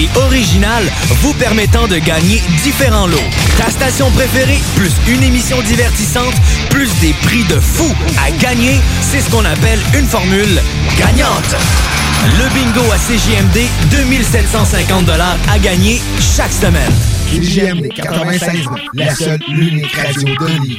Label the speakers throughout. Speaker 1: et original vous permettant de gagner différents lots. Ta station préférée, plus une émission divertissante, plus des prix de fou à gagner, c'est ce qu'on appelle une formule gagnante. Le bingo à CJMD, 2750 à gagner chaque semaine.
Speaker 2: CJMD 96.9, la seule, l'unique radio de Lévis.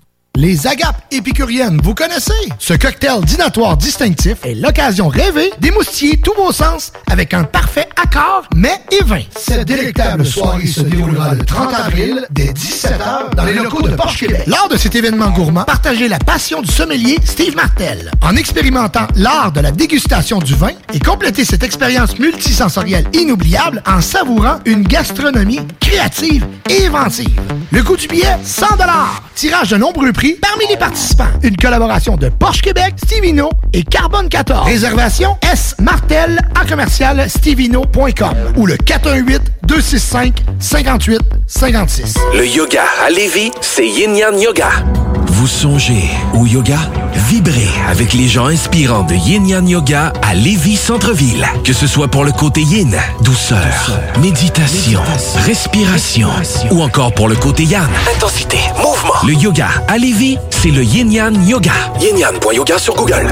Speaker 2: Les agapes épicuriennes, vous connaissez? Ce cocktail dinatoire distinctif est l'occasion rêvée d'émoustiller tous vos sens avec un parfait accord mais et vin. Cette délectable soirée se déroulera le 30 avril dès 17h dans les locaux de Porsche Québec. Lors de cet événement gourmand, partagez la passion du sommelier Steve Martel en expérimentant l'art de la dégustation du vin et complétez cette expérience multisensorielle inoubliable en savourant une gastronomie créative et inventive. Le coût du billet, 100 Tirage de nombreux prix parmi les participants. Une collaboration de Porsche Québec, Stevino et Carbone 14. Réservation S Martel à commercial stevino.com ou le 418 265 58 56.
Speaker 3: Le yoga à Lévis, c'est Yin Yang Yoga.
Speaker 1: Vous songez au yoga? Vibrez avec les gens inspirants de Yin Yang Yoga à Lévis Centre-Ville. Que ce soit pour le côté yin, douceur, méditation, respiration, ou encore pour le côté yang,
Speaker 3: Intensité, mouvement.
Speaker 1: le yoga à Lévis, c'est le Yin Yang Yoga.
Speaker 3: Yin Yang Yoga sur Google.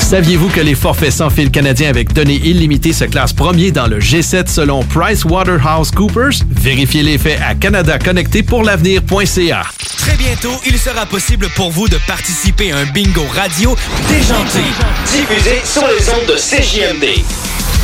Speaker 4: Saviez-vous que les forfaits sans fil canadiens avec données illimitées se classent premier dans le G7 selon PricewaterhouseCoopers? Vérifiez les faits à canadaconnecté pour l'avenir.ca.
Speaker 1: Très bientôt, il sera possible pour vous de participer à un bingo radio déjanté,
Speaker 3: Diffusé sur les ondes de CJMD.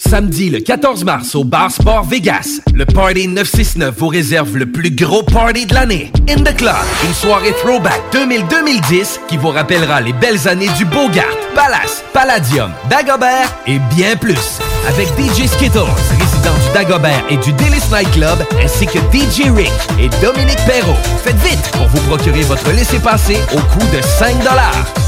Speaker 4: Samedi le 14 mars au Bar Sport Vegas, le Party 969 vous réserve le plus gros party de l'année, In the Club, une soirée throwback 2000-2010 qui vous rappellera les belles années du Bogart, Palace, Palladium, Dagobert et bien plus. Avec DJ Skittles, résident du Dagobert et du Delice Night Club, ainsi que DJ Rick et Dominique Perrault. Faites vite pour vous procurer votre laissez-passer au coût de 5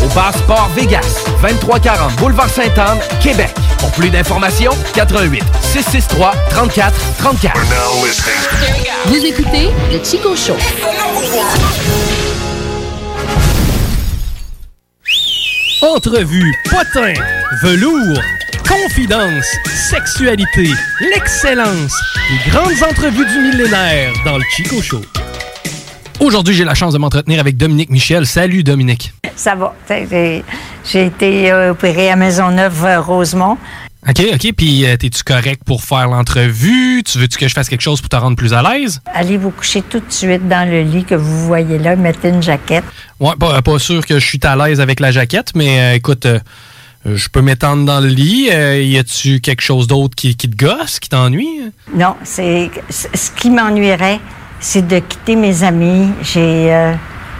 Speaker 4: au Bar Sport Vegas, 2340 Boulevard Sainte-Anne, Québec. Pour plus d'informations, 88 663 34 34.
Speaker 5: Vous écoutez le Chico Show.
Speaker 6: Entrevue, potin, velours, confidence, sexualité, l'excellence, les grandes entrevues du millénaire dans le Chico Show. Aujourd'hui, j'ai la chance de m'entretenir avec Dominique Michel. Salut Dominique.
Speaker 7: Ça va. T'es- t'es- J'ai été euh, opérée à Maisonneuve-Rosemont.
Speaker 6: OK, OK. Puis, euh, t'es-tu correct pour faire l'entrevue? Tu veux-tu que je fasse quelque chose pour te rendre plus à l'aise?
Speaker 7: Allez vous coucher tout de suite dans le lit que vous voyez là, mettez une jaquette.
Speaker 6: Ouais, pas, pas sûr que je suis à l'aise avec la jaquette, mais euh, écoute, euh, je peux m'étendre dans le lit. Euh, y a-tu quelque chose d'autre qui, qui te gosse, qui t'ennuie?
Speaker 7: Non, c'est c- ce qui m'ennuierait, c'est de quitter mes amis. J'ai euh,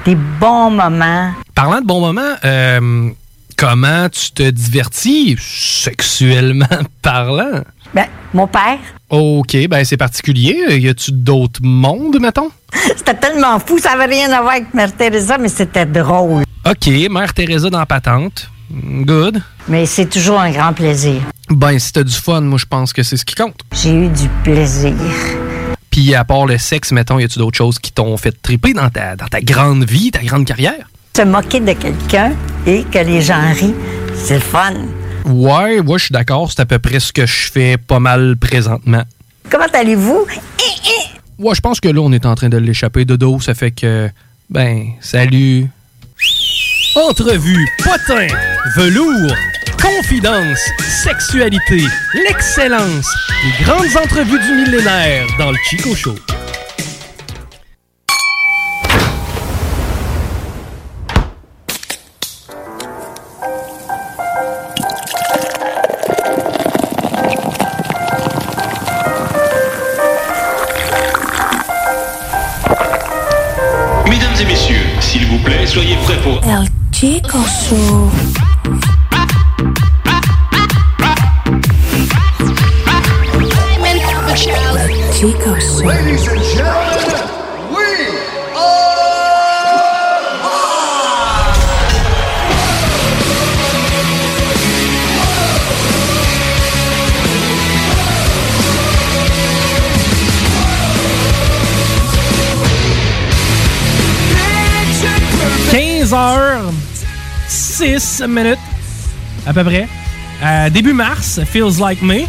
Speaker 7: des bons moments.
Speaker 6: Parlant de bons moments, euh, comment tu te divertis sexuellement parlant?
Speaker 7: Ben, mon père,
Speaker 6: OK, ben c'est particulier. Y a-tu d'autres mondes, mettons?
Speaker 7: c'était tellement fou, ça avait rien à voir avec Mère Teresa, mais c'était drôle.
Speaker 6: OK, Mère Teresa dans Patente. Good.
Speaker 7: Mais c'est toujours un grand plaisir.
Speaker 6: Ben, si t'as du fun, moi, je pense que c'est ce qui compte.
Speaker 7: J'ai eu du plaisir.
Speaker 6: Puis, à part le sexe, mettons, y a-tu d'autres choses qui t'ont fait triper dans ta, dans ta grande vie, ta grande carrière?
Speaker 7: Se moquer de quelqu'un et que les gens rient, c'est le fun.
Speaker 6: Ouais, ouais, je suis d'accord. C'est à peu près ce que je fais pas mal présentement.
Speaker 7: Comment allez-vous?
Speaker 6: Ouais, je pense que là, on est en train de l'échapper de dos. Ça fait que, ben, salut. Entrevue, potin, velours, confidence, sexualité, l'excellence, les grandes entrevues du millénaire dans le Chico Show.
Speaker 8: Mesdames et messieurs, s'il vous plaît, soyez prêts pour...
Speaker 9: El Chico Show. Chico
Speaker 8: Show.
Speaker 6: 15 heures, 6 minutes, à peu près. Euh, début mars, feels like May.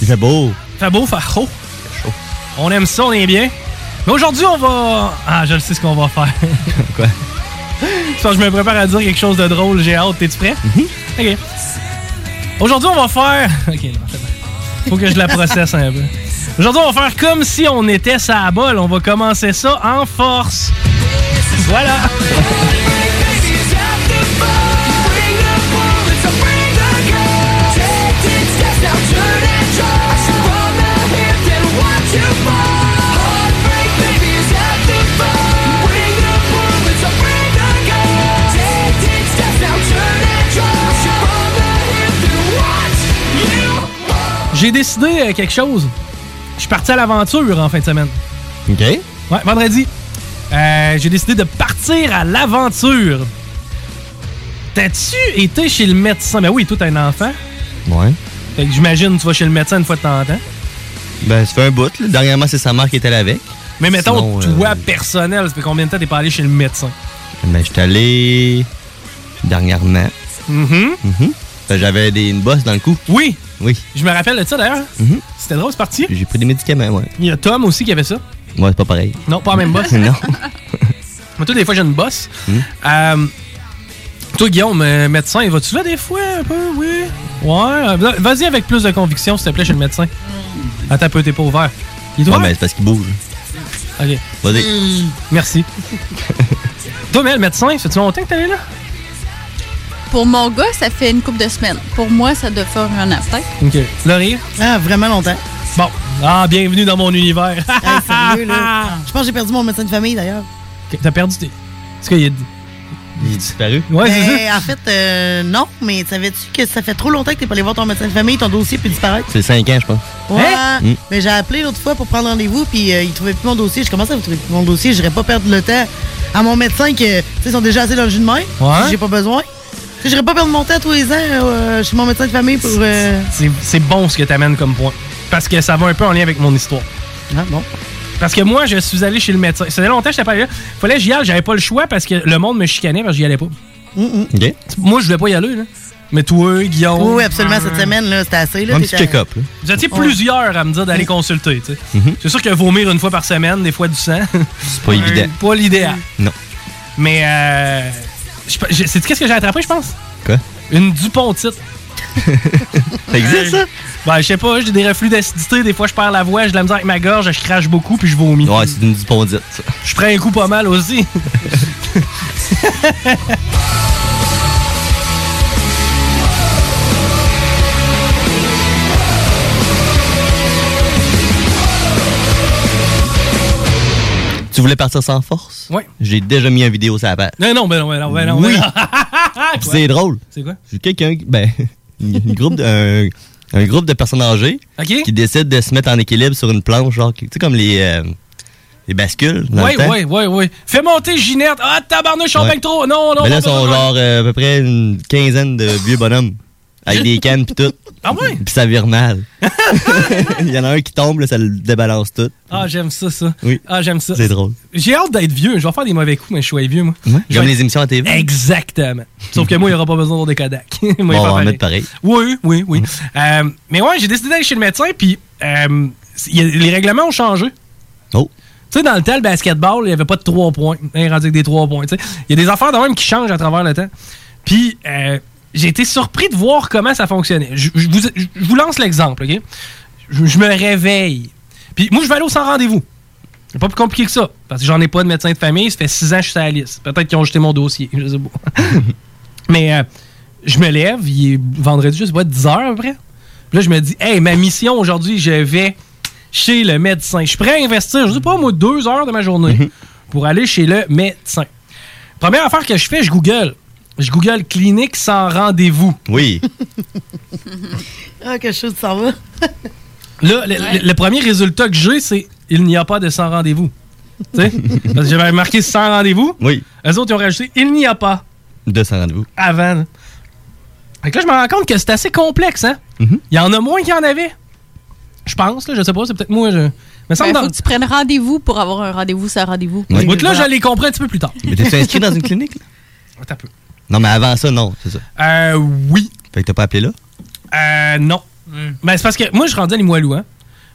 Speaker 10: Il fait beau.
Speaker 6: Fait beau, fait chaud. On aime ça, on est bien. Mais aujourd'hui, on va. Ah, je le sais ce qu'on va faire.
Speaker 10: Quoi?
Speaker 6: Je pense que je me prépare à dire quelque chose de drôle, j'ai hâte. T'es-tu prêt? OK. Aujourd'hui, on va faire. OK, non, c'est bon. Faut que je la processe un peu. Aujourd'hui, on va faire comme si on était ça à bol. On va commencer ça en force. Voilà. J'ai décidé euh, quelque chose. Je suis parti à l'aventure en fin de semaine.
Speaker 10: OK.
Speaker 6: Ouais, vendredi. Euh, j'ai décidé de partir à l'aventure. T'as-tu été chez le médecin? Ben oui, toi, t'as un enfant.
Speaker 10: Ouais.
Speaker 6: Fait que j'imagine, tu vas chez le médecin une fois de temps en temps.
Speaker 10: Ben, ça fait un bout. là. Dernièrement, c'est sa mère qui était là avec.
Speaker 6: Mais mettons,
Speaker 10: Sinon, euh,
Speaker 6: toi, personnel, ça fait combien de temps t'es pas allé chez le médecin?
Speaker 10: Ben, j'étais allé dernièrement.
Speaker 6: Mhm.
Speaker 10: Mhm. Ben, J'avais des- une bosse dans le cou.
Speaker 6: Oui.
Speaker 10: Oui. Mhm.
Speaker 6: Je me rappelle de ça, d'ailleurs. C'était drôle, c'est parti.
Speaker 10: J'ai pris des médicaments, ouais.
Speaker 6: Il y a Tom aussi qui avait ça.
Speaker 10: Moi, c'est pas pareil.
Speaker 6: Non, pas la même bosse.
Speaker 10: non.
Speaker 6: Moi, toi, des fois, j'ai une bosse.
Speaker 10: Mhm.
Speaker 6: Euh, toi, Guillaume, euh, médecin, il va-tu là des fois un peu? Oui. Ouais. euh, Vas-y avec plus de conviction, s'il te plaît, chez le médecin. Attends un peu, t'es pas ouvert. Il doit.
Speaker 10: Hmm. Ouais, ben, c'est parce qu'il bouge.
Speaker 6: OK.
Speaker 10: Vas-y.
Speaker 6: Merci. toi, mais le médecin, ça fait longtemps que t'allais là?
Speaker 11: Pour mon gars, ça fait une couple de semaines. Pour moi, ça doit faire un an peut-être.
Speaker 6: OK. Laurie?
Speaker 12: Ah, vraiment longtemps.
Speaker 6: Bon. Ah, bienvenue dans mon univers.
Speaker 12: Hey, sérieux, là. Je pense que j'ai perdu mon médecin de famille, d'ailleurs.
Speaker 6: Ok, T'as perdu tes... Est-ce qu'il y a...
Speaker 10: Il est disparu?
Speaker 6: Ouais,
Speaker 12: Ben,
Speaker 6: c'est ça.
Speaker 12: En fait, euh, non, mais savais-tu que ça fait trop longtemps que t'es pas allé voir ton médecin de famille, ton dossier peut disparaître?
Speaker 10: C'est 5 ans, je pense.
Speaker 6: Hein?
Speaker 12: Ouais.
Speaker 10: Mm.
Speaker 12: Mais j'ai appelé l'autre fois pour prendre rendez-vous, puis euh, il trouvait plus mon dossier. Je commence à vous trouver plus mon dossier. Je pas perdre le temps à mon médecin que, tu sais, sont déjà assez dans le jus de main.
Speaker 6: Ouais.
Speaker 12: si J'ai pas besoin. Je pas perdre mon temps tous les ans euh, chez mon médecin de famille pour. euh,
Speaker 6: C'est- C'est bon ce que t'amènes comme point. Parce que ça va un peu en lien avec mon histoire.
Speaker 12: Ah, bon.
Speaker 6: Parce que moi, je suis allé chez le médecin. Ça faisait longtemps que j'étais pas allé là. Fallait que j'y aille, j'avais pas le choix parce que le monde me chicanait parce que j'y allais pas.
Speaker 10: OK.
Speaker 6: Moi, je voulais pas y aller, là. Mais toi, Guillaume.
Speaker 12: Oh, Oui, absolument, cette semaine, là, c'était assez. Là, t'étais-
Speaker 6: Vous étiez
Speaker 12: Ouais.
Speaker 6: plusieurs à me dire d'aller consulter, tu sais.
Speaker 10: Mhm.
Speaker 6: C'est sûr que vomir une fois par semaine, des fois du sang. C'est
Speaker 10: pas évident.
Speaker 6: Pas l'idéal.
Speaker 10: Non.
Speaker 6: Mais, euh. je sais pas- je- C'est-tu qu'est-ce que j'ai attrapé, je pense?
Speaker 10: Quoi?
Speaker 6: Une Dupont-Tite.
Speaker 10: Ça existe,
Speaker 6: ça? Ben, je sais pas, j'ai des reflux d'acidité. Des fois, je perds la voix, j'ai de la misère avec ma gorge, je crache beaucoup, puis je vomis.
Speaker 10: Ouais, c'est une dispondite, ça.
Speaker 6: Je prends un coup pas mal aussi.
Speaker 10: Tu voulais partir sans force?
Speaker 6: Ouais.
Speaker 10: J'ai déjà mis une vidéo sur la page.
Speaker 6: non, non, ben non, ben non, ben non. ben
Speaker 10: Oui.
Speaker 6: non.
Speaker 10: Puis C'est drôle.
Speaker 6: C'est quoi?
Speaker 10: J'ai quelqu'un, qui- ben, une groupe de, un, un groupe de personnes âgées
Speaker 6: Ok.
Speaker 10: qui décident de se mettre en équilibre sur une planche, genre, tu sais, comme les, euh, les bascules. Dans
Speaker 6: Oui,
Speaker 10: le temps.
Speaker 6: oui, oui, oui. Fais monter Ginette. Ah, tabarnouche, je suis
Speaker 10: Ouais.
Speaker 6: bien trop. Non, Oh, non,
Speaker 10: Mais là,
Speaker 6: non,
Speaker 10: ils sont
Speaker 6: non, non.
Speaker 10: genre euh, à peu près une quinzaine de vieux bonhommes avec des cannes pis tout.
Speaker 6: Ah ouais?
Speaker 10: Pis ça vire mal. Il y en a un qui tombe, là, ça le débalance tout.
Speaker 6: Ah, j'aime ça, ça.
Speaker 10: Oui.
Speaker 6: Ah, j'aime ça.
Speaker 10: C'est drôle.
Speaker 6: J'ai hâte d'être vieux. Je vais faire des mauvais coups, mais je suis vieux, moi. Je
Speaker 10: Comme
Speaker 6: vais-
Speaker 10: les émissions à TV.
Speaker 6: Exactement. Sauf que moi, il n'y aura pas besoin de Kodak. Moi, il
Speaker 10: Bon,
Speaker 6: va
Speaker 10: on va en
Speaker 6: pareil.
Speaker 10: mettre pareil.
Speaker 6: Oui, oui, oui. Euh, mais ouais, j'ai décidé d'aller chez le médecin, puis euh, il y a- les règlements ont changé.
Speaker 10: Oh.
Speaker 6: Tu sais, dans le temps, le basketball, il n'y avait pas de trois points. Hein, Il est rendu avec des trois points. tu sais. Il y a des affaires de même qui changent à travers le temps. Puis, euh, j'ai été surpris de voir comment ça fonctionnait. Je je vous, je vous lance l'exemple, OK? Je, je me réveille. Puis, moi, je vais aller au sans rendez-vous. C'est pas plus compliqué que ça. Parce que j'en ai pas de médecin de famille. Ça fait six ans que je suis sur la liste. Peut-être qu'ils ont jeté mon dossier. Je sais pas. Mais euh, je me lève, il est vendredi, je sais pas, 10 heures après. Puis là, je me dis, hey, ma mission aujourd'hui, je vais chez le médecin. Je suis prêt à investir, je sais pas, moi, deux heures de ma
Speaker 10: Mhm.
Speaker 6: journée pour aller chez le médecin. Première affaire que je fais, je Google. Je Google clinique sans rendez-vous.
Speaker 10: Oui.
Speaker 12: Ah, quelque chose de ça va.
Speaker 6: Là, le, le- le premier résultat que j'ai, c'est il n'y a pas de sans rendez-vous. Tu sais? Parce que j'avais marqué sans rendez-vous.
Speaker 10: Oui.
Speaker 6: Eux autres, ils ont rajouté il n'y a pas.
Speaker 10: 200 rendez-vous.
Speaker 6: avant. là. Fait que là, je me rends compte que c'est assez complexe, hein?
Speaker 10: Mm-hmm.
Speaker 6: Il y en a moins qu'il y en avait. Je pense, là, je sais pas, c'est peut-être moi. Je... Mais
Speaker 11: Il
Speaker 6: ça me
Speaker 11: Ben, faut
Speaker 6: donne.
Speaker 11: que tu prennes rendez-vous pour avoir un rendez-vous sans rendez-vous.
Speaker 10: Ouais.
Speaker 6: Donc là, je les comprends un petit peu plus tard.
Speaker 10: Mais t'es-tu inscrit dans une clinique, là?
Speaker 6: Attends un peu.
Speaker 10: Non, mais avant ça, non, c'est ça.
Speaker 6: Euh, oui.
Speaker 10: Fait que t'as pas appelé là?
Speaker 6: Euh, non. Mais c'est parce que moi, je rendais les Moilou, hein?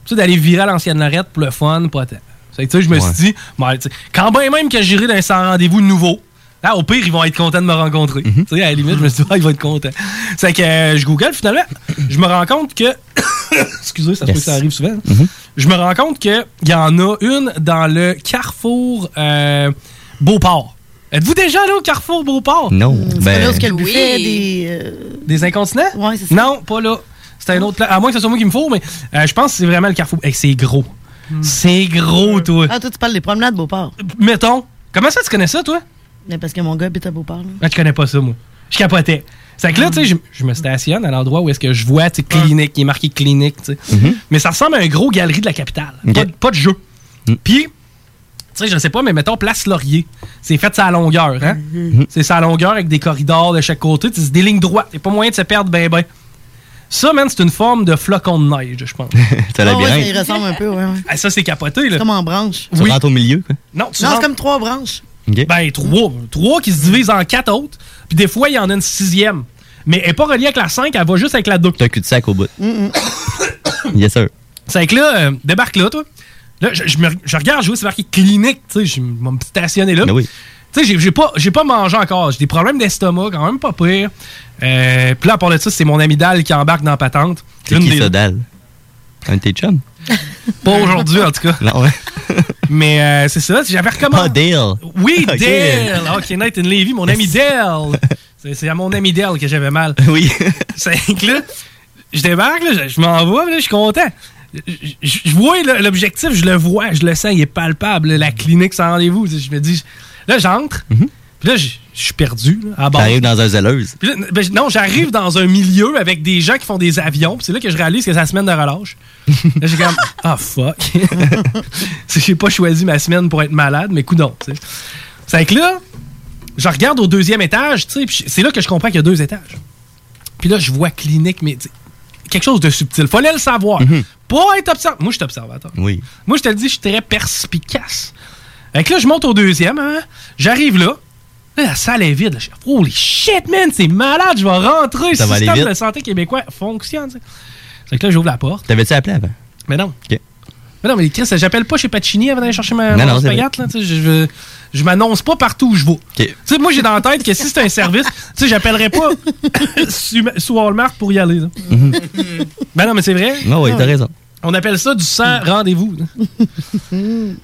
Speaker 6: Puis ça, d'aller virer à l'ancienne Lorette pour le fun, pas tant. Fait que, tu sais, je me
Speaker 10: Ouais.
Speaker 6: suis dit, ben, tu sais, quand bien même que j'irai dans un sans rendez-vous nouveau, là, au pire, ils vont être contents de me rencontrer.
Speaker 10: Mm-hmm.
Speaker 6: Tu sais, à la limite, je me suis dit, ah, ils vont être contents. C'est que euh, je Google, finalement, je me rends compte que. Excusez, ça se peut que ça
Speaker 10: Yes.
Speaker 6: arrive souvent. hein. Je me rends compte qu'il y en a une dans le carrefour euh, Beauport. Êtes-vous déjà allé au carrefour Beauport?
Speaker 10: Non.
Speaker 12: Hmm. C'est
Speaker 10: Ben,
Speaker 12: là où ce que le buffet des. euh,
Speaker 6: Des incontinents? Non, pas là. C'est un
Speaker 12: Ah.
Speaker 6: autre pla- À moins que ce soit moi qui me faut, mais euh, je pense que c'est vraiment le carrefour. Hey, c'est gros. C'est gros, toi.
Speaker 12: Ah, toi, tu parles des promenades Beauport.
Speaker 6: Mettons. Comment ça, tu connais ça, toi?
Speaker 12: Mais parce que mon gars habite à Beauport. là.
Speaker 6: Ah, je connais pas ça, moi. Je capotais. C'est que là, tu sais, je, je me stationne à l'endroit où est-ce que je vois,
Speaker 10: Ah.
Speaker 6: tu sais, clinique, il est marqué clinique, tu sais.
Speaker 10: Mhm.
Speaker 6: Mais ça ressemble à un gros galerie de la capitale. Pas, de- pas de jeu.
Speaker 10: Mhm.
Speaker 6: Puis, tu sais, je ne sais pas, mais mettons Place Laurier. C'est fait sa longueur, hein?
Speaker 10: Mhm.
Speaker 6: C'est sa longueur avec des corridors de chaque côté. tu sais, C'est des lignes droites. Il n'y a pas moyen de se perdre ben ben. Ça, man, c'est une forme de flocon de neige, je pense.
Speaker 10: t'as
Speaker 12: Ah, ouais, ça
Speaker 10: labyrinthe.
Speaker 12: y ressemble un peu, ouais. ouais.
Speaker 6: Ah, ça, c'est capoté, là.
Speaker 12: Comme en branches.
Speaker 10: Tu rentres au milieu, quoi.
Speaker 6: Non, tu
Speaker 12: Non, c'est
Speaker 6: rentres-
Speaker 12: comme trois branches.
Speaker 6: Ben, trois. Trois qui se divisent en quatre autres. Puis des fois, il y en a une sixième. Mais elle n'est pas reliée avec la 5, elle va juste avec la 2.
Speaker 10: T'as un cul-de-sac au bout.
Speaker 12: Mm.
Speaker 10: yes, sir.
Speaker 6: C'est que là, euh, débarque là, toi. Là, je, je me- je regarde jouer, c'est marqué clinique. Tu sais, je vais me stationner là.
Speaker 10: Ben oui.
Speaker 6: Tu sais, j'ai- j'ai pas, j'ai pas mangé encore. J'ai des problèmes d'estomac, quand même pas pire. Euh, puis là, à part de ça, c'est mon ami Dal qui embarque dans la patente.
Speaker 10: C'est
Speaker 6: Une
Speaker 10: qui
Speaker 6: des-
Speaker 10: ça, Dal? Un de tes chums?
Speaker 6: Pas aujourd'hui, en tout cas.
Speaker 10: Non, ouais.
Speaker 6: Mais euh, c'est ça, j'avais recommandé.
Speaker 10: Pas Dale.
Speaker 6: Oui,
Speaker 10: Ok.
Speaker 6: Dale! Ah, Ok, Nathan Levy, mon ami Dale! C'est- C'est à mon ami Dale que j'avais mal.
Speaker 10: Oui.
Speaker 6: C'est que là, je débarque, là, je- je m'en vais, là, je suis content. Je- Je je vois là, l'objectif, je le vois, je le sens, il est palpable. là, La clinique sans rendez-vous. Je me dis, là, j'entre, puis là, je je suis perdu, là, à bord.
Speaker 10: Mm-hmm. T'arrives dans un zèleuse.
Speaker 6: Puis là, ben, non, j'arrive dans un milieu avec des gens qui font des avions. puis c'est là que je réalise que c'est la semaine de relâche. Là, j'ai comme, ah fuck. C'est que j'ai pas choisi ma semaine pour être malade, mais coudon. tu sais. C'est que là, je regarde au deuxième étage, tu sais, puis c'est là que je comprends qu'il y a deux étages. Puis là, je vois clinique, mais tu sais, quelque chose de subtil. Fallait le savoir. Pas être observateur. Moi, je suis observateur.
Speaker 10: Oui.
Speaker 6: Moi, je te le dis, je suis très perspicace. Fait que là, je monte au deuxième. hein. J'arrive là. Là, la salle est vide. là. Je fais, Holy shit, man, c'est malade. Je vais rentrer. Le
Speaker 10: Ça va aller
Speaker 6: système
Speaker 10: vite.
Speaker 6: de santé québécois fonctionne. tu sais. Fait que là, j'ouvre la porte.
Speaker 10: T'avais-tu appelé avant?
Speaker 6: Mais non.
Speaker 10: OK.
Speaker 6: Mais non, mais Chris, j'appelle pas chez Pacini avant d'aller chercher ma
Speaker 10: Non,
Speaker 6: ma
Speaker 10: non, c'est
Speaker 6: spaghette, là, tu sais, Je, je, je m'annonce pas partout où je vais. Tu sais, moi, j'ai dans la tête que si c'est un service, tu sais, j'appellerai pas sur sur Walmart pour y aller. là. Ben non, mais c'est vrai.
Speaker 10: Mm-hmm. Non, oui, t'as raison.
Speaker 6: On appelle ça du sang rendez-vous. là.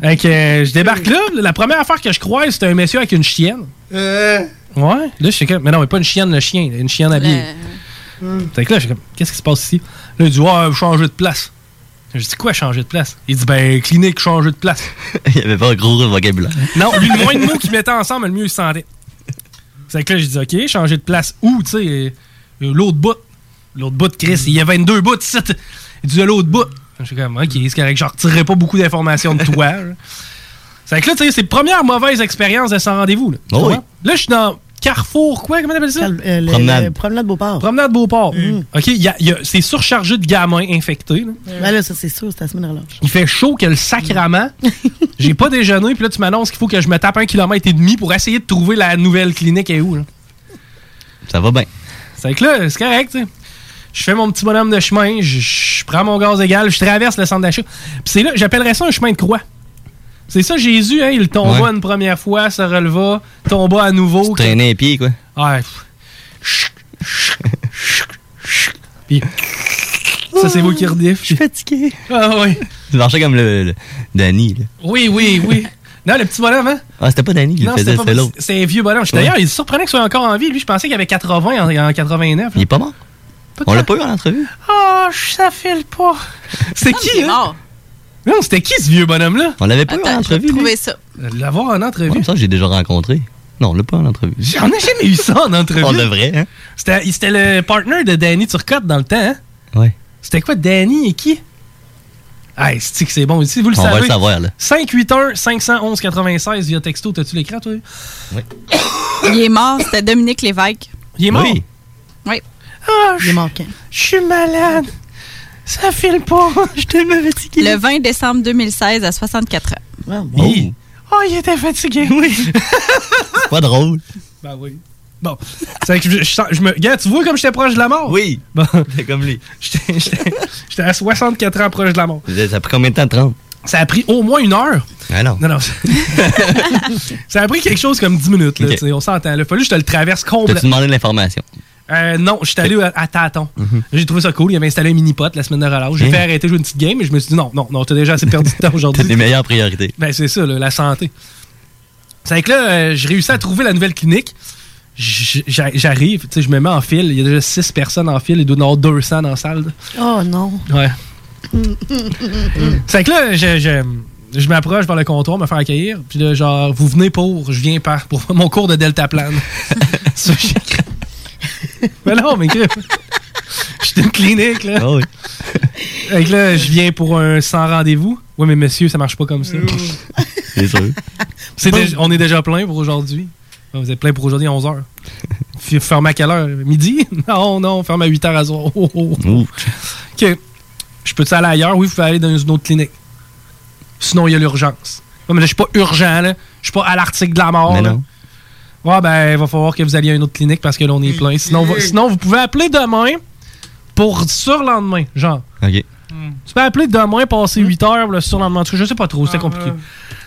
Speaker 6: Fait que, euh, je débarque là. La première affaire que je croise, c'est un monsieur avec une chienne. Ouais. Là, je suis comme, mais non, mais pas une chienne, le chien, là, une chienne habillée. Fait que là, je suis comme, qu'est-ce qui se passe ici? Là, il dit, ouais, changer de place. Je dis, quoi, changer de place? Il dit, ben, clinique, changer de place.
Speaker 10: Il y avait pas un gros vocabulaire.
Speaker 6: Non, lui, le moins de mots qu'ils mettaient ensemble, le mieux il se sentait. C'est que là, je dis, OK, changer de place où, tu sais, euh, l'autre bout. L'autre bout de Chris, il y a 22 bouts ici. Il dit, l'autre bout. Je suis comme, OK, c'est correct, je retirerai pas beaucoup d'informations de toi. là. C'est que là, tu sais, c'est la première mauvaise expérience de sans rendez-vous. Là, Tu
Speaker 10: Oh oui.
Speaker 6: comprends? là je suis dans Carrefour, quoi, comment t'appelles ça?
Speaker 12: le- Promenade. le- promenade Beauport.
Speaker 6: Promenade Beauport.
Speaker 10: Mm.
Speaker 6: OK, il y a- il y a- c'est surchargé de gamins infectés. là.
Speaker 12: Ben là, ça, c'est sûr, c'est la semaine de relâche.
Speaker 6: Il fait chaud que le sacrament. J'ai pas déjeuné, puis là, tu m'annonces qu'il faut que je me tape un kilomètre et demi pour essayer de trouver la nouvelle clinique est où. là.
Speaker 10: Ça va bien.
Speaker 6: C'est que là, c'est correct, tu sais. Je fais mon petit bonhomme de chemin, je, je prends mon gaz égal, je traverse le centre d'achat. Puis c'est là, j'appellerais ça un chemin de croix. C'est ça, Jésus, hein, il tomba
Speaker 10: Ouais.
Speaker 6: une première fois, se releva, tomba à nouveau.
Speaker 10: Traîner les pieds, quoi.
Speaker 6: Ouais. Puis. Ça, c'est vous qui rediff. Je suis
Speaker 10: fatigué.
Speaker 6: Ah, oui.
Speaker 10: Tu marchais comme le, le- Danny, là.
Speaker 6: Oui, oui, oui. Non, le petit bonhomme, hein?
Speaker 10: Ah, c'était pas Danny qui le
Speaker 6: Non,
Speaker 10: faisait,
Speaker 6: c'était pas
Speaker 10: c'était
Speaker 6: possible.
Speaker 10: l'autre.
Speaker 6: C'est un vieux bonhomme. Je- D'ailleurs, il est surprenant qu'il soit encore en vie. Lui, je pensais qu'il avait 80 en, en 89.
Speaker 10: Il est pas mort. On l'a pas eu en entrevue.
Speaker 6: Oh, ça file pas. C'était qui, hein? Non, c'était qui ce vieux bonhomme-là?
Speaker 10: On l'avait pas eu en entrevue.
Speaker 11: Trouvez ça.
Speaker 6: L'avoir en entrevue.
Speaker 10: Ouais, ça, j'ai déjà rencontré. Non, on l'a pas en entrevue.
Speaker 6: J'en ai jamais eu ça en entrevue.
Speaker 10: On devrait, hein?
Speaker 6: C'était il- c'était le partner de Danny Turcotte dans le temps, hein?
Speaker 10: Ouais.
Speaker 6: C'était quoi, Danny et qui? Ah, c'est que c'est bon ici, vous le
Speaker 10: On
Speaker 6: savez.
Speaker 10: va le savoir, là.
Speaker 6: 581 511 96 via texto, t'as-tu l'écran, toi?
Speaker 11: Il est mort, c'était Dominique Lévesque.
Speaker 6: Il est mort? Oui.
Speaker 11: Oui.
Speaker 12: il est mort quand?
Speaker 6: Ah, Je suis malade. Ça file pas. Je te me fatigué.
Speaker 11: Le 20 décembre 2016 à 64 ans.
Speaker 10: Oh,
Speaker 6: Oh, il était fatigué, oui.
Speaker 10: pas drôle.
Speaker 6: Ben oui. Bon. C'est que je, je sens- je me. Gars, tu vois comme j'étais proche de la mort?
Speaker 10: Oui.
Speaker 6: Bon.
Speaker 10: comme lui.
Speaker 6: J'étais j'étais- j'étais à 64 ans proche de la mort.
Speaker 10: Ça a pris combien de temps, 30?
Speaker 6: Ça a pris au moins une heure.
Speaker 10: Ah non.
Speaker 6: Non, non. ça a pris quelque chose comme 10 minutes, là.
Speaker 10: Ok.
Speaker 6: tu sais, On s'entend. Il fallu que je te le traverse
Speaker 10: T'as-tu
Speaker 6: complètement.
Speaker 10: demandé de l'information?
Speaker 6: Euh, non, je suis allé à, à tâtons. J'ai trouvé ça cool. Il avait installé un mini-pot la semaine de relâche. J'ai
Speaker 10: Mm-hmm. Hein?
Speaker 6: fait arrêter jouer une petite game, mais je me suis dit non, non, non, t'as déjà assez perdu de temps aujourd'hui.
Speaker 10: T'as des meilleures priorités.
Speaker 6: Ben, c'est ça, là, la santé. C'est que là, euh, j'ai réussi à trouver la nouvelle clinique. J- j'a- J'arrive, tu sais, je me mets en file. Il y a déjà 6 personnes en file. Il doit y en avoir 200 dans la salle. là.
Speaker 12: Oh non.
Speaker 6: Ouais. Mm. C'est que là, je, je, je m'approche vers le comptoir, me faire accueillir. Puis là, genre, vous venez pour, je viens par, pour mon cours de deltaplane. Ça, j'ai- mais non, mais que. Je suis une clinique, là.
Speaker 10: oui.
Speaker 6: Fait que là, je viens pour un sans rendez-vous. Ouais, mais monsieur, ça marche pas comme ça.
Speaker 10: C'est sûr.
Speaker 6: C'est déjà- on est déjà plein pour aujourd'hui. Ouais, Vous êtes plein pour aujourd'hui à 11h. Ferme à quelle heure? Midi? Non, non, on ferme à 8h à soir. Oh, oh, oh. OK. Je peux-tu aller ailleurs? Oui, vous pouvez aller dans une autre clinique. Sinon, il y a l'urgence. Ouais, mais là, je suis pas urgent, là. Je suis pas à l'article de la mort.
Speaker 10: Mais
Speaker 6: là.
Speaker 10: non.
Speaker 6: Ouais, ben, il va falloir que vous alliez à une autre clinique parce que là, on est plein. Sinon, va- sinon vous pouvez appeler demain pour surlendemain, genre.
Speaker 10: OK.
Speaker 6: Tu peux appeler demain,
Speaker 10: Hmm?
Speaker 6: passer 8 heures, le surlendemain. En tout cas, je sais pas trop,
Speaker 10: Ah,
Speaker 6: c'était compliqué.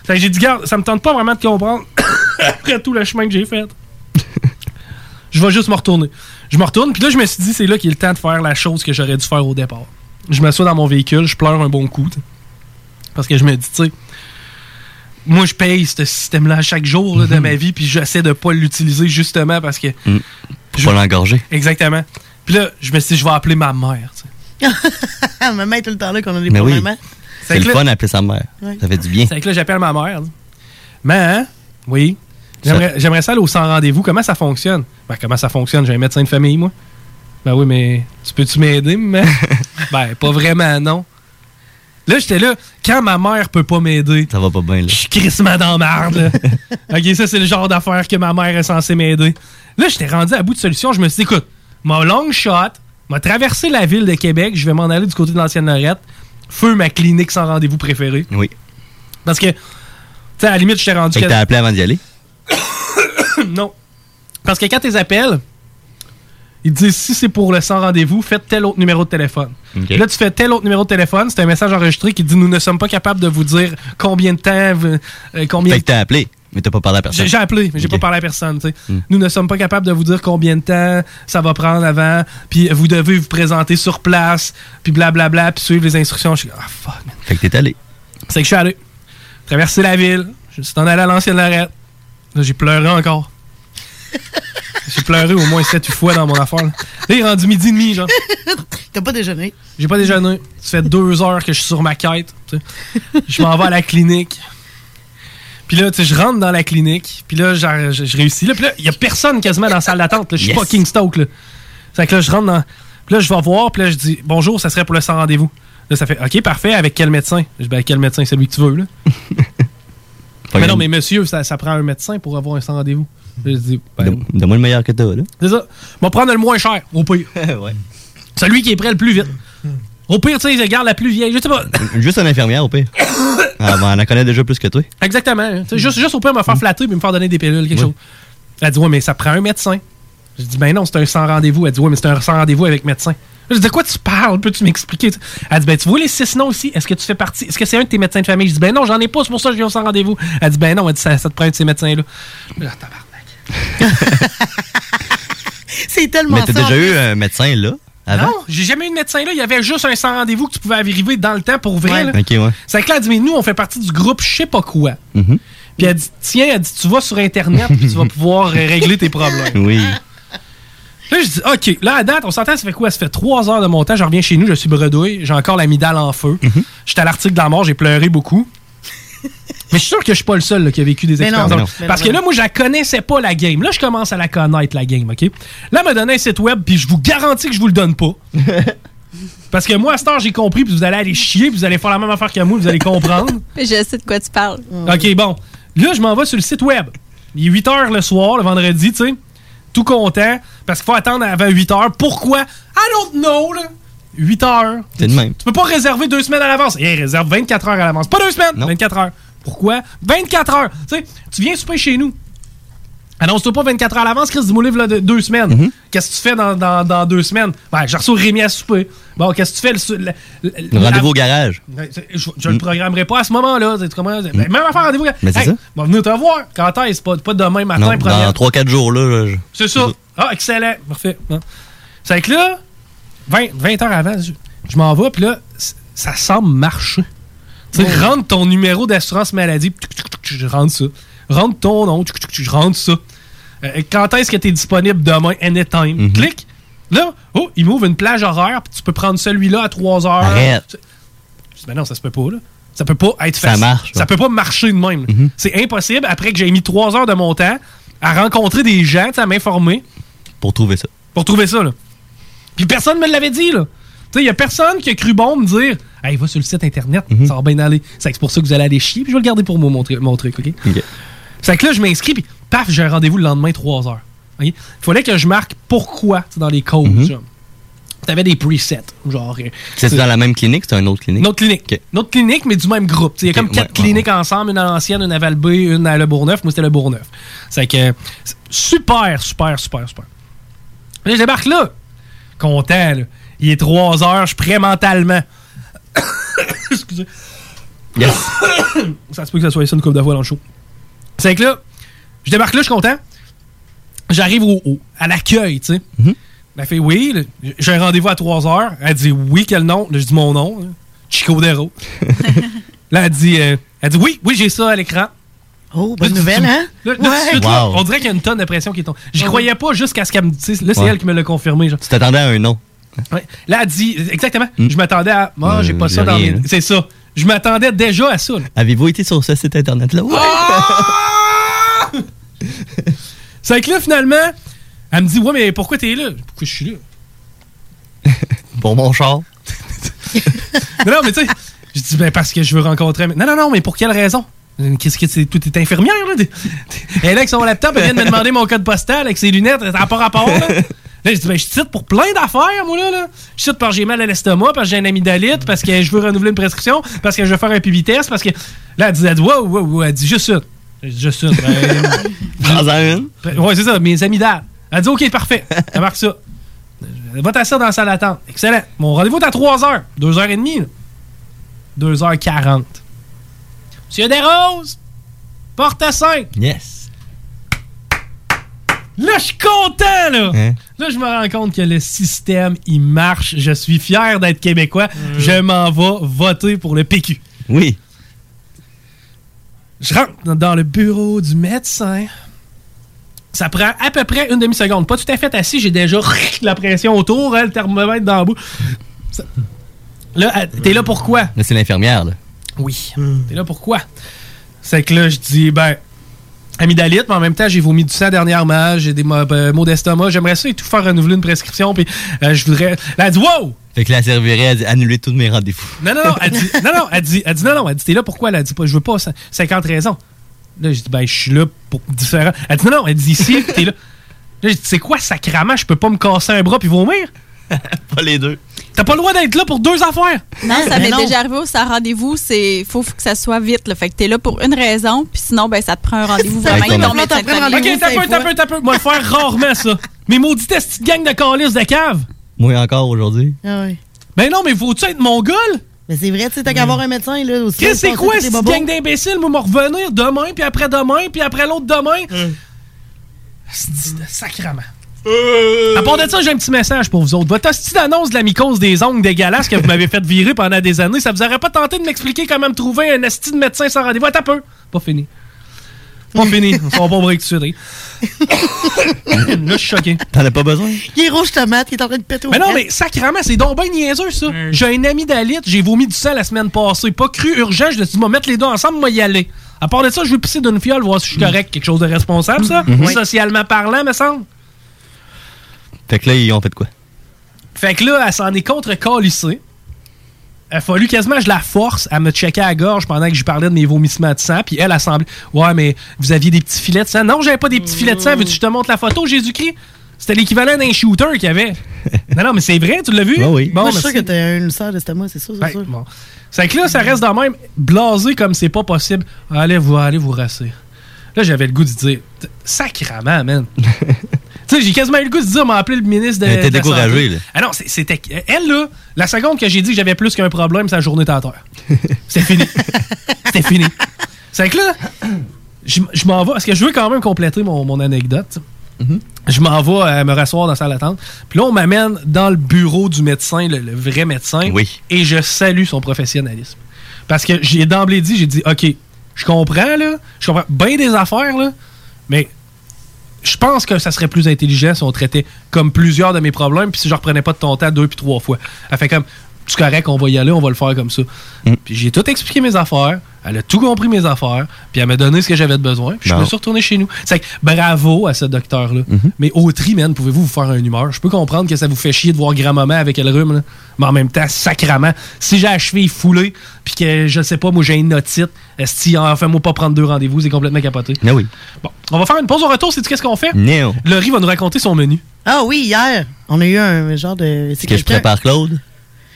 Speaker 6: Fait que j'ai dit, garde, ça me tente pas vraiment de comprendre après tout le chemin que j'ai fait. je vais juste me retourner. Je me retourne, puis là, je me suis dit, c'est là qu'il est le temps de faire la chose que j'aurais dû faire au départ. Je m'assois dans mon véhicule, je pleure un bon coup. t'sais. Parce que je me dis, tu sais, moi, je paye ce système-là à chaque jour
Speaker 10: Mhm.
Speaker 6: là, de ma vie, puis j'essaie de pas l'utiliser justement parce que.
Speaker 10: Mm. Faut pas l'engorger.
Speaker 6: Exactement. Puis là, je me suis dit, je vais appeler ma mère. t'sais.
Speaker 12: Ma mère est tout le temps là qu'on a des
Speaker 6: Mais oui.
Speaker 12: problèmes.
Speaker 6: Fait
Speaker 10: C'est
Speaker 6: que
Speaker 10: le
Speaker 6: là-
Speaker 10: fun d'appeler sa mère.
Speaker 6: Ouais.
Speaker 10: Ça fait du bien.
Speaker 6: C'est que là, j'appelle ma mère. Mais, hein? oui. J'aimerais j'aimerais ça aller au sans rendez-vous. Comment ça fonctionne? Ben, comment ça fonctionne? J'ai un médecin de famille, moi. Ben oui, mais tu peux-tu m'aider, mais Ben, pas vraiment, non. Là, j'étais là, quand ma mère peut pas m'aider.
Speaker 10: Ça va pas bien, là.
Speaker 6: Je suis crissement dans la marde, là. ok, ça, c'est le genre d'affaire que ma mère est censée m'aider. Là, j'étais rendu à bout de solution. Je me suis dit, écoute, ma long shot, m'a traversé la ville de Québec. Je vais m'en aller du côté de l'ancienne Lorette. Feu ma clinique sans rendez-vous préférée.
Speaker 10: Oui.
Speaker 6: Parce que, tu sais, à la limite, je t'ai rendu.
Speaker 10: Fait que t'as appelé avant d'y aller?
Speaker 6: non. Parce que quand tes appels, Ils disent si c'est pour le sans rendez-vous, faites tel autre numéro de téléphone. Puis Là, tu fais tel autre numéro de téléphone, c'est un message enregistré qui dit nous ne sommes pas capables de vous dire combien de temps, vous- euh, combien
Speaker 10: Fait que t'as appelé, mais t'as pas parlé à personne.
Speaker 6: j'ai j'ai appelé, mais j'ai
Speaker 10: Ok. Hmm.
Speaker 6: pas parlé à personne. tu sais. Nous ne sommes pas capables de vous dire combien de temps ça va prendre avant, puis vous devez vous présenter sur place, puis blablabla, puis suivre les instructions. Je suis ah fuck, man.
Speaker 10: Fait que t'es allé.
Speaker 6: C'est que je suis allé. Traverser la ville, je suis en allé à l'ancienne Lorette. Là, j'ai pleuré encore. j'ai pleuré au moins 7 fois dans mon affaire. Là, Là, il est rendu midi et demi, genre.
Speaker 12: T'as pas déjeuné.
Speaker 6: J'ai pas déjeuné. Ça fait deux heures que je suis sur ma quête. tu sais. Je m'en vais à la clinique. Puis là, tu sais, je rentre dans la clinique. Puis là, genre, je, je réussis. Là, puis là, il y a personne quasiment dans la salle d'attente. là. Je suis
Speaker 4: Yes.
Speaker 6: pas Kingstoke. Là. Fait que là, je rentre dans. Puis là, je vais voir. Puis là, je dis bonjour, ça serait pour le sans rendez-vous. Là, ça fait OK, parfait. Avec quel médecin Je dis ben, quel médecin Celui que tu veux. Là. mais non, mais monsieur, ça, ça prend un médecin pour avoir un sans rendez-vous. Là, Je dis
Speaker 10: Donne- Donne-moi le meilleur que t'as, là.
Speaker 6: c'est ça. On va prendre le moins cher, au pire. Celui qui est prêt le plus vite. Au pire, tu sais, je garde la plus vieille. Je sais pas.
Speaker 10: Juste un infirmière, au pire. Ah, ben, on en connaît déjà plus que toi.
Speaker 6: Exactement. hein. Tu sais, Juste, juste au pire, me
Speaker 10: Mm.
Speaker 6: faire flatter puis me faire donner des pilules, quelque chose. Elle dit, ouais, mais ça prend un médecin. Je dis, ben non, c'est un sans rendez-vous. Elle dit, ouais, mais c'est un sans rendez-vous avec médecin. Je dis, de quoi tu parles? Peux-tu m'expliquer? Elle dit, ben tu vois les six noms aussi? Est-ce que tu fais partie? Est-ce que c'est un de tes médecins de famille? Je dis, ben non, j'en ai pas, c'est pour ça que je viens au sans rendez-vous. Elle dit, ben non, elle dit, ça, ça te prend un de ces médecins-là. Là, tabarnak.
Speaker 12: C'est tellement
Speaker 10: Mais t'as
Speaker 6: ça, en
Speaker 10: déjà eu un médecin, là, avant?
Speaker 6: Non, j'ai jamais eu de médecin là. Il y avait juste un sans rendez-vous que tu pouvais arriver dans le temps pour vrai. là.
Speaker 10: Ok, ouais.
Speaker 6: C'est clair, elle dit, mais nous, on fait partie du groupe je sais pas quoi.
Speaker 10: Mhm.
Speaker 6: Puis elle dit, tiens, elle dit, tu vas sur Internet, puis tu vas pouvoir euh, régler tes problèmes.
Speaker 10: Oui.
Speaker 6: Là, je dis, OK, là, à date, on s'entend, ça fait quoi? Ça fait trois heures de montage, je reviens chez nous, je suis bredouille, j'ai encore l'amidale en feu. J'étais à l'article de la mort, j'ai pleuré beaucoup. Mais je suis sûr que je suis pas le seul là, qui a vécu des
Speaker 4: Mais non,
Speaker 6: expériences.
Speaker 4: mais non. Mais
Speaker 6: Parce
Speaker 4: non,
Speaker 6: que
Speaker 4: mais
Speaker 6: là, moi, je la connaissais pas, la game. Là, je commence à la connaître, la game, OK? Là, elle m'a donné un site web, puis je vous garantis que je vous le donne pas. Parce que moi, à cette heure, j'ai compris, puis vous allez aller chier, puis vous allez faire la même affaire que moi, vous allez comprendre.
Speaker 11: Je sais de quoi tu parles.
Speaker 6: Mm. OK, bon. Là, je m'en vais sur le site web. Il est 8 h le soir, le vendredi, tu sais. Tout content, parce qu'il faut attendre avant 8 h. Pourquoi? I don't know, là. 8 h.
Speaker 10: C'est de même.
Speaker 6: Tu peux pas réserver deux semaines à l'avance. Eh, réserve 24 heures à l'avance. Pas deux semaines, 24 heures. Pourquoi? 24 heures. Tu sais, tu viens souper chez nous. Annonce-toi pas 24 heures à l'avance, Chris, dis-moi livre là, de- deux semaines.
Speaker 10: Mhm.
Speaker 6: Qu'est-ce que tu fais dans, dans- dans deux semaines? Ben, je reçois Rémi à souper. Bon, qu'est-ce que tu fais? Le, sou- le- le-
Speaker 10: Rendez-vous au
Speaker 6: la-
Speaker 10: garage. Mm.
Speaker 6: Ouais, c'est- Je, je le programmerai pas à ce moment-là. tu sais, comment- ben, Même affaire, rendez-vous.
Speaker 10: Mais c'est ça.
Speaker 6: On va venir te voir. Quand est-ce? Pas, pas demain matin,
Speaker 10: Non,
Speaker 6: première.
Speaker 10: dans 3-4 jours, là. je-
Speaker 6: C'est ça. Ah, excellent. Parfait. Hein. C'est que là, 20, 20 heures avant, je, je m'en vais, puis là, c- ça semble marcher. Tu sais, rentre ton numéro d'assurance maladie, tuc, tuc, tuc, je rentre ça. Rentre ton nom, tuc, tuc, tuc, je rentre ça. Euh, quand est-ce que tu es disponible demain, anytime?
Speaker 10: Mm-hmm.
Speaker 6: Clique. Là, oh, il m'ouvre une plage horaire, puis tu peux prendre celui-là à 3 heures.
Speaker 10: Arrête.
Speaker 6: Tu- je dis, Ben non, ça se peut pas, là. Ça peut pas être
Speaker 10: Ça
Speaker 6: facile.
Speaker 10: marche, Mm-hmm.
Speaker 6: Ça peut pas marcher de même. là. C'est impossible, après que j'ai mis trois heures de mon temps à rencontrer des gens, tu sais, à m'informer,
Speaker 10: Pour trouver ça.
Speaker 6: pour trouver ça, là. Puis personne me l'avait dit, là. Tu sais, il y a personne qui a cru bon me dire « Hey, va sur le site Internet,
Speaker 10: Mhm.
Speaker 6: ça va bien aller. » C'est pour ça que vous allez aller chier, puis je vais le garder pour moi, mon, tri- mon truc, OK?
Speaker 10: Ok.
Speaker 6: C'est que là, je m'inscris, puis paf, j'ai un rendez-vous le lendemain, 3 heures. Il fallait que je marque pourquoi tu sais, dans les codes. genre. T'avais des presets, genre. euh,
Speaker 10: Mhm. C'est dans la même clinique, c'est une autre clinique. Une
Speaker 6: autre clinique. Notre clinique, mais du même groupe. Tu sais, Il y a comme quatre cliniques ensemble, une à l'ancienne, une à Valbé, une à Le Bourgneuf. Moi, c'était Le Bourgneuf. C'est que c'est super, super, super, super. Là, je débarque là. Content, là. Il est 3 heures, je suis prêt mentalement. Excusez. ça se peut que ça soit ça une couple de fois dans le show. C'est que là, je débarque là, je suis content. J'arrive au, au- à l'accueil, tu sais. Elle fait oui, le- j'ai un rendez-vous à 3 heures. Elle dit oui, quel nom? Là, je dis mon nom, hein. Chico Dero. là, elle dit, euh, elle dit oui, oui, j'ai ça à l'écran.
Speaker 12: Oh,
Speaker 6: bonne
Speaker 12: nouvelle, hein? Ah
Speaker 6: Là, là, tout de
Speaker 12: Ouais.
Speaker 6: suite, là,
Speaker 10: Wow.
Speaker 6: on dirait qu'il y a une tonne de pression qui tombe. J'y
Speaker 12: Ouais.
Speaker 6: croyais pas jusqu'à ce qu'elle me dise. Là, c'est
Speaker 10: Ouais.
Speaker 6: elle qui me l'a confirmé. genre.
Speaker 10: Tu t'attendais à un nom.
Speaker 6: Ouais. Là, elle dit exactement. Je m'attendais à. Moi, j'ai pas
Speaker 10: Hmm. Euh, j'ai
Speaker 6: ça dans
Speaker 10: rien,
Speaker 6: mes-
Speaker 10: là.
Speaker 6: C'est ça. Je m'attendais déjà à ça. là.
Speaker 10: Avez-vous été sur ce site internet-là? Ouais.
Speaker 6: Ah! C'est que là, finalement, elle me dit Ouais, mais pourquoi t'es là Pourquoi je suis là
Speaker 10: Pour mon char.
Speaker 6: Non, non, mais tu sais, je dis ben parce que je veux rencontrer. Non, non, non, mais pour quelle raison? Euh, Qu'est-ce que c'est? Tout est infirmière, là. T'es- t'es- Elle est là avec son laptop, elle vient de me demander mon code postal avec ses lunettes, ça n'a pas rapport, là. Là, je dis, ben, je cite pour plein d'affaires, moi, là, là. Je cite parce que j'ai mal à l'estomac, parce que j'ai un amygdalite, parce que je veux renouveler une prescription, parce que je veux faire un PV test, parce que. Là, elle dit, elle dit, wow, wow, wow, elle dit, juste ça. Je dis, juste ça. Ben,
Speaker 10: Prends-en une.
Speaker 6: Ouais, c'est ça, mes amygdales. Elle dit, OK, parfait. Elle marque ça. Euh, Va t'asseoir dans la salle d'attente. Excellent. Mon rendez-vous est à 3h. 2h30. là. 2h40. Monsieur Desroses, porte à 5.
Speaker 10: Yes.
Speaker 6: Là, je suis content, là!
Speaker 10: Hein?
Speaker 6: Là, je me rends compte que le système, il marche. Je suis fier d'être québécois. Je m'en vais voter pour le PQ.
Speaker 10: Mm. Oui.
Speaker 6: Je rentre dans- dans le bureau du médecin. Ça prend à peu près une demi-seconde. Pas tout à fait assis, j'ai déjà la pression autour, hein, le thermomètre dans le bout. Ça- Là, à- t'es là pourquoi?
Speaker 10: Là, c'est l'infirmière, là.
Speaker 6: Oui. T'es là pourquoi? C'est que là, je dis, ben, amygdalite, mais en même temps, j'ai vomi du sang dernièrement, j'ai des mo- euh, maux d'estomac, j'aimerais ça et tout faire renouveler une prescription, puis euh, je voudrais. Là, elle dit, wow!
Speaker 10: Fait que la servirait à di- annuler tous mes rendez-vous.
Speaker 6: Non, non, non, elle dit, non, non, elle dit, elle dit, non, non, elle dit, t'es là pourquoi? Elle a dit pas, je veux pas cin- 50 raisons. Là, je dis, ben, je suis là pour différents. Elle dit, non, non, elle dit, ici, t'es là. Là, je dis, c'est quoi, sacrament, je peux pas me casser un bras puis vomir?
Speaker 10: pas les deux.
Speaker 6: T'as pas le droit d'être là pour deux affaires!
Speaker 11: Non, ça
Speaker 6: Mais
Speaker 11: m'est
Speaker 6: non.
Speaker 11: déjà arrivé au ça rendez-vous, c'est faut que ça soit vite. Là. Fait que t'es là pour une raison, puis sinon, ben ça te prend un rendez-vous
Speaker 6: Ça
Speaker 11: vraiment.
Speaker 6: fait
Speaker 11: avec ton
Speaker 6: longtemps
Speaker 11: médecin
Speaker 6: que t'as
Speaker 11: de
Speaker 6: pris
Speaker 11: famille.
Speaker 6: Ok, t'as peu, t'as peu, t'as peu. Moi, le faire rarement, ça. Mes maudites petites gangs de calices de cave.
Speaker 10: Moi encore aujourd'hui.
Speaker 12: Ah oui.
Speaker 6: Ben non, mais faut-tu être mongol?
Speaker 12: Mais c'est vrai, tu sais, t'as qu'à avoir un médecin, là, aussi.
Speaker 6: Qu'est-ce c'est
Speaker 12: on
Speaker 6: quoi,
Speaker 12: sait tous les
Speaker 6: cette
Speaker 12: bobos.
Speaker 6: gang d'imbéciles? Moi, m'en revenir demain, puis après-demain, puis après l'autre demain.
Speaker 10: Hum.
Speaker 6: C'est du- Sacrament. À part de ça, j'ai un petit message pour vous autres. Votre petite annonce de la mycose des ongles dégueulasse que vous m'avez fait virer pendant des années, ça vous aurait pas tenté de m'expliquer comment me trouver un asti de médecin sans rendez-vous? Attends un peu. Pas fini. Pas fini. On va pas au break tout de suite. hein. Là, je suis choqué.
Speaker 10: T'en as pas besoin?
Speaker 12: Il est rouge tomate, il est en train de péter au
Speaker 6: Mais non,
Speaker 12: fret.
Speaker 6: mais sacrément, c'est donc bien niaiseux, ça. J'ai un ami d'Alite, j'ai vomi du sang la semaine passée. Pas cru, urgent, je me suis dit, mettre les deux ensemble, moi y aller. À part de ça, je vais pisser d'une fiole, voir si
Speaker 12: Mm.
Speaker 6: je suis correct. Quelque chose de responsable, ça?
Speaker 12: Mm-hmm.
Speaker 10: Mhm. Oui.
Speaker 6: Socialement parlant, me semble.
Speaker 10: Fait que là, ils ont fait de quoi?
Speaker 6: Fait que là, elle s'en est contre calissée. Il a fallu quasiment que je la force à me checker à la gorge pendant que je lui parlais de mes vomissements de sang. Puis elle, elle semblait. Ouais, mais vous aviez des petits filets de sang. Non, j'avais pas des petits filets
Speaker 12: Mm.
Speaker 6: de sang. Veux-tu que je te montre la photo, Jésus-Christ? C'était l'équivalent d'un shooter qu'il y avait. non, non, mais c'est vrai, tu l'as vu? Bon,
Speaker 12: Ah Moi, je suis sûr
Speaker 6: merci.
Speaker 12: que t'as un ulcère d'estomac, c'est sûr, c'est
Speaker 6: Ben,
Speaker 12: sûr.
Speaker 6: bon. C'est que là, ça reste dans le même blasé comme c'est pas possible. Allez vous, allez vous rasser. Là, j'avais le goût de dire, T- sacrament, man. tu sais, j'ai quasiment eu le goût de dire, m'a appelé le ministre de.
Speaker 10: Elle était
Speaker 6: de la Santé.
Speaker 10: découragée, là.
Speaker 6: Ah non, c'est- c'était. Elle, là, la seconde que j'ai dit que j'avais plus qu'un problème, sa journée était à terre. C'était fini. c'était fini. C'est que là, je, je m'en vais, parce que je veux quand même compléter mon, mon anecdote. Je m'en vais euh, me rasseoir dans la salle d'attente. Puis là, on m'amène dans le bureau du médecin, le, le vrai médecin. Et je salue son professionnalisme. Parce que j'ai d'emblée dit, j'ai dit, OK, je comprends, là. Je comprends bien des affaires, là. Mais je pense que ça serait plus intelligent si on traitait comme plusieurs de mes problèmes, puis si je reprenais pas de ton temps deux puis trois fois. Elle fait comme, tu correct, on va y aller, on va le faire comme ça.
Speaker 10: Mm.
Speaker 6: Puis j'ai tout expliqué mes affaires, elle a tout compris mes affaires, puis elle m'a donné ce que j'avais de besoin, puis je
Speaker 10: Bon.
Speaker 6: me suis retourné chez nous. C'est que bravo à ce docteur-là.
Speaker 10: Mm-hmm.
Speaker 6: Mais au tri, man, pouvez-vous vous faire un humeur? Je peux comprendre que ça vous fait chier de voir grand-maman avec le rhume, là. mais en même temps, sacrament, si j'ai la cheville foulée, puis que je sais pas, moi j'ai une otite, si enfin, moi pas prendre deux rendez-vous, c'est complètement capoté.
Speaker 10: Ah oui.
Speaker 6: Bon, on va faire une pause au retour, c'est tu qu'est-ce qu'on fait?
Speaker 10: Non.
Speaker 6: Laurie va nous raconter son menu.
Speaker 12: Ah oui, hier, on a eu un genre de.
Speaker 6: que je prépare
Speaker 10: Claude?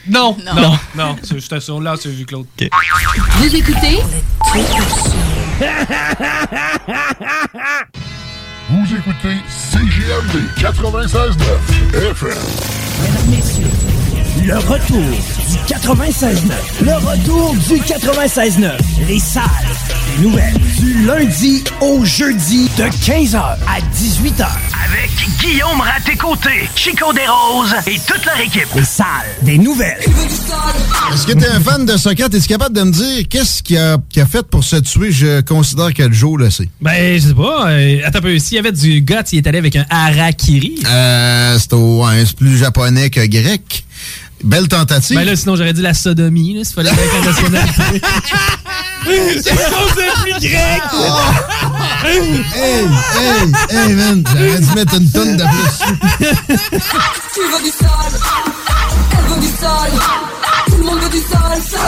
Speaker 6: Non,
Speaker 10: Non.
Speaker 6: non, non, c'est juste ça. Là, c'est vu Claude.
Speaker 8: Vous écoutez
Speaker 13: Vous écoutez CGMD 96.9 FM.
Speaker 14: Le retour du 96.9. Le retour du 96.9. Les salles des nouvelles. Du lundi au jeudi de 15h à 18h.
Speaker 15: Avec Guillaume Raté-Côté, Chico Desroses et toute leur équipe.
Speaker 14: Les salles des nouvelles.
Speaker 16: Est-ce que t'es un fan de soccer? Es-tu capable de me dire qu'est-ce qu'il a, qu'il a fait pour se tuer? Je considère que Joe le sait.
Speaker 17: Ben, je sais pas. euh, attends un peu. S'il y avait du gars, il est allé avec un harakiri.
Speaker 16: Euh, c'est au- ouais, c'est plus japonais que grec. Belle tentative.
Speaker 17: Ben là, sinon, j'aurais dit la sodomie, là, s'il fallait être international.
Speaker 16: Oh! hey, hey, hey, man, j'aurais dû mettre une tonne de plus.
Speaker 8: Tu veux du sol Elle veut du sol Tout le monde veut du sol, sol,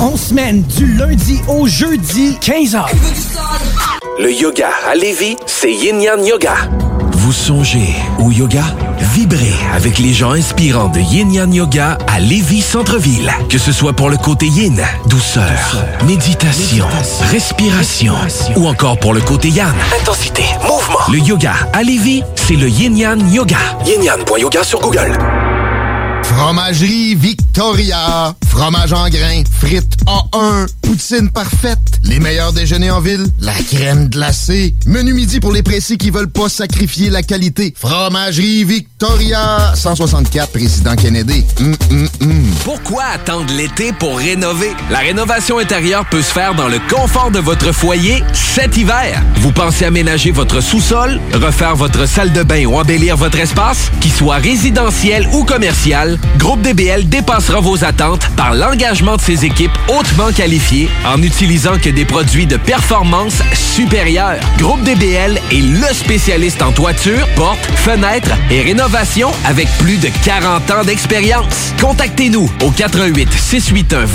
Speaker 14: On semaine du lundi au jeudi 15h.
Speaker 4: Le yoga à Lévis, c'est Yin Yang Yoga.
Speaker 18: Vous songez au yoga?
Speaker 4: Vibrez avec les gens inspirants de Yin Yang Yoga à Lévis Centre-Ville. Que ce soit pour le côté yin, douceur, méditation, respiration, ou encore pour le côté yang,
Speaker 19: Intensité, mouvement.
Speaker 4: le yoga à Lévis, c'est le Yin Yang Yoga.
Speaker 19: Yin-Yan.yoga sur Google.
Speaker 16: Fromagerie Victoria. Fromage en grains. Frites A1. Poutine parfaite. Les meilleurs déjeuners en ville. La crème glacée. Menu midi pour les pressés qui veulent pas sacrifier la qualité. Fromagerie Victoria. 164, Président Kennedy. Hum, hum, hum.
Speaker 4: Pourquoi attendre l'été pour rénover? La rénovation intérieure peut se faire dans le confort de votre foyer cet hiver. Vous pensez aménager votre sous-sol, refaire votre salle de bain ou embellir votre espace? Qu'il soit résidentiel ou commercial, Groupe DBL dépassera vos attentes par l'engagement de ses équipes hautement qualifiées en n'utilisant que des produits de performance supérieure. Groupe DBL est le spécialiste en toiture, porte, fenêtre et rénovation avec plus de 40 ans d'expérience. Contactez-nous au 88 681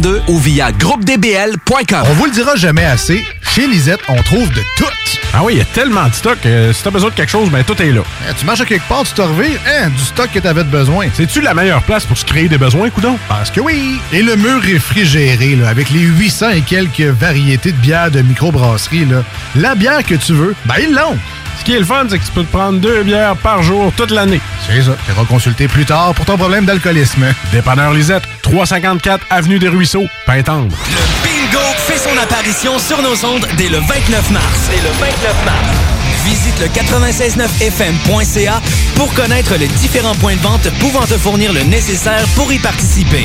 Speaker 4: 2522 ou via groupedbl.com.
Speaker 20: On vous le dira jamais assez, chez Lisette, on trouve de tout. Ah oui, il y a tellement de stock. euh, si t'as besoin de quelque chose, ben tout est là. tu marches à quelque part, tu te revires, hein, du stock que t'avais de besoin.
Speaker 21: C'est-tu la meilleure place pour se créer des besoins, coudon? Parce que oui!
Speaker 20: Et le mur réfrigéré, là, avec les 800 et quelques variétés de bières de microbrasserie, là, la bière que tu veux, ben ils l'ont.
Speaker 21: Ce qui est le fun, c'est que tu peux te prendre deux bières par jour toute l'année.
Speaker 20: C'est ça. Tu consulter plus tard pour ton problème d'alcoolisme.
Speaker 21: Dépanneur Lisette, 354 Avenue des Ruisseaux, Pintendre.
Speaker 1: Bingo fait son apparition sur nos ondes dès le 29 mars. Dès le 29 mars. Visite le 969fm.ca pour connaître les différents points de vente pouvant te fournir le nécessaire pour y participer.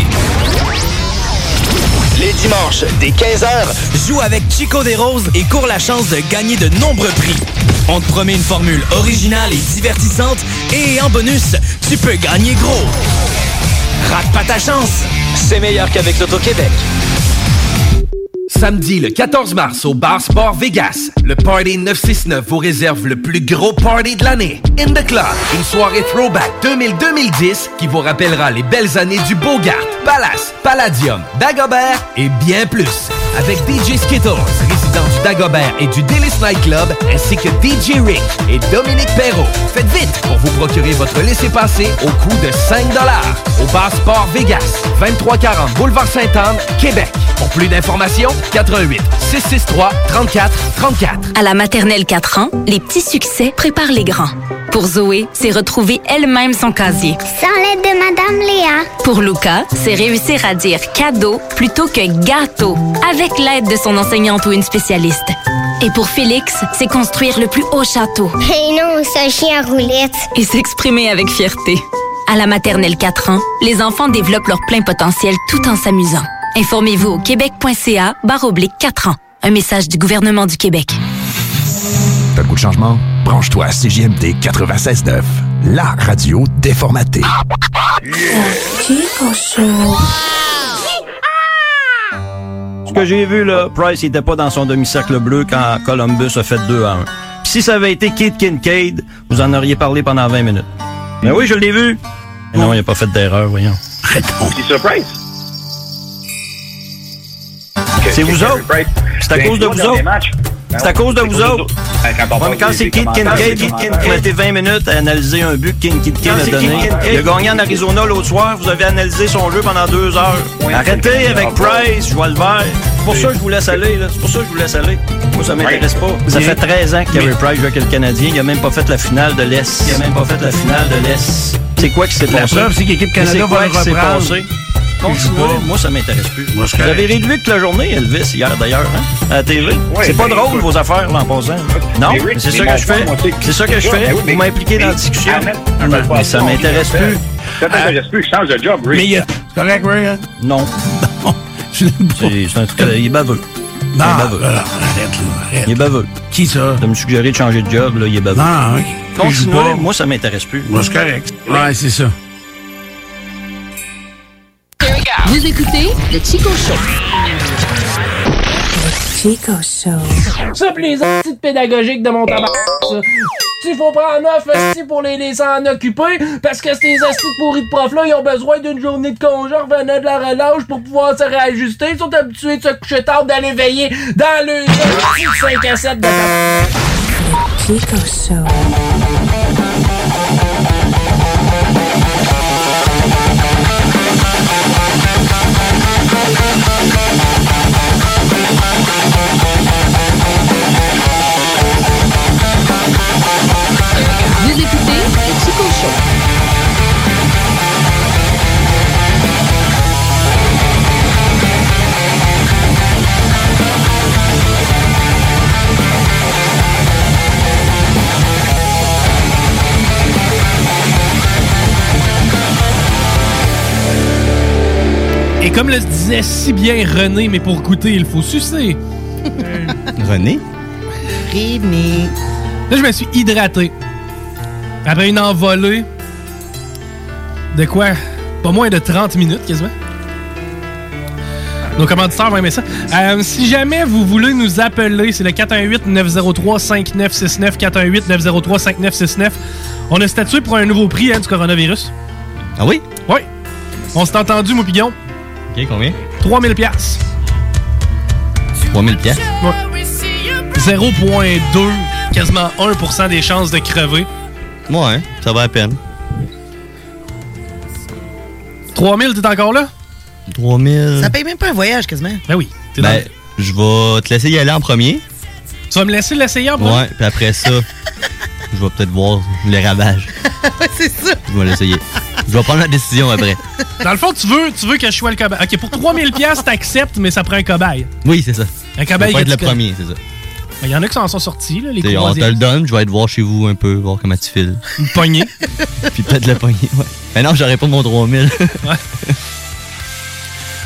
Speaker 1: Les dimanches, dès 15h, joue avec Chico des Roses et cours la chance de gagner de nombreux prix. On te promet une formule originale et divertissante et en bonus, tu peux gagner gros. Rate pas ta chance.
Speaker 19: C'est meilleur qu'avec l'Auto-Québec.
Speaker 4: Samedi le 14 mars au Bar Sport Vegas, le Party 969 vous réserve le plus gros party de l'année. In the Club, une soirée throwback 2000-2010 qui vous rappellera les belles années du Bogart, Palace, Palladium, Dagobert et bien plus. Avec DJ Skittles, résident du Dagobert et du Delice Night Club, ainsi que DJ Rick et Dominique Perrault. Faites vite pour vous procurer votre laissez-passer au coût de 5 au Bar Sport Vegas, 2340 Boulevard Sainte-Anne, Québec. Pour plus d'informations, 88 663 34 34.
Speaker 7: À la maternelle 4 ans, les petits succès préparent les grands. Pour Zoé, c'est retrouver elle-même son casier.
Speaker 22: Sans l'aide de Madame Léa.
Speaker 7: Pour Luca, c'est réussir à dire cadeau plutôt que gâteau, avec l'aide de son enseignante ou une spécialiste. Et pour Félix, c'est construire le plus haut château.
Speaker 22: Et non, ce chien roulette.
Speaker 7: et s'exprimer avec fierté. À la maternelle 4 ans, les enfants développent leur plein potentiel tout en s'amusant. Informez-vous au québec.ca barre oblique 4 ans. Un message du gouvernement du Québec.
Speaker 23: T'as le goût de changement? Branche-toi à CJMD 96.9, la radio déformatée.
Speaker 24: Ce que j'ai vu, là, Price n'était pas dans son demi-cercle bleu quand Columbus a fait 2 à 1. Puis si ça avait été Kid Kincaid, vous en auriez parlé pendant 20 minutes. Mais oui, je l'ai vu. Mais non, il n'a pas fait d'erreur, voyons.
Speaker 18: surprise.
Speaker 24: C'est vous autres. C'est à cause de vous autres. Ben C'est à cause de vous autres. Ouais, mais quand c'est Kid Kincaid, Kid Kincaid a été 20 minutes à analyser un but que Kid Kincaid Quand a c'est donné. Kid Kincaid- Il a gagné en Arizona l'autre soir. Vous avez analysé son jeu pendant deux heures. Arrêtez avec Price, je vois le vert. C'est pour ça que je vous laisse aller. là. C'est pour ça que je vous laisse aller. Moi, ça m'intéresse pas. Ça fait 13 ans que Carey Price joue avec le Canadien. Il a même pas fait la finale de l'Est. Il a même pas fait la finale de l'Est. C'est quoi qui s'est
Speaker 18: La
Speaker 24: passé?
Speaker 18: preuve, c'est que l'équipe Canada
Speaker 24: C'est quoi
Speaker 18: va le
Speaker 24: qui s'est
Speaker 18: reprendre.
Speaker 24: passé?
Speaker 18: Il joue
Speaker 24: Continuez.
Speaker 18: pas.
Speaker 24: Moi, ça m'intéresse plus.
Speaker 18: Moi, je suis
Speaker 24: Vous avez
Speaker 18: correct.
Speaker 24: réduit toute la journée, Elvis, hier d'ailleurs, hein, à la TV.
Speaker 18: Ouais,
Speaker 24: c'est pas
Speaker 18: ben,
Speaker 24: drôle,
Speaker 18: écoute.
Speaker 24: vos affaires, là, en passant. Non,
Speaker 18: Mais Rick,
Speaker 24: mais c'est
Speaker 18: mais
Speaker 24: ça
Speaker 18: mon
Speaker 24: que je
Speaker 18: fond,
Speaker 24: fais.
Speaker 18: moi, c'est-
Speaker 24: C'est ça que je
Speaker 18: Ouais,
Speaker 24: fais.
Speaker 18: mais oui, mais-
Speaker 24: Vous m'impliquez dans la
Speaker 18: mais-
Speaker 24: discussion.
Speaker 18: Arrête.
Speaker 24: Mais- Mais ça
Speaker 18: Arrête.
Speaker 24: m'intéresse plus. Ah.
Speaker 18: Ça t'intéresse plus, change de job, Rick.
Speaker 24: Mais il y a-
Speaker 18: C'est correct, Rick? hein?
Speaker 24: Non. C'est c'est un truc. Il est baveux. Il est
Speaker 18: Ah,
Speaker 24: baveux. Il est baveux. Qui ça? De me suggérer de changer de job, là, il est baveux.
Speaker 18: Non, Ah, ok. Il joue
Speaker 24: Continuez,
Speaker 18: pas.
Speaker 24: moi, ça m'intéresse plus.
Speaker 18: Moi, c'est correct. Ouais, c'est ça.
Speaker 9: Vous écoutez le Chico Show.
Speaker 8: Chico Show.
Speaker 6: Ça, pis les artistes pédagogiques de mon tabac, ça. Tu faut prendre neuf aussi pour les laisser en occuper, parce que ces astuces pourris de profs-là, ils ont besoin d'une journée de congé en revenant de la relâche pour pouvoir se réajuster. Ils sont habitués de se coucher tard, d'aller veiller dans le 5 à 7 de tabac.
Speaker 8: Chico Show.
Speaker 6: Mais comme le disait si bien René, mais pour goûter, il faut sucer.
Speaker 10: René?
Speaker 6: René. Là, je me suis hydraté. Après une envolée de quoi? Pas moins de 30 minutes, quasiment. Nos commanditaires vont aimer ça. Euh, si jamais vous voulez nous appeler, c'est le 418-903-5969. 418-903-5969. On a statué pour un nouveau prix hein, du coronavirus.
Speaker 10: Ah oui?
Speaker 6: Oui. On s'est entendu, mon pignon.
Speaker 10: OK, combien?
Speaker 6: 3000 piastres.
Speaker 10: 3000 piastres.
Speaker 6: Ouais. 0.2, quasiment 1% des chances de crever.
Speaker 10: Ouais, hein, ça va à peine.
Speaker 6: 3000, t'es encore là?
Speaker 10: 3000.
Speaker 12: Ça paye même pas un voyage quasiment.
Speaker 6: Ben oui.
Speaker 10: Ben, je vais te laisser y aller en premier.
Speaker 6: Tu vas me laisser l'essayer en premier?
Speaker 10: Ouais, puis après ça, je vais peut-être voir les ravages.
Speaker 12: c'est ça.
Speaker 10: Je vais l'essayer. Je vais prendre la décision après.
Speaker 6: Dans le fond, tu veux, tu veux que je sois le cobaye. OK, pour 3000 pièces, t'acceptes, mais ça prend un cobaye.
Speaker 10: Oui, c'est ça.
Speaker 6: Un cobaye
Speaker 10: Je vais
Speaker 6: que
Speaker 10: être
Speaker 6: tu
Speaker 10: le premier, c'est ça.
Speaker 6: Il y en a qui s'en sont sortis, là, les
Speaker 10: T'sais, On te
Speaker 6: croisières.
Speaker 10: le donne, je vais être voir chez vous un peu, voir comment tu files.
Speaker 6: Une poignée.
Speaker 10: puis peut-être le pogner, ouais. Mais non, j'aurais pas mon 3000.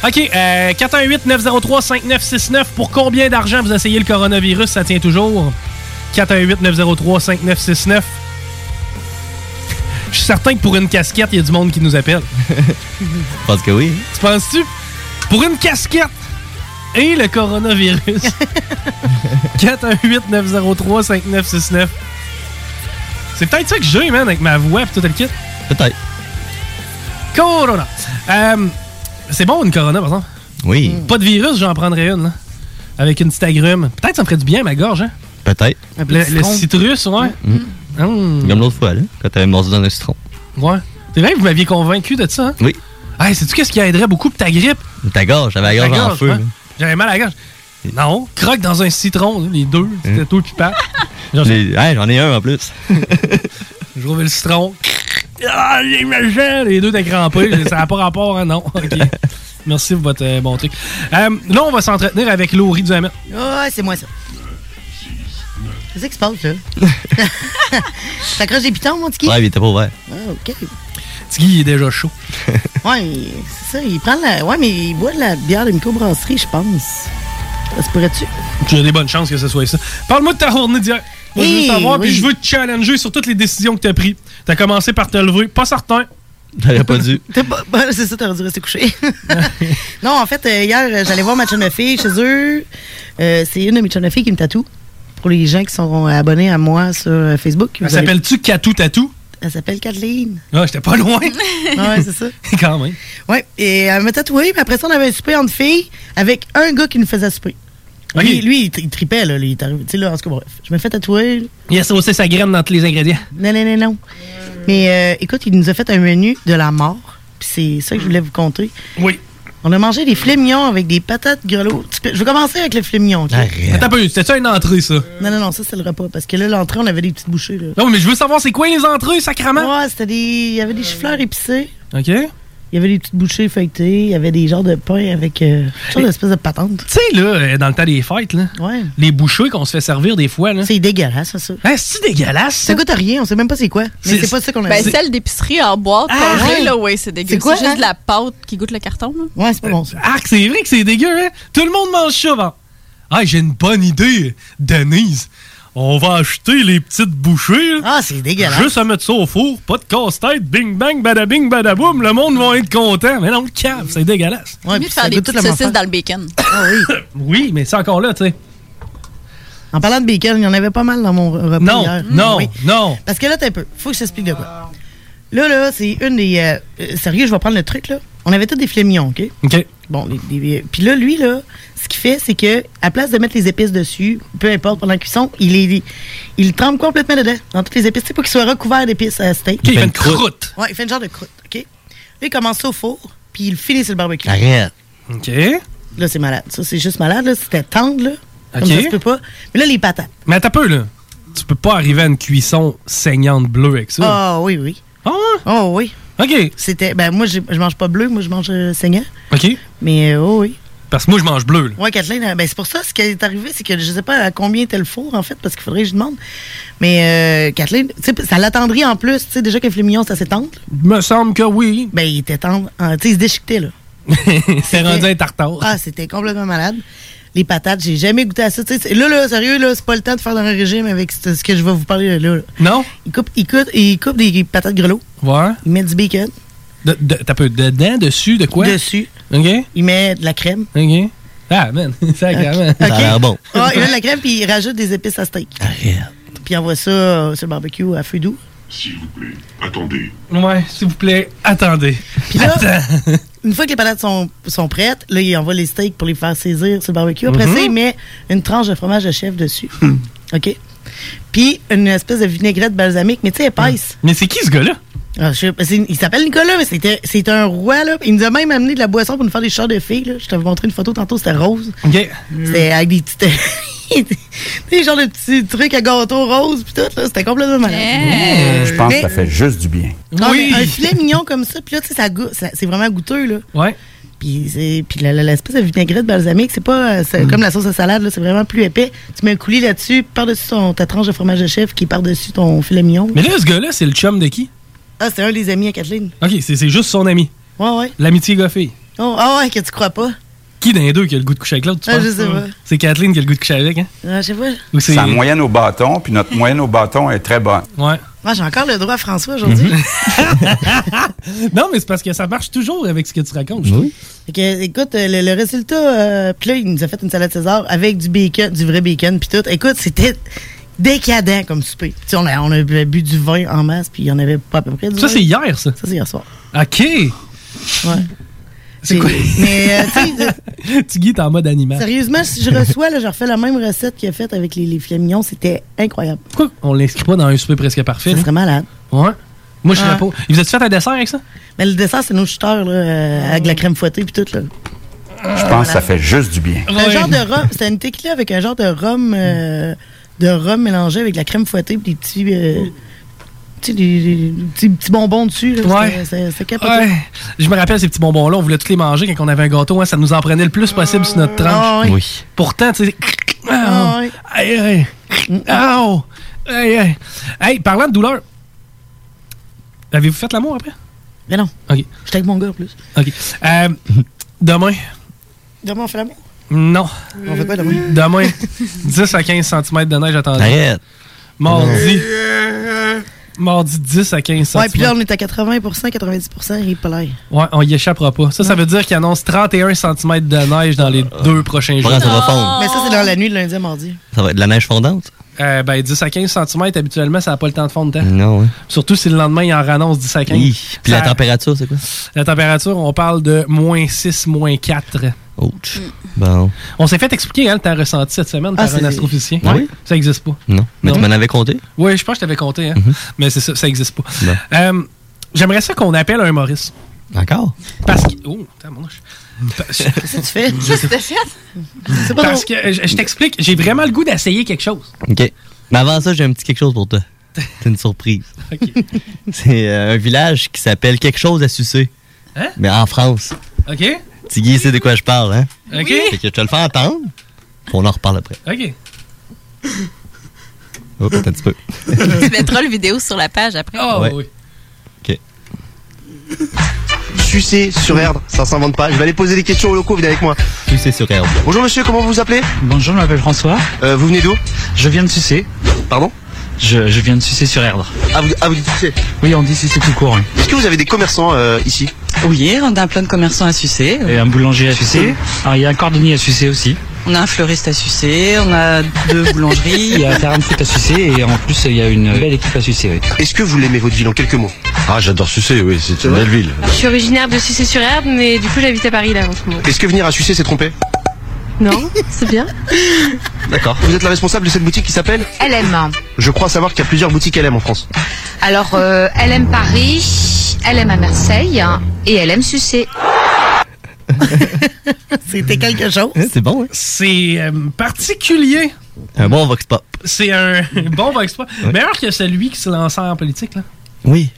Speaker 6: OK, euh, 418-903-5969. Pour combien d'argent vous essayez le coronavirus? Ça tient toujours. 418-903-5969. Je suis certain que pour une casquette, il y a du monde qui nous appelle.
Speaker 10: Je pense que oui.
Speaker 6: Tu penses-tu? Pour une casquette et le coronavirus. 418-903-5969. C'est peut-être ça que j'ai, man, avec ma voix et tout le kit.
Speaker 10: Peut-être.
Speaker 6: Corona. Euh, c'est bon, une corona, par exemple.
Speaker 10: Oui.
Speaker 6: Pas de virus, j'en prendrais une. là. Avec une petite agrume. Peut-être ça me ferait du bien à ma gorge, hein?
Speaker 10: Peut-être.
Speaker 6: Le, le citrus, ouais.
Speaker 10: Mm.
Speaker 6: Hum,
Speaker 10: Comme l'autre fois, là, quand t'avais mordu dans un citron.
Speaker 6: ouais. C'est vrai que vous m'aviez convaincu de ça, hein?
Speaker 10: Oui.
Speaker 6: Hey, sais-tu qu'est-ce qui aiderait beaucoup pour ta grippe?
Speaker 10: Ta gorge, j'avais la
Speaker 6: Ta
Speaker 10: gorge en
Speaker 6: gorge,
Speaker 10: feu.
Speaker 6: ouais. J'avais mal à la gorge. Non, croque dans un citron, là, les
Speaker 10: Hein?
Speaker 6: deux, c'était tout le pipa.
Speaker 10: J'ai- hey, hein, J'en ai un en plus.
Speaker 6: Je rouvais le citron. Ah, les machins, les deux étaient crampés. Ça n'a pas rapport, hein, non. OK. Merci pour votre euh, bon truc. Euh, là, on va s'entretenir avec Laurie Duhamel.
Speaker 12: Ah, c'est moi ça. Qu'est-ce qui se passe là? T'accroches des pitons, mon petit
Speaker 10: Ouais, il était pas ouvert.
Speaker 12: Ah, ok.
Speaker 6: Tiggy, il est déjà chaud.
Speaker 12: Ouais, il- c'est ça, il prend de la. Ouais, mais il boit de la bière de microbrasserie, je pense. Ça se pourrait-tu?
Speaker 6: J'ai des bonnes chances que ce soit ça. Parle-moi de ta journée d'hier. Moi, je
Speaker 12: Hey,
Speaker 6: veux savoir, puis
Speaker 12: Eh oui.
Speaker 6: je veux te challenger sur toutes les décisions que t'as prises. T'as commencé par te lever, pas certain.
Speaker 10: T'aurais pas dû.
Speaker 12: T'as pas- bah, c'est ça, t'aurais dû rester couché. non, en fait, euh, hier, euh, j'allais voir ma chum de fille chez eux. Euh, c'est une de mes chums de filles qui me tatoue. Pour les gens qui sont abonnés à moi sur euh, Facebook.
Speaker 6: Elle
Speaker 12: vous allez-
Speaker 6: s'appelle-tu Catou Tatou?
Speaker 12: Elle s'appelle Kathleen.
Speaker 6: Ah, j'étais pas loin.
Speaker 12: Ah ouais, c'est ça.
Speaker 6: Quand même.
Speaker 12: Ouais, et elle m'a tatoué, puis après ça, on avait un souper entre filles avec un gars qui nous faisait souper. Lui, lui, il, tri- il tripait, là, lui, il est arrivé. Tu sais, là, en tout cas, bref. Je me fais tatouer.
Speaker 6: Il a saucé sa graine dans tous les ingrédients.
Speaker 12: Non, non, non, non. Mais euh, écoute, il nous a fait un menu de la mort. Puis c'est ça que je voulais vous conter.
Speaker 6: Oui.
Speaker 12: On a mangé des filets mignons avec des patates grelots. Tu peux- Je vais commencer avec le filet mignon. ok?
Speaker 6: Attends un peu, c'était-tu une entrée, ça?
Speaker 12: Non, non, non, ça c'est le repas. Parce que là, l'entrée, on avait des petites bouchées. Là.
Speaker 6: Non, mais je veux savoir, c'est quoi les entrées, sacrament?
Speaker 12: Ouais, c'était des. Il y avait des chou-fleurs épicés.
Speaker 6: OK. Tu
Speaker 12: Il y avait des petites bouchées feuilletées. Il y avait des genres de pain avec. Euh, genre d'espèce de patente.
Speaker 6: sais, là, euh, dans le temps des fêtes, là,
Speaker 12: Ouais.
Speaker 6: les bouchées qu'on se fait servir des fois, là.
Speaker 12: C'est dégueulasse, ça.
Speaker 6: c'est dégueulasse.
Speaker 12: Ça goûte à rien, on sait même pas c'est quoi. Mais
Speaker 6: C'est-
Speaker 12: c'est pas ça qu'on a
Speaker 11: Ben,
Speaker 12: dit.
Speaker 11: celle d'épicerie en boîte congelée,
Speaker 12: ouais.
Speaker 11: là, oui, c'est dégueu.
Speaker 12: C'est quoi,
Speaker 11: C'est juste
Speaker 12: hein?
Speaker 11: de la pâte qui goûte le carton, là.
Speaker 12: Ouais, c'est pas bon, ça.
Speaker 6: Arc, c'est vrai Ah, que c'est dégueu, hein? Tout le monde mange ça, bon. Ah, j'ai une bonne idée, Denise. On va acheter les petites bouchées.
Speaker 12: Ah, c'est dégueulasse.
Speaker 6: Juste à mettre ça au four, pas de casse-tête, bing bang, badabing, badaboum, le monde va être content. Mais non, le cave, c'est dégueulasse.
Speaker 11: C'est mieux de faire des petites saucisses dans Ah le bacon.
Speaker 12: oui.
Speaker 6: Oui, mais c'est encore là, tu sais.
Speaker 12: En parlant de bacon, il y en avait pas mal dans mon repas
Speaker 6: Non,
Speaker 12: hier.
Speaker 6: non,
Speaker 12: Oui.
Speaker 6: non.
Speaker 12: Parce que là, t'as un peu. Faut que je t'explique de quoi. Là, là, c'est une des. euh, euh, sérieux, je vais prendre le truc, là. On avait tous des filets mignons, OK?
Speaker 6: OK.
Speaker 12: Bon, les- les- puis là, lui, là, ce qu'il fait, c'est que, à place de mettre les épices dessus, peu importe pendant la cuisson, il les, il le trempe complètement dedans, dans toutes les épices. C'est pour qu'il soit recouvert d'épices à steak.
Speaker 6: Il fait une croûte.
Speaker 12: Ouais, il fait une genre de croûte, OK? Là, il commence ça au four, puis il le finit sur le barbecue.
Speaker 10: Arrête.
Speaker 6: OK.
Speaker 12: Là, c'est malade. Ça, c'est juste malade, là. C'était tendre, là. Comme
Speaker 6: OK.
Speaker 12: ça, tu peux pas. Mais là, les patates.
Speaker 6: Mais t'as peu, là. Tu peux pas arriver à une cuisson saignante bleue avec ça.
Speaker 12: Ah oui, oui.
Speaker 6: Ah
Speaker 12: Oh oui.
Speaker 6: OK.
Speaker 12: C'était. Ben moi, j'ai- je mange pas bleu, moi je mange euh, saignant.
Speaker 6: OK.
Speaker 12: Mais euh, oh oui.
Speaker 6: Parce que moi, je mange bleu, là.
Speaker 12: Ouais, Kathleen, euh, ben c'est pour ça, ce qui est arrivé, c'est que je sais pas à combien était le four, en fait, parce qu'il faudrait que je demande. Mais euh, Kathleen, tu sais, ça l'attendrit en plus, tu sais, déjà que le filet mignon, ça s'étendre.
Speaker 6: Me semble que oui.
Speaker 12: Ben il était tendre. en- Tu sais, il se déchiquetait, là.
Speaker 6: C'est rendu un tartare.
Speaker 12: Ah, c'était complètement malade. Les patates, j'ai jamais goûté à ça. Tu sais, c'est- là, là, sérieux, là, c'est pas le temps de faire un régime avec ce, ce que je vais vous parler là. là.
Speaker 6: Non?
Speaker 12: Ils coupent, ils coupent- ils coupent des patates grelots.
Speaker 6: Ouais.
Speaker 12: Ils mettent du bacon.
Speaker 6: De- de- T'as peu dedans, dessus, de quoi?
Speaker 12: Dessus.
Speaker 6: OK.
Speaker 12: Ils mettent de la crème.
Speaker 6: OK. Ah, man, ça carrément.
Speaker 12: Ok. Ah, ils mettent de la crème puis ils rajoutent des épices à steak. Puis ils envoient ça euh, sur le barbecue à feu doux.
Speaker 25: S'il vous plaît, attendez.
Speaker 6: Ouais, s'il vous plaît, attendez.
Speaker 12: Puis là, une fois que les patates sont, sont prêtes, là, ils envoient les steaks pour les faire saisir sur le barbecue. Après ça,
Speaker 6: Mhm.
Speaker 12: ils mettent une tranche de fromage de chèvre dessus.
Speaker 6: Hmm.
Speaker 12: OK? Puis une espèce de vinaigrette balsamique, mais tu sais, épaisse.
Speaker 6: Hmm. Mais c'est qui ce gars-là?
Speaker 12: Ah, je sais pas, c'est- il s'appelle Nicolas, mais c'était- c'est un roi, là. Il nous a même amené de la boisson pour nous faire des chars de filles, là. Je t'avais montré une photo tantôt, c'était rose.
Speaker 6: OK.
Speaker 12: C'était avec des petites. des genres de petits trucs à gâteau rose, puis tout, là. C'était complètement malade.
Speaker 26: Je pense
Speaker 12: Mais-
Speaker 26: que ça fait juste du bien.
Speaker 12: non, mais un filet mignon comme ça, puis là, tu sais, ça goûte- ça- c'est vraiment goûteux, là.
Speaker 6: Ouais.
Speaker 12: Puis, c'est- puis la- la- l'espèce de vinaigrette balsamique, c'est pas euh, c'est
Speaker 6: Mm.
Speaker 12: comme la sauce à salade, là, c'est vraiment plus épais. Tu mets un coulis là-dessus, par-dessus ton, ta tranche de fromage de chef qui est par-dessus ton filet mignon.
Speaker 6: Mais là, ce gars-là, c'est le chum de qui?
Speaker 12: Ah, c'était un des amis à Kathleen.
Speaker 6: OK, c'est c'est juste son ami.
Speaker 12: Ouais, ouais.
Speaker 6: L'amitié goffée.
Speaker 12: Oh, ah ouais, que tu crois pas.
Speaker 6: Qui d'un deux qui a le goût de coucher avec l'autre, tu
Speaker 12: Ah,
Speaker 6: penses?
Speaker 12: je sais pas.
Speaker 6: C'est Kathleen qui a le goût de coucher avec, hein?
Speaker 12: Ah, je sais pas.
Speaker 6: Ou c'est-
Speaker 26: Sa moyenne au bâton, puis notre moyenne au bâton est très bonne.
Speaker 6: Ouais.
Speaker 12: Moi, j'ai encore le droit à François aujourd'hui.
Speaker 6: Mhm. non, mais c'est parce que ça marche toujours avec ce que tu racontes, je trouve.
Speaker 12: Fait que, écoute, euh, le, le résultat, euh, puis là, il nous a fait une salade César avec du bacon, du vrai bacon, puis tout. Écoute, c'était décadent comme souper. Tu sais, on, a, on a bu du vin en masse, puis il y en avait pas à peu près du
Speaker 6: Ça,
Speaker 12: vin.
Speaker 6: c'est hier, ça.
Speaker 12: Ça, c'est hier soir.
Speaker 6: OK.
Speaker 12: Ouais.
Speaker 6: C'est quoi?
Speaker 12: Mais, euh, tu sais,
Speaker 6: tu guides en mode animal.
Speaker 12: Sérieusement, si je reçois, là, je refais la même recette qu'il a faite avec les, les filets mignons. C'était incroyable.
Speaker 6: Pourquoi on l'inscrit pas dans un souper presque parfait?
Speaker 12: Ça
Speaker 6: là?
Speaker 12: serait malade. Ah.
Speaker 6: Ouais. Moi, je serais
Speaker 12: Ouais.
Speaker 6: pas. Vous êtes fait un dessert avec ça?
Speaker 12: Mais le dessert, c'est nos shooters, là, euh, avec de la crème fouettée puis tout. Là.
Speaker 26: Je pense que ça fait juste du bien.
Speaker 12: Un genre de rhum, c'était une tequila avec un genre de rhum, euh, de rhum mélangé avec de la crème fouettée puis des petits, euh, tu sais, des, des- des petits, petits bonbons dessus. là.
Speaker 6: Ouais.
Speaker 12: C'était- c'était- C'était capoté.
Speaker 6: Ouais. Je me rappelle ces petits bonbons-là, on voulait tous les manger quand on avait un gâteau, hein, ça nous en prenait le plus possible sur notre
Speaker 12: Ah
Speaker 6: tranche.
Speaker 12: oui.
Speaker 6: Pourtant, tu sais. Ah,
Speaker 12: oui.
Speaker 6: Aïe, aïe. Ah, oh. Aïe, aïe. Hey, parlant de douleur, avez-vous fait l'amour après?
Speaker 12: Mais non.
Speaker 6: OK.
Speaker 12: J'étais avec mon gars en plus.
Speaker 6: OK. Euh, demain,
Speaker 12: Demain, on fait l'amour.
Speaker 6: non.
Speaker 12: On fait quoi demain?
Speaker 6: Demain, 10 à 15 cm de neige attendue.
Speaker 10: Arrête.
Speaker 6: Mardi. Mardi, 10 à 15 cm.
Speaker 12: Ouais, puis là, on est à 80 90 il est pas l'air.
Speaker 6: Ouais, on y échappera pas. Ça, ça veut dire qu'il annonce 31 cm de neige dans les deux prochains jours.
Speaker 10: Pourquoi Ah. ça va fondre?
Speaker 12: Mais ça, c'est dans la nuit de lundi à mardi.
Speaker 10: Ça va être de la neige fondante?
Speaker 6: Euh, ben, 10 à 15 cm, habituellement, ça n'a pas le temps de fondre. hein.
Speaker 10: Non, hein.
Speaker 6: Surtout si le lendemain, il en rannonce 10 à 15.
Speaker 10: Hi. Puis la
Speaker 6: Ça- Hmm.
Speaker 10: température, c'est quoi?
Speaker 6: La température, on parle de moins 6, moins 4.
Speaker 10: Ouch. Bon.
Speaker 6: On s'est fait expliquer hein, le temps ressenti cette semaine
Speaker 10: Ah,
Speaker 6: par un
Speaker 10: c'est-
Speaker 6: astrophysicien.
Speaker 10: Ah oui?
Speaker 6: Ça n'existe pas.
Speaker 10: Non. Mais
Speaker 6: Non.
Speaker 10: tu m'en avais compté?
Speaker 6: Oui, je pense que je t'avais compté, hein.
Speaker 10: Mm-hmm.
Speaker 6: mais c'est ça, ça n'existe pas.
Speaker 10: Bon.
Speaker 6: Euh, J'aimerais ça qu'on appelle un Maurice.
Speaker 10: Encore?
Speaker 6: Parce que. Oh, putain, mon Dieu. Parce-
Speaker 12: Qu'est-ce que tu fais?
Speaker 11: Ça, c'était fait.
Speaker 12: pas
Speaker 6: Parce que euh, je je t'explique, j'ai vraiment le goût d'essayer quelque chose.
Speaker 10: OK. Mais avant ça, j'ai un petit quelque chose pour toi. C'est une surprise. C'est euh, un village qui s'appelle quelque chose à sucer.
Speaker 6: Hein?
Speaker 10: Mais en France.
Speaker 6: OK?
Speaker 10: Tigui, c'est de quoi je parle, hein?
Speaker 6: OK?
Speaker 10: Fait que je te le fais entendre, puis on en reparle après.
Speaker 6: OK.
Speaker 10: Oh, attends un petit peu.
Speaker 11: tu mettras le vidéo sur la page après.
Speaker 6: Oh,
Speaker 10: Ah, Ouais. oui.
Speaker 16: Sucé sur herbe, ça s'invente pas. Je vais aller poser des questions aux locaux, venez avec moi.
Speaker 10: Sucé sur herbe.
Speaker 16: Bonjour monsieur, comment vous vous appelez Euh,
Speaker 27: Bonjour, je m'appelle François.
Speaker 16: vous venez d'où
Speaker 27: Je viens de sucer.
Speaker 16: Pardon
Speaker 27: je, je viens de sucer sur herbe.
Speaker 16: Ah vous, ah, vous dites sucé
Speaker 27: Oui, on dit sucer tout court. oui.
Speaker 16: Est-ce que vous avez des commerçants euh, ici
Speaker 27: Oui, on a plein de commerçants à sucer. Et un boulanger à sucer. Ah, il y a un cordonnier à sucer aussi. On a un fleuriste à sucer, on a deux boulangeries, il y a un terrain de foot à sucer et en plus il y a une belle équipe à sucer.
Speaker 16: Est-ce que vous l'aimez votre ville en quelques mots Ah j'adore sucé, oui, c'est une belle ville.
Speaker 7: Je suis originaire de Sucé-sur-Herbe, mais du coup j'habite à Paris là en ce moment.
Speaker 16: Est-ce que venir à sucé c'est tromper
Speaker 7: Non, c'est bien.
Speaker 16: D'accord. Vous êtes la responsable de cette boutique qui s'appelle
Speaker 7: LM.
Speaker 16: Je crois savoir qu'il y a plusieurs boutiques LM en France.
Speaker 7: Alors, euh, elle aime Paris, elle aime à Marseille hein, et elle aime Sucé.
Speaker 12: C'était quelque chose.
Speaker 10: C'est bon, hein?
Speaker 6: C'est euh, particulier.
Speaker 10: Un Euh, bon vox pop.
Speaker 6: C'est un bon Vox Pop. Meilleur que celui qui se lançait en politique. Là.
Speaker 10: Oui.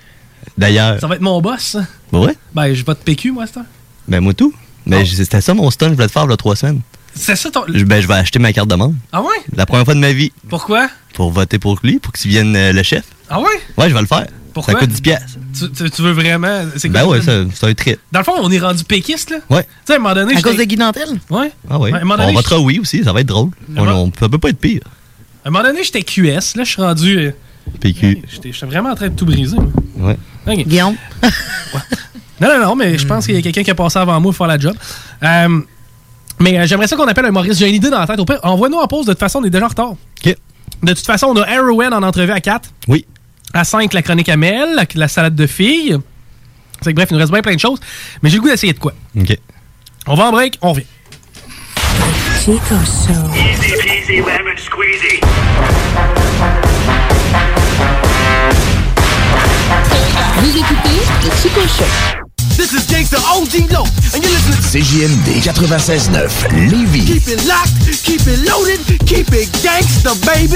Speaker 10: D'ailleurs.
Speaker 6: Ça va être mon boss. ça.
Speaker 10: Bah ouais?
Speaker 6: Ben, je vote PQ, moi, c'est
Speaker 10: Ben, moi tout.
Speaker 6: Ah.
Speaker 10: Ben, j- c'était ça mon stun, je voulais te faire, il y a trois semaines.
Speaker 6: C'est ça ton.
Speaker 10: Je- Ben, je vais acheter ma carte de membre.
Speaker 6: Ah ouais?
Speaker 10: La première fois de ma vie
Speaker 6: Pourquoi?
Speaker 10: pour voter pour lui, pour qu'il vienne euh, le chef.
Speaker 6: Ah ouais?
Speaker 10: Ouais, je vais le faire.
Speaker 28: Pourquoi?
Speaker 10: Ça coûte 10 piastres.
Speaker 28: Tu, tu- tu veux vraiment. c'est
Speaker 10: Ben
Speaker 28: quoi?
Speaker 10: ouais, ça- c'est un trip.
Speaker 28: Dans le fond, on est rendu péquiste, là.
Speaker 10: Ouais.
Speaker 28: Tu sais, à un moment donné.
Speaker 29: À
Speaker 28: j'étais-
Speaker 29: cause de Guy Nantel?
Speaker 28: Ouais.
Speaker 10: Ah ouais.
Speaker 28: À un moment
Speaker 10: on
Speaker 28: donné,
Speaker 10: votera oui aussi, ça va être drôle. On, on- ça peut pas être pire.
Speaker 28: À un moment donné, j'étais QS. Là, je suis rendu. euh,
Speaker 10: PQ.
Speaker 28: J'étais j'étais vraiment en train de tout briser. moi.
Speaker 10: Ouais.
Speaker 28: Guillaume. Non, non, non, mais je pense qu'il y a quelqu'un qui a passé avant moi pour faire la job. Euh, mais euh, j'aimerais ça qu'on appelle un Maurice. J'ai une idée dans la tête. Au pire, envoie-nous en pause. De toute façon, on est déjà en retard. De toute façon, on a Arrowhead en entrevue à 4.
Speaker 10: Oui.
Speaker 28: À 5, la chronique à Mel, la, la salade de filles. C'est que bref, il nous reste bien plein de choses. Mais j'ai le goût d'essayer de quoi.
Speaker 10: OK.
Speaker 28: On va en break, on revient.
Speaker 30: Vous écoutez le Chico Show. This is Gangsta OG Low, and you're listening
Speaker 23: CJMD 96.9, Lévis.
Speaker 30: Keep it locked, keep it loaded, keep it gangsta, baby.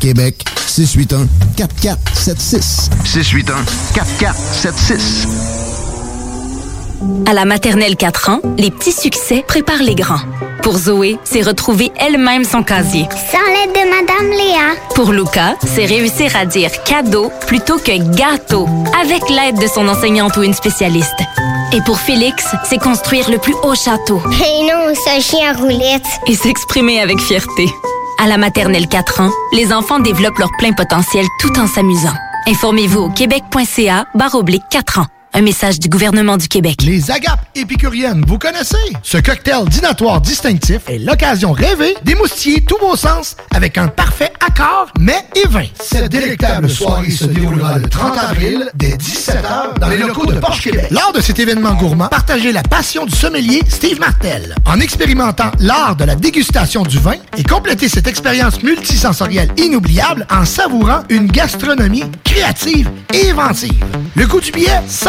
Speaker 16: Québec, 681 4476.
Speaker 23: 681 4476.
Speaker 7: À la maternelle 4 ans, les petits succès préparent les grands. Pour Zoé, c'est retrouver elle-même son casier.
Speaker 31: Sans l'aide de Madame Léa.
Speaker 7: Pour Luca, c'est réussir à dire cadeau plutôt que gâteau, avec l'aide de son enseignante ou une spécialiste. Et pour Félix, c'est construire le plus haut château.
Speaker 31: Et non, ça chie en roulette.
Speaker 7: Et s'exprimer avec fierté. À la maternelle 4 ans, les enfants développent leur plein potentiel tout en s'amusant. Informez-vous au québec.ca barre oblique 4 ans. Un message du gouvernement du Québec.
Speaker 2: Les agapes épicuriennes, vous connaissez? Ce cocktail dînatoire distinctif est l'occasion rêvée d'émoustiller tous vos sens avec un parfait accord mais et vin. Cette délectable soirée se déroulera le 30 avril dès 17h dans les locaux de Porsche Québec. Lors de cet événement gourmand, partagez la passion du sommelier Steve Martel en expérimentant l'art de la dégustation du vin et complétez cette expérience multisensorielle inoubliable en savourant une gastronomie créative et inventive. Le coût du billet, 100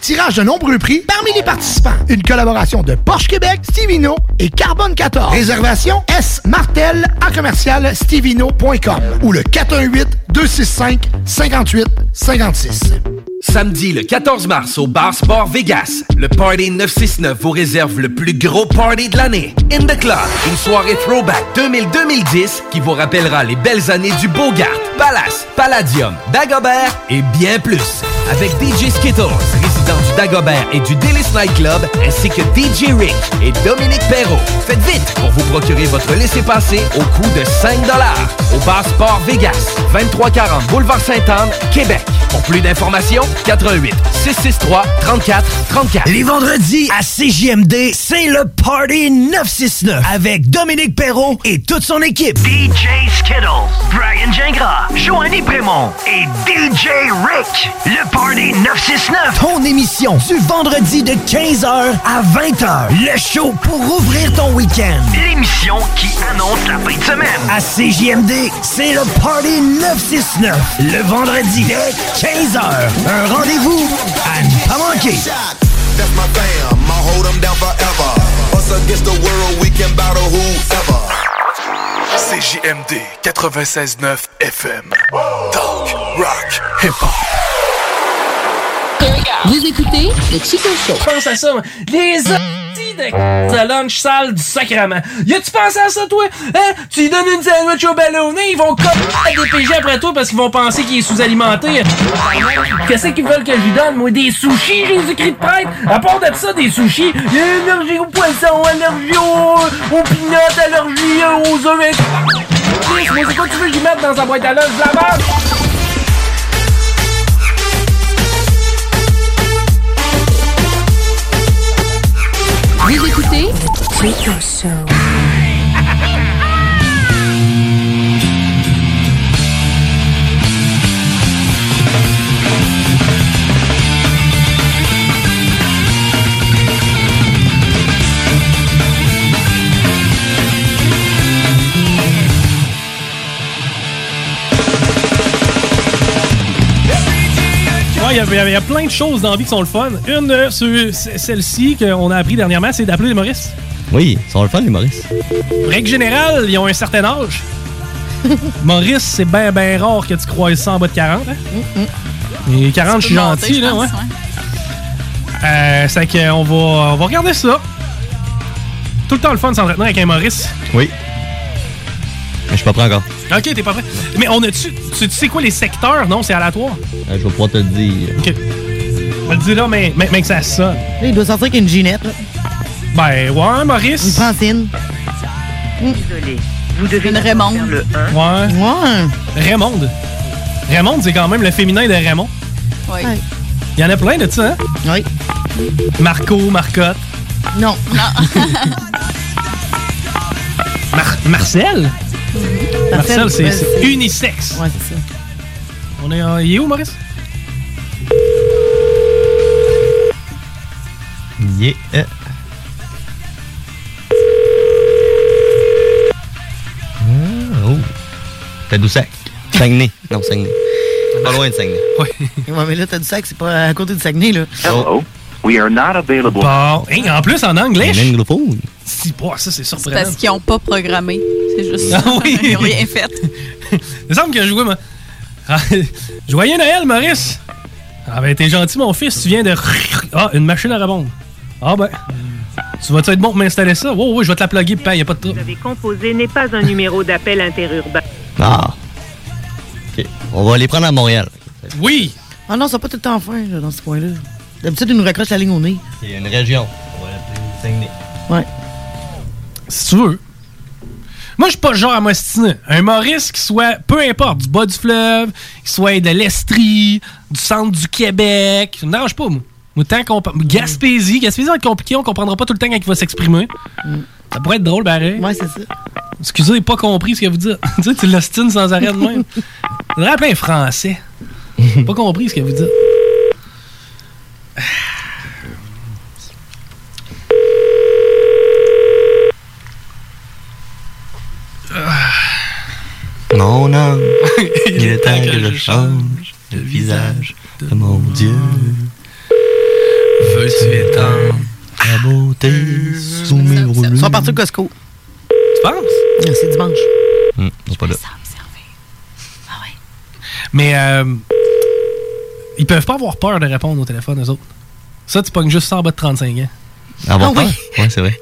Speaker 2: Tirage de nombreux prix parmi les participants. Une collaboration de Porsche Québec, Stevino et Carbone 14. Réservation S Martel à commercial stevino.com ou le 418 265 58 56.
Speaker 4: Samedi le 14 mars au Bar Sport Vegas, le Party 969 vous réserve le plus gros party de l'année. In the Club, une soirée throwback 2000-2010 qui vous rappellera les belles années du Bogart, Palace, Palladium, Dagobert et bien plus. Avec DJ Skittles, résident du Dagobert et du Delice Night Club, ainsi que DJ Rick et Dominique Perrault. Faites vite pour vous procurer votre laissez-passer au coût de 5 au Bar Sport Vegas, 2340 Boulevard Sainte-Anne, Québec. Pour plus d'informations, 88 663 34 34.
Speaker 14: Les vendredis à CJMD, c'est le Party 969 avec Dominique Perrault et toute son équipe.
Speaker 8: DJ Skittles, Brian Gingras, Joanny Prémont et DJ Rick. Le Party 969.
Speaker 14: Ton émission du vendredi de 15h à 20h. Le show pour ouvrir ton week-end.
Speaker 8: L'émission qui annonce la fin de semaine.
Speaker 14: À CJMD, c'est le Party 969. Le vendredi de 15h. Un rendez-vous à ne pas manquer.
Speaker 32: That's my fam. I'll hold them down forever. Us against the world, we can battle whoever.
Speaker 20: CJMD 96.9 FM. Talk, rock, hip-hop.
Speaker 6: Vous écoutez le Chico Show. Pense à ça, moi. les hosties de c- de lunch sale du sacrement. Y a-tu pensé à ça, toi? Hein? Tu lui donnes une sandwich au ballonné, ils vont coller des PG après toi parce qu'ils vont penser qu'il est sous-alimenté. Qu'est-ce qu'ils veulent que je lui donne, moi? Des sushis, Jésus-Christ de prêtre? À part de ça, des sushis, y a une allergie au poisson, allergie au, au peanut, allergie euh, aux œufs. Mais c'est quoi tu veux que je lui mette dans sa boîte à lunch, la base?
Speaker 33: Vous écoutez Rico Show.
Speaker 6: Ouais, il y a- il y, a- il y a plein de choses dans la vie qui sont le fun. Une, euh, ce- ce- celle-ci qu'on a appris dernièrement, c'est d'appeler les Maurice.
Speaker 10: Oui, ils sont le fun, les Maurice.
Speaker 6: Règle générale, ils ont un certain âge. Maurice, c'est bien, bien rare que tu croises ça en bas de 40. hein? Et 40, je suis
Speaker 11: monter,
Speaker 14: ben,
Speaker 6: gentil,
Speaker 11: je
Speaker 6: là,
Speaker 11: pense,
Speaker 6: ouais. Euh, c'est qu'on va, on va regarder ça. Tout le temps le fun de s'entretenir avec un Maurice.
Speaker 10: Oui. Mais je suis pas prêt encore.
Speaker 6: Ok, t'es pas prêt. Mais on a-tu. Tu, tu sais quoi les secteurs? Non, c'est aléatoire.
Speaker 10: Euh, je vais pouvoir te le dire.
Speaker 6: Ok. On le dit là, mais, mais, mais que ça sonne.
Speaker 14: Là, il doit sortir avec une ginette. là.
Speaker 6: Ben, ouais, Maurice.
Speaker 14: Une Francine.
Speaker 11: Désolé. Vous devez une Raymond. Le
Speaker 6: Ouais. Raymond. Raymond, c'est quand même le féminin de Raymond.
Speaker 11: Oui.
Speaker 6: Il y en a plein de ça, hein?
Speaker 14: Oui.
Speaker 6: Marco, Marcotte.
Speaker 14: Non.
Speaker 6: Mar- Marcel? Marcel, c'est c'est unisexe.
Speaker 14: Ouais, c'est ça.
Speaker 6: On est, en- il est où, Maurice?
Speaker 10: Yeah. Ah, oh. T'as d'où sac? Saguenay. Non, Saguenay. Pas loin de Saguenay.
Speaker 14: Ouais, mais là, t'as du sac, c'est pas à côté du Saguenay, là.
Speaker 10: Hello. We are not available.
Speaker 6: Bon. Hey, en plus, en anglais.
Speaker 10: En anglophone.
Speaker 6: Si, oh, ça, c'est surprenant.
Speaker 11: Parce qu'ils n'ont pas programmé. C'est juste ça.
Speaker 6: Ah oui.
Speaker 11: Ils n'ont rien fait.
Speaker 6: Il me semble que je jouais, moi. Ah, Joyeux Noël, Maurice! Ah ben, t'es gentil, mon fils, tu viens de... Ah, une machine à rebondre. Ah ben, tu vas-tu être bon pour m'installer ça? Oui, oui, je vais te la plugger, pis y a pas de trouble.
Speaker 34: composé n'est pas un numéro d'appel interurbain.
Speaker 10: Ah. OK. On va les prendre à Montréal.
Speaker 6: Oui!
Speaker 14: Ah non, ça pas tout le temps fin, là, dans ce coin-là. D'habitude, ils nous raccrochent la ligne au nez.
Speaker 10: Il y a une région. On va l'appeler Saguenay.
Speaker 14: Ouais.
Speaker 6: Si tu veux. Moi, je suis pas le genre à m'ostiner. Un Maurice qui soit, peu importe, du bas du fleuve, qui soit de l'Estrie, du centre du Québec, ça me dérange pas, moi. Moi, tant qu'on... par- Gaspésie, Gaspésie va être compliqué, on comprendra pas tout le temps quand il va s'exprimer. Ça pourrait être drôle, pareil.
Speaker 14: Mm. Ouais, c'est ça.
Speaker 6: Excusez, pas compris ce que vous dites. tu sais, tu l'ostines sans arrêt de même. Il appeler un français. pas compris ce que vous dites.
Speaker 10: Mon âme, Ah. il est temps que je change le visage de mon Dieu. Veux-tu étendre la beauté
Speaker 14: Euh,
Speaker 10: sous mes rouleaux?
Speaker 14: Ils sont partis au Costco.
Speaker 6: Tu penses?
Speaker 14: C'est dimanche.
Speaker 10: Hum, c'est pas là.
Speaker 6: Mais euh, ils peuvent pas avoir peur de répondre au téléphone, eux autres. Ça, tu pognes juste ça en bas de 35 ans.
Speaker 10: Ah, bon,
Speaker 14: Ah oui.
Speaker 10: peur? Ouais, c'est vrai.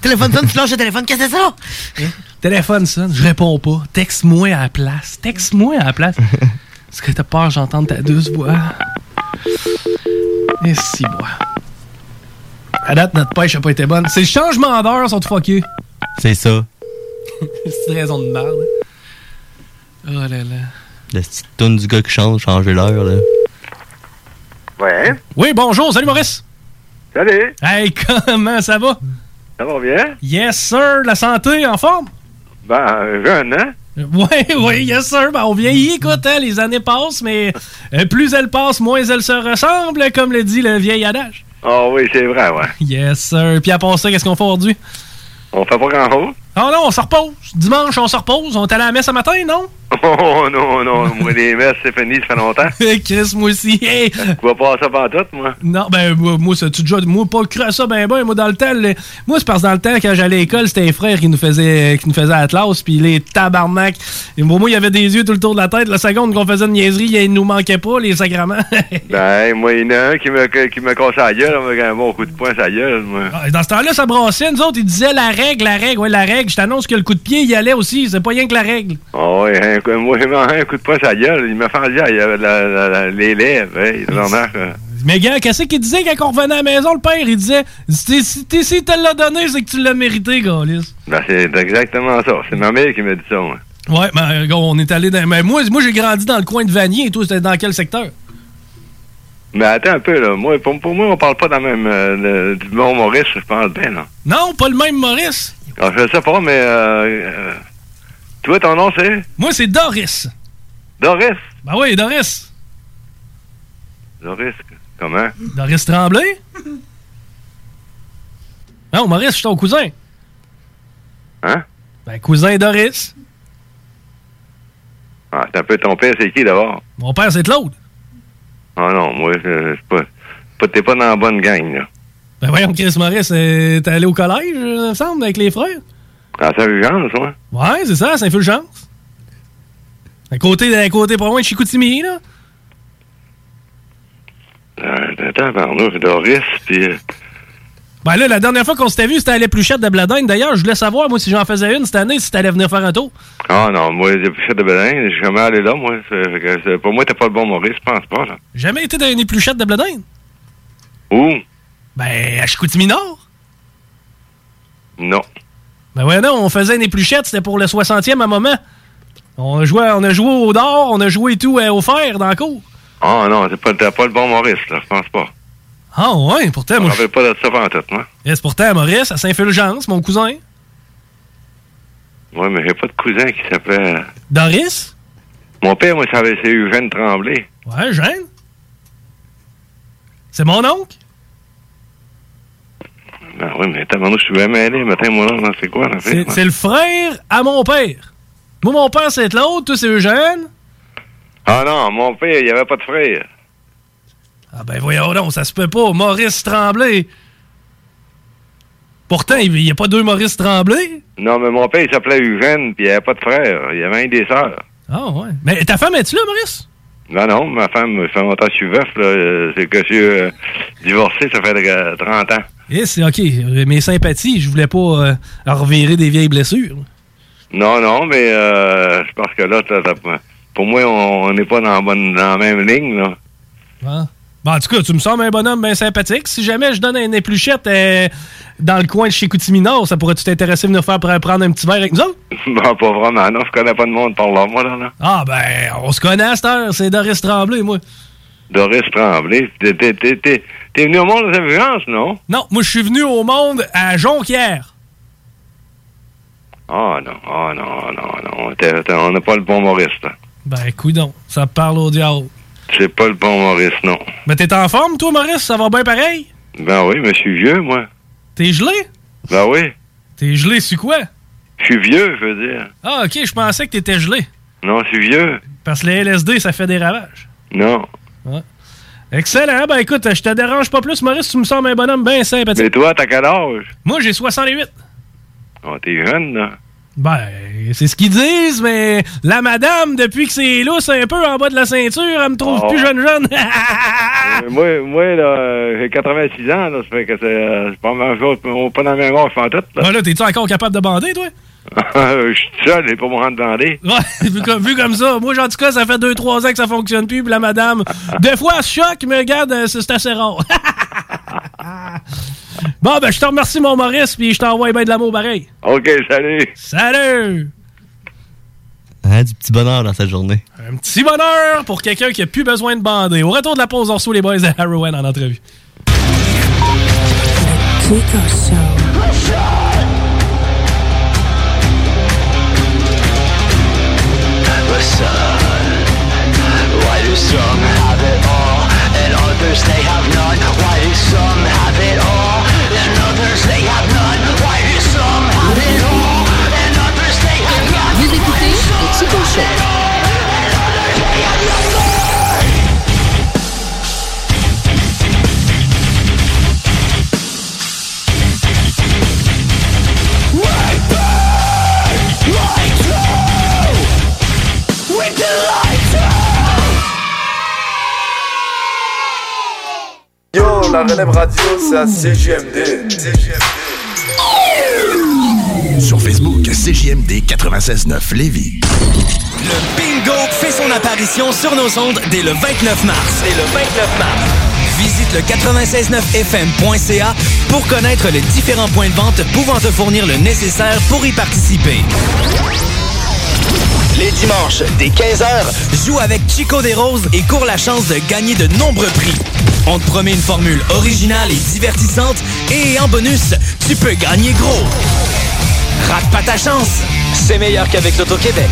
Speaker 14: Téléphone sonne, tu lâches le téléphone. Qu'est-ce que c'est ça?
Speaker 6: Ah, Téléphone sonne, je réponds pas. Texte-moi à la place. Texte-moi à la place. Est-ce que t'as peur j'entends ta douce voix? Et si, bois. À date, notre pêche a pas été bonne. C'est le changement d'heure, sont fuckés.
Speaker 10: C'est ça.
Speaker 6: C'est une raison de merde. Oh là là.
Speaker 10: La petite toune du gars qui change, changer l'heure, là.
Speaker 26: Ouais.
Speaker 6: Oui, bonjour, salut Maurice.
Speaker 26: Salut.
Speaker 6: Hey, comment ça va?
Speaker 26: Ça va bien?
Speaker 6: Yes, sir, la santé, en forme?
Speaker 26: Ben, jeune, hein?
Speaker 6: Oui, oui, yes sir. Ben, on
Speaker 26: Mm-hmm.
Speaker 6: vieillit, écoute, hein, les années passent, mais euh, plus elles passent, moins elles se ressemblent, comme le dit le vieil adage.
Speaker 26: Ah oui, c'est vrai, ouais.
Speaker 6: Yes sir. Puis à part ça, qu'est-ce qu'on fait aujourd'hui?
Speaker 26: On fait pas grand-chose?
Speaker 6: Oh non, on se repose. Dimanche, on se repose. On est allé à la messe ce matin, non?
Speaker 26: Oh non, non, moi, les messes, c'est fini, ça fait longtemps.
Speaker 6: Chris, moi aussi, hey!
Speaker 26: Tu vas pas ça pantoute, moi?
Speaker 6: Non, ben moi, moi ça, tu déjà, moi pas cru à ça, ben ben, moi dans le temps, le- moi c'est parce que dans le temps, quand j'allais à l'école, c'était les frères qui nous faisaient qui nous faisaient Atlas, puis les tabarnak. Et moi, moi, il y avait des yeux tout le tour de la tête. La seconde qu'on faisait une niaiserie, il nous manquait pas, les sacrements.
Speaker 26: Ben, moi, il y en a un qui me, qui me casse la gueule, avec un bon coup de poing, sa gueule, moi.
Speaker 6: Ah, Dans ce temps-là, ça brassait, nous autres, ils disaient la règle, la règle, ouais, la règle. Je t'annonce que le coup de pied, il y allait aussi, c'est pas rien que la règle.
Speaker 26: Ah oui, un, coup- moi, j'ai mis un coup de poing, sa gueule, il m'a fendu la- la- la- la- les lèvres, hey, il en marque, là.
Speaker 6: Mais gars, qu'est-ce qu'il disait quand on revenait à la maison, le père? Il disait, si si- si- si il te l'a donné, c'est que tu l'as mérité, Gaulis.
Speaker 26: Ben, c'est exactement ça. C'est ma mère qui m'a dit ça, moi.
Speaker 6: Ouais, ben, euh, gars, on est allé dans. Mais moi, moi j'ai grandi dans le coin de Vanier et tout. C'était dans quel secteur?
Speaker 26: Mais attends un peu, là. Moi, pour, pour moi, on parle pas dans même, euh, le- du bon Maurice, je pense bien, là.
Speaker 6: Non, pas le même Maurice.
Speaker 26: Alors, je sais pas, mais. Euh, euh, toi, ton nom, c'est
Speaker 6: Moi, c'est Doris.
Speaker 26: Doris.
Speaker 6: Ben oui, Doris.
Speaker 26: Doris, comment
Speaker 6: Doris Tremblay. Non, Maurice, je suis ton cousin.
Speaker 26: Hein
Speaker 6: Ben, cousin Doris.
Speaker 26: ah, C'est un peu ton père, c'est qui d'abord
Speaker 6: Mon père, c'est Claude.
Speaker 26: Ah non, moi, je je suis pas. pas- T'es pas dans la bonne gang, là.
Speaker 6: Ben voyons, Chris Maurice, euh, t'es allé au collège, euh, il me semble, avec les frères.
Speaker 26: Ah, ça veut genre, ça
Speaker 6: Ouais, c'est ça, Saint-Fulgence. À côté, à côté, pas loin de Chicoutimi, là.
Speaker 26: Euh, Attends, pardon, Doris, puis. euh,
Speaker 6: Ben là, la dernière fois qu'on s'était vu, c'était à l'épluchette de Bladine. D'ailleurs, je voulais savoir, moi, si j'en faisais une cette année, si t'allais venir faire un tour.
Speaker 26: Ah non, moi, j'ai fait de Belin, je suis jamais allé là, moi. C'est- fait que c'est- Pour moi, t'es pas le bon Maurice, je pense pas, là.
Speaker 6: Jamais été dans une épluchette de Bladine?
Speaker 26: Où
Speaker 6: Ben, à Chicoutimi-Nord.
Speaker 26: Non.
Speaker 6: Ben ouais, non, on faisait une épluchette, c'était pour le 60e à moment. On, jouait, on a joué au d'or, on a joué et tout euh, au fer dans la cour.
Speaker 26: Ah non, t'es pas, t'es pas le bon Maurice, là, je pense pas.
Speaker 6: Ah ouais, pourtant,
Speaker 26: Je me
Speaker 6: moi, je-
Speaker 26: rappelle pas de ça en tête, moi.
Speaker 6: Yes, pourtant, Maurice, à Saint-Fulgence, mon cousin.
Speaker 26: Ouais, mais j'ai pas de cousin qui s'appelle.
Speaker 6: Doris?
Speaker 26: Mon père, moi, ça avait- c'est Eugène Tremblay.
Speaker 6: Ouais, Jeanne. C'est mon oncle?
Speaker 26: Ben oui, mais attends, je suis vraiment allé, matin, mon nom, c'est quoi, la
Speaker 6: C'est c'est le frère à mon père. Moi, mon père, c'est l'autre, toi, c'est Eugène.
Speaker 26: Ah non, mon père, il y avait pas de frère.
Speaker 6: Ah ben voyons donc, ça se peut pas. Maurice Tremblay. Pourtant, il n'y a pas deux Maurice Tremblay.
Speaker 26: Non, mais mon père, il s'appelait Eugène, puis il avait pas de frère. Il avait un des sœurs.
Speaker 6: Ah ouais. Mais ta femme, es-tu là, Maurice?
Speaker 26: Non, non, ma femme, ça fait longtemps que je suis veuf, là. euh, C'est que je suis euh, divorcé, ça fait euh, 30 ans.
Speaker 6: Eh, c'est OK. Euh, Mes sympathies, je voulais pas euh, revirer des vieilles blessures.
Speaker 26: Non, non, mais euh, c'est parce que là, t'as- t'as- pour moi, on on n'est pas dans la, bonne, dans la même ligne, là.
Speaker 6: Hein? Bon, en tout cas, tu me sembles un bonhomme bien sympathique. Si jamais je donne une épluchette euh, dans le coin de chez Coutimino, ça pourrait-tu t'intéresser de venir faire pre- prendre un petit verre avec nous autres?
Speaker 26: Non, pas vraiment, non. Je connais pas de monde par là, moi, là, là.
Speaker 6: Ah ben, on se connaît à cette heure. C'est Doris Tremblay, moi.
Speaker 26: Doris Tremblay, t'es- t'es- t'es t'es- t'es venu au monde de Saint-Fulgence, non?
Speaker 6: Non, moi, je suis venu au monde à Jonquière.
Speaker 26: Ah non, ah non, ah non, ah non. T'es- t'es- on n'a pas le bon Maurice, là.
Speaker 6: Ben, coudon, ça parle au diable.
Speaker 26: C'est pas le bon Maurice, non.
Speaker 6: Mais t'es en forme, toi, Maurice? Ça va bien pareil?
Speaker 26: Ben oui, mais je suis vieux, moi.
Speaker 6: T'es gelé?
Speaker 26: Ben oui.
Speaker 6: T'es gelé sur quoi?
Speaker 26: Je suis vieux, je veux dire.
Speaker 6: Ah, OK, je pensais que t'étais gelé.
Speaker 26: Non, je suis vieux.
Speaker 6: Parce que le LSD, ça fait des ravages.
Speaker 26: Non.
Speaker 6: Ah, Excellent. Ben, écoute, je te dérange pas plus, Maurice. Tu me sembles un bonhomme bien sympathique.
Speaker 26: Mais toi, t'as quel âge?
Speaker 6: Moi, j'ai 68.
Speaker 26: Oh, t'es jeune, là.
Speaker 6: Ben, c'est ce qu'ils disent, mais la madame, depuis que c'est lousse un peu en bas de la ceinture, elle me trouve
Speaker 26: Oh.
Speaker 6: plus jeune jeune.
Speaker 26: Euh, moi, moi, là, euh, j'ai 86 ans, là. Ça fait que c'est euh, c'est pas, la même chose, on- pas dans la même âge, en tout, là.
Speaker 6: ben là, t'es-tu encore capable de bander, toi?
Speaker 26: je suis seul, j'ai pas mon de bander.
Speaker 6: Ouais, vu, comme, vu comme ça. Moi, en tout cas, ça fait 2-3 ans que ça fonctionne plus, puis la madame, des fois, elle se choque, mais regarde, euh, c'est c'est assez rare. bon, ben, je te remercie, mon Maurice, puis je t'envoie bien de l'amour pareil.
Speaker 26: OK, salut.
Speaker 6: Salut!
Speaker 10: Ah, du petit bonheur dans cette journée.
Speaker 6: Un petit bonheur pour quelqu'un qui a plus besoin de bander. Au retour de la pause, on reçoit les boys de Harrowan en entrevue.
Speaker 5: the sun. Why do some have it all and others they have none? Why do some have it all and others they have none? Why do some have it all and others they have none? Vous écoutez le Chico
Speaker 33: With the lights
Speaker 9: Yo, la relève radio, c'est à CGMD.
Speaker 23: Sur Facebook, CJMD 96.9 Lévis.
Speaker 1: Bingo fait son apparition sur nos ondes dès le 29 mars. Dès le 29 mars. Visite le 969fm.ca pour connaître les différents points de vente pouvant te fournir le nécessaire pour y participer. Les dimanches, dès 15h, joue avec Chico des Roses et cours la chance de gagner de nombreux prix. On te promet une formule originale et divertissante et en bonus, tu peux gagner gros. Rate pas ta chance, c'est meilleur qu'avec l'Auto-Québec.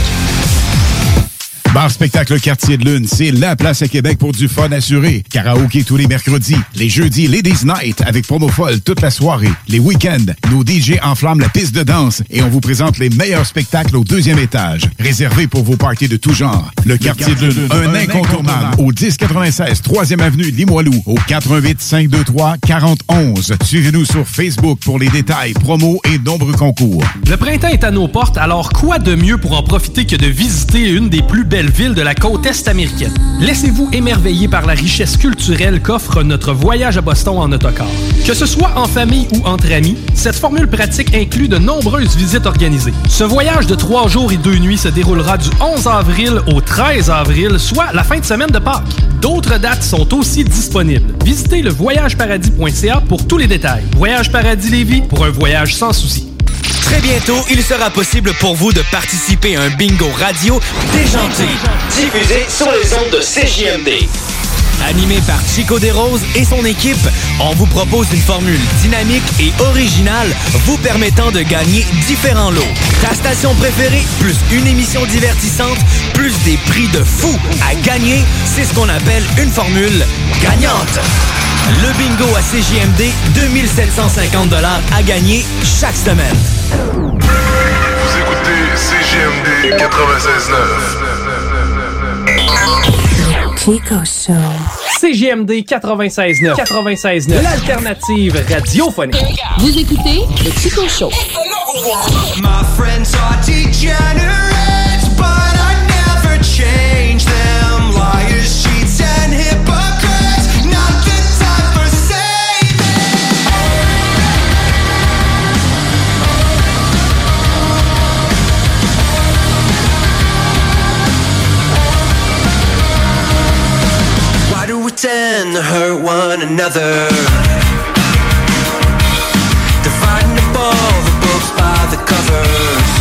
Speaker 18: Bar Spectacle Quartier de Lune, c'est la place à Québec pour du fun assuré. Karaoké tous les mercredis, les jeudis Ladies Night avec promo folle toute la soirée, les week-ends, nos DJ enflamment la piste de danse et on vous présente les meilleurs spectacles au deuxième étage, réservés pour vos parties de tout genre. Le, Quartier, de Lune, un, incontournable, au 1096 3e avenue Limoilou, au 418 523 4011. Suivez-nous sur Facebook pour les détails, promos et nombreux concours.
Speaker 6: Le printemps est à nos portes, alors quoi de mieux pour en profiter que de visiter une des plus belles villes de la côte est américaine? Laissez-vous émerveiller par la richesse culturelle qu'offre notre voyage à Boston en autocar. Que ce soit en famille ou entre amis, cette formule pratique inclut de nombreuses visites organisées. Ce voyage de trois jours et deux nuits se déroulera du 11 avril au 13 avril, soit la fin de semaine de Pâques. D'autres dates sont aussi disponibles. Visitez le voyageparadis.ca pour tous les détails. Voyage Paradis Lévis pour un voyage sans souci.
Speaker 1: Très bientôt, il sera possible pour vous de participer à un bingo radio déjanté, diffusé sur les ondes de CJMD. Animé par Chico Desroses et son équipe, on vous propose une formule dynamique et originale vous permettant de gagner différents lots. Ta station préférée, plus une émission divertissante, plus des prix de fou à gagner, c'est ce qu'on appelle une formule gagnante. Le bingo à CJMD, 2750 à gagner chaque semaine.
Speaker 9: Vous écoutez CGMD 96.9.
Speaker 6: Chico Show. CGMD 96.9. 96.9. L'alternative radiophonique.
Speaker 33: Vous écoutez le Chico Show.
Speaker 5: My friends are degenerates, but I never change them. Liars, cheats, and hypocrites. Not the time for saving.
Speaker 8: Why do we tend to hurt one another? Dividing up all the books by the covers.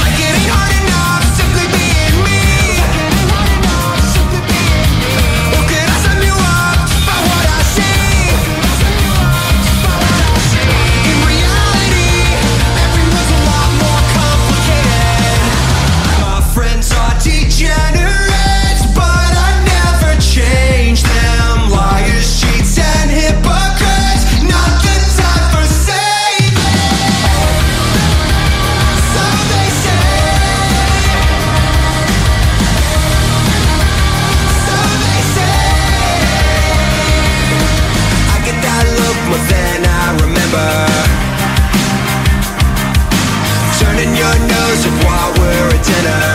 Speaker 5: Like it ain't hard enough simply being me. Like it ain't hard enough simply being me. Well, could I sum you up by what I see? In reality, everyone's a lot more complicated.
Speaker 8: My friends are degenerates, but I never change them.
Speaker 5: Liars, cheats, and hypocrites. Not the time for saving. So they say. So they say.
Speaker 8: I get that look more than I remember. Turning your nose up while we're at dinner.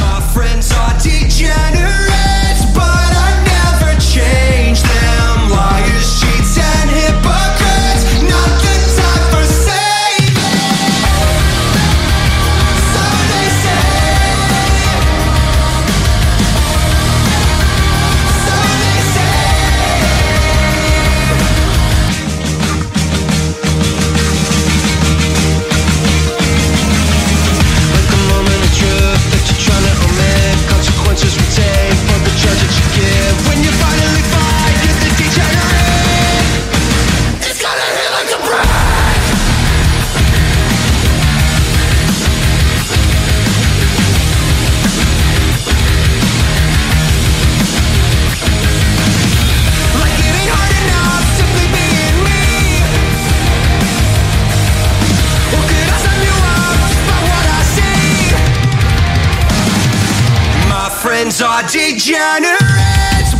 Speaker 5: My friends are degenerates, but I never change them. Liars, cheats, and hypocrites. Not the time for saving. So they say. So they say.
Speaker 8: Like a moment of truth that you're trying to omit. Consequences we take for the judge that you give. When you finally find you're the degenerate, it's gonna hit like a brick.
Speaker 5: My friends are degenerates,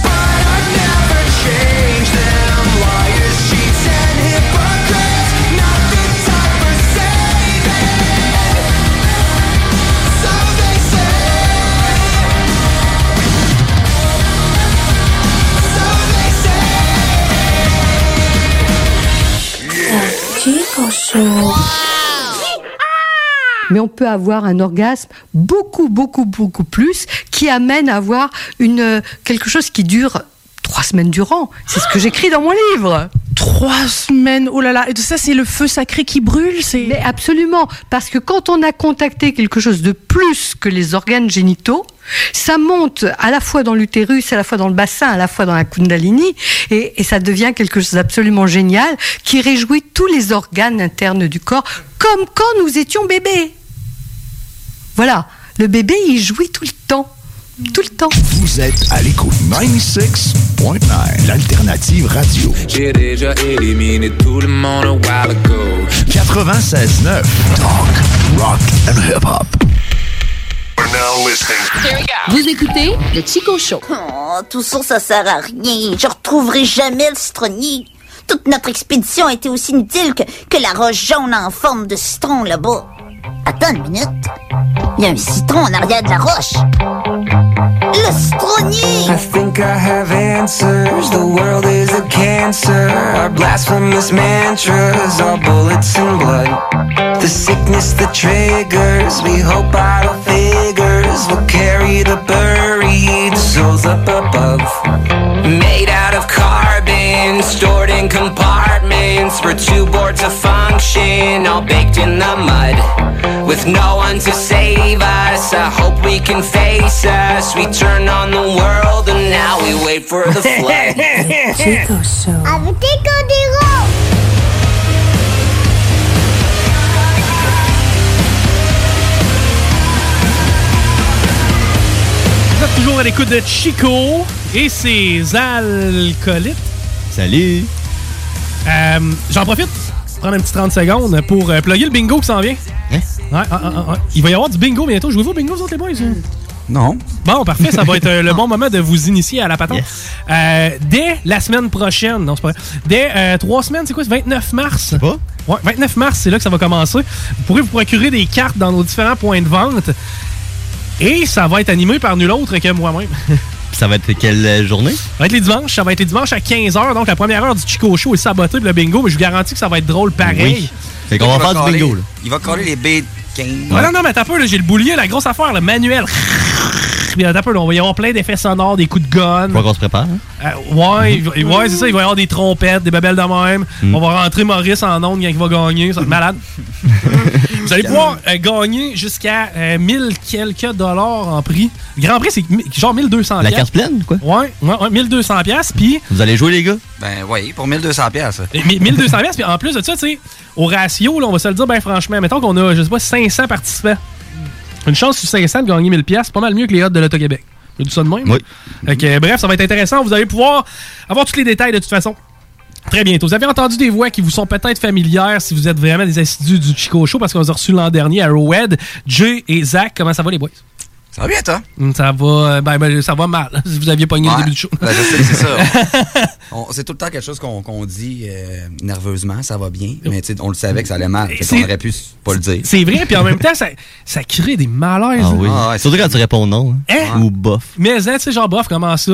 Speaker 5: but I never change them. Liars, cheats, and hypocrites. Not the time for saving. So they say. So they say.
Speaker 9: Yeah.
Speaker 27: mais on peut avoir un orgasme beaucoup, beaucoup, beaucoup plus qui amène à avoir une, euh, quelque chose qui dure trois semaines durant. C'est ce que j'écris dans mon livre.
Speaker 35: Trois semaines, oh là là, et tout ça c'est le feu sacré qui brûle, c'est...
Speaker 27: Mais absolument, parce que quand on a contacté quelque chose de plus que les organes génitaux, ça monte à la fois dans l'utérus, à la fois dans le bassin, à la fois dans la kundalini, et, et ça devient quelque chose d'absolument génial qui réjouit tous les organes internes du corps, comme quand nous étions bébés. Voilà, le bébé, il jouit tout le temps. Tout le temps.
Speaker 23: Vous êtes à l'écoute 96.9, l'alternative radio.
Speaker 8: J'ai déjà éliminé tout le monde a while ago.
Speaker 23: 96.9, talk, rock and hip-hop.
Speaker 36: We're now listening.
Speaker 37: Vous écoutez le Chico Show.
Speaker 7: Oh, tout ça, ça sert à rien. Je retrouverai jamais le citronnier. Toute notre expédition a été aussi inutile que, que la roche jaune en forme de citron là-bas. Attends une minute. Il y a un citron en arrière de la roche. Le citronnier!
Speaker 38: I think I have answers. The world is a cancer. Our blasphemous mantras are bullets and blood. The sickness that triggers. We hope idle figures will carry the buried souls up above.
Speaker 8: Made out of carbon, stored in compartments. We're too bored to function, all baked in the mud. With no one to save us, I hope we can face us. We turn on the world and now we wait for the flood.
Speaker 7: Chico Show. Avec Chico
Speaker 6: Vous êtes toujours à l'écoute de Chico et ses alcoolites.
Speaker 10: Salut!
Speaker 6: Euh, J'en profite, prendre un petit 30 secondes pour euh, plugger le bingo qui s'en vient.
Speaker 10: Hein?
Speaker 6: Ouais, ah, ah, ah, ah. Il va y avoir du bingo bientôt. Jouez-vous au bingo, vous autres, les boys?
Speaker 10: Non.
Speaker 6: Bon, parfait, ça va être euh, le bon moment de vous initier à la patente. Euh, dès la semaine prochaine, non, c'est pas vrai. Dès euh, trois semaines, c'est quoi, c'est 29 mars? Ouais, 29 mars, c'est là que ça va commencer. Vous pourrez vous procurer des cartes dans nos différents points de vente. Et ça va être animé par nul autre que moi-même.
Speaker 10: Puis ça va être quelle journée?
Speaker 6: Ça va être les dimanches, ça va être les dimanches à 15h, donc la première heure du Chico Show est sabotée pour le bingo, mais je vous garantis que ça va être drôle pareil.
Speaker 10: Oui. Fait qu'on
Speaker 39: Il
Speaker 10: va faire du
Speaker 39: coller-
Speaker 10: bingo, là.
Speaker 39: Il va coller les baies de 15.
Speaker 6: Ouais, non, non, mais t'as peu, là, j'ai le boulier, la grosse affaire, le manuel. Puis euh, t'as peu, là, on va y avoir plein d'effets sonores, des coups de gun.
Speaker 10: Faut qu'on se prépare. hein?
Speaker 6: Euh, ouais, il va- ouais c'est ça, il va y avoir des trompettes, des babelles de même.
Speaker 39: Mm.
Speaker 6: On va rentrer Maurice en onde quand il va gagner, ça va être malade. Vous allez pouvoir euh, gagner jusqu'à euh, 1000 quelques dollars en prix. Le grand prix, c'est mi- genre 1200
Speaker 39: La carte
Speaker 10: pleine, quoi?
Speaker 6: Ouais, ouais, ouais, 1200 piastres, puis...
Speaker 39: Vous
Speaker 10: allez jouer, les gars?
Speaker 39: Ben oui, pour 1200 piastres.
Speaker 6: Et mi- 1200 pièces puis en plus de ça, tu sais, au ratio, là, on va se le dire bien franchement, mettons qu'on a, je sais pas, 500 participants. Une chance sur 500 de gagner 1000 pièces c'est pas mal mieux que les odds de l'Auto-Québec. J'ai dit ça de même?
Speaker 10: Oui.
Speaker 6: Fait que, bref, ça va être intéressant. Vous allez pouvoir avoir tous les détails de toute façon. Très bientôt. Vous avez entendu des voix qui vous sont peut-être familières si vous êtes vraiment des assidus du Chico Show parce qu'on les a reçus l'an dernier à Rowed. Jay et Zach, comment ça va les boys?
Speaker 39: Ça va bien, toi?
Speaker 6: Hum, Ça va, ben, ben, ça va mal. Si vous aviez pogné le début du show.
Speaker 39: Ben, je sais que c'est ça. On- c'est tout le temps quelque chose qu'on qu'on dit euh, nerveusement, ça va bien, mais tu sais, on le savait que ça allait mal. Fait
Speaker 6: c'est-
Speaker 39: qu'on aurait pu s- pas le dire. Ah
Speaker 6: C'est vrai, puis en même temps, ça, ça crée des malaises.
Speaker 10: Ah oui. Surtout quand tu réponds non. hein.
Speaker 6: Hein?
Speaker 10: Ou bof.
Speaker 6: Mais hein, tu sais, genre, bof, comment ça?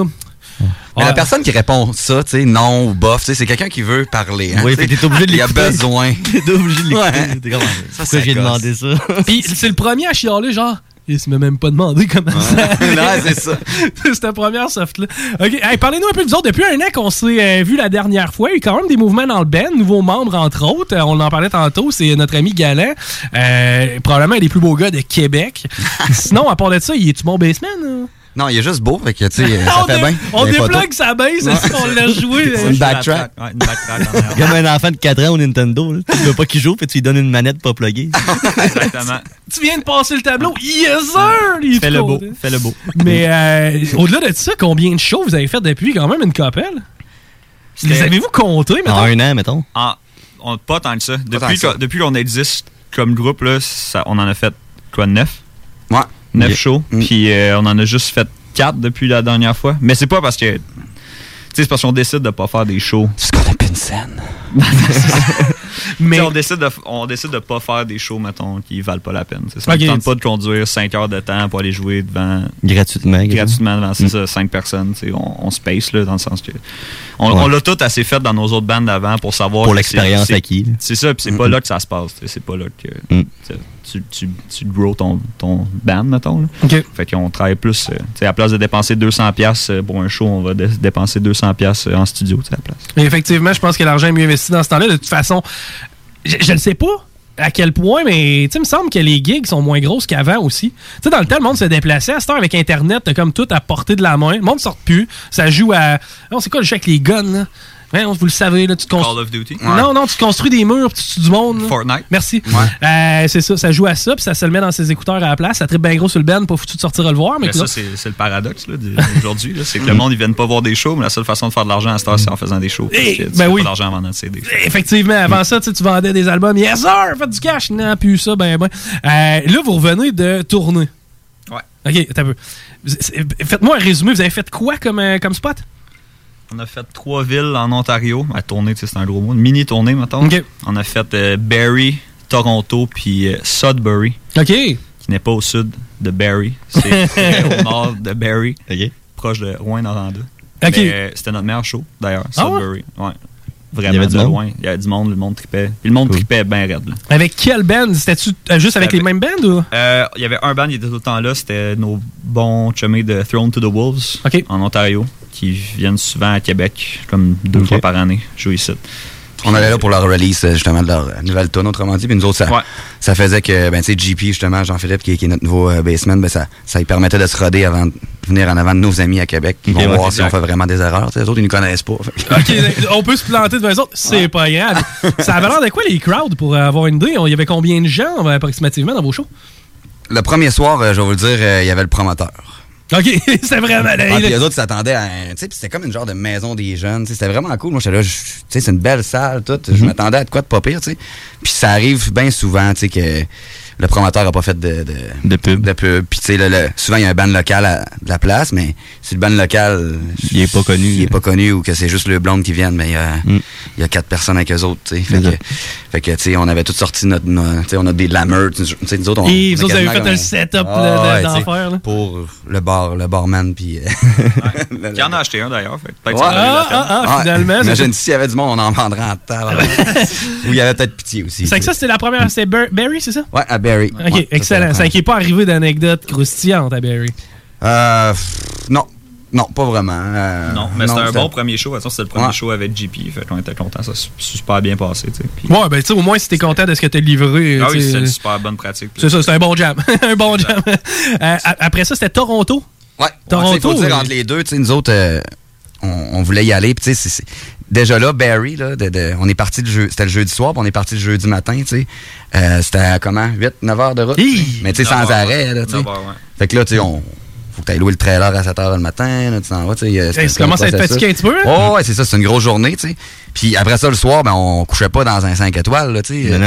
Speaker 39: Mais la personne qui répond ça, tu sais, non ou bof, tu sais, c'est quelqu'un qui veut parler. hein,
Speaker 10: Oui,
Speaker 39: tu sais.
Speaker 10: fait que t'es obligé de
Speaker 39: Il y a
Speaker 10: l'écouter.
Speaker 39: besoin.
Speaker 10: T'es obligé de l'écouter.
Speaker 39: Ouais.
Speaker 10: T'es comme,
Speaker 39: Ça,
Speaker 10: pourquoi
Speaker 39: ça
Speaker 10: j'ai
Speaker 39: gosse.
Speaker 10: demandé ça?
Speaker 6: Puis c'est le premier à chialer, genre, il se m'a même pas demandé comment ça.
Speaker 39: Non, c'est ça.
Speaker 6: c'est ta première soft, là. OK, hey, parlez-nous un peu de vous autres. Depuis un an qu'on s'est euh, vu la dernière fois, il y a eu quand même des mouvements dans le band, nouveaux membres, entre autres. Euh, on en parlait tantôt, c'est notre ami Galant. Euh, probablement un des plus beaux gars de Québec. Sinon, à part de ça, il est-tu mon basement? hein?
Speaker 39: Non, il est juste beau, fait que, tu sais, ça
Speaker 6: on
Speaker 39: fait
Speaker 6: dé-
Speaker 39: bien.
Speaker 6: on
Speaker 39: Des photos.
Speaker 6: débloque sa base, c'est
Speaker 39: Ouais.
Speaker 6: ça, on l'a joué.
Speaker 39: C'est une backtrack. Ouais, une backtrack.
Speaker 10: Comme un enfant de 4 ans au Nintendo, là. tu veux pas qu'il joue, puis tu lui donnes une manette pas pluggée.
Speaker 39: Exactement.
Speaker 6: Tu viens de passer le tableau. Yes, sir! Il est
Speaker 10: Fais le
Speaker 6: trop
Speaker 10: beau,
Speaker 6: content.
Speaker 10: fais le beau.
Speaker 6: Mais euh, au-delà de ça, combien de shows vous avez fait depuis quand même une copelle? Les avez-vous comptés, mettons?
Speaker 38: Ah,
Speaker 10: En un an, mettons.
Speaker 39: En-
Speaker 38: on, pas tant que ça.
Speaker 39: tant que
Speaker 38: Depuis
Speaker 39: ça.
Speaker 38: qu'on- depuis qu'on existe comme groupe, là, ça- on en a fait quoi, neuf?
Speaker 39: Ouais. Mm.
Speaker 38: Neuf
Speaker 39: Yeah.
Speaker 38: shows. Puis euh, on en a juste fait quatre depuis la dernière fois. Mais c'est pas parce que. Tu sais, c'est parce qu'on décide de pas faire des shows.
Speaker 39: une scène.
Speaker 38: Mais on décide, de, on décide de pas faire des shows, mettons, qui valent pas la peine. c'est Ça ne
Speaker 10: Ok.
Speaker 38: tente pas de conduire 5 heures de temps pour aller jouer devant.
Speaker 10: Gratuitement, quelque
Speaker 38: Gratuitement
Speaker 10: chose.
Speaker 38: devant
Speaker 10: Mm.
Speaker 38: 6 5 personnes. tu sais, On, on se pace, là, dans le sens que. On,
Speaker 10: Ouais.
Speaker 38: on l'a tout assez fait dans nos autres bandes d'avant pour savoir.
Speaker 10: Pour
Speaker 38: que
Speaker 10: l'expérience
Speaker 38: c'est- c'est-
Speaker 10: acquise. Mm.
Speaker 38: C'est ça, puis c'est pas là que ça se passe. tu sais, C'est pas là que. tu- Tu, tu, tu grow ton, ton band, mettons. là. Fait qu'on travaille plus. euh, tu sais, à la place de dépenser 200$ euh, pour un show, on va dé- dépenser 200$ euh, en studio, tu sais, à la place.
Speaker 6: Mais effectivement, je pense que l'argent est mieux investi dans ce temps-là. De toute façon, je je ne sais pas à quel point, mais tu sais, il me semble que les gigs sont moins grosses qu'avant aussi. Tu sais, dans le temps, le monde se déplaçait. À cette heure, avec Internet, t'as comme tout à portée de la main. Le monde sort plus. Ça joue à... On sait quoi le jeu avec les guns, là? Hein, vous le savez, là, tu te construis...
Speaker 38: Call of Duty.
Speaker 6: Non, non, tu te construis des murs, puis tu tues du monde. là.
Speaker 38: Fortnite.
Speaker 6: Merci. Euh, c'est ça, ça joue à ça, puis ça se le met dans ses écouteurs à la place. Ça tripe bien gros sur le ben, pas foutu de sortir le voir. Mais,
Speaker 38: Mais
Speaker 6: que là-
Speaker 38: ça, c'est c'est le paradoxe là, d- d'aujourd'hui. là. C'est que le monde, ils viennent pas voir des shows, mais la seule façon de faire de l'argent à cette heure, c'est en faisant des shows. Parce
Speaker 6: Eh,
Speaker 38: que tu
Speaker 6: ben
Speaker 38: fais
Speaker 6: oui.
Speaker 38: pas d'argent en vendant des CD.
Speaker 6: Effectivement, avant ça, tu sais, tu vendais des albums. Yes, sir, faites du cash. Non, plus ça, ben, ben. Euh, là, vous revenez de tourner.
Speaker 38: Ouais.
Speaker 6: OK, t'as peu. C'est- c'est- Faites-moi un résumé. Vous avez fait quoi comme, euh, comme spot?
Speaker 38: On a fait trois villes en Ontario. À tourner, tu sais, c'est un gros mot. Une mini-tournée, mettons.
Speaker 6: OK.
Speaker 38: On a fait euh, Barrie, Toronto, puis euh, Sudbury.
Speaker 6: OK.
Speaker 38: Qui n'est pas au sud de Barrie. C'est c'est au nord de Barrie, proche de Rouen-Noranda.
Speaker 6: OK.
Speaker 38: Mais, euh, C'était notre meilleur show, d'ailleurs,
Speaker 6: Ah ouais?
Speaker 38: Sudbury. ouais? Vraiment,
Speaker 6: Il y avait du
Speaker 38: de
Speaker 6: monde?
Speaker 38: loin. Il y avait du monde, le monde tripait. Puis le monde tripait bien raide. là.
Speaker 6: Avec quelle band? C'était-tu euh, juste avec les mêmes bands ou?
Speaker 38: Euh, Il y avait un band qui était tout le temps là, c'était nos bons chummies de Throne to the Wolves en Ontario, qui viennent souvent à Québec, comme deux fois par année, jouer ici.
Speaker 39: On allait là pour leur release, euh, justement, de leur euh, nouvelle tonne, autrement dit. Puis nous autres, ça, ça faisait que, ben, tu sais, JP, justement, Jean-Philippe, qui, est- qui est notre nouveau euh, baseman, ben, ça, ça lui permettait de se roder avant de venir en avant de nos amis à Québec. Ils
Speaker 6: Ok,
Speaker 39: vont
Speaker 6: ouais,
Speaker 39: voir si
Speaker 6: exact.
Speaker 39: on fait vraiment des erreurs. tu sais, Les autres, ils nous connaissent pas. Fait que-
Speaker 6: OK, ben, on peut se planter devant les autres. C'est pas grave. ça avait l'air de quoi les crowds pour euh, avoir une idée? Il y avait combien de gens euh, approximativement dans vos shows?
Speaker 39: Le premier soir, euh, je vais vous le dire, euh, il y avait le promoteur.
Speaker 6: OK, c'est vraiment...
Speaker 39: Ah, puis les autres s'attendaient à. un- Tu sais, puis c'était comme une genre de maison des jeunes. tu sais, C'était vraiment cool. Moi, j'étais là, je- tu sais, c'est une belle salle, tout. Je m'attendais à de quoi de pas pire, tu sais. Puis ça arrive bien souvent, tu sais, que le promoteur n'a pas fait de, de,
Speaker 10: pub.
Speaker 39: De pub. Puis, tu sais, le- le- souvent, il y a un ban local à de la place, mais si le ban local. Il n'est pas connu. Il n'est pas connu ou que c'est juste le blonde qui viennent, mais il y a, il y a quatre personnes avec eux autres, tu sais. Fait que, fait que, tu sais, on avait toutes sorti notre. notre- tu sais, on a des lammers. Tu sais, nous autres, on.
Speaker 6: Et
Speaker 39: on a
Speaker 6: vous autres, vous avez
Speaker 39: quasiment
Speaker 6: fait
Speaker 39: comme
Speaker 6: un
Speaker 39: on-
Speaker 6: setup de-
Speaker 39: Ah,
Speaker 6: de-
Speaker 39: ouais, tu sais,
Speaker 6: d'enfer, là?
Speaker 39: Pour le bar, le barman, puis. euh,
Speaker 38: Qui en a acheté un d'ailleurs, fait que peut-être
Speaker 39: Ouais.
Speaker 38: ça en a eu la peine.
Speaker 39: Ouais,
Speaker 6: Ah, finalement, c'est-
Speaker 39: Imagine s'il y avait du monde, on en vendrait en temps. Ou il y avait peut-être pitié aussi.
Speaker 6: C'est que ça, c'était la première... C'est Ber- Barry, c'est ça?
Speaker 39: Ouais, à Barry.
Speaker 6: OK, excellent. Ça qui est pas arrivé d'anecdote croustillante à Barry.
Speaker 39: Euh, pff, non, non, pas vraiment. Euh,
Speaker 38: Non, mais c'était un
Speaker 39: c'était-
Speaker 38: bon premier show. De toute façon, c'était le premier
Speaker 39: Ouais.
Speaker 38: show avec JP. Fait qu'on était contents. Ça s'est super bien passé. tu sais. Puis-
Speaker 6: Ouais, ben tu sais, au moins, si t'es content de ce que t'as livré.
Speaker 38: Ah
Speaker 6: tu
Speaker 38: oui,
Speaker 6: sais. euh,
Speaker 38: c'est une super bonne pratique.
Speaker 6: C'est ça, c'est un bon jam. un bon jam. Euh, a- après ça, c'était Toronto.
Speaker 39: Ouais.
Speaker 6: Toronto,
Speaker 39: Il faut dire
Speaker 6: oui.
Speaker 39: entre les deux, tu sais, nous autres, euh, on, on voulait y aller. Puis, tu sais, c'est- c'est- déjà là, Barry, là, de- de- on est parti le jeu, c'était le jeudi soir, puis on est parti le jeudi matin, tu sais. Euh, c'était à comment 8, 9 heures de route. Mais tu sais, sans
Speaker 38: Neuf heures,
Speaker 39: arrêt, là, tu sais.
Speaker 38: neuf heures, ouais.
Speaker 39: Fait que là, tu sais, on. Faut que tu louer le trailer à 7 h le matin, là, tu t'en vas, tu sais. euh, c'était-
Speaker 6: ça
Speaker 39: c'était
Speaker 6: commence à
Speaker 39: pas
Speaker 6: être
Speaker 39: ça.
Speaker 6: fatigué un petit peu, hein? là.
Speaker 39: Ouais, ouais, c'est ça, c'est une grosse journée, tu sais. Puis après ça, le soir, ben, on couchait pas dans un 5 étoiles, là, tu sais.
Speaker 10: Non, non,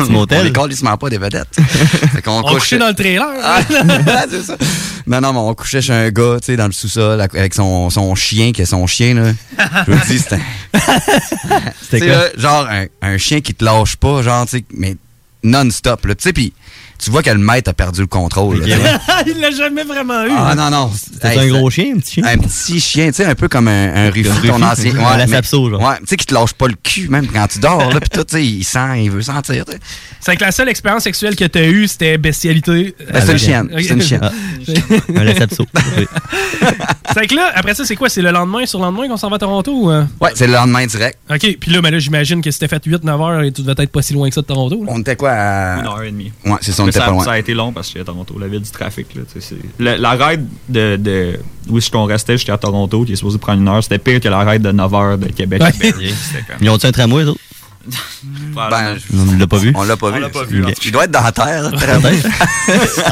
Speaker 10: un petit motel.
Speaker 39: On les calissement pas des vedettes. fait qu'on
Speaker 6: On
Speaker 39: couchait-
Speaker 6: couchait
Speaker 39: Ah,
Speaker 6: dans le trailer.
Speaker 39: c'est ça. Non, non, mais on couchait chez un gars, tu sais, dans le sous-sol, à- avec son, son chien, qui est son chien, là. Je vous le dis, c'était. Tu
Speaker 10: C'était
Speaker 39: sais,
Speaker 10: quoi?
Speaker 39: là, genre, un, un chien qui te lâche pas, genre, tu sais, mais non-stop, là. Tu sais, puis tu vois que le maître a perdu le contrôle, là, tu sais.
Speaker 6: Il l'a jamais vraiment eu.
Speaker 39: Ah non, non.
Speaker 10: C'était un gros chien, un petit chien?
Speaker 39: Un petit chien, tu sais, un peu comme un, un Ruffy,
Speaker 10: Ruffy.
Speaker 39: ton ancien.
Speaker 10: À la
Speaker 39: mais-
Speaker 10: Sapso, genre.
Speaker 39: Ouais, tu sais, qui te lâche pas le cul, même quand tu dors, là, puis tout, tu sais, il sent, il veut sentir, tu sais.
Speaker 6: C'est que la seule expérience sexuelle que t'as eue, c'était bestialité.
Speaker 39: Ben, c'est une chienne, c'est une chienne.
Speaker 6: un
Speaker 39: Lhasa-Apso.
Speaker 6: C'est que là, après ça, c'est quoi? C'est le lendemain, sur le lendemain qu'on s'en va à Toronto? Ou, euh?
Speaker 39: Ouais, c'est le lendemain direct.
Speaker 6: OK, puis là, mais là j'imagine que c'était fait 8-9 heures et tu devais être pas si loin que ça de Toronto.
Speaker 39: On était quoi à...
Speaker 38: Une heure et demie.
Speaker 39: Ouais, c'est ça, on
Speaker 38: Mais
Speaker 39: était pas loin.
Speaker 38: Ça a été long parce que à Toronto, la ville du trafic. Là, tu sais, c'est- Le- la ride de, de où est-ce qu'on restait jusqu'à Toronto, qui est supposée prendre une heure, c'était pire que la ride de 9 heures de Québec. à
Speaker 10: Ouais.
Speaker 38: Barrie. C'était comme-
Speaker 10: Ils ont-tu un tramway, eux autres?
Speaker 39: Ben,
Speaker 10: On l'a pas vu.
Speaker 39: On l'a pas vu.
Speaker 10: Ok.
Speaker 39: Il doit être dans la terre.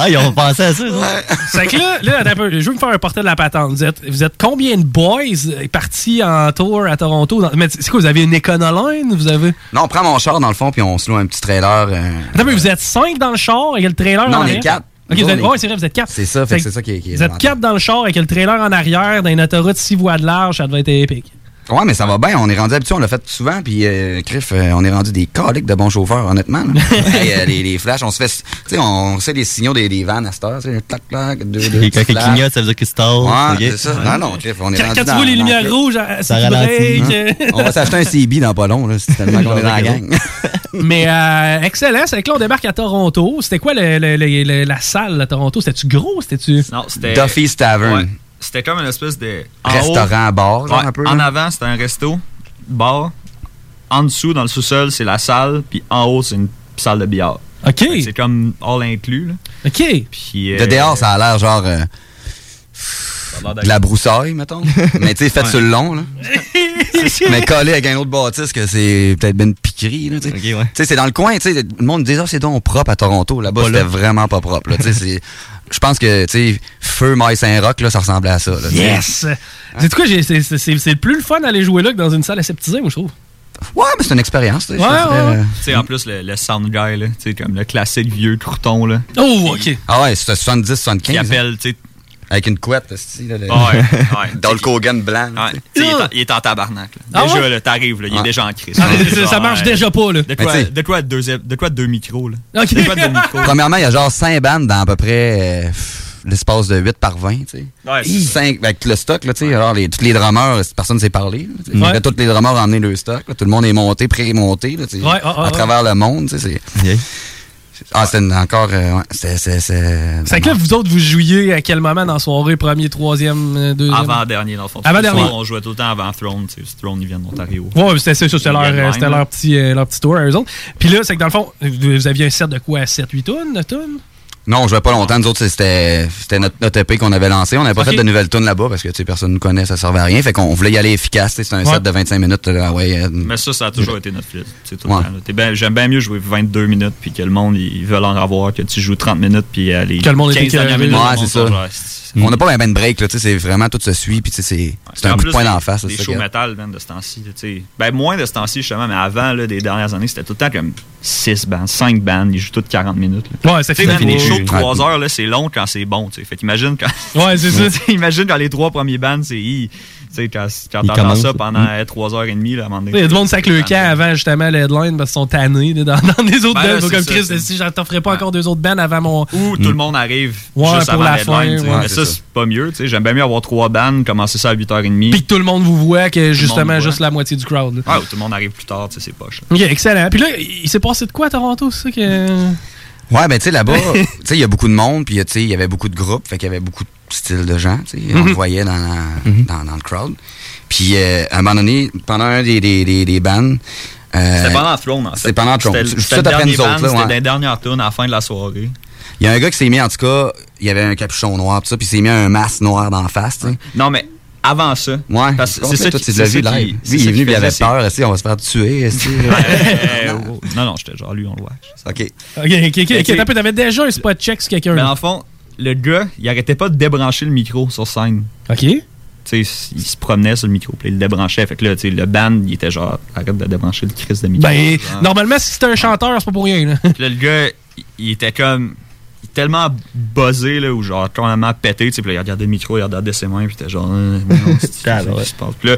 Speaker 10: ah, ils ont pensé à ça. ça.
Speaker 6: C'est que là, là, attends un peu, je veux me faire un portrait de la patente. Vous êtes, vous êtes combien de boys euh, partis en tour à Toronto? dans- mais c'est quoi, vous avez une Econoline? Vous avez...
Speaker 39: Non, on prend mon char dans le fond, puis on se loue un petit trailer. euh,
Speaker 6: Attends, mais vous êtes 5 dans le char, il y a le trailer
Speaker 39: Non,
Speaker 6: en
Speaker 39: on est
Speaker 6: arrière.
Speaker 39: quatre. Nous,
Speaker 6: Ok, vous
Speaker 39: on
Speaker 6: êtes-
Speaker 39: est-
Speaker 6: ouais, c'est vrai, vous êtes 4.
Speaker 39: C'est ça, fait que c'est ça qui est. qui est
Speaker 6: Vous êtes
Speaker 39: l'avantage.
Speaker 6: 4 dans le char avec le trailer en arrière, dans une autoroute 6 voies de large, ça devait être épique.
Speaker 39: Ouais, mais ça va bien. On est rendu habitué, on l'a fait souvent. Puis, euh, Cliff, euh, on est rendu des coliques de bons chauffeurs, honnêtement. là. Hey, euh, les, les flashs, on se fait. Tu sais, on sait les signaux des, des vannes à cette heure. tu sais, Clac, clac, deux, deux.
Speaker 10: Et quand
Speaker 39: petits
Speaker 10: il
Speaker 39: flashs.
Speaker 10: clignote, ça veut dire qu'il se tasse.
Speaker 39: Ouais,
Speaker 10: ok?
Speaker 39: c'est ça. Non, non, Cliff, on est
Speaker 10: Quand-
Speaker 39: rendu
Speaker 10: quand tu
Speaker 39: dans-
Speaker 10: vois les
Speaker 39: dans-
Speaker 10: lumières
Speaker 6: rouges, euh,
Speaker 38: Ah,
Speaker 6: à-
Speaker 39: Ça
Speaker 6: sous le
Speaker 39: ralentit.
Speaker 6: break.
Speaker 39: Hein? On va s'acheter un CB dans pas long, là, c'est tellement qu'on est dans la gang.
Speaker 6: Mais euh, excellent, c'est que là on débarque à Toronto. C'était quoi le- le- le- le- la salle à Toronto? C'était-tu gros? C'était-tu.
Speaker 38: Non, c'était-
Speaker 39: Duffy's Tavern.
Speaker 38: Ouais. C'était comme une espèce de. en
Speaker 39: Restaurant,
Speaker 38: haut-
Speaker 39: bar, genre,
Speaker 38: Ouais,
Speaker 39: un peu,
Speaker 38: En
Speaker 39: là.
Speaker 38: avant, c'était un resto, bar. En dessous, dans le sous-sol, c'est la salle. Puis en haut, c'est une salle de billard.
Speaker 6: OK.
Speaker 38: C'est comme all inclus. Là.
Speaker 6: OK.
Speaker 38: Puis,
Speaker 39: De
Speaker 38: euh,
Speaker 39: dehors, ça a l'air genre. euh,
Speaker 38: l'air
Speaker 39: de la broussaille, mettons. mais tu sais, fait
Speaker 38: Ouais.
Speaker 39: sur le long, là.
Speaker 8: é
Speaker 39: mais collé avec un autre bâtisse que c'est peut-être ben une piquerie. Là, tu sais. Tu sais, c'est dans le coin, tu sais, le monde dit, ah, c'est donc propre à Toronto. Là-bas, c'était vraiment pas propre. là. Tu sais, c'est- Je pense que, tu sais, Feu, Maï Saint-Roch, là, ça ressemblait à ça. là, tu sais.
Speaker 6: Yes! Ah. C'est quoi, j'ai- c'est c'est- c'est- c'est plus le fun d'aller jouer là que dans une salle aseptisée, moi je trouve.
Speaker 39: Ouais, mais c'est une expérience, tu sais, je te dirais, euh,
Speaker 38: Tu sais, en plus, le, le sound guy, là, tu sais, comme le classique vieux crouton. Là.
Speaker 6: Oh, OK.
Speaker 39: Ah ouais, c'était 70, 75.
Speaker 38: Qui appelle, tu sais.
Speaker 39: hein.
Speaker 38: Ah
Speaker 39: Avec une couette, là, c'est- là, le-
Speaker 38: Ouais, ouais.
Speaker 39: Dans le Kogan blanc. là, tu sais.
Speaker 38: Tu
Speaker 6: Ah
Speaker 38: sais, Il, est en, il est en tabarnak. là.
Speaker 39: Ah
Speaker 38: déjà,
Speaker 39: ouais?
Speaker 38: là, t'arrives, là, il
Speaker 39: Ouais.
Speaker 38: est déjà en crise.
Speaker 39: Ah, mais ça- ça marche déjà
Speaker 6: pas. Là.
Speaker 38: De
Speaker 39: Mais tu
Speaker 38: quoi,
Speaker 39: sais-
Speaker 38: de quoi, deux, de quoi deux micros. Là.
Speaker 39: Ok.
Speaker 38: De quoi deux micros.
Speaker 39: Premièrement, il y a genre 5 bandes dans à peu près euh, pff, l'espace de 8 par 20, tu sais.
Speaker 38: Ouais,
Speaker 39: Hi, cinq- avec le stock, là, tu sais, genre, les, tous les drummers, euh, personne ne s'est parlé. là, tu sais.
Speaker 38: Ouais.
Speaker 39: Fait que Tous les drummers ont amené leur stock. là. tout le monde est monté, pré-monté, là, tu sais,
Speaker 38: Ouais, ouais, ouais,
Speaker 39: à
Speaker 38: ouais.
Speaker 39: travers le monde, tu sais. c'est- Ah, c'était une- encore... euh, ouais, c'était- c'est- c'est-
Speaker 6: C'est que là, vous autres, vous jouiez à quel moment dans la soirée? Premier, troisième, euh, deuxième?
Speaker 38: Avant-dernier, dans le fond.
Speaker 6: Avant-dernier.
Speaker 38: Souvent, On jouait tout le temps avant Throne. tu sais. Throne, ils viennent d'Ontario.
Speaker 6: Ouais, mais c'était ça, ça, c'était leur,
Speaker 38: Il y a
Speaker 6: euh,
Speaker 38: de
Speaker 6: c'était
Speaker 38: même,
Speaker 6: leur
Speaker 38: là.
Speaker 6: petit, euh, leur petit tour à eux autres. Puis là, c'est que dans le fond, vous, vous aviez un set de quoi? 7-8 tonnes, 9 tonnes?
Speaker 39: Non, on jouait pas longtemps. Nous autres, c'est- c'était c'était notre, notre EP qu'on avait lancé. On n'avait pas
Speaker 6: Ok.
Speaker 39: fait de nouvelles tunes là-bas parce que, tu sais, personne ne nous connaît, ça servait à rien. Fait qu'on voulait y aller efficace, tu sais, c'est un
Speaker 38: Ouais.
Speaker 39: set de 25 minutes. là, ouais, euh,
Speaker 38: Mais ça, ça a toujours été notre fil. C'est tout
Speaker 39: Ouais.
Speaker 38: le temps, là. T'es ben- J'aime bien mieux jouer 22 minutes puis que le monde, ils veulent en avoir, que tu joues 30 minutes puis aller.
Speaker 39: Que le monde est
Speaker 38: dernières minutes.
Speaker 39: Ouais,
Speaker 38: le monde
Speaker 39: c'est ça.
Speaker 38: sont genre, c'est-
Speaker 39: On n'a pas même de break, là, tu sais, c'est vraiment tout se suit, puis tu sais, c'est c'est
Speaker 38: En
Speaker 39: un coup de
Speaker 38: plus,
Speaker 39: poing
Speaker 38: les-
Speaker 39: d'en face. là,
Speaker 38: Les
Speaker 39: c'est ça
Speaker 38: shows
Speaker 39: que-
Speaker 38: metal, man, de ce temps-ci. là, tu sais. Ben, moins de ce temps-ci, justement, mais avant, là, des dernières années, c'était tout le temps comme 6 bandes, 5 bandes, ils jouent toutes 40 minutes. là.
Speaker 6: Ouais, ça
Speaker 38: Tu sais,
Speaker 6: finit
Speaker 38: man, Les
Speaker 6: pas.
Speaker 38: shows de
Speaker 6: Ouais.
Speaker 38: 3 heures, là, c'est long quand c'est bon. tu sais. Fait qu'imagine quand.
Speaker 6: Ouais, c'est ça.
Speaker 38: Tu sais, Imagine quand les trois premiers bands, c'est. hi. Tu sais, quand, quand
Speaker 6: Ils
Speaker 38: t'entends ça
Speaker 6: commencent.
Speaker 38: pendant
Speaker 39: Mm.
Speaker 38: eh, 3h30, là, à un moment donné.
Speaker 6: Il y a du monde sac le camp avant justement le headline parce qu'ils sont tannés là, dans, dans les autres
Speaker 38: Ben là,
Speaker 6: bands. Faut
Speaker 38: c'est
Speaker 6: Comme
Speaker 38: ça,
Speaker 6: Chris,
Speaker 38: c'est-
Speaker 6: si j'en t'offrais pas encore deux autres bands avant mon.
Speaker 38: Ou tout le monde arrive
Speaker 6: Ouais,
Speaker 38: juste
Speaker 6: pour
Speaker 38: avant
Speaker 6: la
Speaker 38: la fin.
Speaker 6: fin, ouais.
Speaker 38: mais
Speaker 6: Mm. Ouais,
Speaker 38: ça,
Speaker 6: c'est ça.
Speaker 38: c'est pas mieux. tu sais. J'aime bien mieux avoir trois bandes, commencer ça à 8h30.
Speaker 6: Puis que tout le monde vous voit que justement
Speaker 38: voit.
Speaker 6: juste la moitié du crowd. là.
Speaker 38: Ouais, ou tout le monde arrive plus tard, tu sais, c'est poche. là.
Speaker 6: Ok, excellent. Ah, Puis là, il s'est passé de quoi à Toronto, c'est ça que.
Speaker 39: Ouais, ben tu sais, là-bas, tu sais, il y a beaucoup de monde, puis euh, tu sais, il y avait beaucoup de groupes, fait qu'il y avait beaucoup de styles de gens, tu sais, on
Speaker 40: Mhm.
Speaker 39: le voyait dans, la- dans, dans le crowd. Puis, euh, à un moment donné, pendant un des, des, des, des bands... euh,
Speaker 38: C'était pendant Throne, en fait.
Speaker 39: C'était pendant Throne.
Speaker 38: C'était-
Speaker 39: Tout
Speaker 38: C'était le
Speaker 39: après
Speaker 38: dernier
Speaker 39: nous autres,
Speaker 38: band,
Speaker 39: là,
Speaker 38: c'était
Speaker 39: ouais.
Speaker 38: la dernière tourne à la fin de la soirée.
Speaker 39: Il y a un gars qui s'est mis, en tout cas, il avait un capuchon noir, pis ça, puis il s'est mis un masque noir d'en face, tu sais.
Speaker 38: Non, mais avant ça.
Speaker 39: Ouais,
Speaker 38: parce que
Speaker 39: contre,
Speaker 38: c'est ça
Speaker 39: toi,
Speaker 38: qui-
Speaker 39: tu
Speaker 38: c'est
Speaker 39: l'as
Speaker 38: ça
Speaker 39: vu
Speaker 38: qui-
Speaker 39: live.
Speaker 38: c'est
Speaker 39: Lui, il
Speaker 38: ça
Speaker 39: est
Speaker 38: qui
Speaker 39: venu, puis il
Speaker 38: faisait,
Speaker 39: avait
Speaker 38: c'est-
Speaker 39: peur, si on va se faire tuer, esti.
Speaker 38: Euh, non, non, j'étais genre lui, on le voit.
Speaker 39: OK.
Speaker 6: Ok, ok, ok, ok. t'as peu, T'avais déjà un spot check sur quelqu'un.
Speaker 38: Mais
Speaker 6: là.
Speaker 38: en fond, le gars, il arrêtait pas de débrancher le micro sur scène.
Speaker 6: OK. Tu
Speaker 38: sais, il se promenait sur le micro, puis il le débranchait. Fait que là, tu sais, le band, il était genre, arrête de débrancher le Chris de micro.
Speaker 6: Ben,
Speaker 38: Genre.
Speaker 6: normalement, si c'était un chanteur, c'est pas pour rien. là.
Speaker 38: Puis là, le gars, il- il était comme il était tellement buzzé là ou genre complètement pété tu sais puis là, il regardait le micro il regardait ses mains puis il était genre Euh, mais non, c'est- c'est- c'est- c'est- c'est- puis là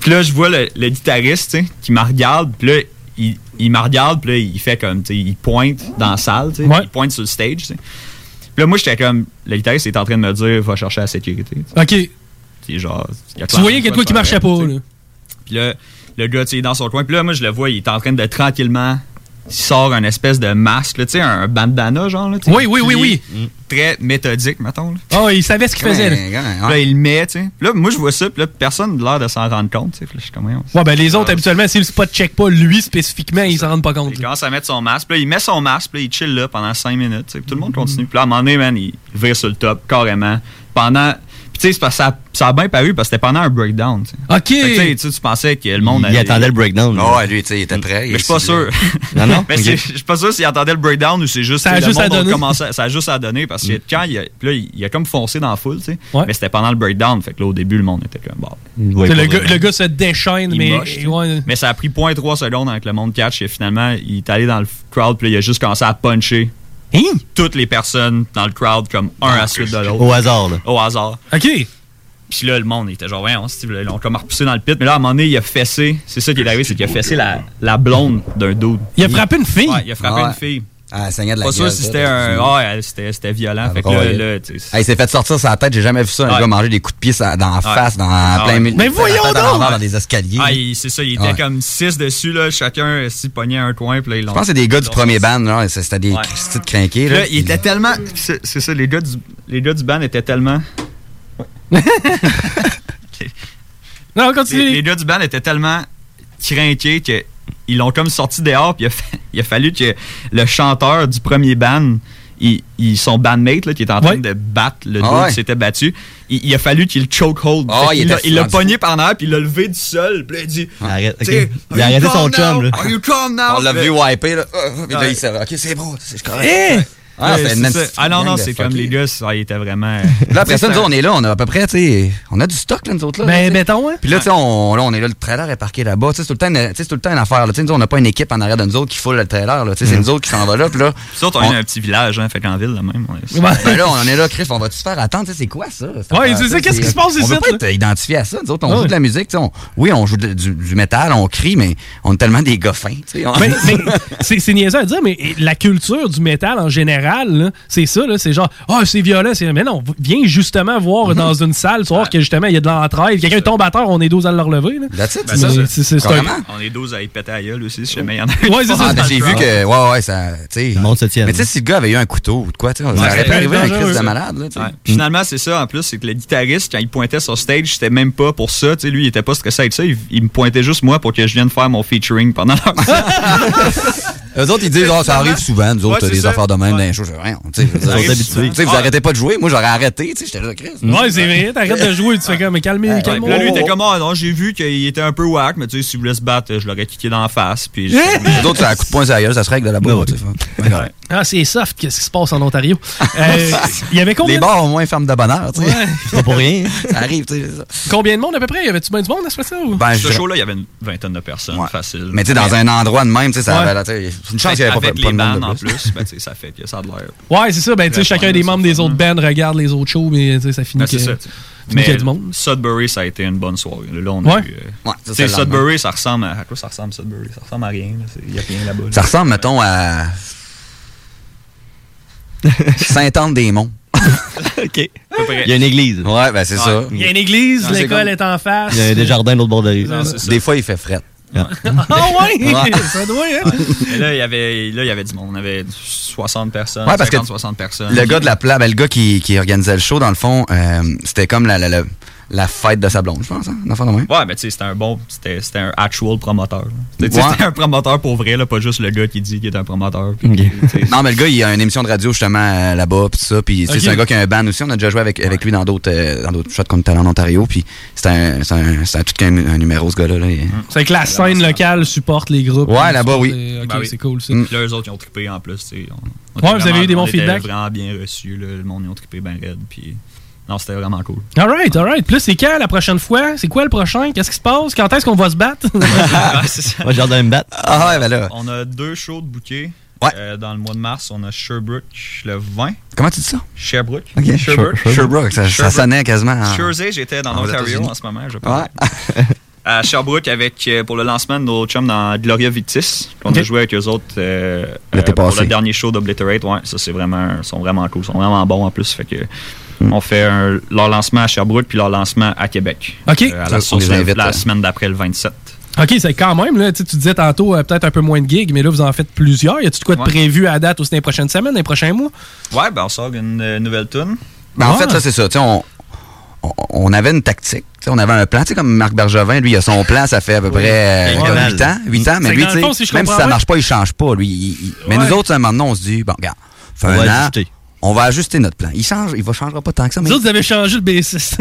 Speaker 38: puis là je vois le, le guitariste tu sais, qui me regarde puis là il, il me regarde puis là il fait comme tu sais il pointe dans la salle tu sais, il pointe sur le stage tu sais. puis là moi j'étais comme le guitariste est en train de me dire va chercher la sécurité tu sais.
Speaker 6: Ok.
Speaker 38: Puis genre il y a
Speaker 6: Tu voyais qu'il y a de quoi qui
Speaker 38: de
Speaker 6: marchait
Speaker 38: faire,
Speaker 6: pas.
Speaker 38: tu sais.
Speaker 6: là.
Speaker 38: Puis là, le gars, tu sais, il est dans son coin. Puis là, moi, je le vois, il est en train de tranquillement. Il sort un espèce de masque, là, tu sais, un bandana, genre. Là, tu sais,
Speaker 6: Oui, oui, oui,
Speaker 38: plié,
Speaker 6: oui.
Speaker 38: Très méthodique, mettons. Là.
Speaker 6: Ah, il savait ce qu'il
Speaker 38: Ouais,
Speaker 6: faisait. là.
Speaker 38: ouais, Puis là, il le met, tu sais. Puis là, moi, je vois ça, puis là, personne n'a l'air de s'en rendre compte, tu sais. Puis là, je suis comme, voyons,
Speaker 6: Ouais, ben les autres, habituellement, si le spot check pas lui spécifiquement, ils s'en rendent pas compte.
Speaker 38: Il commence à mettre son masque. Puis là, il met son masque. Puis là, il chill là pendant 5 minutes. tu sais. Puis tout le monde continue. Puis là, à un moment donné, man, il vire sur le top, carrément. Pendant. Puis tu sais, c'est parce que ça, ça a bien paru parce que c'était pendant un breakdown. tu sais.
Speaker 6: OK.
Speaker 38: Fait que, tu sais, tu tu pensais que le monde
Speaker 39: Il attendait le breakdown, lui. Ouais, lui, tu sais, il était prêt.
Speaker 38: Mais je suis pas
Speaker 39: Il-
Speaker 38: sûr.
Speaker 39: Non, non?
Speaker 38: Mais c'est-
Speaker 39: Ok.
Speaker 38: je suis pas sûr s'il attendait le breakdown ou c'est juste.
Speaker 39: Ça a
Speaker 38: tu sais,
Speaker 39: juste
Speaker 38: le
Speaker 39: à
Speaker 38: monde a
Speaker 39: donner.
Speaker 38: commencé- ça a juste à donner parce
Speaker 39: Mm.
Speaker 38: que quand il a, puis là, il a comme foncé dans la foule, tu sais. Mais c'était pendant le breakdown. Fait que là, au début, le monde était comme. Bah,
Speaker 6: Tu sais, le, gars, le gars se déchaîne,
Speaker 38: il
Speaker 6: mais.
Speaker 38: moche, tu sais.
Speaker 6: ouais.
Speaker 38: Mais ça a pris 0.3 secondes avant que le monde catch et finalement, il est allé dans le crowd puis là, il a juste commencé à puncher
Speaker 6: Hein?
Speaker 39: Ah,
Speaker 38: toutes les personnes dans le crowd comme un à la suite de l'autre.
Speaker 10: Au hasard, là.
Speaker 38: Au hasard.
Speaker 6: OK.
Speaker 38: Puis là, le monde était genre, ouais, on s'est ils l'ont comme repoussé dans le pit. Mais là, à un moment donné, il a fessé. C'est ça qui est arrivé, c'est qu'il a fessé la, la blonde d'un dude.
Speaker 6: Il a frappé une fille.
Speaker 38: Ouais, il a frappé
Speaker 39: Ouais.
Speaker 38: une fille.
Speaker 39: Ah, elle saignait de la
Speaker 38: Pas sûr
Speaker 39: gueule,
Speaker 38: si
Speaker 39: ça,
Speaker 38: c'était un. Ouais, elle, c'était c'était violent. Fait que là,
Speaker 39: Ouais.
Speaker 38: là, tu sais,
Speaker 39: Ah, il s'est fait sortir sa tête, j'ai jamais vu ça. Un gars manger des coups de pied sa- dans la
Speaker 38: Ouais.
Speaker 39: face, dans
Speaker 38: Ah,
Speaker 39: plein
Speaker 38: ouais.
Speaker 39: milieu.
Speaker 38: Mais
Speaker 39: dans la
Speaker 38: voyons
Speaker 39: tête en
Speaker 38: donc!
Speaker 39: envers dans des escaliers.
Speaker 38: Ah, il- c'est ça, il était
Speaker 39: Ouais.
Speaker 38: comme six dessus, là, chacun s'y pognait un coin, puis là, ils l'ont-
Speaker 39: Je pense que c'est des gars
Speaker 38: ils
Speaker 39: du
Speaker 38: l'ont
Speaker 39: premier band, là. C'est- C'était des
Speaker 38: Ouais.
Speaker 39: petites crinqués,
Speaker 38: Là,
Speaker 39: là.
Speaker 38: il était tellement. C'est c'est ça, les gars du, les gars du band étaient tellement.
Speaker 6: non, continue.
Speaker 38: Les, les gars du band étaient tellement crinqués que ils l'ont comme sorti dehors, puis il a, fa- il a fallu que le chanteur du premier band. Il, il- son bandmate là, qui était en train de battre le
Speaker 39: Ah
Speaker 38: dude
Speaker 39: ouais.
Speaker 38: qui s'était battu, il, il a fallu qu'il le chokehold.
Speaker 39: Ah,
Speaker 38: Fait
Speaker 39: il
Speaker 38: qu'il
Speaker 39: était
Speaker 38: l'a- il l'a
Speaker 39: rendu fou.
Speaker 38: pogné par en arrière, puis il l'a levé du sol, puis là, il dit
Speaker 39: Arrête,
Speaker 38: tu sais,
Speaker 39: ok.
Speaker 38: Ah. Are
Speaker 39: Il a
Speaker 38: you
Speaker 39: arrêté
Speaker 38: calm
Speaker 39: son chum,
Speaker 38: now?
Speaker 39: là.
Speaker 38: Are you calm now?
Speaker 39: On l'a
Speaker 38: Fait-
Speaker 39: vu wiper, là. Ah, ah, puis là,
Speaker 38: Ouais.
Speaker 39: il s'est Ok, c'est bon, c'est correct. Eh!
Speaker 38: Ah,
Speaker 39: Ah, c'est une
Speaker 38: ça.
Speaker 39: petite
Speaker 38: Ah non,
Speaker 39: gang
Speaker 38: non,
Speaker 39: de
Speaker 38: c'est comme
Speaker 39: fuckés.
Speaker 38: les gars, ça, ils étaient vraiment. euh,
Speaker 39: Là, après ça, nous,
Speaker 38: C'est un-
Speaker 39: on est là, on a à peu près, tu sais, on a du stock, là, nous autres, là.
Speaker 38: Ben,
Speaker 39: là, tu sais.
Speaker 6: béton, hein.
Speaker 39: Puis là, tu sais, on, là, on est là, le trailer est parqué là-bas, tu sais, c'est tout le temps, une- tu sais, c'est tout le temps une affaire, là. Tu sais, nous, on n'a pas une équipe en arrière de nous autres qui foule le trailer, là. Tu sais, c'est nous autres qui s'en va là, puis là.
Speaker 38: Nous autres, on est un petit village, hein, fait qu'en ville, là même. on est-
Speaker 39: Ben là, on en est là, Chris, on va-tu se faire attendre? Tu sais, c'est quoi ça? cette
Speaker 38: Ouais,
Speaker 39: affaire,
Speaker 38: c'est ça,
Speaker 39: tu sais,
Speaker 38: qu'est-ce qui
Speaker 39: c'est-
Speaker 38: se passe
Speaker 39: On
Speaker 38: ici,
Speaker 39: veut pas
Speaker 38: là?
Speaker 39: être identifié à ça. Nous autres, on
Speaker 6: Ah
Speaker 39: joue
Speaker 6: ouais.
Speaker 39: de la musique. tu sais, on- oui, on joue de- du, du métal, on crie, mais on est tellement des gars fins. tu sais, on-
Speaker 38: Ben,
Speaker 6: Mais, mais c'est, c'est niaiseux à dire, mais la culture du métal en général, là, c'est ça, là, c'est genre, ah, c'est violent. C'est... Mais non, viens justement voir dans une salle, tu vas voir que justement, il y a de l'entraide. Quelqu'un tombe à terre, on est deux à le relever. Là.
Speaker 39: Ben,
Speaker 6: Mais
Speaker 39: ça,
Speaker 6: c'est, c'est, c'est un...
Speaker 38: On est 12 à y péter à gueule aussi, si jamais il y en a un
Speaker 6: Ouais, c'est
Speaker 38: qui part
Speaker 39: Ah, ben,
Speaker 38: dans le
Speaker 39: j'ai
Speaker 38: crowd.
Speaker 39: vu que. Ouais, ouais, ça. Tu sais. Mais tu sais, si le gars avait eu un couteau ou de quoi, tu sais, ça
Speaker 38: Ouais,
Speaker 39: aurait pu
Speaker 38: c'était
Speaker 39: arriver à un
Speaker 38: dangereux,
Speaker 39: Chris de
Speaker 38: ça.
Speaker 39: malade, là, tu sais.
Speaker 38: Ouais. Puis Finalement, c'est ça en plus, c'est que le guitariste, quand il pointait sur stage, c'était même pas pour ça. Tu sais, lui, il était pas stressé avec ça. Il, il me pointait juste moi pour que je vienne faire mon featuring pendant leur
Speaker 39: Eux autres, ils disent, oh, ça arrive souvent, nous autres,
Speaker 38: Ouais, c'est
Speaker 39: des
Speaker 38: ça.
Speaker 39: affaires de même dans les shows. Je dis, Rien, tu sais, je veux dire,
Speaker 38: Ça arrive
Speaker 39: tu sais,
Speaker 38: souvent.
Speaker 6: Ah.
Speaker 39: vous arrêtez pas de jouer. Moi, j'aurais arrêté, tu sais, j'étais là, Chris.
Speaker 6: Ouais, c'est vrai, t'arrêtes de jouer, tu fais comme, mais calmez,
Speaker 38: Ouais,
Speaker 6: calmez
Speaker 38: puis là, lui, il était comme, ah non, j'ai vu qu'il était un peu whack, mais tu sais, s'il voulait se battre, je l'aurais kické dans la face. Puis je-
Speaker 39: Nous autres, c'est à coup de poing sur la gueule, ça se règle de la boue. tu sais. Ouais, correct.
Speaker 6: Ah, c'est soft, qu'est-ce qui se passe en Ontario? Euh, il y avait combien?
Speaker 39: Les bars au moins ferment de bonheur, tu sais.
Speaker 6: Ouais.
Speaker 39: Pas pour rien. Ça arrive, tu sais. c'est ça.
Speaker 6: Combien de monde à peu près? Y avait-tu bien du monde à ce moment-là? ou-
Speaker 39: Ben, je
Speaker 38: ce
Speaker 39: dirais-
Speaker 38: show-là, il y avait une vingtaine de personnes, facile.
Speaker 39: Mais tu sais, dans un endroit de même, tu sais, ça
Speaker 6: Ouais.
Speaker 39: avait l'air, tu sais, c'est une chance
Speaker 38: Fait
Speaker 39: qu'il n'y avait pas,
Speaker 38: avec
Speaker 39: pas de
Speaker 38: les
Speaker 39: monde
Speaker 38: bandes en
Speaker 39: de plus.
Speaker 38: plus, ben, tu sais, ça fait que ça a de l'air.
Speaker 6: Ouais, c'est ça. Ben, tu sais,
Speaker 38: Ouais,
Speaker 6: chacun des membres des autres bands regarde les autres shows, mais tu sais, ça finit
Speaker 38: Ben,
Speaker 6: que-
Speaker 38: c'est ça. tu sais.
Speaker 6: finit
Speaker 38: Mais
Speaker 6: qu'il y a du monde.
Speaker 38: Sudbury, ça a été une bonne soirée. Là, on a
Speaker 6: Ouais.
Speaker 38: eu, euh,
Speaker 39: Ouais, ça,
Speaker 38: tu sais,
Speaker 39: c'est le lendemain.
Speaker 38: Sudbury, ça ressemble à, à quoi ça ressemble, Sudbury Ça ressemble à rien. là. C'est- Il n'y a rien là-bas. là.
Speaker 39: Ça ressemble, mettons, à. Saint-Anne-des-Monts.
Speaker 10: OK.
Speaker 38: Il
Speaker 10: y a une église.
Speaker 39: Ouais, ben, c'est ça.
Speaker 6: Il y a une église,
Speaker 39: Non, c'est
Speaker 6: l'école
Speaker 39: comme-
Speaker 6: est en face.
Speaker 10: Il y a des jardins de l'autre bord de la rue.
Speaker 6: Non, c'est ça.
Speaker 39: Des fois, il fait fret.
Speaker 6: Ah
Speaker 39: Ouais.
Speaker 6: ouais! ça doit, hein?
Speaker 38: Mais là, il y avait, là, il y avait du monde. On avait 60 personnes,
Speaker 39: Ouais, parce que
Speaker 38: 50-60 personnes.
Speaker 39: Le gars de la pla- ben, le gars qui, qui organisait le show, dans le fond, euh, c'était comme la, la, la, la fête de sa blonde, je pense, hein, dans le fond, de même.
Speaker 38: Ouais, mais tu sais, c'était un bon. C'était c'était un actual promoteur. là. C'était tu sais,
Speaker 39: Ouais.
Speaker 38: c'était un promoteur pour vrai, là, pas juste le gars qui dit qu'il est un promoteur. puis-
Speaker 39: Non, mais le gars, il a une émission de radio justement euh, là-bas, puis tout ça. Puis tu sais,
Speaker 38: Ok.
Speaker 39: c'est un gars qui a un band aussi. On a déjà joué avec, avec lui dans d'autres euh, dans d'autres shots qu'on était allé en Ontario. Puis c'est un, c'est un, c'est un tout qu'un un numéro, ce gars-là. là. Il-
Speaker 38: Mm.
Speaker 6: C'est que la scène locale supporte les groupes.
Speaker 39: Ouais,
Speaker 6: Ils
Speaker 39: là-bas,
Speaker 6: supportent
Speaker 39: oui.
Speaker 6: les- Ok,
Speaker 38: Ben oui.
Speaker 6: c'est cool,
Speaker 39: Mm.
Speaker 6: ça.
Speaker 38: Puis là, eux autres, ils ont trippé en plus. tu sais. On-
Speaker 6: Ouais,
Speaker 38: on était
Speaker 6: vous avez
Speaker 38: vraiment-
Speaker 6: eu des bons
Speaker 38: on était
Speaker 6: feedbacks.
Speaker 38: vraiment bien reçus. là. Le monde, ils ont trippé bien raide. Puis non, c'était vraiment cool.
Speaker 6: Alright, alright. Plus, c'est quand la prochaine fois? C'est quoi le prochain? Qu'est-ce qui se passe? Quand est-ce qu'on va se battre?
Speaker 38: Ouais, c'est ça.
Speaker 10: Moi, j'ai hâte de me battre.
Speaker 39: Ah ouais, ben là.
Speaker 38: On a deux shows de bouquets. Euh, dans le mois de mars, on a Sherbrooke le 20.
Speaker 39: Comment tu dis ça?
Speaker 38: Sherbrooke.
Speaker 39: Ok.
Speaker 38: Sherbrooke.
Speaker 39: Sher- Sherbrooke, ça- ça sonnait quasiment en-
Speaker 38: Jersey, j'étais dans
Speaker 39: en
Speaker 38: l'Ontario
Speaker 39: États-Unis.
Speaker 38: en ce moment, je pense.
Speaker 39: Ouais.
Speaker 38: à Sherbrooke avec, euh, pour le lancement de nos chums dans Gloria Victis. On a joué avec eux autres euh,
Speaker 39: L'été
Speaker 38: euh, pour
Speaker 39: passé.
Speaker 38: le dernier show d'Obliterate. Ouais, ça, c'est vraiment, ils sont vraiment cool. Ils sont vraiment bons en plus. Fait que on fait un- leur lancement à Sherbrooke puis leur lancement à Québec.
Speaker 6: OK.
Speaker 38: Euh, à
Speaker 39: Ça, on
Speaker 38: la source,
Speaker 39: les
Speaker 38: la-
Speaker 39: invite,
Speaker 38: la
Speaker 39: là.
Speaker 38: semaine d'après, le 27.
Speaker 6: ok, c'est quand même, là. Tu sais, tu disais tantôt, euh, peut-être un peu moins de gigs, mais là, vous en faites plusieurs. Y a-tu de quoi de
Speaker 38: Ouais.
Speaker 6: prévu à date aussi dans les prochaines semaines, dans les prochains mois?
Speaker 38: Ouais, ben on sort une euh, nouvelle tune.
Speaker 39: Ben, En fait, là, c'est ça. Tu sais, on, on, on avait une tactique. Tu sais, on avait un plan. Tu sais, comme Marc Bergevin, lui, il a son plan, ça fait à peu près
Speaker 6: Ouais.
Speaker 39: 8 ans. 8 ans, mais
Speaker 6: C'est que
Speaker 39: lui,
Speaker 6: dans
Speaker 39: tu
Speaker 6: le
Speaker 39: sais,
Speaker 6: fond, si je
Speaker 39: même si
Speaker 6: comprends
Speaker 39: ça
Speaker 6: bien-
Speaker 39: marche pas, il change pas. Lui, Il- il- Mais
Speaker 6: Ouais.
Speaker 39: nous autres, à un moment donné, on se dit, bon, regarde, fait
Speaker 10: On
Speaker 39: un
Speaker 10: va
Speaker 39: an,
Speaker 10: ajuster.
Speaker 39: on va ajuster notre plan. Il change, il va changera pas tant que ça. mais-
Speaker 6: Vous autres, vous avez changé le bassiste.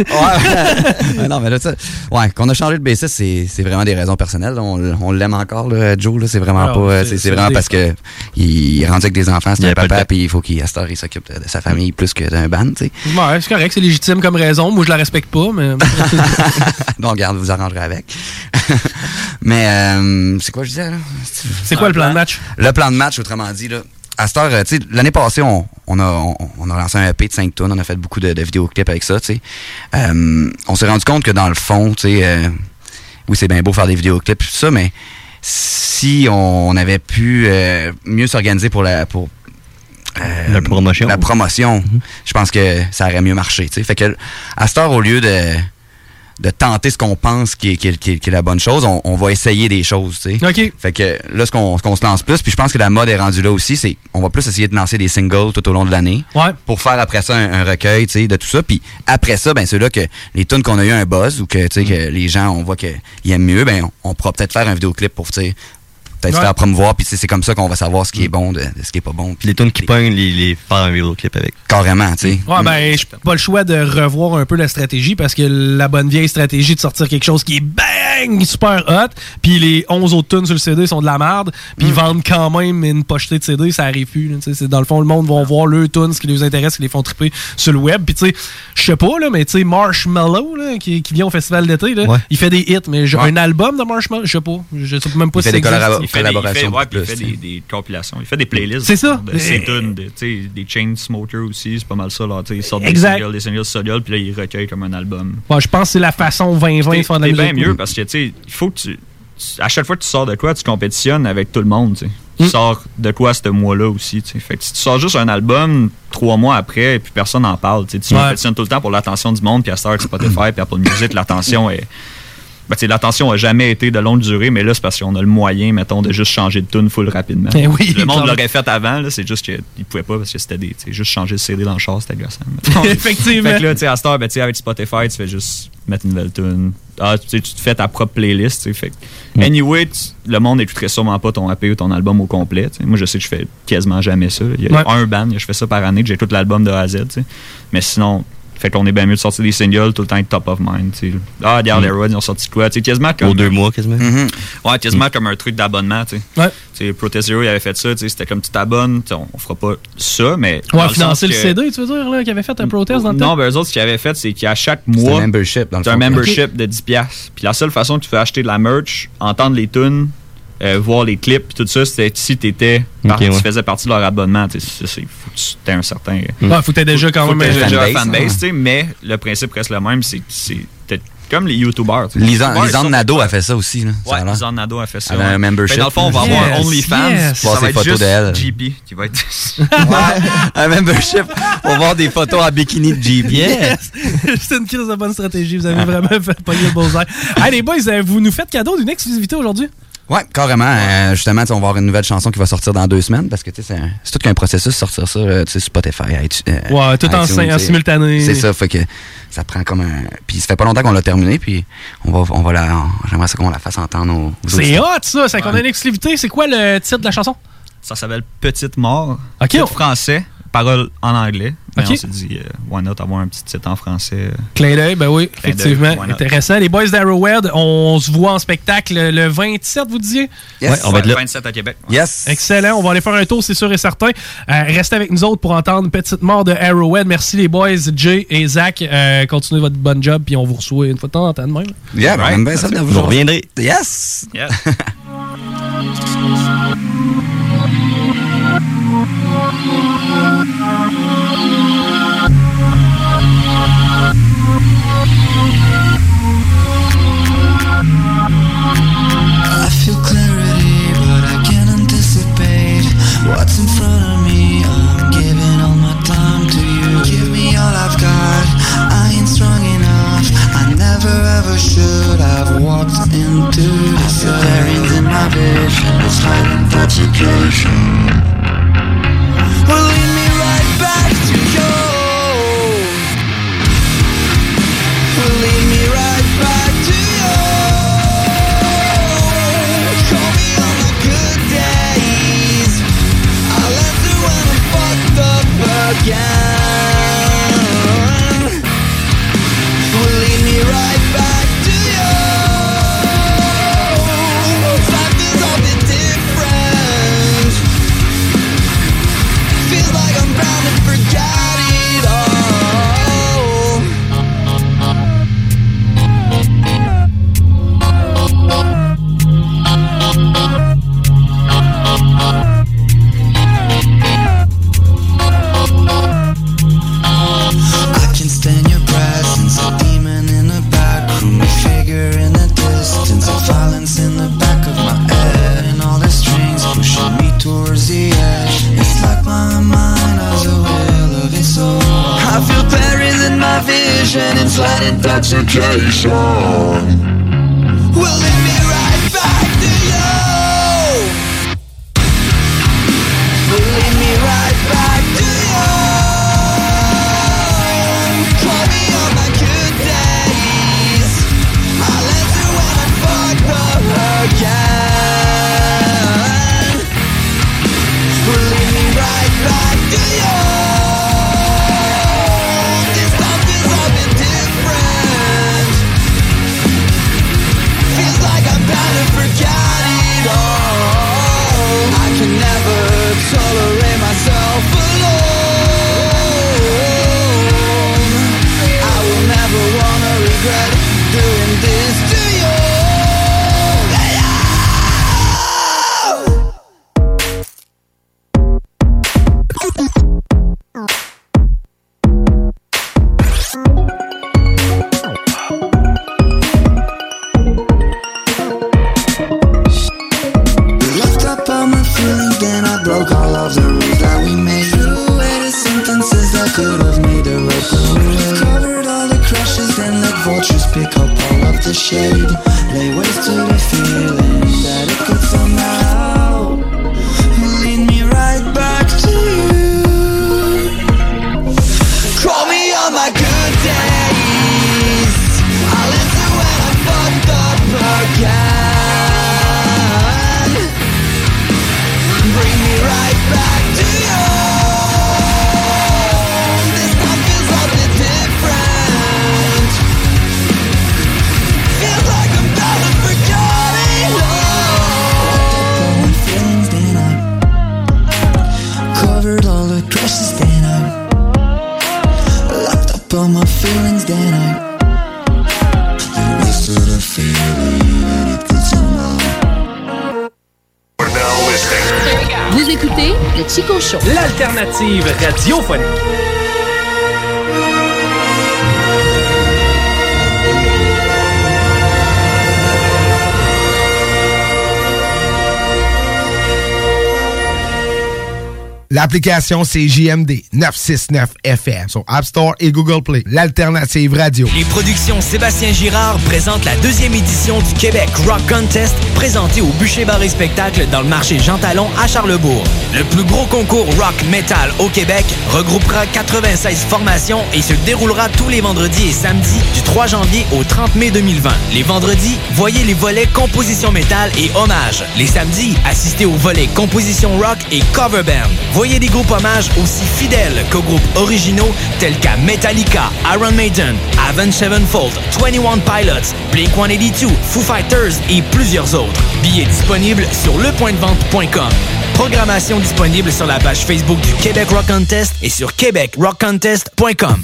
Speaker 39: Ouais, non, mais là, ça- ouais, qu'on a changé de bassiste, c'est, c'est vraiment des raisons personnelles. là. On, l- on l'aime encore, là, Joe. Là, c'est vraiment
Speaker 6: Alors,
Speaker 39: pas. euh,
Speaker 6: Ah, c'est-
Speaker 39: C'est,
Speaker 6: c'est
Speaker 39: c'est vraiment
Speaker 6: des-
Speaker 39: parce que il est rendu avec des enfants,
Speaker 10: Il
Speaker 39: c'est
Speaker 10: y
Speaker 39: un
Speaker 10: a pas le
Speaker 39: papa,
Speaker 10: temps.
Speaker 39: puis il faut qu'il à cette heure, il s'occupe de, de sa famille plus que d'un band, tu sais.
Speaker 6: Ouais, c'est correct, c'est légitime comme raison. Moi, je la respecte pas, mais.
Speaker 39: Bon, regarde, vous arrangerez avec. mais euh, c'est quoi je disais là?
Speaker 6: C'est quoi le plan de match?
Speaker 39: Le plan de match, autrement dit, là. À cette heure, euh, tu sais, l'année passée, on, on a, on, on a lancé un EP de 5 tonnes, on a fait beaucoup de, de vidéoclips avec ça, tu sais. Euh, on s'est rendu compte que dans le fond, tu sais, euh, oui, c'est bien beau faire des vidéoclips, tout ça, mais si on, on avait pu euh, mieux s'organiser pour la, pour, euh,
Speaker 41: La promotion. Mm-hmm.
Speaker 39: La promotion. Je pense que ça aurait mieux marché. tu sais. Fait que à cette heure, au lieu de, de tenter ce qu'on pense qui est, qui est- qui est- qui est la bonne chose, on, on va essayer des choses. tu sais. Fait que là, ce qu'on ce qu'on se lance plus, puis je pense que la mode est rendue là aussi, c'est on va plus essayer de lancer des singles tout au long de l'année pour faire après ça un, un recueil tu sais, de tout ça. Puis après ça, ben c'est là que les tunes qu'on a eu un buzz ou que, tu sais,
Speaker 41: Mm.
Speaker 39: que les gens, on voit qu'ils aiment mieux, ben on, on pourra peut-être faire un vidéoclip pour tu sais, peut-être
Speaker 41: Ouais.
Speaker 39: faire promouvoir. Puis tu sais, c'est comme ça qu'on va savoir ce qui est bon de, de ce qui est pas bon. Puis
Speaker 41: les tunes qui pognent, les, les faire un vidéoclip avec.
Speaker 39: Carrément, tu sais.
Speaker 6: Ouais, ben, j'ai pas le choix de revoir un peu la stratégie parce que la bonne vieille stratégie de sortir quelque chose qui est bang, super hot, puis les 11 autres tunes sur le CD sont de la merde, puis
Speaker 38: Mm.
Speaker 6: ils vendent quand même une pochetée de CD, ça arrive plus. là, tu sais, c'est- dans le fond, le monde va voir le tunes ce qui les intéresse, ce qui les font triper sur le web. Puis, tu sais, je sais pas, là, mais tu sais, Marshmallow, là, qui, qui vient au festival d'été, là, il fait des hits, mais j'ai un album de Marshmallow, je sais pas. Je sais même pas si ça existe.
Speaker 38: Il fait des- il fait- ouais, puis il fait des, des compilations. Il fait des playlists.
Speaker 6: C'est ça.
Speaker 38: De ses
Speaker 6: Et-
Speaker 38: tunes. de- tu sais, des Chain Smokers aussi, c'est pas mal ça. Là, tu sais, ils sortent
Speaker 6: Exact.
Speaker 38: des singles, des singles solo, puis là, ils recueillent comme un album.
Speaker 6: Ouais, je pense que c'est la façon 2020 de faire de la
Speaker 38: C'est
Speaker 6: musique.
Speaker 38: bien mieux parce que, tu sais, il faut que tu, tu- À chaque fois que tu sors de quoi, tu compétitionnes avec tout le monde, tu sais. Tu
Speaker 6: Hmm.
Speaker 38: sors de quoi ce mois-là aussi, tu sais. Fait que si tu sors juste un album trois mois après et puis personne n'en parle, tu sais, tu
Speaker 6: Ouais.
Speaker 38: compétitionnes tout le temps pour l'attention du monde, puis à cette heure, Spotify, puis Apple Music, l'attention est... Ben, tu sais, l'attention a jamais été de longue durée, mais là, c'est parce qu'on a le moyen, mettons, de juste changer de tune full rapidement.
Speaker 6: Eh oui,
Speaker 38: le monde
Speaker 6: clairement.
Speaker 38: l'aurait fait avant, là, c'est juste qu'ils pouvaient pas parce que c'était des. tu sais, Juste changer le CD dans le char, c'était agaçant.
Speaker 6: Effectivement.
Speaker 38: Fait que là, tu sais, à cette heure, ben, tu sais, avec Spotify, tu fais juste mettre une nouvelle tune. Ah, tu sais, tu te fais ta propre playlist. tu sais, Fait. que- Anyway, tu- le monde n'écouterait sûrement pas ton AP ou ton album au complet. tu sais. Moi, je sais que je fais quasiment jamais ça. Il y a
Speaker 6: Ouais.
Speaker 38: un band, je fais ça par année, que j'écoute l'album de A à Z. tu sais. Mais sinon, fait qu'on est bien mieux de sortir des singles tout le temps être top of mind. tu sais. Ah, regarde,
Speaker 41: Mm.
Speaker 38: les Rhodes, ils ont sorti de quoi? tu sais, Quasiment comme.
Speaker 41: Aux deux mois, quasiment.
Speaker 38: Ouais, quasiment comme un truc d'abonnement, tu sais.
Speaker 6: Mm-hmm. Ouais.
Speaker 38: Tu sais, Protest Zero, il avait fait ça, tu sais, c'était comme tu t'abonnes, tu sais, on, on fera pas ça, mais. dans
Speaker 6: Ouais,
Speaker 38: le
Speaker 6: financer le
Speaker 38: sens que-
Speaker 6: CD, tu veux dire, là, qui avait fait un protest dans le temps?
Speaker 38: non, ben eux autres, ce qu'ils avaient fait, c'est qu'à chaque mois.
Speaker 39: un membership, dans le
Speaker 38: C'est un
Speaker 39: fond.
Speaker 38: membership de 10$. piastres. Puis la seule façon que tu peux acheter de la merch, entendre les tunes, euh, voir les clips, puis tout ça, c'était si t'étais par-
Speaker 6: Ok, ouais.
Speaker 38: tu faisais partie de leur abonnement. tu sais, c'est- c'est- faut que tu t'aies un certain. euh,
Speaker 6: Ouais, faut que t'aies déjà quand
Speaker 38: faut que
Speaker 6: même
Speaker 38: t'aies
Speaker 6: un
Speaker 38: déjà un
Speaker 6: fanbase,
Speaker 38: fanbase,
Speaker 6: hein.
Speaker 38: tu sais, mais le principe reste le même. C'est c'est- t'es comme les YouTubers. tu sais.
Speaker 39: Lisan-
Speaker 38: YouTubers,
Speaker 39: Lisanne
Speaker 38: ils sont-
Speaker 39: Nadeau a fait ça aussi. Là, ça a
Speaker 38: Ouais,
Speaker 39: l'air.
Speaker 38: Lisanne Nadeau a fait ça.
Speaker 39: Elle a un
Speaker 38: ouais.
Speaker 39: membership.
Speaker 38: Mais dans le fond, on va
Speaker 39: Yes,
Speaker 38: avoir OnlyFans.
Speaker 39: yes.
Speaker 38: ça
Speaker 39: Voir
Speaker 38: va
Speaker 39: ses
Speaker 38: être
Speaker 39: photos
Speaker 38: juste
Speaker 39: d'elle.
Speaker 38: GP qui va être.
Speaker 39: un membership pour voir des photos à bikini de JP.
Speaker 6: Yes! C'est une crise de bonne stratégie. Vous avez vraiment fait pogner le beaux air. Hey, les boys, euh, vous nous faites cadeau d'une exclusivité aujourd'hui?
Speaker 39: Ouais, carrément. Euh, justement, tu sais, on va avoir une nouvelle chanson qui va sortir dans deux semaines parce que tu sais, c'est un- c'est tout qu'un processus sortir ça euh, tu sais, sur Spotify. iTu- euh,
Speaker 6: Ouais, tout en
Speaker 39: iTunes,
Speaker 6: syn- en
Speaker 39: tu sais.
Speaker 6: simultané.
Speaker 39: C'est ça, fait que ça prend comme un. Puis ça fait pas longtemps qu'on l'a terminé, puis on va, on va la. on- J'aimerais ça qu'on la fasse entendre aux. aux
Speaker 6: C'est
Speaker 39: auditeurs.
Speaker 6: hot, ça! C'est qu'on a une exclusivité. C'est quoi le titre de la chanson?
Speaker 38: Ça s'appelle Petite Mort. Titre français, paroles en anglais. Mais
Speaker 6: Ok.
Speaker 38: on s'est dit, euh, why not avoir un petit titre en français. euh,
Speaker 6: Clin d'œil, ben oui,
Speaker 38: d'œil,
Speaker 6: effectivement.
Speaker 38: why not?
Speaker 6: Intéressant. Les boys d'Arrowhead, on se voit en spectacle le 27, vous disiez?
Speaker 38: Yes. 27 à Québec.
Speaker 39: Yes.
Speaker 6: Excellent. On va aller faire un tour, c'est sûr et certain. Euh, restez avec nous autres pour entendre Petite Mort de Arrowhead. Merci les boys, Jay et Zach. Euh, continuez votre bonne job, puis on vous reçoit une fois de temps en temps de même.
Speaker 39: Yeah, ben, on aime bien ça de vous.
Speaker 6: Vous reviendrez.
Speaker 39: Yes!
Speaker 8: I feel clarity, but I can't anticipate what's in front of me. I'm giving all my time to you. Give me all I've got. I ain't strong enough. I never ever should have walked into this. I feel buried in my vision. It's silent intoxication. Well, lead me right back to you. Well, lead me right back to Again, will lead me right back to you. Life is all bit different. Feels like I'm bound and forgot it all. passion and slight intoxication. Well, let me right back to you. Well, let me right back to you. Call me on my good days. I left her when I fucked up again. Well, let me right back to you. This time feels a bit different. Feels like I'm bound to forget it all. I can never tolerate myself alone. I will never wanna regret doing this to you. Left up all my feelings, then I broke all of the rules that we made. Threw away the sentences that could have made a record. Covered all the crashes, then let vultures pick up all of the shade. Lay waste to the feeling that it could somehow lead me right back to you. Call me on my good days. I left it when I fucked up again. Bring me right back to you. This time feels a bit different. Feels like I'm down to forget it all. Feelings then I covered all the crashes. Then I locked up all my feelings. Then I.
Speaker 6: Vous écoutez le Chico Show.
Speaker 1: L'alternative radiophonique.
Speaker 2: L'application CJMD 969 FM sur App Store et Google Play. L'alternative radio.
Speaker 1: Les productions Sébastien Girard présentent la deuxième édition du Québec Rock Contest présentée au Bûcher Bar et Spectacle dans le marché Jean Talon à Charlebourg. Le plus gros concours rock metal au Québec regroupera 96 formations et se déroulera tous les vendredis et samedis du 3 janvier au 30 mai 2020. Les vendredis, voyez les volets composition métal et hommage. Les samedis, assistez au volet composition rock et cover band. Voyez des groupes hommages aussi fidèles qu'aux groupes originaux tels qu'à Metallica, Iron Maiden, Avenged Sevenfold, 21 Pilots, Blink-182, Foo Fighters et plusieurs autres. Billets disponibles sur lepointdevente.com. Programmation disponible sur la page Facebook du Québec Rock Contest et sur québecrockcontest.com.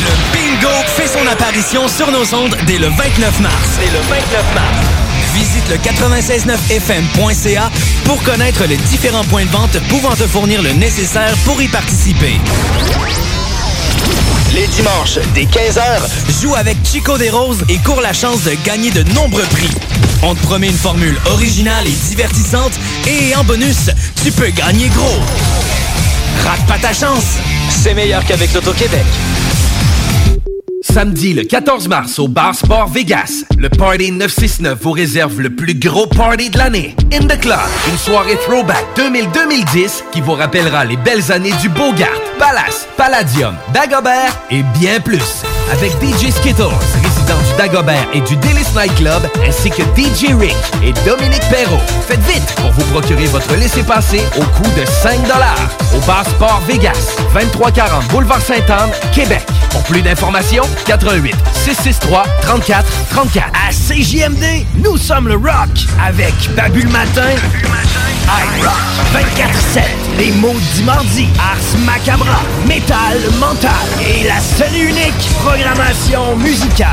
Speaker 1: Bingo fait son apparition sur nos ondes dès le 29 mars. Dès le 29 mars. Visite le 969fm.ca pour connaître les différents points de vente pouvant te fournir le nécessaire pour y participer. Les dimanches, dès 15h, joue avec Chico des Roses et cours la chance de gagner de nombreux prix. On te promet une formule originale et divertissante et en bonus, tu peux gagner gros. Rate pas ta chance, c'est meilleur qu'avec l'Auto-Québec.
Speaker 4: Samedi le 14 mars au Bar Sport Vegas, le Party 969 vous réserve le plus gros party de l'année. In the Club, une soirée throwback 2000-2010 qui vous rappellera les belles années du Bogart, Palace, Palladium, Dagobert et bien plus. Avec DJ Skittles, résident du Dagobert et du Delice Night Club, ainsi que DJ Rick et Dominique Perrault. Faites vite pour vous procurer votre laissez-passer au coût de 5 au Bar Sport Vegas, 2340 Boulevard Sainte-Anne, Québec. Pour plus d'informations, 88 663 34 34. À CJMD, nous sommes le rock avec Babu le matin, I Rock 24-7, les maudits mardis, Ars Macabra, Métal Mental et la seule et unique programmation musicale.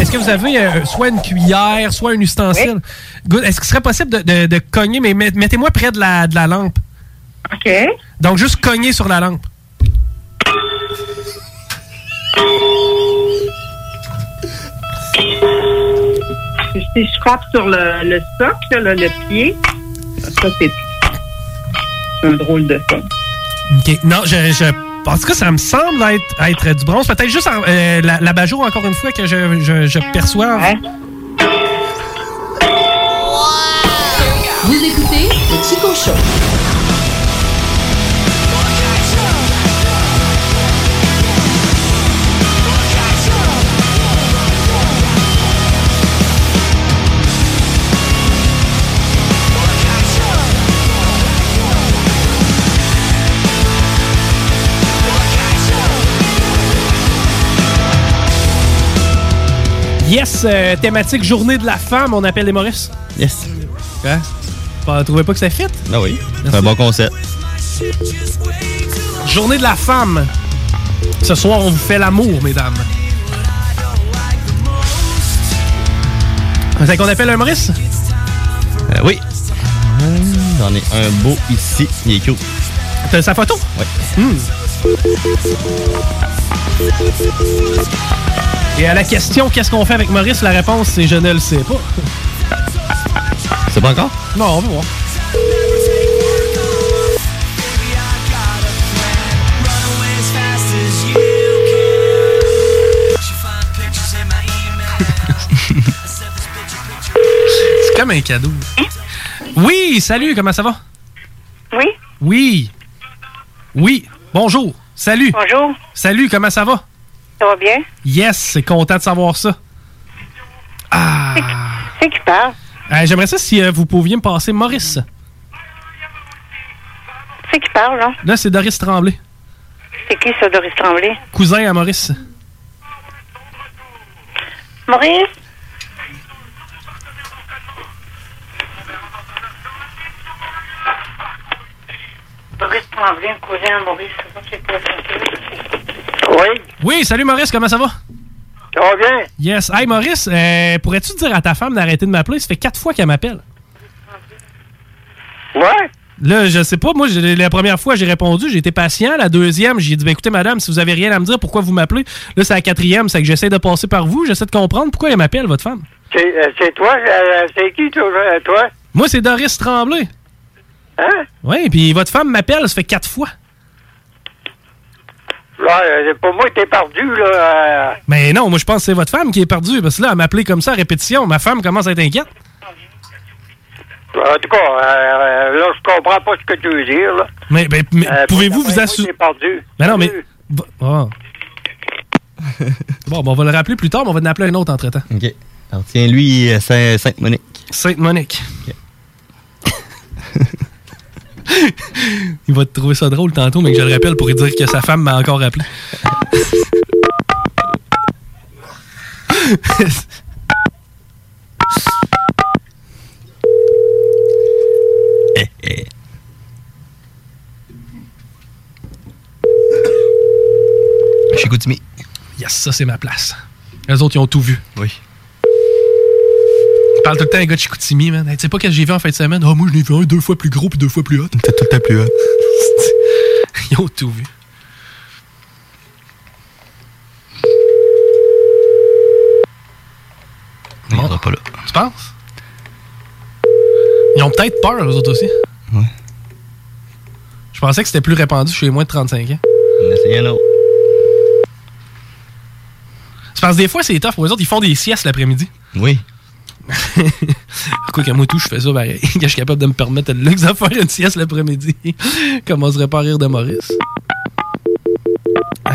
Speaker 6: Est-ce que vous avez euh, soit une cuillère, soit un ustensile? Good. Est-ce qu'il serait possible de, de- de cogner, mais met- mettez-moi près de la, de la lampe. OK. Donc, juste cogner sur la lampe.
Speaker 26: Si je frappe sur le, le soc, là, le, le pied, ça, c'est c'est un drôle de son.
Speaker 6: OK. Non, je. je... En tout cas, ça me semble être, être du bronze. Peut-être juste en- euh, la, la Bajo, encore une fois, que je, je, je perçois.
Speaker 7: Vous écoutez le Chico Show.
Speaker 6: Yes, euh, thématique journée de la femme, on appelle les Maurice.
Speaker 10: Yes.
Speaker 6: Hein? Pas- Trouvez pas que ça fit?
Speaker 10: Ah oui. C'est un bon concept.
Speaker 6: Journée de la femme. Ce soir, on vous fait l'amour, mesdames. C'est qu'on appelle un Maurice?
Speaker 10: Euh, oui. Hum, J'en ai un beau ici. Il est cool.
Speaker 6: T'as sa photo? Hmm.
Speaker 10: Oui.
Speaker 6: Et à la question, qu'est-ce qu'on fait avec Maurice? La réponse, c'est je ne le sais pas.
Speaker 10: C'est pas encore?
Speaker 6: Non, on va voir. C'est comme un cadeau.
Speaker 26: Hein?
Speaker 6: Oui, salut, comment ça va?
Speaker 26: Oui?
Speaker 6: Oui. Oui, bonjour. Salut. Bonjour. Salut, comment ça va?
Speaker 26: Ça va bien?
Speaker 6: Yes, c'est content de savoir ça. Ah.
Speaker 26: C'est qui parle?
Speaker 6: Euh, J'aimerais ça si euh, vous pouviez me passer Maurice.
Speaker 26: C'est qui parle, là?
Speaker 6: Là, c'est Doris Tremblay,
Speaker 26: C'est qui, ça, Doris Tremblay?
Speaker 6: cousin à Maurice.
Speaker 26: Maurice? Maurice Tremblay, un cousin à Maurice. Oui?
Speaker 6: Oui, salut Maurice, comment ça va?
Speaker 26: Ça va bien?
Speaker 6: Yes. Hey Maurice, euh, pourrais-tu dire à ta femme d'arrêter de m'appeler? Ça fait quatre fois qu'elle m'appelle.
Speaker 26: Ouais?
Speaker 6: Là, je sais pas, moi, j'ai- la première fois, j'ai répondu, j'ai été patient. La deuxième, j'ai dit, ben, écoutez, madame, si vous avez rien à me dire, pourquoi vous m'appelez? Là, c'est la quatrième, c'est que j'essaie de passer par vous, j'essaie de comprendre pourquoi elle m'appelle, votre femme.
Speaker 26: C'est euh, c'est toi? euh, euh, c'est qui, toi? euh, toi?
Speaker 6: Moi, c'est Doris Tremblay.
Speaker 26: Hein?
Speaker 6: Oui, puis votre femme m'appelle, ça fait quatre fois.
Speaker 26: Là, euh, pour moi, t'es perdu, là. euh,
Speaker 6: Mais non, moi, je pense que c'est votre femme qui est perdue, parce que là, elle m'appelait comme ça à répétition. Ma femme commence à être inquiète.
Speaker 26: En tout cas, euh, euh, là, je comprends pas ce que tu veux dire, là.
Speaker 6: Mais, ben, mais
Speaker 26: Euh,
Speaker 6: pouvez-vous
Speaker 26: moi,
Speaker 6: vous assurer.
Speaker 26: t'es perdu.
Speaker 6: Mais non, mais. Bon, bon, ben, on va le rappeler plus tard, mais on va en appeler un autre entre-temps.
Speaker 10: OK. Alors, tiens, lui, euh, Saint- Sainte-Monique.
Speaker 6: Sainte-Monique. Il va te trouver ça drôle tantôt, mais que je le rappelle pour lui dire que sa femme m'a encore appelé.
Speaker 10: Chez Goutimi.
Speaker 6: Yes, ça, c'est ma place. Les autres, ils ont tout vu.
Speaker 10: Oui.
Speaker 6: Je parle tout le temps à un gars de Chicoutimi, man. Hey, tu sais pas qu'est-ce que j'ai vu en fin de semaine? Ah, moi, je l'ai vu un deux fois plus gros puis deux fois plus hot.
Speaker 10: T'es tout le temps plus haut.
Speaker 6: Ils ont tout vu.
Speaker 10: Il viendra pas là.
Speaker 6: Tu penses? Ils ont peut-être peur, eux autres aussi.
Speaker 10: Ouais.
Speaker 6: Je pensais que c'était plus répandu chez les moins de 35 ans.
Speaker 10: On essaye un autre.
Speaker 6: Je pense que des fois, c'est tough pour eux autres. Ils font des siestes l'après-midi.
Speaker 10: Oui.
Speaker 6: Quoi qu'à moi tout, je fais ça pareil. Que je suis capable de me permettre le luxe de faire une sieste l'après-midi. Commencerait pas à rire de Maurice. Ah.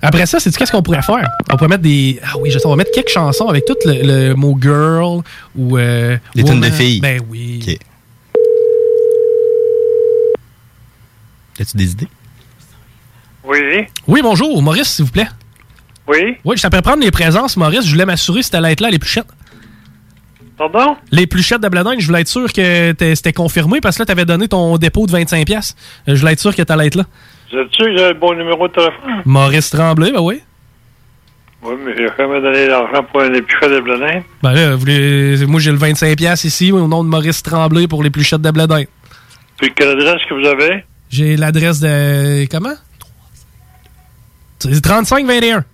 Speaker 6: Après ça, c'est qu'est-ce qu'on pourrait faire? On pourrait mettre des. Ah oui, je sais, on va mettre quelques chansons avec tout le, le mot girl ou. euh,
Speaker 10: Des tunes de
Speaker 6: woman.
Speaker 10: filles.
Speaker 6: Ben oui.
Speaker 10: OK. As-tu des idées?
Speaker 26: Oui,
Speaker 6: Oui, bonjour, Maurice, s'il vous plaît.
Speaker 26: oui.
Speaker 6: Oui, je t'appelle prendre les présences, Maurice. Je voulais m'assurer si t'allais être là, les pluchettes.
Speaker 26: Pardon?
Speaker 6: Les pluchettes de Blading, je voulais être sûr que t'es- c'était confirmé parce que là, t'avais donné ton dépôt de 25$. Euh, Je voulais être sûr que t'allais être là.
Speaker 42: Vous êtes sûr que j'ai le bon numéro de téléphone?
Speaker 6: Maurice Tremblay, ben oui.
Speaker 42: Oui, mais j'ai jamais donné l'argent pour un épichet de bledin.
Speaker 6: Ben là, vous voulez- moi j'ai le 25$ ici au nom de Maurice Tremblay pour les pluchettes de bledin.
Speaker 42: Puis quelle adresse que vous avez?
Speaker 6: J'ai l'adresse de. Comment C'est 3521.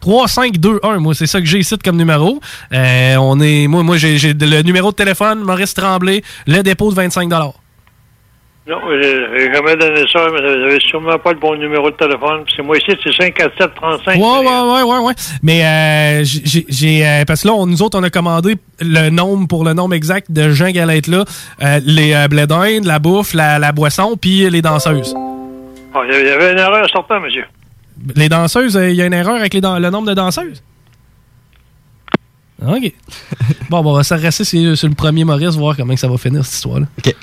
Speaker 6: 3521, moi, c'est ça que j'ai ici comme numéro. Euh, on est, moi, moi j'ai j'ai le numéro de téléphone, Maurice Tremblay, le dépôt de 25
Speaker 42: Non, j'ai j'ai jamais donné ça, mais vous avez sûrement pas le bon numéro de téléphone. Puis c'est moi ici, c'est 54735.
Speaker 6: Ouais, ouais, ouais, ouais, ouais. Mais euh, j'ai- j'ai. j'ai, euh, parce que là, on- nous autres, on a commandé le nombre pour le nombre exact de gens qui allaient être là. Euh, les euh, bledins, la bouffe, la, la boisson, puis les danseuses.
Speaker 42: Ah, il y avait- il y avait une erreur certaine, monsieur.
Speaker 6: Les danseuses, euh, il y a une erreur avec les dan- le nombre de danseuses? OK. bon, bon, on va s'arrêter sur, sur le premier Maurice, voir comment que ça va finir cette histoire-là. OK.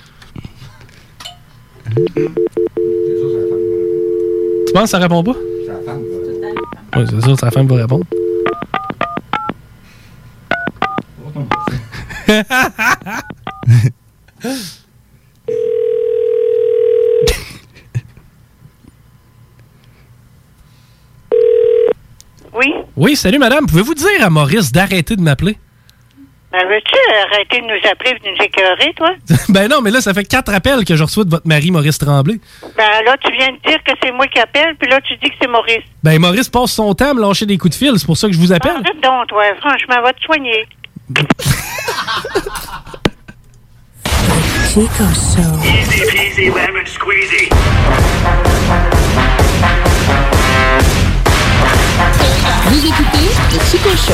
Speaker 6: Tu penses que ça répond pas? Oui, c'est sûr, sa femme va répondre.
Speaker 33: Oui.
Speaker 6: Oui, salut madame. Pouvez-vous dire à Maurice d'arrêter de m'appeler?
Speaker 33: Ben, veux-tu arrêter de nous appeler et de nous écœurer, toi?
Speaker 6: ben non, mais là, ça fait quatre appels que je reçois de votre mari, Maurice Tremblay.
Speaker 33: Ben, là, tu viens de dire que c'est moi qui appelle, puis là, tu dis que c'est Maurice.
Speaker 6: Ben Maurice passe son temps à me lâcher des coups de fil, c'est pour ça que je vous appelle.
Speaker 33: Arrête Ah, donc, toi. Franchement, va te soigner.
Speaker 43: Chico Show.
Speaker 33: Easy peasy, lemon squeezy.
Speaker 27: Vous écoutez le Chico Show.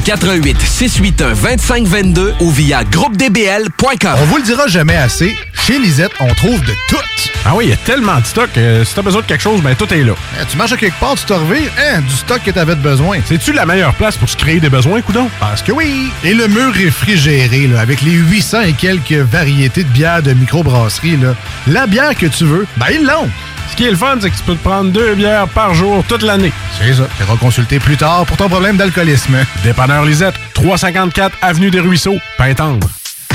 Speaker 4: 88 681 2522 ou via groupedbl.com.
Speaker 20: On vous le dira jamais assez, chez Lisette, on trouve de tout.
Speaker 44: Ah oui, il y a tellement de stock. euh, si t'as besoin de quelque chose, ben tout est là.
Speaker 20: Eh, tu marches à quelque part, tu te revives, hein, du stock que t'avais de besoin.
Speaker 44: C'est-tu la meilleure place pour se créer des besoins, coudon?
Speaker 20: Parce que oui! Et le mur réfrigéré, là, avec les 800 et quelques variétés de bières de microbrasserie, là, la bière que tu veux, ben ils l'ont!
Speaker 44: Ce qui est le fun, c'est que tu peux te prendre deux bières par jour toute l'année.
Speaker 20: C'est ça. Tu consulter plus tard pour ton problème d'alcoolisme.
Speaker 44: Dépanneur Lisette, 354 Avenue des Ruisseaux, Pintendre.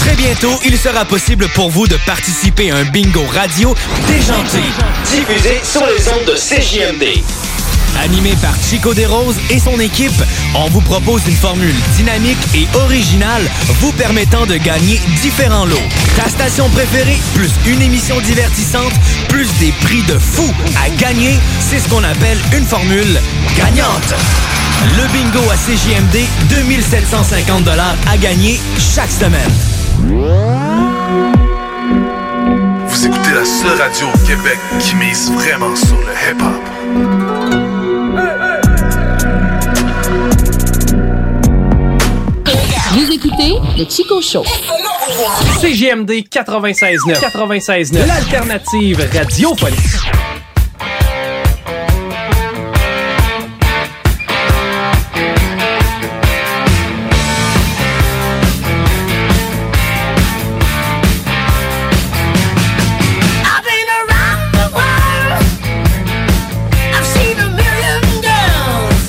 Speaker 1: Très bientôt, il sera possible pour vous de participer à un bingo radio déjanté, diffusé sur les ondes de CJMD. Animé par Chico Desroses et son équipe, on vous propose une formule dynamique et originale vous permettant de gagner différents lots. Ta station préférée, plus une émission divertissante, plus des prix de fou à gagner, c'est ce qu'on appelle une formule gagnante. Le bingo à CJMD, 2750 à gagner chaque semaine.
Speaker 9: Vous écoutez la seule radio au Québec qui mise vraiment sur le hip-hop.
Speaker 7: Vous écoutez le Chico Show.
Speaker 6: CGMD 96.9. 96.9. L'alternative radiophonique.
Speaker 8: I've been around the world. I've seen a million girls.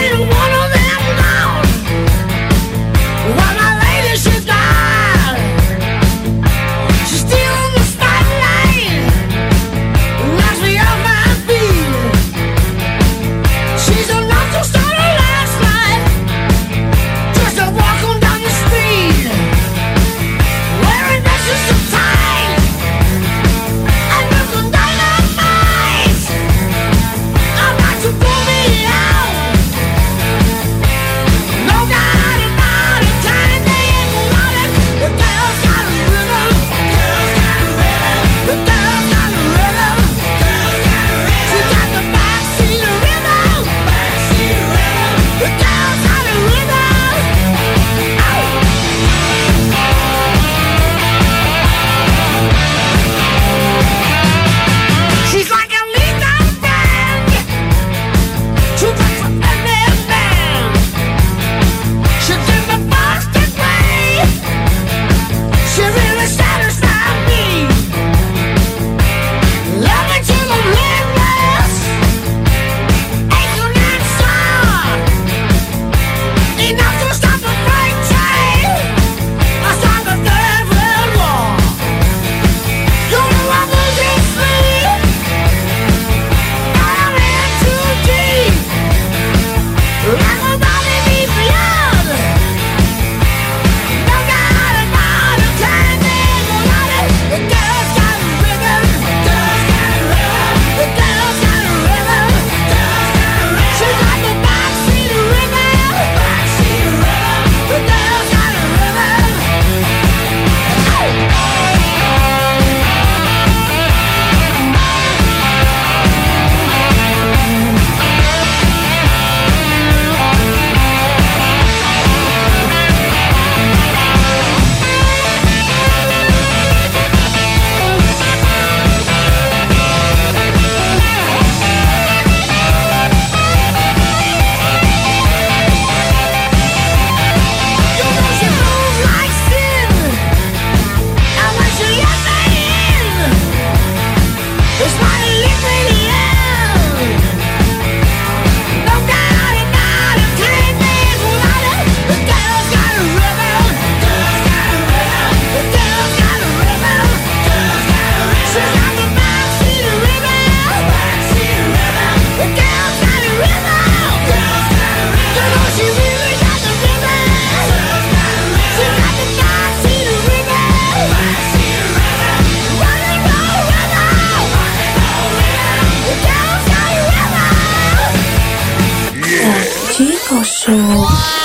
Speaker 8: Ain't one of them gone. Why my lady she's gone? She's still in the spotlight. Knocks me off my feet. She's enough to start a last night. Just a walk on down the street. Wearing dresses so tight. And looking dynamite. I'm not to pull me out. No doubt about it. Tiny day and morning. The girls got a rhythm. Girls got a rhythm. The girls got a rhythm. Girls got a rhythm. She got the backseat rhythm. Backseat rhythm. The girls got a rhythm. She's like a leader band. Too much for any man. She's in the first degree. She really satisfied me. Love me till I'm limbless. Ignorant star. Enough to stop the freight train. I start the third world war. You know I'm losing sleep. I'm in too deep. Everybody needs blood. No doubt about it. Time is running. The girls got a rhythm. Girls got a rhythm. The girls got a rhythm. Girls got a rhythm. She got the backseat rhythm. Backseat rhythm. The girls got a rhythm.
Speaker 7: Chico Show.
Speaker 8: "Oh,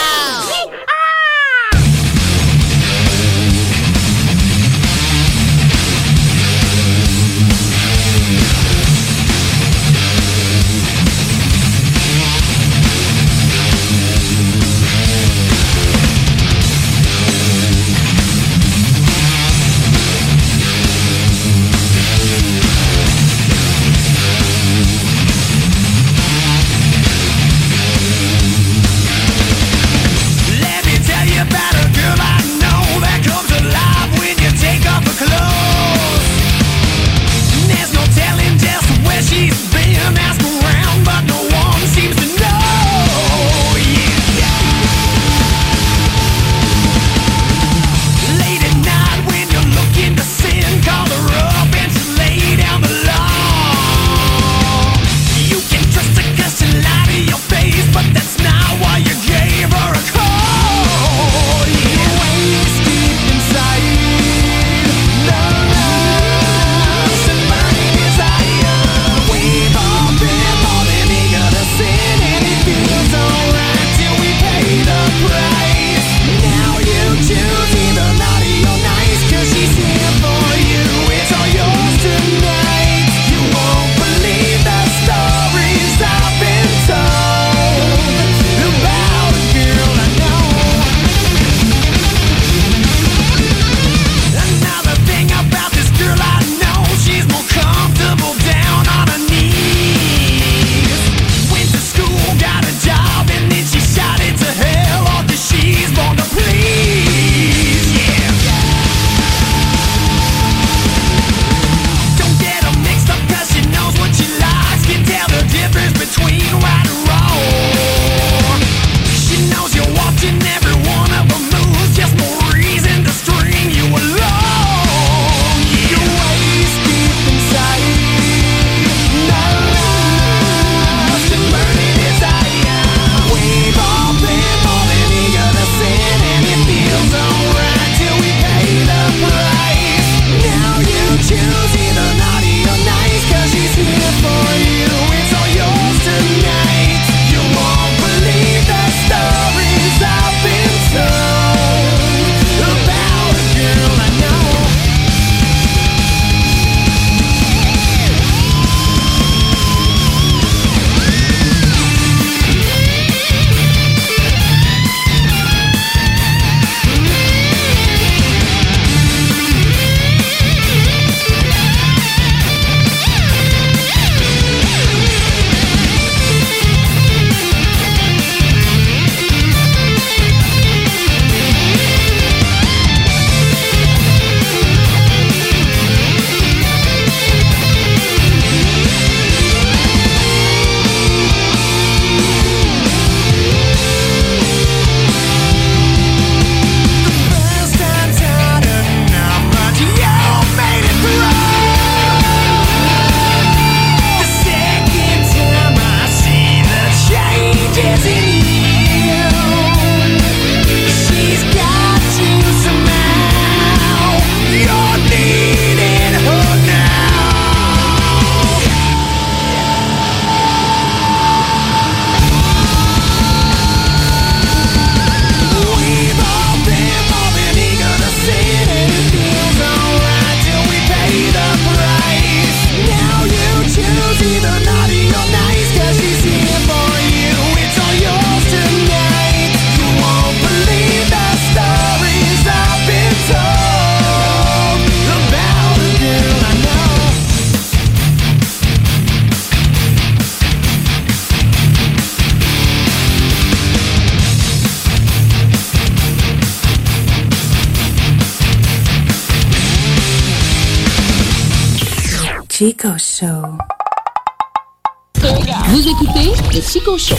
Speaker 9: Chico Show. Vous écoutez le Chico Show.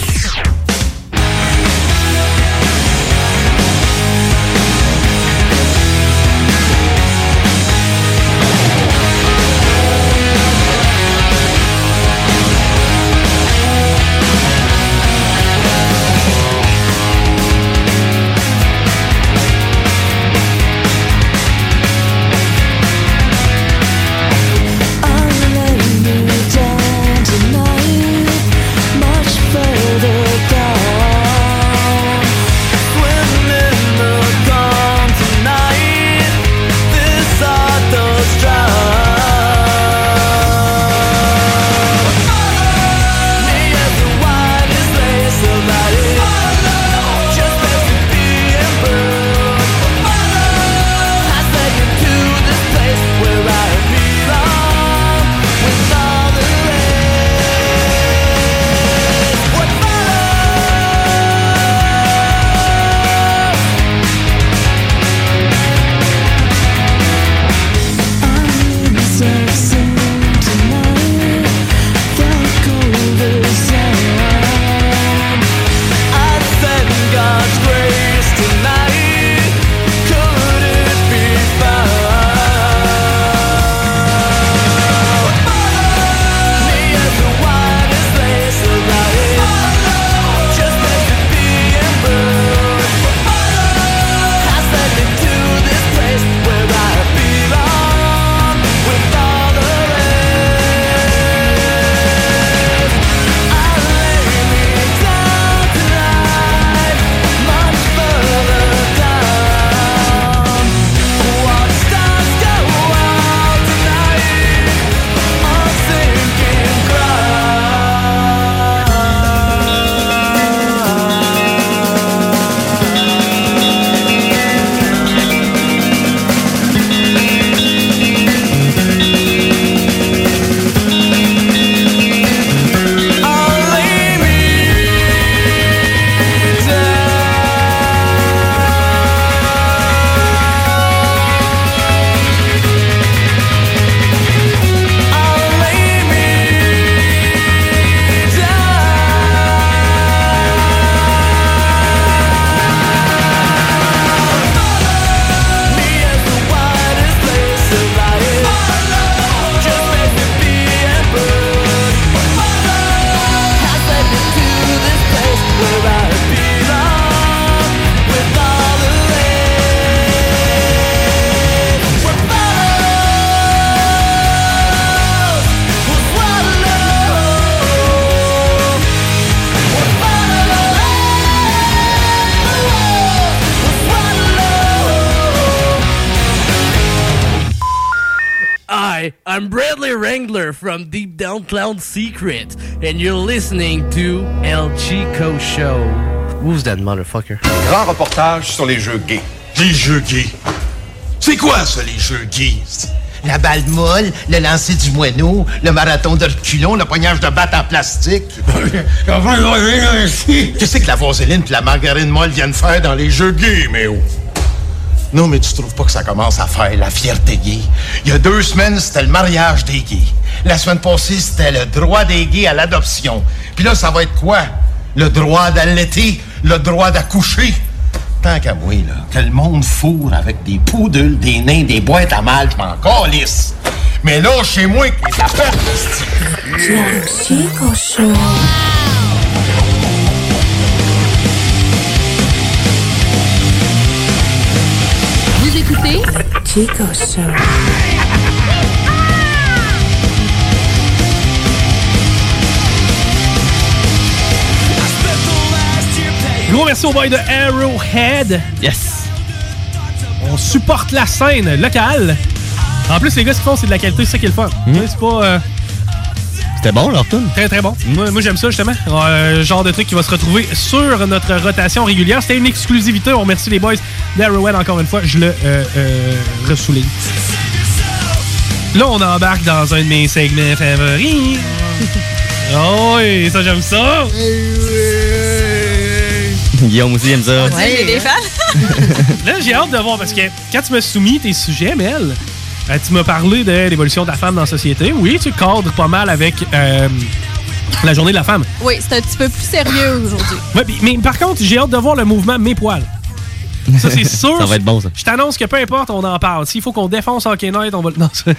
Speaker 8: Hi, I'm Bradley Wrangler from Deep Down Clown Secret, and you're listening to El Chico Show. Who's that motherfucker?
Speaker 45: Grand reportage sur les jeux gays. Les jeux gays.
Speaker 46: C'est quoi ça, les jeux gays? La balle molle, le lancer du moineau, le marathon de reculon, le poignage de batte en plastique. euh, Qu'est-ce que la vaseline et la margarine molle viennent faire dans les jeux gays, mais oh? Non, mais tu trouves pas que ça commence à faire la fierté gay? Il y a deux semaines, c'était le mariage des gays. La semaine passée, c'était le droit des gays à l'adoption. Puis là, ça va être quoi? Le droit d'allaiter? Le droit d'accoucher? Tant qu'à moi, là, que le monde fourre avec des poudules, des nains, des boîtes à mal, je m'en calisse. Mais là, chez moi, qui est la fête, c'est-
Speaker 9: Chico Show. Vous écoutez Chico Show.
Speaker 6: Gros merci au boy de Arrowhead. Yes. On supporte la scène locale. En plus, les gars, ce qu'ils font, c'est de la qualité, c'est ça qui est le fun. Tu sais, C'est pas. euh,
Speaker 11: Mhm. C'était bon, leur tune?
Speaker 6: Très très bon. Moi, moi, j'aime ça justement. Euh, genre de truc qui va se retrouver sur notre rotation régulière. C'était une exclusivité. On remercie les boys d'Arrowhead encore une fois. Je le euh, euh, ressouligne. Là, on embarque dans un de mes segments favoris. oh, oui, ça j'aime ça.
Speaker 11: Guillaume aussi aime
Speaker 6: Ah
Speaker 11: ça.
Speaker 6: Ouais, hein? Là, j'ai hâte de voir parce que quand tu m'as soumis tes sujets, Mel, Euh, tu m'as parlé de l'évolution de la femme dans la société. Oui, tu cadres pas mal avec euh, la journée de la femme.
Speaker 11: Oui, c'est un petit peu plus sérieux aujourd'hui.
Speaker 6: Ouais, puis- mais par contre, j'ai hâte de voir le mouvement Mes poils. Ça, c'est sûr.
Speaker 10: Ça va être bon, ça.
Speaker 6: Je t'annonce que peu importe, on en parle. S'il faut qu'on défonce Hockey Night, on va le. Non, ça-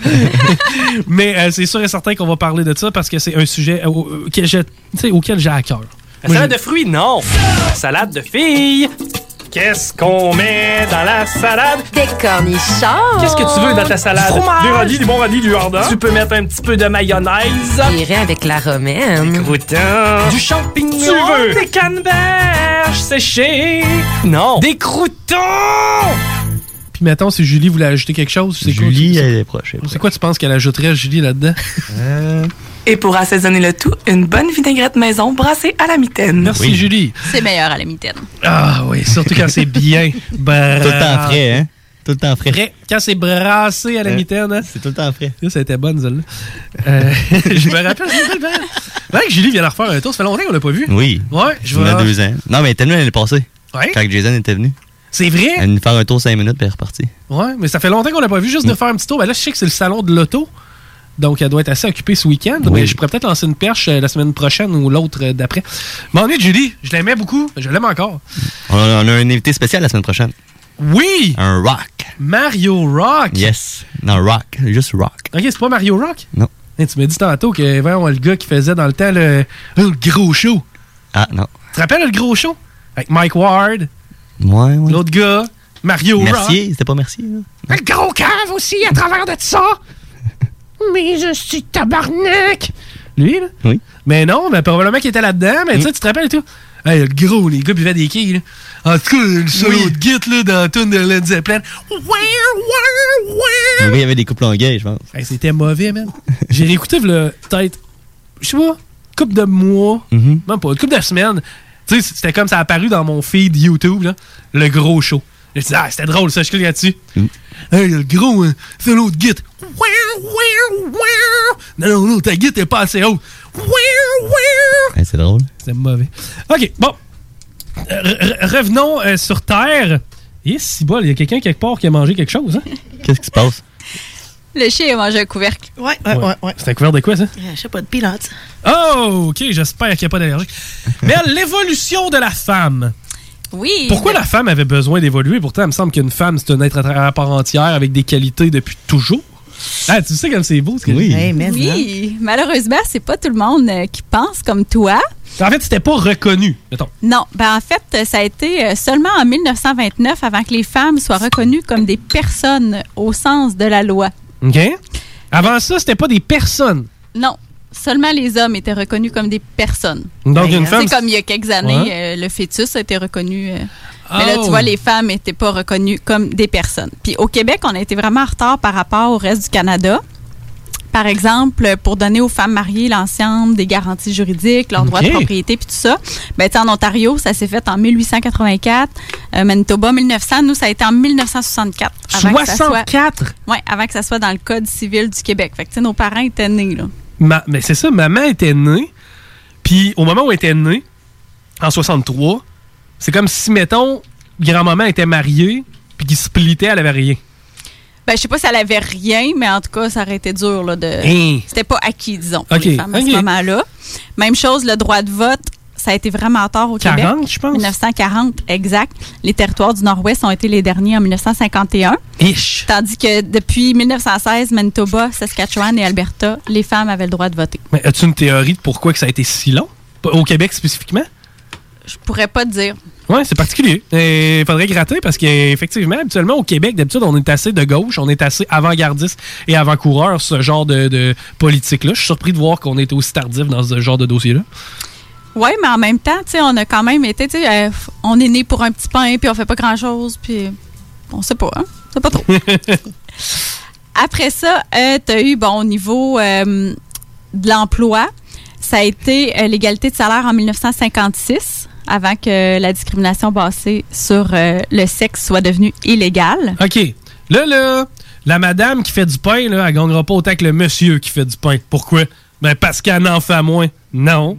Speaker 6: Mais euh, c'est sûr et certain qu'on va parler de ça parce que c'est un sujet euh, au- que je- tu sais, auquel j'ai à cœur.
Speaker 23: La salade de fruits, non. La salade de filles. Qu'est-ce qu'on met dans la salade?
Speaker 11: Des cornichons.
Speaker 23: Qu'est-ce que tu veux dans ta salade?
Speaker 11: Fromage.
Speaker 23: Du radis, du bon radis, du hardin. Tu peux mettre un petit peu de mayonnaise.
Speaker 12: J'irai avec la romaine. Des
Speaker 23: croûtons. Du champignon. Tu veux? Des canneberges séchées. Non. Des croûtons.
Speaker 6: Puis mettons, si Julie voulait ajouter quelque chose, c'est quoi? Julie, elle est proche. Euh. C'est quoi tu penses qu'elle ajouterait, Julie, là-dedans?
Speaker 16: Et pour assaisonner le tout, une bonne vinaigrette maison brassée à la mitaine.
Speaker 6: Merci Julie.
Speaker 11: C'est meilleur à la mitaine.
Speaker 6: Ah oui, surtout quand c'est bien. Brrr.
Speaker 10: Tout le temps frais, hein? Tout le temps frais.
Speaker 6: Frais. Quand c'est brassé à la
Speaker 10: Hein?
Speaker 6: mitaine, hein? C'est
Speaker 10: tout le temps frais.
Speaker 6: Ça a été bonne, celle-là. Euh, je me rappelle, c'est tellement. Ouais, que Julie vient de refaire un tour. Ça fait longtemps qu'on l'a pas vu.
Speaker 10: Oui.
Speaker 6: Ouais, je
Speaker 10: Il y en
Speaker 6: vais.
Speaker 10: a deux ans. Non, mais elle était venue l'année passée.
Speaker 6: Ouais?
Speaker 10: Quand Jason était venu.
Speaker 6: C'est vrai?
Speaker 10: Elle est venue faire un tour 5 minutes puis elle est repartie.
Speaker 6: Ouais, mais ça fait longtemps qu'on l'a pas vu.
Speaker 10: Mm.
Speaker 6: Juste de faire un petit tour. Ben là, je sais que c'est le salon de l'auto. Donc, elle doit être assez occupée ce week-end. Mais je pourrais peut-être lancer une perche euh, la semaine prochaine ou l'autre euh, d'après. Mon de Julie, je l'aimais beaucoup. Je l'aime encore.
Speaker 10: On a, on a un invité spécial la semaine prochaine.
Speaker 6: Oui!
Speaker 10: Un rock.
Speaker 6: Mario Rock.
Speaker 10: Yes. Non, rock. Juste rock.
Speaker 6: Ok, c'est pas Mario Rock?
Speaker 10: Non.
Speaker 6: Hey, tu m'as dit tantôt que voyons, le gars qui faisait dans le temps le, le gros show.
Speaker 10: Ah, non.
Speaker 6: Tu te rappelles le gros show? Avec Mike Ward,
Speaker 10: Ouais, ouais.
Speaker 6: l'autre gars, Mario
Speaker 10: Mercier,
Speaker 6: Rock.
Speaker 10: c'était pas Mercier, là?
Speaker 6: Le gros cave aussi à travers de ça. Mais je suis tabarnak. Lui, là?
Speaker 10: Oui. Mm.
Speaker 6: Mais non, mais probablement qu'il était là-dedans. Mais tu sais, tu te rappelles et tout? Hey, le gros, les gars buvaient des quilles. là. En tout cas, le solo de Git là, dans la tune de Led Zeppelin.
Speaker 10: Le gars, il y avait des couples en gay, je pense.
Speaker 6: Hey, c'était mauvais, man. J'ai réécouté le peut-être, je sais pas, couple de mois,
Speaker 10: Mm-hmm.
Speaker 6: même pas, une couple de semaines. Tu sais, c'était comme ça a apparu dans mon feed YouTube, là, le gros show. J'ai dit, ah, c'était drôle, ça, je clique là-dessus.
Speaker 10: Mm.
Speaker 6: Hey, le gros, hein, c'est l'autre guide. Non, non, non, ta guide t'es pas assez haute.
Speaker 10: Hey, c'est drôle.
Speaker 6: C'est mauvais. OK, bon. Euh, re- re- revenons euh, sur Terre. Et si bol, il y a quelqu'un quelque part qui a mangé quelque chose, hein?
Speaker 10: Qu'est-ce qui se passe?
Speaker 11: Le chien a mangé un couvercle.
Speaker 12: Ouais, ouais, ouais. ouais.
Speaker 6: C'était couvert de quoi, ça?
Speaker 12: Euh, Je sais pas, de pilote.
Speaker 6: Oh, ok, j'espère qu'il n'y a pas d'allergie. Mais l'évolution de la femme.
Speaker 11: Oui.
Speaker 6: Pourquoi la femme avait besoin d'évoluer? Pourtant, il me semble qu'une femme, c'est un être à à part entière avec des qualités depuis toujours. Ah, tu sais comme c'est beau ce que je dis? hein?
Speaker 11: Oui. Malheureusement, c'est pas tout le monde euh, qui pense comme toi.
Speaker 6: En fait, c'était pas reconnu, mettons.
Speaker 11: Non, ben en fait, euh, ça a été euh, seulement en 1929 avant que les femmes soient reconnues comme des personnes au sens de la loi.
Speaker 6: OK? Avant ça, c'était pas des personnes.
Speaker 11: Non, seulement les hommes étaient reconnus comme des personnes.
Speaker 6: Donc, une
Speaker 11: C'est
Speaker 6: femme-
Speaker 11: comme il y a quelques années,
Speaker 6: Ouais.
Speaker 11: euh, le fœtus a été reconnu. euh, Mais là,
Speaker 6: Oh.
Speaker 11: tu vois, les femmes n'étaient pas reconnues comme des personnes. Puis au Québec, on a été vraiment en retard par rapport au reste du Canada. Par exemple, pour donner aux femmes mariées l'ensemble des garanties juridiques, leurs droits de
Speaker 12: Ok.
Speaker 11: propriété, puis tout ça. Ben, tu sais, en Ontario, ça s'est fait en 1884. euh, Manitoba, 1900. Nous, ça a été en 1964. que ça soit-
Speaker 6: 64?
Speaker 11: Ouais, avant que ça soit dans le Code civil du Québec. Fait que, tu sais, nos parents étaient nés, là.
Speaker 6: Ma- mais c'est ça, maman était née. Puis au moment où elle était née, en 63, c'est comme si, mettons, grand-maman était mariée, puis qu'il splittait, elle avait rien.
Speaker 11: Ben, je sais pas si elle avait rien, mais en tout cas, ça aurait été dur. Là, de...
Speaker 6: Hein.
Speaker 11: C'était pas acquis, disons, pour
Speaker 6: Ok,
Speaker 11: les femmes à
Speaker 6: ok.
Speaker 11: ce moment-là. Même chose, le droit de vote, ça a été vraiment tard au
Speaker 6: 40,
Speaker 11: Québec.
Speaker 6: je pense.
Speaker 11: 1940, exact. Les territoires du Nord-Ouest ont été les derniers en 1951.
Speaker 6: Ish.
Speaker 11: Tandis que depuis 1916, Manitoba, Saskatchewan et Alberta, les femmes avaient le droit de voter.
Speaker 6: Mais as-tu une théorie de pourquoi que ça a été si long? Pas- Au Québec spécifiquement?
Speaker 11: Je pourrais pas te dire.
Speaker 6: Ouais, c'est particulier. Il faudrait gratter parce qu'effectivement, habituellement, au Québec, d'habitude, on est assez de gauche, on est assez avant-gardiste et avant-coureur, ce genre de, de politique-là. Je suis surpris de voir qu'on est aussi tardif dans ce genre de dossier-là.
Speaker 11: Oui, mais en même temps, tu sais, on a quand même été, tu sais, euh, on est né pour un petit pain, puis on fait pas grand-chose, puis on sait pas, hein? C'est pas trop. Après ça, tu as eu, bon, au niveau euh, de l'emploi, ça a été euh, l'égalité de salaire en 1956, avant que la discrimination basée sur euh, le sexe soit devenue illégale.
Speaker 6: OK. Là, là, la madame qui fait du pain, là, elle gagnera pas autant que le monsieur qui fait du pain. Pourquoi? Ben parce qu'elle en fait moins. Non.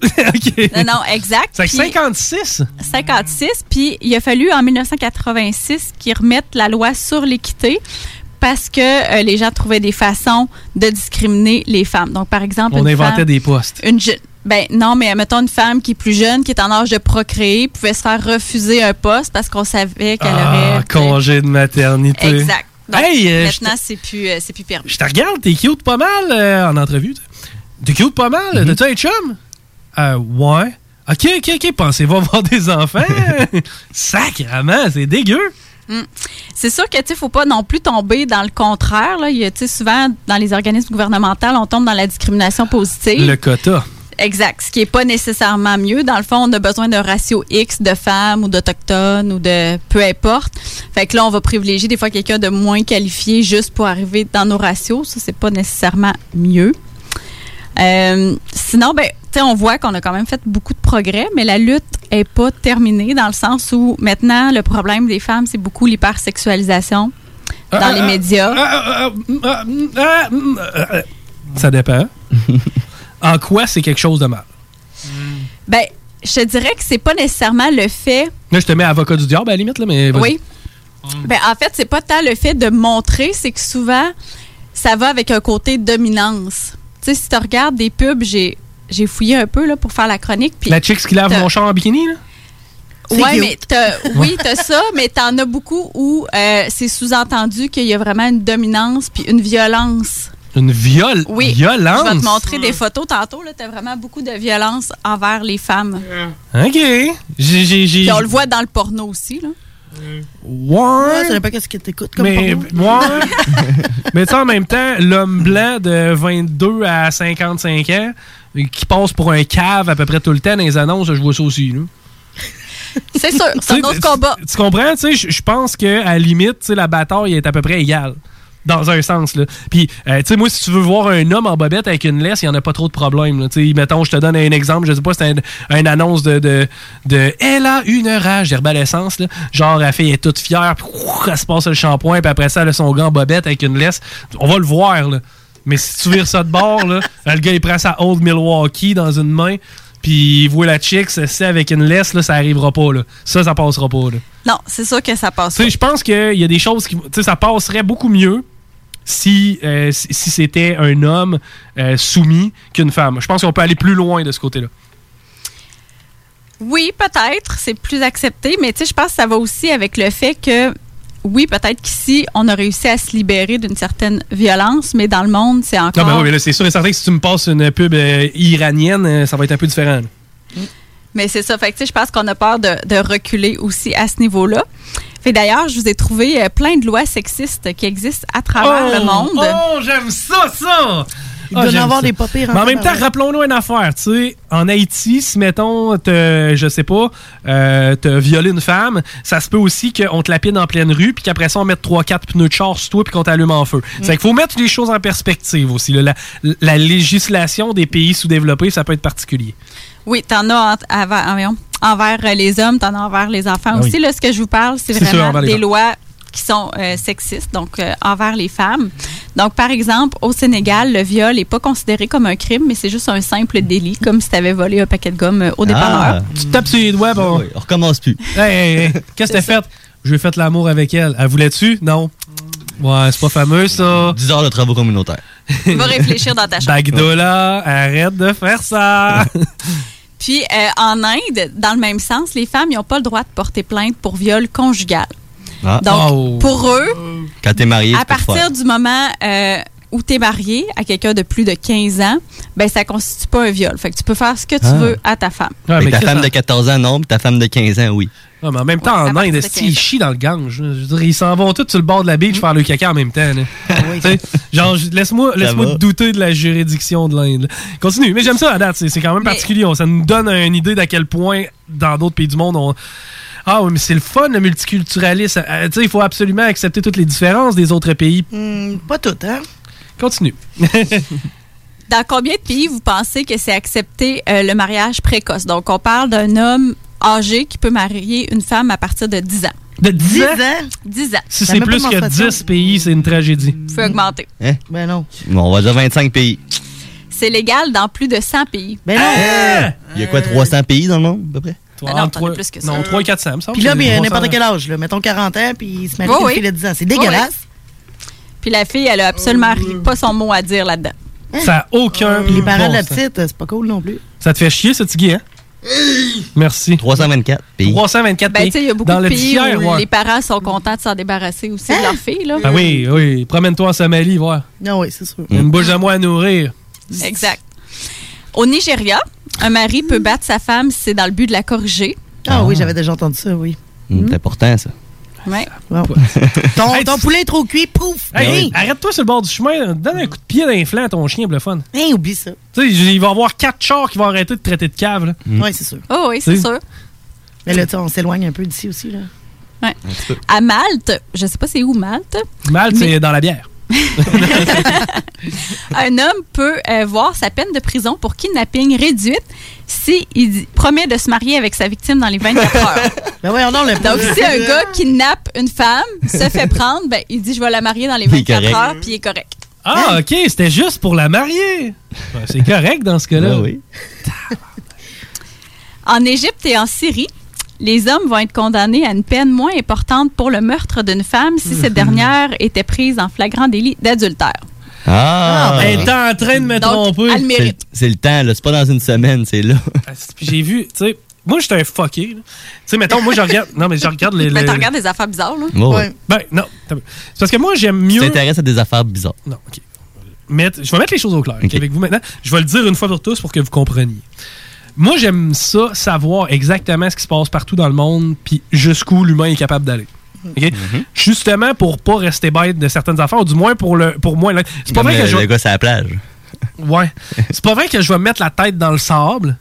Speaker 11: Non, non, exact.
Speaker 6: C'est que
Speaker 11: Puis-
Speaker 6: 56?
Speaker 11: 56, puis il a fallu en 1986 qu'ils remettent la loi sur l'équité parce que euh, les gens trouvaient des façons de discriminer les femmes. Donc, par exemple,
Speaker 6: On
Speaker 11: une
Speaker 6: inventait
Speaker 11: femme-
Speaker 6: des postes.
Speaker 11: Une je- ben non, mais mettons une femme qui est plus jeune, qui est en âge de procréer, pouvait se faire refuser un poste parce qu'on savait qu'elle
Speaker 6: Ah, congé de maternité.
Speaker 11: aurait. Exact. Donc,
Speaker 6: Hey, euh, je
Speaker 11: maintenant, c'est plus, euh, c'est plus permis.
Speaker 6: Je te regarde, t'es cute pas mal euh, en entrevue. t'es- T'es cute pas mal. T'as-tu un chum? Euh, ouais. Ok, ok, ok. Pensez-vous avoir des enfants? Sacrement, c'est dégueu.
Speaker 11: Mm. C'est sûr que tu sais, faut pas non plus tomber dans le contraire. Là. Il y a, tu sais, souvent, dans les organismes gouvernementaux, on tombe dans la discrimination positive.
Speaker 6: Le quota.
Speaker 11: Exact. Ce qui n'est pas nécessairement mieux. Dans le fond, on a besoin d'un ratio X de femmes ou d'Autochtones ou de peu importe. Fait que là, on va privilégier des fois quelqu'un de moins qualifié juste pour arriver dans nos ratios. Ça, c'est pas nécessairement mieux. Euh, sinon, ben, tu sais, on voit qu'on a quand même fait beaucoup de progrès, mais la lutte est pas terminée dans le sens où maintenant, le problème des femmes, c'est beaucoup l'hypersexualisation dans
Speaker 6: Ah,
Speaker 11: les
Speaker 6: ah,
Speaker 11: médias.
Speaker 6: ah, ah,
Speaker 8: euh,
Speaker 6: ah, ah, ah. Ça dépend. en quoi c'est quelque chose de mal?
Speaker 11: Ben, je te dirais que c'est pas nécessairement le fait
Speaker 6: Là, je te mets avocat du diable à la limite, là, mais. vas-y.
Speaker 11: Oui.
Speaker 12: Hum.
Speaker 11: Ben, en fait, Eh c'est pas tant le fait de montrer, c'est que souvent, ça va avec un côté dominance. Tu sais, si tu regardes des pubs, j'ai, j'ai fouillé un peu là, pour faire la chronique. puis
Speaker 6: La chick qui lave
Speaker 11: t'as-
Speaker 6: mon char en bikini, là? C'est
Speaker 11: Ouais,
Speaker 6: cute.
Speaker 11: mais t'as- oui, t'as ça, mais t'en as beaucoup où euh, c'est sous-entendu qu'il y a vraiment une dominance puis une violence.
Speaker 6: Une viol
Speaker 11: Oui.
Speaker 6: violence.
Speaker 11: Je vais te montrer
Speaker 12: Hum.
Speaker 11: des photos tantôt. Là, t'as vraiment beaucoup de violence envers les femmes.
Speaker 12: Hum.
Speaker 6: OK. J'ai- j'ai- j'ai-
Speaker 11: Puis on le voit dans le porno aussi. Là.
Speaker 6: Ouais.
Speaker 12: ça dépend qu'est-ce que t'écoutes comme
Speaker 6: Mais,
Speaker 12: porno.
Speaker 6: ouais. mais tu sais, en même temps, l'homme blanc de 22 à 55 ans, euh, qui passe pour un cave à peu près tout le temps dans les annonces, je vois ça aussi. là.
Speaker 11: C'est sûr, c'est un autre
Speaker 6: Tu sais,
Speaker 11: combat.
Speaker 6: Tu tu comprends? Tu sais, je- je pense que à la limite, tu sais, la bataille est à peu près égale. Dans un sens, là. Puis, euh, tu sais, moi, si tu veux voir un homme en bobette avec une laisse, il n'y en a pas trop de problème. là. Tu sais, mettons, je te donne un exemple. Je sais pas, c'est un- une annonce de, de, de Elle a une rage d'herbalescence, là. Genre, la fille est toute fière, puis ouh, elle se passe le shampoing, puis après ça, elle a son gars en bobette avec une laisse. On va le voir, là. Mais si tu vires ça de bord, là, le gars, il prend sa Old Milwaukee dans une main, puis il voit la chick, c'est avec une laisse, là, ça arrivera pas, là. Ça, ça passera pas, là.
Speaker 11: Non, c'est sûr que ça passe.
Speaker 6: Tu sais, je pense qu'il y a des choses qui. Tu sais, ça passerait beaucoup mieux si, euh, si, si c'était un homme euh, soumis qu'une femme. Je pense qu'on peut aller plus loin de ce côté-là.
Speaker 11: Oui, peut-être, c'est plus accepté, mais tu sais, je pense que ça va aussi avec le fait que, oui, peut-être qu'ici, on a réussi à se libérer d'une certaine violence, mais dans le monde, c'est encore.
Speaker 6: Non, mais oui, mais là, c'est sûr et certain que si tu me passes une pub euh, iranienne, euh, ça va être un peu différent. là.
Speaker 11: Mais c'est ça. Fait que, tu sais, je pense qu'on a peur de, de reculer aussi à ce niveau-là. Fait d'ailleurs, je vous ai trouvé euh, plein de lois sexistes qui existent à travers
Speaker 6: Oh!
Speaker 11: le monde.
Speaker 6: Oh, j'aime ça, ça! Oh,
Speaker 11: Il doit y en
Speaker 6: j'aime
Speaker 11: avoir
Speaker 6: ça.
Speaker 11: des pas pires
Speaker 6: Mais
Speaker 11: en
Speaker 6: en même temps,
Speaker 11: tabarouette.
Speaker 6: rappelons-nous une affaire. Tu sais, en Haïti, si mettons, te, je sais pas, euh, t'as violé une femme, ça se peut aussi qu'on te lapide en pleine rue, puis qu'après ça, on mette 3-4 pneus de char sur toi, puis qu'on t'allume en feu. C'est qu'il faut mettre les choses en perspective aussi. là. La, la législation des pays sous-développés, ça peut être particulier.
Speaker 11: Oui, t'en as en- avant- environ- envers euh, les hommes, t'en as envers les enfants
Speaker 6: Ah oui.
Speaker 11: aussi. Là, ce que je vous parle, c'est
Speaker 6: C'est sûr,
Speaker 11: vraiment
Speaker 6: envers les
Speaker 11: des
Speaker 6: femmes.
Speaker 11: lois qui sont euh, sexistes, donc euh, envers les femmes. Donc, par exemple, au Sénégal, le viol n'est pas considéré comme un crime, mais c'est juste un simple délit, comme si tu avais volé un paquet de gomme
Speaker 6: Ah.
Speaker 11: euh, au dépanneur.
Speaker 6: Tu te tapes sur les doigts, bon. on recommence plus. Hey, hey, hey, Qu'est-ce que t'as fait? J'ai fait l'amour avec elle. Elle voulait-tu? Non. Ouais, c'est pas fameux, ça. 10 heures de travaux communautaires.
Speaker 11: Va réfléchir dans ta chambre.
Speaker 6: Bagdola, arrête de faire ça.
Speaker 11: Puis, euh, en Inde, dans le même sens, les femmes n'ont pas le droit de porter plainte pour viol conjugal.
Speaker 10: Ah.
Speaker 11: Donc,
Speaker 10: Oh.
Speaker 11: pour eux,
Speaker 10: Quand t'es marié,
Speaker 11: à
Speaker 10: tu peux te
Speaker 11: partir
Speaker 10: Ah, faire.
Speaker 11: du moment euh, où tu es marié à quelqu'un de plus de 15 ans, ben ça constitue pas un viol. Fait que tu peux faire ce que tu
Speaker 10: Ah.
Speaker 11: veux à ta femme.
Speaker 10: Fait que
Speaker 6: mais
Speaker 10: ta
Speaker 6: Chris,
Speaker 10: femme
Speaker 6: ça-
Speaker 10: de 14 ans, non, puis ta femme de 15 ans, oui.
Speaker 6: Ouais, Ah, mais en même temps, en Inde, est-ce qu'ils chient dans le gange? Je veux dire, ils s'en vont tous sur le bord de la beach
Speaker 12: Mm.
Speaker 6: faire le caca en même temps. là.
Speaker 12: Ah
Speaker 6: Tu sais, Genre, je- laisse-moi
Speaker 10: Ça
Speaker 6: laisse
Speaker 10: va.
Speaker 6: douter de la juridiction de l'Inde. Continue. Mais j'aime ça à date. C'est c'est quand même particulier. On- Ça nous donne une idée d'à quel point, dans d'autres pays du monde, on. Ah oui, mais c'est le fun, le multiculturalisme. Euh, tu sais, il faut absolument accepter toutes les différences des autres pays.
Speaker 12: pas toutes, hein?
Speaker 6: Continue.
Speaker 11: Dans combien de pays vous pensez que c'est accepté euh, le mariage précoce? Donc, on parle d'un homme âgé qui peut marier une femme à partir de 10 ans.
Speaker 6: De 10 ans?
Speaker 11: 10 ans.
Speaker 10: Si c'est plus que 10
Speaker 6: pays, c'est une tragédie.
Speaker 11: faut augmenter.
Speaker 10: Hein?
Speaker 12: Ben non.
Speaker 10: Bon, on va dire 25 pays.
Speaker 11: C'est légal dans plus de 100 pays.
Speaker 12: Ben non!
Speaker 10: Il y a quoi,
Speaker 11: Euh.
Speaker 10: 300 pays dans le monde, à peu près?
Speaker 6: Toi, entre Ah, trois- Non, 3 400, me semble.
Speaker 12: Puis là, mais
Speaker 10: Trois
Speaker 12: n'importe
Speaker 10: cents.
Speaker 12: quel âge, là. Mettons 40 ans, puis il se marie
Speaker 11: Oui,
Speaker 12: avec une
Speaker 11: oui.
Speaker 12: fille de 10 ans. C'est
Speaker 11: Oui,
Speaker 12: dégueulasse.
Speaker 11: Puis la fille, elle a absolument ri- pas son mot à dire là-dedans.
Speaker 6: Oh.
Speaker 12: Hein?
Speaker 6: Ça a aucun.
Speaker 11: Les parents
Speaker 6: bon
Speaker 11: de la
Speaker 6: sens.
Speaker 12: Petite, c'est pas cool non plus.
Speaker 6: Ça te fait chier, ce Tiggy, hein? Merci. 324 pays. 324
Speaker 11: Ben,
Speaker 6: pays.
Speaker 11: tu sais, il y a beaucoup
Speaker 6: Dans
Speaker 11: de
Speaker 6: le
Speaker 11: pays
Speaker 6: tiers,
Speaker 11: où
Speaker 6: ouais.
Speaker 11: les parents sont contents de s'en débarrasser aussi
Speaker 12: Hein?
Speaker 11: de leur fille, là.
Speaker 6: Ah oui, Mm. oui. Promène-toi en Somalie, voir.
Speaker 12: Non, Ah oui, c'est sûr.
Speaker 6: Une bouche de moi à nourrir.
Speaker 11: Exact. Au Nigeria, un mari peut battre sa femme si c'est dans le but de la corriger.
Speaker 12: Ah oui, j'avais déjà entendu ça, oui.
Speaker 10: Hmm,
Speaker 11: Hmm.
Speaker 10: C'est important, ça.
Speaker 11: Ouais.
Speaker 12: Bon. ton, ton poulet est trop cuit, pouf!
Speaker 6: Hey,
Speaker 12: Oui.
Speaker 6: hey, arrête-toi sur le bord du chemin, donne un coup de pied dans les flancs à ton chien, pour le fun.
Speaker 12: Hey, oublie ça.
Speaker 6: Tu sais, il va y avoir quatre chars qui vont arrêter de traiter de cave, là.
Speaker 12: Oui, c'est
Speaker 6: Mm.
Speaker 12: sûr.
Speaker 11: Oh oui, c'est
Speaker 6: Oui.
Speaker 11: sûr.
Speaker 12: Mais là, tu sais, on s'éloigne un peu d'ici aussi, là.
Speaker 11: Ouais. À Malte, je sais pas c'est où Malte,
Speaker 6: Mal, c'est dans la bière.
Speaker 11: un homme peut euh, voir sa peine de prison pour kidnapping réduite si il dit- promet de se marier avec sa victime dans les 24 heures.
Speaker 12: Ben oui, on a le
Speaker 11: Donc, si un gars kidnappe une femme, se fait prendre, ben, il dit Je vais la marier dans les
Speaker 6: Il est
Speaker 11: 24
Speaker 6: correct.
Speaker 11: heures, puis il est correct.
Speaker 12: Hein?
Speaker 6: Ah, ok, c'était juste pour la marier. Ben, c'est correct dans ce cas-là. Ben oui.
Speaker 11: En Égypte et en Syrie, les hommes vont être condamnés à une peine moins importante pour le meurtre d'une femme si cette dernière était prise en flagrant délit d'adultère.
Speaker 10: Ah!
Speaker 6: Elle était ben, en train de me
Speaker 11: Donc,
Speaker 6: tromper.
Speaker 11: elle mérite.
Speaker 10: C'est le temps, là. C'est pas dans une semaine, c'est là.
Speaker 6: Puis j'ai vu, tu sais, moi, j'étais un fucké. là. Tu sais, mettons, moi, je regarde. Non, mais je regarde les.
Speaker 11: Mais Ben,
Speaker 6: les-
Speaker 11: t'en regardes des affaires bizarres, là.
Speaker 10: Ouais, ouais. Ouais.
Speaker 6: Ben, non. t'as- C'est parce que moi, j'aime
Speaker 10: Tu
Speaker 6: mieux.
Speaker 10: t'intéresses à des affaires bizarres.
Speaker 6: Non, OK. Mettre- je vais mettre les choses au clair ok, avec vous maintenant. Je vais le dire une fois pour tous pour que vous compreniez. Moi, j'aime ça, savoir exactement ce qui se passe partout dans le monde, puis jusqu'où l'humain est capable d'aller. Ok?
Speaker 10: Mhm.
Speaker 6: Justement pour pas rester bête de certaines affaires, ou du moins pour, le, pour moi. là. C'est pas
Speaker 10: Comme
Speaker 6: vrai
Speaker 10: le,
Speaker 6: que je
Speaker 10: le
Speaker 6: vais-
Speaker 10: gars, c'est la plage.
Speaker 6: Ouais. C'est pas vrai que je vais mettre la tête dans le sable.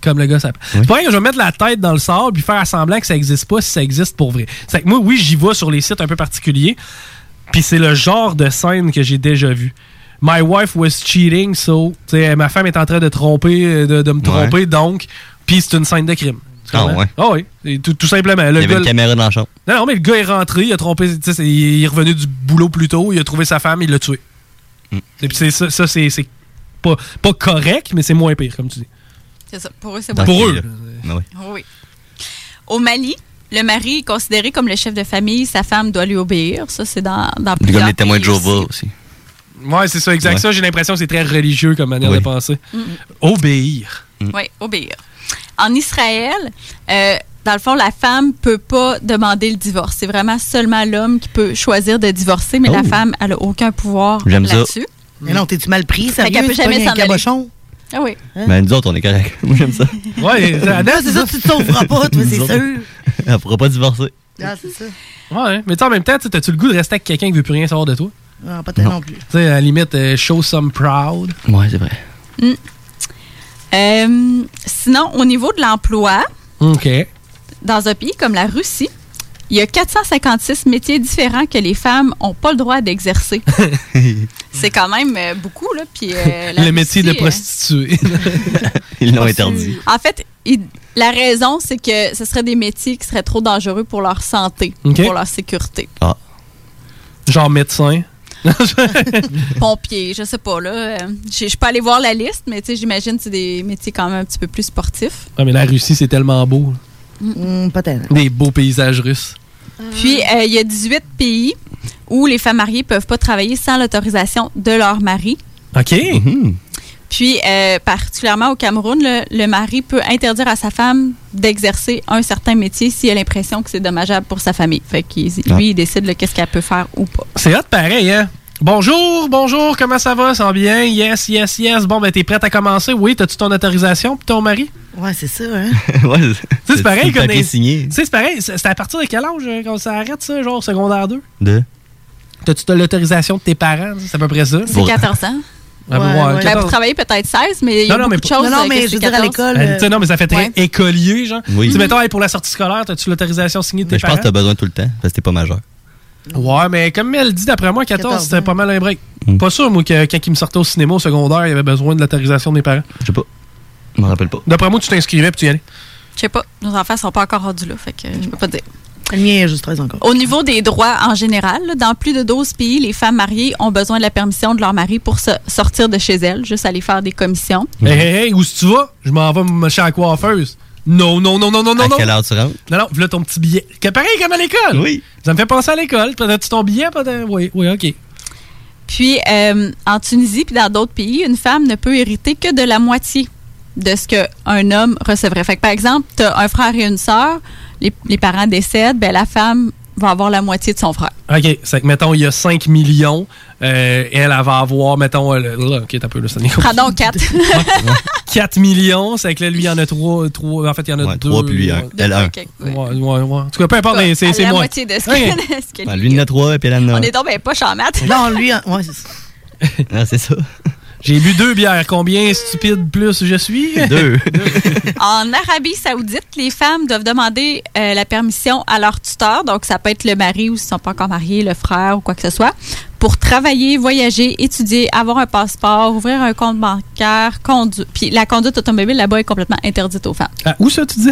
Speaker 6: Comme le gars, ça. C'est pas vrai que je vais mettre la tête dans le sable puis faire semblant que ça existe pas si ça existe pour vrai. C'est que moi, oui, j'y vais sur les sites un peu particuliers. Puis c'est le genre de scène que j'ai déjà vu. My wife was cheating, so. tu sais, ma femme est en train de tromper, euh, de, de me tromper, donc. Puis c'est une scène de crime. Tu
Speaker 10: Ah
Speaker 6: comprends?
Speaker 10: ouais.
Speaker 6: Ah oui. Et Tout, tout simplement. Le
Speaker 10: Il y avait
Speaker 6: gars-
Speaker 10: une caméra dans la chambre.
Speaker 6: non, non, mais le gars est rentré, il a trompé, tu sais, c'est- il est revenu du boulot plus tôt, il a trouvé sa femme, il l'a tué.
Speaker 10: Mm.
Speaker 6: Et puis c'est ça, ça, c'est c'est pas, pas correct, mais c'est moins pire, comme tu dis.
Speaker 11: C'est ça. Pour eux, c'est
Speaker 6: Dans
Speaker 11: bon.
Speaker 6: ce pays-là.
Speaker 10: Ah ouais.
Speaker 11: Oh Oui. Au Mali, le mari est considéré comme le chef de famille, sa femme doit lui obéir. Ça, c'est dans, dans
Speaker 10: Comme
Speaker 11: plusieurs
Speaker 10: les témoins de
Speaker 11: pays
Speaker 10: Jéhovah aussi.
Speaker 6: Ouais, c'est ça, exact.
Speaker 10: Ouais.
Speaker 6: Ça, j'ai l'impression que c'est très religieux comme manière
Speaker 10: Oui.
Speaker 6: de penser.
Speaker 11: Mm.
Speaker 6: Obéir.
Speaker 10: Mm.
Speaker 11: Oui, obéir. En Israël, euh, dans le fond, la femme peut pas demander le divorce. C'est vraiment seulement l'homme qui peut choisir de divorcer, mais la
Speaker 12: Oh.
Speaker 11: femme, elle a aucun pouvoir
Speaker 10: J'aime ça.
Speaker 11: là-dessus.
Speaker 12: Mais non, t'es-tu mal pris,
Speaker 11: Fait
Speaker 12: ça
Speaker 11: qu'elle peut jamais s'en aller.
Speaker 12: cabochon. Hein?
Speaker 11: Ah oui.
Speaker 10: Ben, nous autres, on est correct. Moi, j'aime ça.
Speaker 6: Ouais,
Speaker 12: Ah, c'est ça, tu te sauveras pas, toi, c'est
Speaker 10: Nous autres,
Speaker 12: sûr.
Speaker 10: Elle pourra pas divorcer.
Speaker 12: Ah, c'est ça.
Speaker 6: Ouais, mais tu sais, en même temps, tu as-tu le goût de rester avec quelqu'un qui veut plus rien savoir de toi?
Speaker 12: Ah, pas tellement plus.
Speaker 6: Tu sais, à la limite, euh, show some proud.
Speaker 10: Ouais, c'est vrai.
Speaker 11: Mm. Euh, sinon, au niveau de l'emploi,
Speaker 6: OK.
Speaker 11: dans un pays comme la Russie, il y a 456 métiers différents que les femmes n'ont pas le droit d'exercer. C'est quand même euh, beaucoup, là. Puis, euh, la
Speaker 10: Le métier
Speaker 11: Russie,
Speaker 10: de
Speaker 11: euh,
Speaker 10: prostituée. Ils l'ont interdit.
Speaker 11: En fait, il- la raison, c'est que ce seraient des métiers qui seraient trop dangereux pour leur santé,
Speaker 6: OK.
Speaker 11: pour leur sécurité.
Speaker 6: Genre médecin.
Speaker 11: Pompiers, je sais pas, là. euh, j'ai- Je suis pas allée voir la liste, mais tu sais, j'imagine que c'est des métiers quand même un petit peu plus sportifs.
Speaker 6: Ah, mais la Russie, c'est tellement beau.
Speaker 12: pas tellement.
Speaker 6: Des beaux paysages russes.
Speaker 11: Puis, euh, il y a 18 pays où les femmes mariées peuvent pas travailler sans l'autorisation de leur mari.
Speaker 6: OK. Mhm.
Speaker 11: Puis, euh, particulièrement au Cameroun, le, le mari peut interdire à sa femme d'exercer un certain métier s'il a l'impression que c'est dommageable pour sa famille. Fait qu'il
Speaker 6: Ah.
Speaker 11: lui, il décide là, qu'est-ce qu'elle peut faire ou pas.
Speaker 6: C'est hot pareil, hein? Bonjour, bonjour, comment ça va? Ça va bien? Yes, yes, yes. Bon, ben, t'es prête à commencer? Oui, t'as-tu ton autorisation puis ton mari?
Speaker 12: Ouais, c'est ça, hein?
Speaker 10: ouais,
Speaker 6: Tu sais, c'est pareil
Speaker 10: comme
Speaker 6: qu'on
Speaker 10: papier
Speaker 6: est-
Speaker 10: signé.
Speaker 6: Tu sais, c'est pareil, c'est c'est à partir de quel âge euh, qu'on s'arrête, ça, genre secondaire 2?
Speaker 10: De?
Speaker 6: T'as-tu t'as l'autorisation de tes parents? C'est à peu près ça?
Speaker 11: C'est 14 ans.
Speaker 6: Ah, Ouais, ouais,
Speaker 11: Ben,
Speaker 6: 14.
Speaker 11: pour travailler peut-être 16, mais il y a
Speaker 6: Non, non, mais
Speaker 11: beaucoup de
Speaker 6: pour-
Speaker 11: choses.
Speaker 12: Non, non,
Speaker 11: euh,
Speaker 12: mais
Speaker 11: que
Speaker 12: je
Speaker 11: c'est
Speaker 12: veux dire, à
Speaker 11: 14.
Speaker 12: l'école,
Speaker 6: Ben, tu sais, non, mais ça fait très
Speaker 11: Ouais.
Speaker 6: écolier, genre.
Speaker 10: Oui.
Speaker 6: Tu sais, mettons, hey, pour la sortie scolaire, t'as-tu l'autorisation signée de tes
Speaker 10: Mais je pense
Speaker 6: parents?
Speaker 10: que t'as besoin tout le temps parce que t'es pas majeur.
Speaker 6: Ouais, mais comme elle dit, d'après moi, 14, 14, c'était pas mal un break.
Speaker 10: Mm.
Speaker 6: Pas sûr, moi, que quand il me sortait au cinéma au secondaire, il avait besoin de l'autorisation de mes parents.
Speaker 10: Je sais pas. Je m'en rappelle pas.
Speaker 6: D'après moi, tu t'inscrivais puis tu y allais.
Speaker 11: Je sais pas, nos enfants sont pas encore rendus là, fait que euh, je peux pas dire.
Speaker 12: Le mien est juste 13 encore.
Speaker 11: Au niveau des droits en général, là, dans plus de 12 pays, les femmes mariées ont besoin de la permission de leur mari pour se- sortir de chez elles, juste aller faire des commissions.
Speaker 10: Mm-hmm.
Speaker 6: Hey, hey, hey, où est-ce que tu vas? Je m'en vais me chez la coiffeuse. Non, non, non, non, non, non.
Speaker 10: à
Speaker 6: non.
Speaker 10: quelle heure tu rentres?
Speaker 6: Non, non, voilà ton petit billet. Que pareil comme à l'école.
Speaker 10: Oui.
Speaker 6: Ça me fait penser à l'école. Peut-être tu ton billet, peut-être. Oui, oui, OK.
Speaker 11: Puis, euh, en Tunisie puis dans d'autres pays, une femme ne peut hériter que de la moitié de ce qu'un homme recevrait. Fait que, par exemple, tu as un frère et une sœur, les, les parents décèdent, ben, la femme va avoir la moitié de son frère.
Speaker 6: OK, c'est que, mettons, il y a 5 millions, euh, elle, elle va avoir, mettons, euh, le- là, OK, t'as un peu, là, c'est
Speaker 11: Prends donc quatre.
Speaker 6: 4 millions, c'est que là, lui, il y en a 3, en fait, il y en a 2.
Speaker 10: trois, puis lui, un. Elle, un.
Speaker 6: Ouais, ouais, ouais. En tout cas, peu importe, mais c'est
Speaker 11: Elle a
Speaker 6: c'est
Speaker 11: la
Speaker 6: moi.
Speaker 11: moitié de ce
Speaker 6: Ouais.
Speaker 11: qu'elle- de ce qu'elle-
Speaker 10: Ben, lui, il en a trois, et puis elle en a
Speaker 11: On
Speaker 10: un.
Speaker 11: est donc ben poche en maths.
Speaker 12: Non, lui, en- ouais, c'est ça.
Speaker 10: Ah, c'est ça.
Speaker 6: J'ai bu deux bières. Combien stupide plus je suis?
Speaker 10: Deux.
Speaker 11: En Arabie Saoudite, les femmes doivent demander euh, la permission à leur tuteur, donc ça peut être le mari ou s'ils ne sont pas encore mariés, le frère ou quoi que ce soit, pour travailler, voyager, étudier, avoir un passeport, ouvrir un compte bancaire, conduire. Puis la conduite automobile là-bas est complètement interdite aux femmes.
Speaker 6: Ah, où ça, tu dis?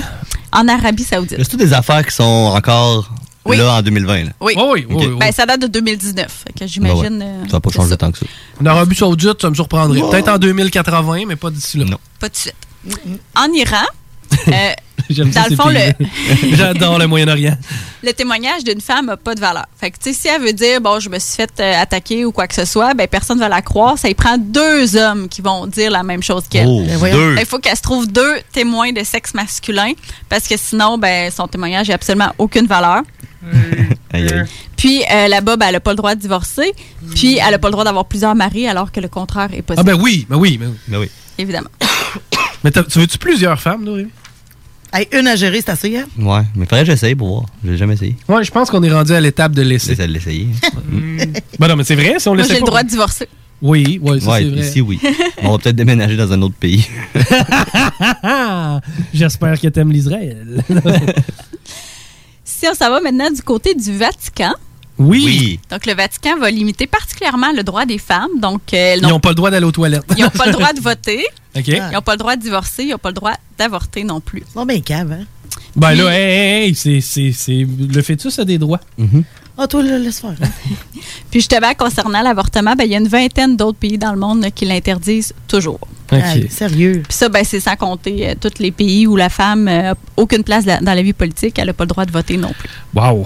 Speaker 6: Ah.
Speaker 11: En Arabie Saoudite.
Speaker 10: C'est toutes des affaires qui sont encore
Speaker 11: Oui.
Speaker 10: là en 2020. Là.
Speaker 11: Oui.
Speaker 6: Oui, oui, Ah
Speaker 11: Ben, ça date de 2019, fait que
Speaker 10: Ben ouais.
Speaker 11: j'imagine euh,
Speaker 10: Ça va pas changer tant que ça.
Speaker 6: En Arabie Saoudite, ça me surprendrait. Peut-être en 2080, mais pas d'ici là. Non.
Speaker 11: pas de suite. En Iran, euh,
Speaker 6: J'aime
Speaker 11: Dans
Speaker 6: ça,
Speaker 11: le
Speaker 6: ces
Speaker 11: fond,
Speaker 6: pays-là.
Speaker 11: le-
Speaker 6: J'adore le Moyen-Orient.
Speaker 11: le témoignage d'une femme n'a pas de valeur. Fait que, tu sais, si elle veut dire, bon, je me suis fait euh, attaquer ou quoi que ce soit, ben, personne ne va la croire. Ça y prend deux hommes qui vont dire la même chose qu'elle.
Speaker 5: Oh, Ben, voyons. deux.
Speaker 11: Il faut qu'elle se trouve deux témoins de sexe masculin parce que sinon, ben, son témoignage n'a absolument aucune valeur.
Speaker 10: Aïe, aïe.
Speaker 11: Puis euh, là-bas, ben, elle n'a pas le droit de divorcer. Puis elle n'a pas le droit d'avoir plusieurs maris alors que le contraire est possible.
Speaker 6: Ah, ben oui, ben oui, ben oui.
Speaker 10: Ben oui.
Speaker 11: Évidemment.
Speaker 6: Mais t'as- tu veux-tu plusieurs femmes, là, Rémi?
Speaker 12: Hey, une à gérer, c'est assez, hein?
Speaker 10: Ouais, mais faudrait que j'essaye pour voir. J'ai jamais essayé.
Speaker 6: Ouais, je pense qu'on est rendu à l'étape de l'essai.
Speaker 10: J'essaie de l'essayer. hein.
Speaker 6: Ben non, mais c'est vrai, si on
Speaker 11: Moi, j'ai le
Speaker 6: l'essaie pas.
Speaker 11: droit de divorcer.
Speaker 6: Oui, oui, ça,
Speaker 10: ouais,
Speaker 6: c'est vrai.
Speaker 10: ici, oui. On va peut-être déménager dans un autre pays.
Speaker 6: J'espère que t'aimes l'Israël.
Speaker 11: Si on s'en va maintenant du côté du Vatican,
Speaker 6: Oui.
Speaker 11: donc le Vatican va limiter particulièrement le droit des femmes. Donc, euh, elles
Speaker 6: Ils n'ont
Speaker 11: n'ont
Speaker 6: pas le droit d'aller aux toilettes.
Speaker 11: Ils n'ont pas le droit de voter.
Speaker 6: OK.
Speaker 11: Ils n'ont pas le droit de divorcer. Ils n'ont pas le droit d'avorter non plus.
Speaker 12: Non, ben, cave, hein?
Speaker 6: Ben là, hey, hey, hey, c'est- c'est- c'est- le fœtus a des droits.
Speaker 10: Mm-hmm.
Speaker 12: Ah, toi, là, laisse faire. hein.
Speaker 11: Puis justement, concernant l'avortement, ben, il y a une vingtaine d'autres pays dans le monde là, qui l'interdisent toujours.
Speaker 6: OK. Aïe,
Speaker 12: Ah, sérieux?
Speaker 11: Puis ça, ben, c'est sans compter euh, tous les pays où la femme n'a aucune place la- dans la vie politique. Elle n'a pas le droit de voter non plus.
Speaker 6: Wow.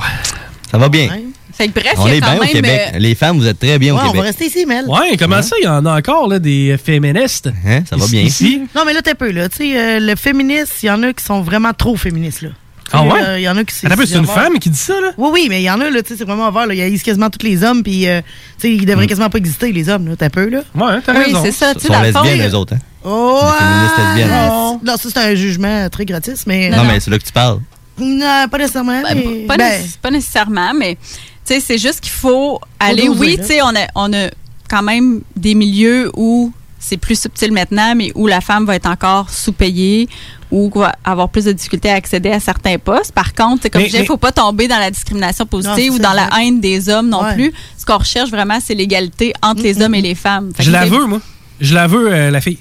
Speaker 10: Ça va Ah, bien.
Speaker 11: Fait que bref,
Speaker 10: On
Speaker 11: il y
Speaker 10: est
Speaker 11: a quand
Speaker 10: bien au
Speaker 11: même...
Speaker 10: Québec.
Speaker 11: euh,
Speaker 10: Les femmes, vous êtes très bien
Speaker 12: Ouais,
Speaker 10: au
Speaker 12: on va
Speaker 10: Québec.
Speaker 12: rester ici, Mel.
Speaker 6: Ouais, comment ça, il y en a encore, là, des euh, féministes?
Speaker 10: Hein, ça va
Speaker 6: Ici-
Speaker 10: bien.
Speaker 6: Ici?
Speaker 12: Non, mais là, t'es peu, là. Tu sais, euh, le féministe, il y en a qui sont vraiment trop féministes, là.
Speaker 6: Ah
Speaker 12: Tu sais,
Speaker 6: ouais?
Speaker 12: euh, Il y en a qui
Speaker 6: Attends un peu, c'est une
Speaker 12: vraiment-
Speaker 6: femme qui dit ça, là?
Speaker 12: Oui, oui, mais il y en a, là, tu sais, c'est vraiment ouvert, là. Il y a quasiment tous les hommes, puis, euh, tu sais, ils devraient quasiment pas exister, les hommes, là. T'es peu, là.
Speaker 10: hein,
Speaker 6: Ouais,
Speaker 12: t'as Oui, raison. c'est ça, tu
Speaker 10: Mm. Ils
Speaker 12: sais,
Speaker 10: sont
Speaker 12: dans le fond,
Speaker 10: lesbiennes, eux
Speaker 12: les-
Speaker 10: autres. Hein?
Speaker 12: Oh!
Speaker 10: Les féministes
Speaker 12: ah!
Speaker 10: lesbiennes.
Speaker 12: Non, ça, c'est un jugement très gratis, mais.
Speaker 10: Non, mais c'est là que tu parles.
Speaker 12: Non, pas nécessairement.
Speaker 11: Ben,
Speaker 12: mais-
Speaker 11: pas,
Speaker 12: ben,
Speaker 11: nécess- pas nécessairement, mais tu sais, c'est juste qu'il faut aller.
Speaker 12: doser,
Speaker 11: Oui,
Speaker 12: là.
Speaker 11: tu sais, on a, on a quand même des milieux où c'est plus subtil maintenant, mais où la femme va être encore sous-payée ou va avoir plus de difficultés à accéder à certains postes. Par contre, c'est comme
Speaker 26: Mais-
Speaker 11: je disais, il
Speaker 26: mais-
Speaker 11: ne faut pas tomber dans la discrimination positive
Speaker 26: Non,
Speaker 11: ou
Speaker 26: c'est
Speaker 11: dans
Speaker 26: vrai.
Speaker 11: la haine des hommes non
Speaker 26: Ouais.
Speaker 11: plus. Ce qu'on recherche vraiment, c'est l'égalité entre les hommes et les femmes. Fait
Speaker 6: Je
Speaker 11: que
Speaker 6: la
Speaker 11: c'est-
Speaker 6: veux, moi. Je la veux, euh, la fille.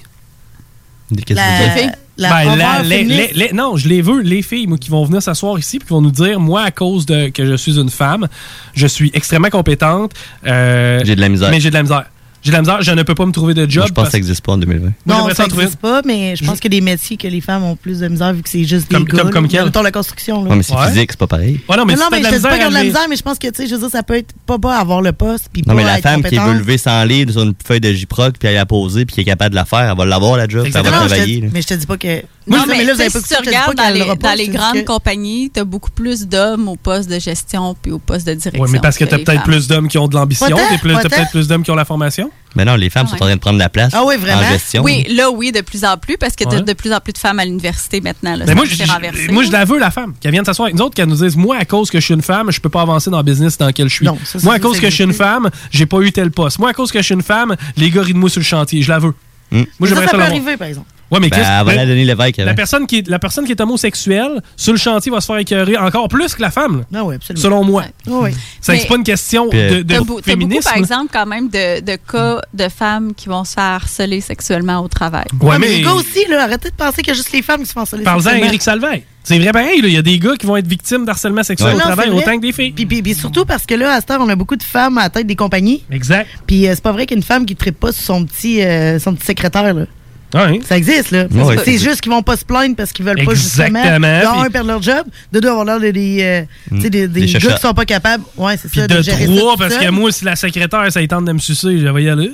Speaker 11: La- que tu veux dire? la
Speaker 6: Ben,
Speaker 11: proverbe
Speaker 6: la- les-
Speaker 11: féministe.
Speaker 6: les- les- non, je les veux, les filles, moi, qui vont venir s'asseoir ici, puis qui vont nous dire, moi, à cause de que je suis une femme, je suis extrêmement compétente. euh,
Speaker 10: J'ai de la misère.
Speaker 6: Mais j'ai de la misère. J'ai de la misère, je ne peux pas me trouver de job.
Speaker 10: Moi, je pense que ça n'existe pas en 2020.
Speaker 12: Non,
Speaker 6: j'aimerais
Speaker 12: ça
Speaker 6: ça en trouver
Speaker 12: n'existe pas, mais je pense que des métiers que les femmes ont plus de misère vu que c'est juste des
Speaker 10: Comme-
Speaker 12: gars.
Speaker 10: comme- comme
Speaker 12: là.
Speaker 10: quel?
Speaker 12: Mettons la construction. Là.
Speaker 10: Ouais, mais c'est physique, c'est pas pareil.
Speaker 12: Non, mais, non, mais je te dis pas
Speaker 6: misère
Speaker 12: qu'ils ont de
Speaker 6: à
Speaker 12: la
Speaker 6: les-
Speaker 12: misère, mais je pense que, tu sais, je veux dire, ça peut être pas pas avoir le poste, puis
Speaker 10: Non,
Speaker 12: pas
Speaker 10: mais la
Speaker 12: être
Speaker 10: femme qui
Speaker 12: compétente.
Speaker 10: veut lever 100 livres sur une feuille de J-Proc puis aller la poser puis qui est capable de la faire, elle va l'avoir la job, puis elle va
Speaker 12: Exactement, je te-
Speaker 10: travailler. là.
Speaker 12: Mais je te dis pas que...
Speaker 11: Non,
Speaker 12: Non,
Speaker 11: mais,
Speaker 12: là, vous
Speaker 11: tu sais,
Speaker 12: avez pas
Speaker 11: si tu
Speaker 12: écouté, je te dis
Speaker 11: regardes dans
Speaker 12: pas qu'elle
Speaker 11: les,
Speaker 12: l'aura pas,
Speaker 11: dans
Speaker 12: je
Speaker 11: les
Speaker 12: te dis
Speaker 11: grandes
Speaker 12: que-
Speaker 11: compagnies, tu as beaucoup plus d'hommes au poste de gestion puis au poste de direction.
Speaker 6: Ouais, mais parce que t'as
Speaker 11: les
Speaker 6: peut-être
Speaker 11: femmes.
Speaker 6: plus d'hommes qui ont de l'ambition,
Speaker 11: Pas tant,
Speaker 6: t'as plus-
Speaker 11: pas
Speaker 6: t'as
Speaker 11: tant.
Speaker 6: peut-être plus d'hommes qui ont la formation.
Speaker 10: Mais non, les femmes
Speaker 12: Oh
Speaker 10: sont en train de prendre la
Speaker 12: Ah
Speaker 10: place en gestion.
Speaker 11: Oui, là, oui, de plus en plus, parce que tu
Speaker 6: Ouais.
Speaker 11: de plus en plus de femmes à l'université maintenant. Là,
Speaker 6: Mais
Speaker 11: Ça
Speaker 6: moi,
Speaker 11: s'est
Speaker 6: je,
Speaker 11: renversé.
Speaker 6: je- moi, je la veux, la femme. Qu'elle vienne s'asseoir avec nous autres, qu'elle nous dise Moi, à cause que je suis une femme, je peux pas avancer dans le business dans lequel je suis.
Speaker 12: ça,
Speaker 6: moi, à
Speaker 12: c'est
Speaker 6: cause que je suis une femme, j'ai pas eu tel poste. Moi, à cause que je suis une femme, les gars rient de moi sur le chantier. Je la veux. Moi,
Speaker 12: Mais
Speaker 6: j'aimerais
Speaker 12: ça,
Speaker 6: ça,
Speaker 12: ça peut
Speaker 6: l'avoir.
Speaker 12: arriver, par exemple.
Speaker 6: Ouais, mais
Speaker 10: Mm. Ben,
Speaker 6: Chris,
Speaker 10: elle va
Speaker 6: ben,
Speaker 10: la donner l'évêque hein.
Speaker 6: la
Speaker 10: avant.
Speaker 6: personne, qui est, la personne qui est homosexuelle, sur le chantier, va se faire écœurer encore plus que la femme. là.
Speaker 12: Ah oui, absolument.
Speaker 6: Selon moi.
Speaker 12: Oui, oui.
Speaker 6: Ça, c'est
Speaker 11: Mais-
Speaker 6: pas une question
Speaker 10: Puis,
Speaker 6: de, de
Speaker 11: T'as beau- t'as beaucoup,
Speaker 6: féminisme.
Speaker 11: par exemple, quand même, de, de cas de femmes qui vont se faire harceler sexuellement au travail.
Speaker 6: Ouais, Ouais, mais mais-
Speaker 12: Les gars Ah, aussi, là, arrêtez de penser qu'il y a juste les femmes qui se font ça.
Speaker 6: Parle-en à Eric Salveille. C'est vrai pareil, là, il y a des gars qui vont être victimes d'harcèlement sexuel au travail autant que des filles.
Speaker 12: Puis, puis- puis surtout parce que là, à cette heure, on a beaucoup de femmes à la tête des compagnies.
Speaker 6: Exact.
Speaker 12: Puis euh, c'est pas vrai qu'une femme qui ne traite pas sur son petit, euh, son petit secrétaire, là.
Speaker 6: Ah, hein?
Speaker 12: Ça existe, là.
Speaker 6: Ouais,
Speaker 12: c'est
Speaker 6: ouais.
Speaker 12: juste qu'ils vont pas se plaindre parce qu'ils veulent pas justement,
Speaker 6: Exactement,
Speaker 12: de
Speaker 6: puis-
Speaker 12: un, perdre leur job, de deux, avoir l'air de- des, euh,
Speaker 10: Mm.
Speaker 12: tu sais, des, des
Speaker 6: Des
Speaker 12: gars
Speaker 6: chachottes.
Speaker 12: qui sont pas capables. Ouais, c'est
Speaker 6: Puis
Speaker 12: ça.
Speaker 6: de
Speaker 12: gérer ça
Speaker 6: trois,
Speaker 12: tout
Speaker 6: parce
Speaker 12: seul.
Speaker 6: que moi, si la secrétaire, ça y tente de me sucer, je vais y aller.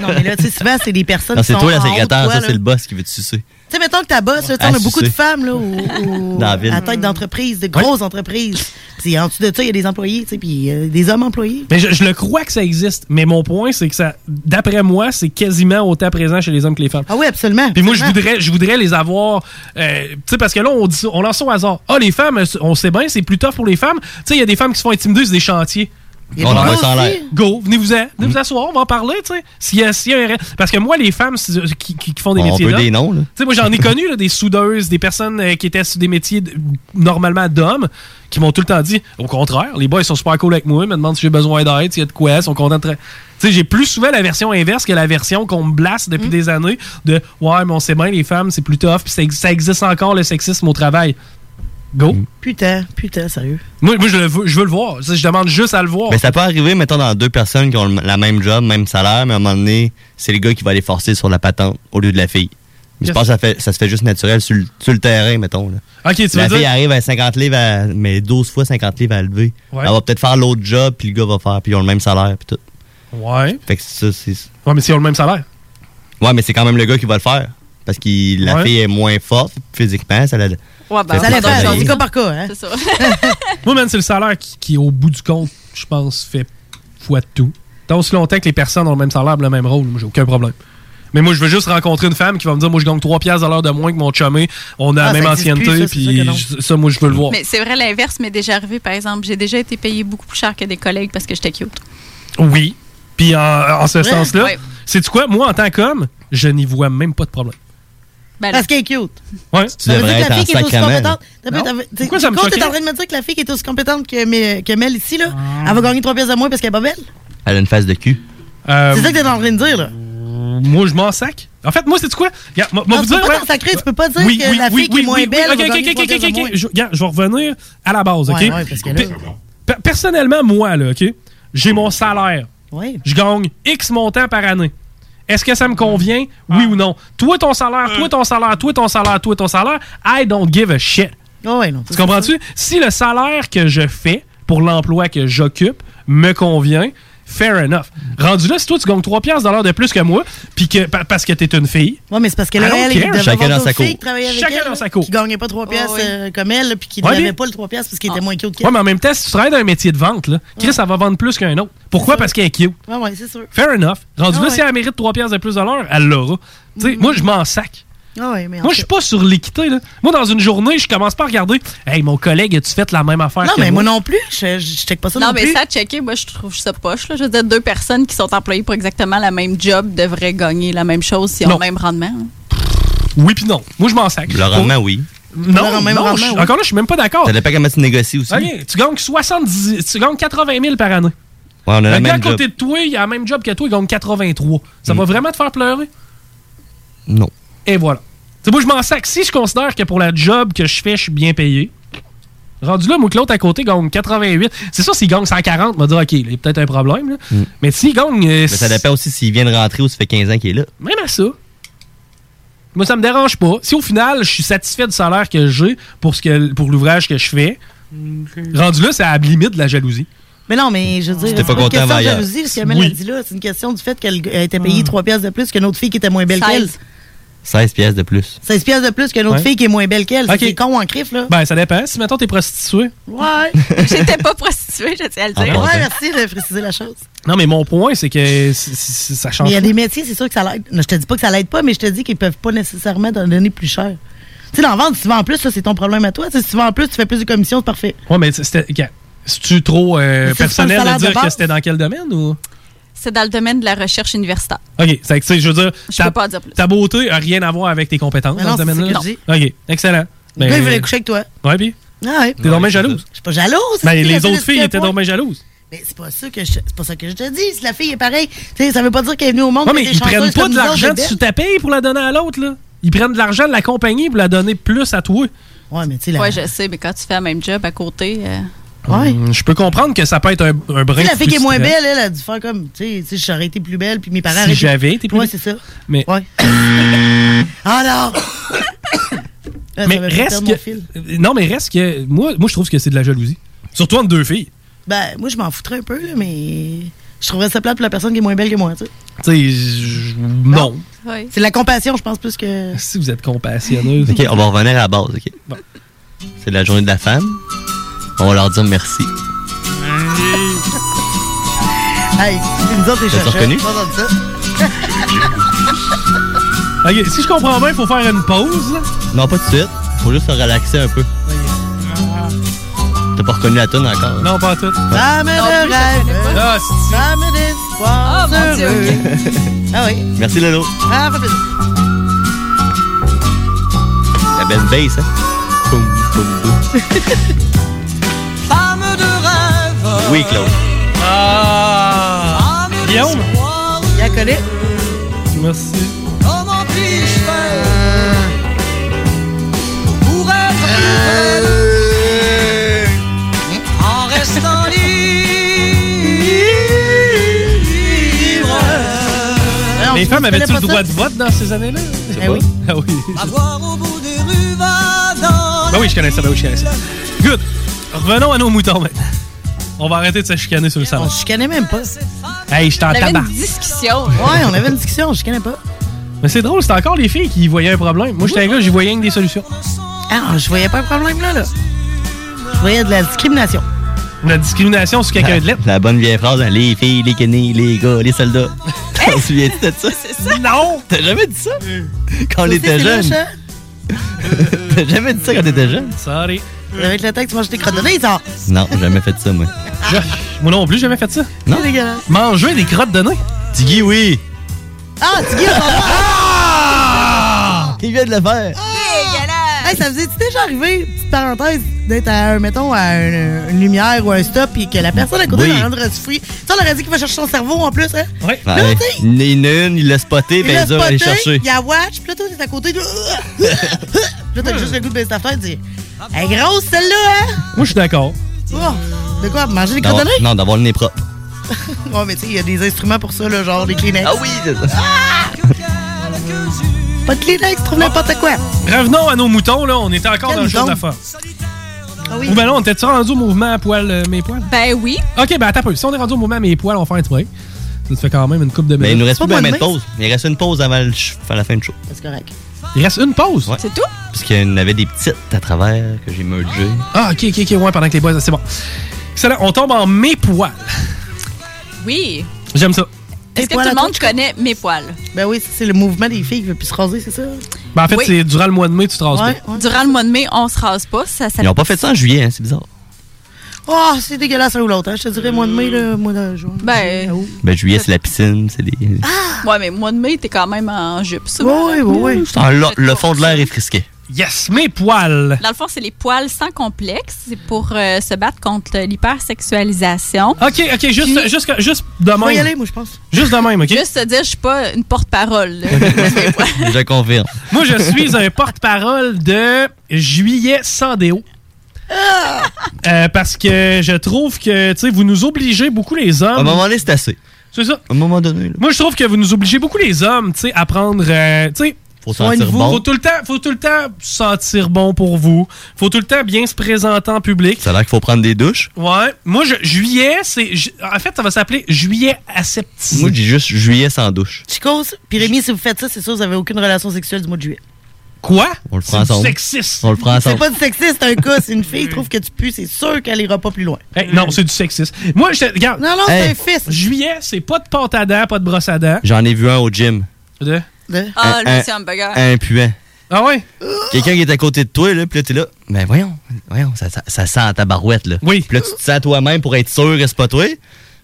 Speaker 12: Non, mais là, tu sais, souvent, c'est des personnes
Speaker 10: Non,
Speaker 12: qui
Speaker 10: c'est
Speaker 12: sont
Speaker 10: toi la
Speaker 12: en haut de
Speaker 10: secrétaire,
Speaker 12: toi,
Speaker 10: ça
Speaker 12: là.
Speaker 10: c'est le boss qui veut te sucer.
Speaker 12: Tu sais, mettons que ta boss, là, tu sais, on
Speaker 10: Ah,
Speaker 12: a beaucoup
Speaker 10: c'est
Speaker 12: de
Speaker 10: ça.
Speaker 12: femmes là, au- au-
Speaker 10: Dans la ville.
Speaker 12: à la tête d'entreprise, de grosses entreprises. Puis en dessous de ça, il y a des employés, tu sais, puis euh, des hommes employés.
Speaker 6: Mais je, je le crois que ça existe, mais mon point, c'est que ça, d'après moi, c'est quasiment autant présent chez les hommes que les femmes.
Speaker 12: Ah oui, absolument.
Speaker 6: Puis moi, je voudrais, je voudrais les avoir. euh, tu sais, parce que là, on, dit, ça- on lance ça au hasard. Ah, les femmes, euh, on sait bien, c'est plus tough pour les femmes. Tu sais, il y a des femmes qui se font intimider sur des chantiers.
Speaker 10: Il y a On des envoie gars ça en aussi. l'air. Mm.
Speaker 6: Go, venez vous, en- venez vous asseoir, on va en parler, tu sais. S'il y a- s'il y a un- Parce que moi, les femmes si- euh, qui, qui- qui font des
Speaker 10: On
Speaker 6: métiers.
Speaker 10: peut des noms, là.
Speaker 6: Tu sais, moi, j'en ai connu, là, des soudeuses, des personnes euh, qui étaient sur des métiers de- normalement d'hommes, qui m'ont tout le temps dit, au contraire, les boys, ils sont super cool avec moi, ils me demandent si j'ai besoin d'aide, s'il y a de quoi, ils sont contents de. tra- Tu sais, j'ai plus souvent la version inverse que la version qu'on me blasse depuis des années de Ouais, mais on sait bien, les femmes, c'est plus tough, puis ça, ex- ça existe encore le sexisme au travail. Go.
Speaker 10: Mm.
Speaker 12: Putain, putain, sérieux.
Speaker 6: Moi, moi, je, le veux, je veux le voir. Ça, Je demande juste à le voir.
Speaker 10: Mais ça peut arriver, mettons, dans deux personnes qui ont le- la même job, même salaire, mais à un moment donné, c'est le gars qui va aller forcer sur la patente au lieu de la fille. Mais je
Speaker 6: Yes.
Speaker 10: pense que ça, fait, ça se fait juste naturel sur, le- sur le terrain, mettons. là.
Speaker 6: Ok, tu
Speaker 10: la
Speaker 6: veux
Speaker 10: fille
Speaker 6: dire-
Speaker 10: arrive à 50 livres, à- mais 12 fois 50 livres à lever.
Speaker 6: Ouais.
Speaker 10: Elle va peut-être faire l'autre job, puis le gars va faire, puis ils ont le même salaire, puis tout.
Speaker 6: Ouais.
Speaker 10: Fait que ça, c'est.
Speaker 6: Ouais, mais s'ils ont le même salaire.
Speaker 10: Ouais, mais c'est quand même le gars qui va le faire. Parce que la
Speaker 6: Ouais.
Speaker 10: fille est moins forte physiquement. Ça la...
Speaker 11: Ouais, ben,
Speaker 10: fait
Speaker 12: Ça
Speaker 10: plus
Speaker 12: dépend,
Speaker 10: travailler.
Speaker 12: c'est cas par cas, hein.
Speaker 11: C'est ça.
Speaker 6: Moi, man, c'est le salaire qui, qui, au bout du compte, je pense, fait fois de tout. Tant aussi longtemps que les personnes ont le même salaire, le même rôle, moi, j'ai aucun problème. Mais moi, je veux juste rencontrer une femme qui va me dire, moi, je gagne 3 piastres à l'heure de moins que mon chumé, on a
Speaker 12: Ah,
Speaker 6: la même
Speaker 12: ça existe
Speaker 6: ancienneté,
Speaker 12: plus, ça, c'est sûr que
Speaker 6: puis
Speaker 12: non.
Speaker 6: je- ça, moi, je veux le voir.
Speaker 11: Mais c'est vrai l'inverse, mais déjà arrivé, par exemple. J'ai déjà été payé beaucoup plus cher que des collègues parce que j'étais cute.
Speaker 6: Oui. Puis en, en ce
Speaker 11: Ouais.
Speaker 6: sens-là,
Speaker 11: Ouais.
Speaker 6: c'est quoi, moi, en tant qu'homme, je n'y vois même pas de problème.
Speaker 11: Ben,
Speaker 12: Parce qu'elle est cute.
Speaker 6: Ouais.
Speaker 10: Tu devrais être en sacrament.
Speaker 12: Pourquoi
Speaker 6: ça me
Speaker 12: Quand t'es
Speaker 6: choquait?
Speaker 12: en train de me dire que la fille qui est aussi compétente que, Mel- que Mel ici, là,
Speaker 6: Ah.
Speaker 12: elle va gagner trois pièces de moins parce qu'elle est pas belle?
Speaker 10: Elle a une face de cul.
Speaker 12: C'est ça que t'es en train de dire, là.
Speaker 6: Euh, Moi, je m'en sac. En fait, moi, c'est quoi? Regarde, moi, moi,
Speaker 12: Non,
Speaker 6: vous
Speaker 12: tu peux
Speaker 6: dire,
Speaker 12: pas
Speaker 6: ouais.
Speaker 12: t'en sacrer, tu peux pas dire que la fille qui est moins belle
Speaker 6: Ok,
Speaker 12: va
Speaker 6: ok,
Speaker 12: gagner
Speaker 6: ok,
Speaker 12: trois pièces
Speaker 6: ok,
Speaker 12: de
Speaker 6: ok.
Speaker 12: moins.
Speaker 6: Je, regarde, je vais revenir à la base, ok?
Speaker 12: Ouais, ouais, parce que là-
Speaker 6: Pe- pe- personnellement, moi, là, ok, j'ai mon salaire.
Speaker 12: Ouais.
Speaker 6: Je gagne X montant par année. Est-ce que ça me convient?
Speaker 12: Ah.
Speaker 6: Oui ou non? Toi, ton salaire, toi, ton salaire, toi, ton salaire, toi, ton salaire, I don't give a shit.
Speaker 12: Ah
Speaker 6: tu comprends-tu? Si le salaire que je fais pour l'emploi que j'occupe me convient, fair enough. Rendu là, si toi, tu gagnes 3 piastres de l'heure de plus que moi, puis que, pa- parce que t'es une fille,
Speaker 12: Ouais, mais c'est parce que là,
Speaker 6: I don't
Speaker 12: elle,
Speaker 6: care.
Speaker 12: il devait
Speaker 6: Chacun
Speaker 12: avoir
Speaker 6: dans
Speaker 12: d'autres
Speaker 6: sa cour.
Speaker 12: filles qui travaillaient avec
Speaker 6: Chacun
Speaker 12: elle,
Speaker 6: dans sa cour.
Speaker 12: Qui gagnait pas trois pièces euh, comme elle, là, puis qui ne
Speaker 6: Ouais,
Speaker 12: devait
Speaker 6: mais-
Speaker 12: pas le trois pièces parce qu'il était moins cute
Speaker 6: Ah. Ouais,
Speaker 12: qu'elle.
Speaker 6: mais en même temps, si tu travailles dans un métier de vente, là, Chris, elle va vendre plus qu'un autre. Pourquoi? Parce qu'elle est cute.
Speaker 12: Ouais, ouais, c'est sûr.
Speaker 6: Fair enough. Rendu là,
Speaker 12: Ah ouais.
Speaker 6: si elle mérite 3 piastres de plus à l'heure, elle l'aura. Tu sais, Moi, je m'en sac.
Speaker 12: Ouais, ouais, mais en
Speaker 6: Moi, je suis pas sur l'équité. là. Moi, dans une journée, je commence pas à regarder « Hey, mon collègue, as-tu fait la même affaire
Speaker 12: Non,
Speaker 6: que
Speaker 12: mais moi non plus, je, je, je check pas ça non,
Speaker 11: non, mais
Speaker 12: plus.
Speaker 11: ça, à checker, moi, je trouve ça poche. Là. Je veux dire, deux personnes qui sont employées pour exactement la même job devraient gagner la même chose si ont
Speaker 6: Non.
Speaker 11: le même rendement.
Speaker 6: Oui puis non. Moi, je m'en sac.
Speaker 10: Le rendement, oui.
Speaker 6: Non,
Speaker 11: même
Speaker 6: non,
Speaker 11: rendement,
Speaker 6: je-
Speaker 11: oui.
Speaker 6: encore là, je suis même pas d'accord.
Speaker 10: Ça dépend comment tu négocies aussi. Ouais,
Speaker 6: Ok, Tu gagnes 70, tu gagnes 80 000 par année.
Speaker 10: on a
Speaker 6: Le
Speaker 10: la
Speaker 6: gars à
Speaker 10: même job. Mm.
Speaker 6: côté de toi, il a le même job que toi, il gagne 83. Ça va vraiment te faire pleurer?
Speaker 10: Non.
Speaker 6: Et voilà. Tu sais, moi, je m'en sac. Si je considère que pour la job que je fais, je suis bien payé, rendu là, moi, que l'autre à côté gagne 88. C'est sûr, s'il gagne 140, on va dire, OK, il y a peut-être un problème. là.
Speaker 10: Mm.
Speaker 6: Mais s'il gagne. euh,
Speaker 10: Mais ça dépend aussi s'il vient de rentrer ou ça fait 15 ans qu'il est là.
Speaker 6: Même à ça. Moi, ça me dérange pas. Si au final, je suis satisfait du salaire que j'ai pour, ce que, pour l'ouvrage que je fais, rendu là, c'est à la limite de la jalousie.
Speaker 12: Mais non, mais je veux dire,
Speaker 6: C'était
Speaker 12: c'est
Speaker 6: pas
Speaker 12: pas une
Speaker 6: content,
Speaker 12: question de
Speaker 6: Maya.
Speaker 12: jalousie, ce qu'Amel
Speaker 6: Oui. Ah.
Speaker 12: a dit là. C'est une question du fait qu'elle elle était payée trois pièces de plus qu'une autre fille qui était moins belle qu'elle.
Speaker 10: 16 pièces de plus.
Speaker 12: 16 pièces de plus qu'une autre
Speaker 10: Ouais.
Speaker 12: fille qui est moins belle qu'elle.
Speaker 6: Ok.
Speaker 12: C'est con en crif, là.
Speaker 6: Ben, ça dépend. Si, mettons, t'es prostituée.
Speaker 12: Ouais.
Speaker 11: J'étais pas prostituée, je tiens à le
Speaker 6: Ah,
Speaker 11: dire.
Speaker 6: bon, Ouais, ben.
Speaker 12: Merci de préciser la chose.
Speaker 6: Non, mais mon point, c'est que c- c- ça change.
Speaker 12: Mais il y a
Speaker 6: pas.
Speaker 12: des métiers, c'est sûr que ça l'aide. Non, Je te dis pas que ça l'aide pas, mais je te dis qu'ils peuvent pas nécessairement t'en donner plus cher. Tu sais, dans la vente, si tu vends plus, ça, c'est ton problème à toi. Tu sais, si tu vends plus, tu fais plus de commission, c'est parfait.
Speaker 6: Ouais, mais c'était. gars, C'est-tu trop euh,
Speaker 12: Mais c'est
Speaker 6: personnel
Speaker 12: pas le
Speaker 6: de
Speaker 12: salaire de
Speaker 6: dire que
Speaker 12: base.
Speaker 6: c'était dans quel domaine ou.
Speaker 11: C'est dans le domaine de la recherche universitaire.
Speaker 6: OK. C'est que, tu sais, je veux dire,
Speaker 11: Je
Speaker 6: ta,
Speaker 11: peux pas en dire plus.
Speaker 6: ta beauté a rien à voir avec tes compétences
Speaker 11: Mais
Speaker 6: dans
Speaker 11: non,
Speaker 6: ce
Speaker 11: c'est
Speaker 6: domaine-là.
Speaker 11: ce que
Speaker 6: OK. Excellent.
Speaker 12: Le gars, il
Speaker 6: euh,
Speaker 12: voulait coucher avec toi.
Speaker 6: Ouais, puis.
Speaker 12: Ah ouais.
Speaker 6: T'es donc bien jalouse.
Speaker 12: Je suis pas jalouse.
Speaker 6: Ben,
Speaker 12: c'est
Speaker 6: les
Speaker 12: la
Speaker 6: autres
Speaker 12: fille,
Speaker 6: filles
Speaker 12: à
Speaker 6: étaient
Speaker 12: point.
Speaker 6: donc bien jalouses.
Speaker 12: Mais c'est pas ça que je, c'est pas ça que je te dis. Si la fille est pareille, tu sais, ça veut pas dire qu'elle est venue au monde.
Speaker 6: Ouais, mais
Speaker 12: qu'elle
Speaker 6: ils
Speaker 12: était
Speaker 6: prennent
Speaker 12: chanceuse
Speaker 6: pas
Speaker 12: comme nous
Speaker 26: comme nous
Speaker 12: autres,
Speaker 26: autres,
Speaker 12: elle est
Speaker 26: l'argent
Speaker 12: belle.
Speaker 26: sous
Speaker 6: ta paye pour la donner à l'autre, là. Ils prennent de l'argent de la compagnie pour la donner plus à toi.
Speaker 12: Ouais, mais tu sais,
Speaker 11: Ouais, je sais, mais quand tu fais le même job à côté. euh,
Speaker 12: Ouais.
Speaker 6: Hum, Je peux comprendre que ça peut être un, un
Speaker 12: Tu
Speaker 6: brin
Speaker 12: sais, la fille qui est moins
Speaker 6: frustrant.
Speaker 12: belle, elle, elle a dû faire comme, tu sais, tu sais, j'aurais été plus belle, puis mes parents.
Speaker 6: Si
Speaker 12: auraient été-
Speaker 6: j'avais été plus
Speaker 12: Ouais,
Speaker 6: belle.
Speaker 12: c'est ça.
Speaker 6: Mais, Ah,
Speaker 12: Alors!
Speaker 6: mais reste que. euh, Non, mais reste que. Moi, moi je trouve que c'est de la jalousie. Surtout entre deux filles.
Speaker 12: Ben, moi, je m'en foutrais un peu, là, mais je trouverais ça plate pour la personne qui est moins belle que moi, tu sais.
Speaker 6: Tu sais, je- non.
Speaker 12: C'est de la compassion, je pense, plus que.
Speaker 6: Si vous êtes compassionneuse.
Speaker 10: OK, on va revenir à la base, OK? C'est la journée de la femme. On va leur dire merci.
Speaker 12: Hey, c'est nous autres, les
Speaker 10: T'as
Speaker 12: chercheurs.
Speaker 10: reconnu?
Speaker 12: Pas comme ça.
Speaker 6: OK, si je comprends bien, il faut faire une pause. là.
Speaker 10: Non, pas tout de suite. Faut juste se relaxer un peu. T'as pas reconnu la tonne encore? hein?
Speaker 6: Non, pas tout. Ah,
Speaker 12: Femme
Speaker 8: Non
Speaker 12: de
Speaker 8: plus, je connais
Speaker 12: rêve.
Speaker 8: pas. Ah,
Speaker 12: Femme d'espoir.
Speaker 8: Ah, mon Dieu,
Speaker 12: heureux. Ah oui.
Speaker 10: Merci, Lolo.
Speaker 12: Ah, pas plaisir.
Speaker 10: La belle bass, hein? Boum, boum, boum.
Speaker 8: Femme de rêve.
Speaker 10: Oui, Claude.
Speaker 8: Ah.
Speaker 6: Guillaume.
Speaker 12: Il a collé.
Speaker 6: Merci.
Speaker 8: Comment puis-je faire pour être belle en restant libre?
Speaker 6: Les femmes avaient-tu le droit de vote dans ces années-là? Je sais
Speaker 8: Eh
Speaker 6: pas.
Speaker 8: oui.
Speaker 6: Ah oui.
Speaker 12: Oh,
Speaker 8: Avoir au bout des rues va dans
Speaker 6: Ben oui, je connais ça, ben oui, je connais ça. Good. Revenons à nos moutons maintenant. On va arrêter de se chicaner sur le salon.
Speaker 12: Je connais même pas.
Speaker 6: Hey, je
Speaker 12: On
Speaker 6: t'en
Speaker 12: avait
Speaker 6: tabac.
Speaker 12: une discussion. Ouais, on avait une discussion, je connais pas.
Speaker 6: Mais c'est drôle, c'est encore les filles qui voyaient un problème. Moi, j'étais un gars, j'y voyais rien que des solutions.
Speaker 12: Ah, je voyais pas un problème là, là. Je voyais de la discrimination.
Speaker 6: La discrimination sur quelqu'un de lettre.
Speaker 10: La bonne vieille phrase, hein? les filles, les kinés, les gars, les soldats.
Speaker 12: Hein?
Speaker 10: T'en souviens-tu de ça?
Speaker 6: Non!
Speaker 10: T'as jamais dit ça? Quand on
Speaker 12: Ça aussi,
Speaker 10: était
Speaker 12: c'est
Speaker 10: jeune.
Speaker 12: louche, hein?
Speaker 10: T'as jamais dit ça quand t'étais jeune?
Speaker 6: Sorry.
Speaker 12: Avec le temps que tu manges des crottes de nez, ça. Ah,
Speaker 10: Non, jamais fait ça, moi.
Speaker 6: Moi non plus, j'ai jamais fait ça.
Speaker 10: Non?
Speaker 12: C'est dégueulasse.
Speaker 6: Manger des crottes de nez?
Speaker 10: Tiggy, oui.
Speaker 12: Ah, tu guilles,
Speaker 10: Il vient de le faire.
Speaker 12: Ah! Hey, ça vous est déjà arrivé, petite parenthèse, d'être à, un, mettons, à un- une lumière ou un stop et que la personne à côté
Speaker 10: Oui.
Speaker 12: leur rendrait du fruit? Tu sais, on leur a dit qu'il va chercher son cerveau en plus, hein?
Speaker 6: Ouais.
Speaker 12: Là,
Speaker 10: Ouais.
Speaker 12: tu sais,
Speaker 10: Il est nul, il l'a spoté,
Speaker 12: il
Speaker 10: ben
Speaker 12: l'a
Speaker 10: dur à aller
Speaker 12: spoté,
Speaker 10: chercher.
Speaker 12: il a watch, puis là, toi, t'es à côté, de... puis là, t'as juste le goût de baisser ta fête et dire « Hey, grosse, celle-là, hein?
Speaker 6: Moi, je suis d'accord.
Speaker 12: Oh, de quoi? Manger des crottes de
Speaker 10: D'avoir-
Speaker 12: nez?
Speaker 10: Non, d'avoir le nez propre.
Speaker 12: Ouais, mais tu sais, il y a des instruments pour ça, là, genre des Kleenex.
Speaker 10: Ah oui, c'est ça.
Speaker 12: Pas de Kleenex, trouve n'importe quoi.
Speaker 6: Revenons à nos moutons, là. On était encore
Speaker 12: Quel
Speaker 6: dans le show
Speaker 12: mouton?
Speaker 6: de la femme.
Speaker 12: Ah oui.
Speaker 6: Ou ben non, on était-tu rendu au mouvement à poil, euh, mes poils?
Speaker 11: Ben oui.
Speaker 6: Ok, ben attends un peu. Si on est rendu au mouvement à mes poils, on fait un truc. Ça te fait quand même une coupe de minutes.
Speaker 10: Mais Ben, il nous reste plus de pause. Il reste une pause avant le ch- enfin, la fin du show.
Speaker 12: C'est correct.
Speaker 6: Il reste une pause?
Speaker 11: C'est tout?
Speaker 10: Parce qu'il y en avait des petites à travers que j'ai mergées.
Speaker 6: Ah, ok, ok, ok, ouais, pendant que les boys, c'est bon. Excellent, on tombe en mes poils.
Speaker 11: Oui.
Speaker 6: J'aime ça.
Speaker 11: Est-ce que tout le monde connaît mes poils?
Speaker 12: Ben oui, c'est le mouvement des filles qui veut plus se raser, c'est ça?
Speaker 6: Ben, en fait,
Speaker 11: Oui.
Speaker 6: Ah, c'est durant le mois de mai, tu te rases pas.
Speaker 11: Durant le mois de mai, on se rase pas. Ça,
Speaker 10: Ils n'ont pas fait ça en juillet, hein, c'est bizarre.
Speaker 12: Oh, c'est dégueulasse un ou l'autre, hein. Je te dirais mois de mai, le mois de juin.
Speaker 11: Ben.
Speaker 10: Ben, juillet, c'est la piscine, c'est des.
Speaker 11: Ouais, mais mois de mai, t'es quand même en jupe, ça.
Speaker 12: Oui, oui, oui.
Speaker 10: Ah, le, le fond de l'air est frisqué.
Speaker 6: Yes, mes poils.
Speaker 11: Dans le fond, c'est les poils sans complexe. C'est pour euh, se battre contre l'hypersexualisation.
Speaker 6: Ok, ok, juste,
Speaker 11: Puis-
Speaker 6: juste, juste de
Speaker 11: Je
Speaker 6: même.
Speaker 11: vais y aller, moi,
Speaker 12: je pense.
Speaker 6: Juste de même, ok?
Speaker 11: Juste te dire, je suis pas une porte-parole. là.
Speaker 10: Je confirme.
Speaker 6: Moi, je suis un porte-parole de juillet sans déo.
Speaker 12: Ah!
Speaker 6: Euh, parce que je trouve que, tu sais, vous nous obligez beaucoup les hommes.
Speaker 10: À un moment donné, c'est assez.
Speaker 6: C'est ça.
Speaker 10: À un moment donné, là.
Speaker 6: Moi, je trouve que vous nous obligez beaucoup les hommes, tu sais, à prendre, euh, tu sais,
Speaker 10: Faut
Speaker 6: soin de
Speaker 10: sentir
Speaker 6: vous.
Speaker 10: bon.
Speaker 6: Faut tout le temps, faut tout le temps sentir bon pour vous. Faut tout le temps bien se présenter en public.
Speaker 10: Ça a l'air qu'il faut prendre des douches.
Speaker 6: Ouais. Moi, je- juillet, c'est, ju- en fait, ça va s'appeler juillet aseptisé.
Speaker 10: Moi, j'ai juste juillet sans douche.
Speaker 12: Chicos, puis Rémi, si vous faites ça, c'est sûr que vous avez aucune relation sexuelle du mois de juillet.
Speaker 6: Quoi?
Speaker 10: On le
Speaker 12: C'est
Speaker 10: prend
Speaker 12: du
Speaker 10: ensemble.
Speaker 12: sexisme.
Speaker 10: On le prend
Speaker 12: C'est
Speaker 10: ensemble.
Speaker 12: pas du sexiste, c'est un cas. Si une fille trouve que tu pues, c'est sûr qu'elle ira pas plus loin.
Speaker 6: Hey, non, c'est du sexisme. Moi, je te- regarde.
Speaker 12: Non, non, c'est un fils.
Speaker 6: Juillet, c'est pas de pâte à dents, pas de brosse à dents.
Speaker 10: J'en ai vu un au gym.
Speaker 6: De?
Speaker 12: Hein?
Speaker 11: Ah, lui,
Speaker 10: un,
Speaker 11: c'est un hamburger.
Speaker 10: un puant.
Speaker 6: Ah ouais?
Speaker 10: Quelqu'un qui est à côté de toi, là, puis là, t'es là. Ben voyons, voyons, ça, ça, ça sent ta barouette, là.
Speaker 6: Oui.
Speaker 10: Puis là, tu te sens toi-même pour être sûr que c'est pas toi.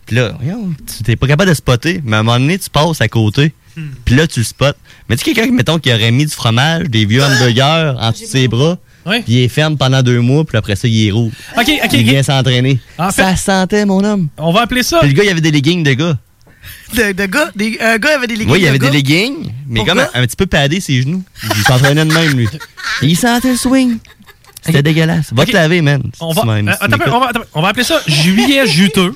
Speaker 10: Puis là, voyons, tu t'es pas capable de spotter. Mais à un moment donné, tu passes à côté.
Speaker 6: Hmm.
Speaker 10: Puis là, tu le spots. Mais tu sais, quelqu'un, mettons, qui aurait mis du fromage, des vieux hamburgers
Speaker 11: Ah,
Speaker 10: en dessous de ses bras.
Speaker 6: puis
Speaker 10: il est ferme pendant deux mois, puis après ça, il est roux.
Speaker 6: OK, OK.
Speaker 10: Il vient s'entraîner. Ça
Speaker 12: sentait, mon homme.
Speaker 6: On va appeler ça.
Speaker 10: Puis le gars, il avait des leggings de gars.
Speaker 12: De, de gars, des, euh, un gars avait des leggings.
Speaker 10: Oui, il
Speaker 12: de
Speaker 10: avait des
Speaker 12: gars.
Speaker 10: leggings, mais
Speaker 12: Pourquoi?
Speaker 10: comme un, un petit peu padé ses genoux. Il s'entraînait de même, lui. Et il sentait le swing. C'était dégueulasse. Va
Speaker 6: Ok.
Speaker 10: te laver, man.
Speaker 6: On
Speaker 10: Tu
Speaker 6: va,
Speaker 10: m'as-
Speaker 6: euh,
Speaker 10: tu
Speaker 6: attends un peu,
Speaker 10: m'écoutes.
Speaker 6: on, va, attends un peu. On va appeler ça juillet juteux.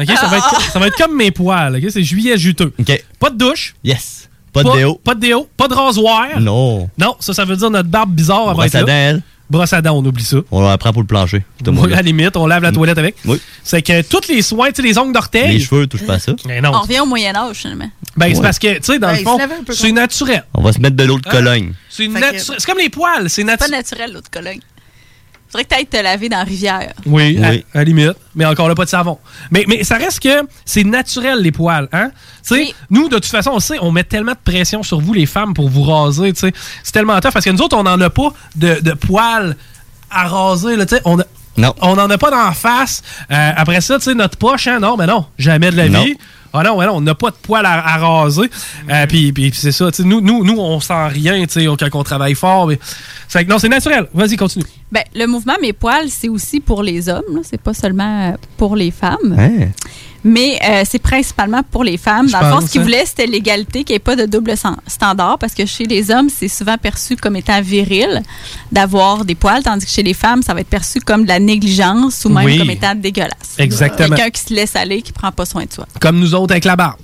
Speaker 6: OK, ça, va être, ça va être comme mes poils. OK, c'est juillet juteux. Pas de douche.
Speaker 10: Yes. Pas de déo.
Speaker 6: Pas de déo. Pas de rasoir.
Speaker 10: Non.
Speaker 6: Non, ça, ça veut dire notre barbe bizarre. elle va
Speaker 10: Brosse
Speaker 6: être
Speaker 10: à
Speaker 6: là.
Speaker 10: dents, elle.
Speaker 6: Brosse à dents, on oublie ça.
Speaker 10: On la prend pour le plancher. Tout le
Speaker 6: Ouais,
Speaker 10: monde
Speaker 6: à
Speaker 10: là.
Speaker 6: la limite, on lave la toilette avec.
Speaker 10: Oui.
Speaker 6: C'est que tous les soins, tu sais, les ongles d'orteil.
Speaker 10: Les cheveux, touche pas à ça.
Speaker 6: Mais non.
Speaker 11: On revient au Moyen-Âge, finalement.
Speaker 6: Ben, c'est
Speaker 10: Ouais.
Speaker 6: parce que, tu sais, dans
Speaker 11: Ben,
Speaker 6: le
Speaker 11: il
Speaker 6: fond,
Speaker 11: se lavait un peu
Speaker 6: c'est naturel.
Speaker 10: On va se mettre de l'eau de
Speaker 6: Hein?
Speaker 10: Cologne.
Speaker 6: C'est une nature- c'est comme les poils, c'est
Speaker 11: naturel. C'est pas naturel, l'autre cologne. Faudrait que t'ailles te laver dans la rivière.
Speaker 6: Oui, à- À, la limite. Mais encore là, pas de savon. Mais, mais ça reste que c'est naturel, les poils. Hein? Tu sais, Nous, de toute façon, on le sait, on met tellement de pression sur vous, les femmes, pour vous raser. tu sais. C'est tellement tough parce que nous autres, on n'en a pas de, de poils à raser. Là, tu sais. on a- On n'en a pas d'en face. Euh, après ça, tu sais, notre poche, hein? non, mais non, jamais de la
Speaker 10: Non.
Speaker 6: vie. Ah non, ouais, non, on n'a pas de poils à, à raser. Euh, puis puis c'est ça, tu sais, nous, nous, nous, on sent rien tu sais, quand on travaille fort. Mais... C'est que non, c'est naturel. Vas-y, continue.
Speaker 11: Ben, le mouvement Mes poils, c'est aussi pour les hommes, là. c'est pas seulement euh, pour les femmes.
Speaker 6: Eh,
Speaker 11: Mais euh, c'est principalement pour les femmes.
Speaker 6: Je
Speaker 11: Dans le fond, ce
Speaker 6: pense,
Speaker 11: qu'ils
Speaker 6: hein.
Speaker 11: voulaient, c'était l'égalité, qu'il n'y ait pas de double san- standard, parce que chez les hommes, c'est souvent perçu comme étant viril d'avoir des poils, tandis que chez les femmes, ça va être perçu comme de la négligence ou même
Speaker 6: Oui.
Speaker 11: comme étant dégueulasse.
Speaker 6: Exactement.
Speaker 11: Quelqu'un qui se laisse aller, qui prend pas soin de soi.
Speaker 6: Comme nous autres avec la barbe.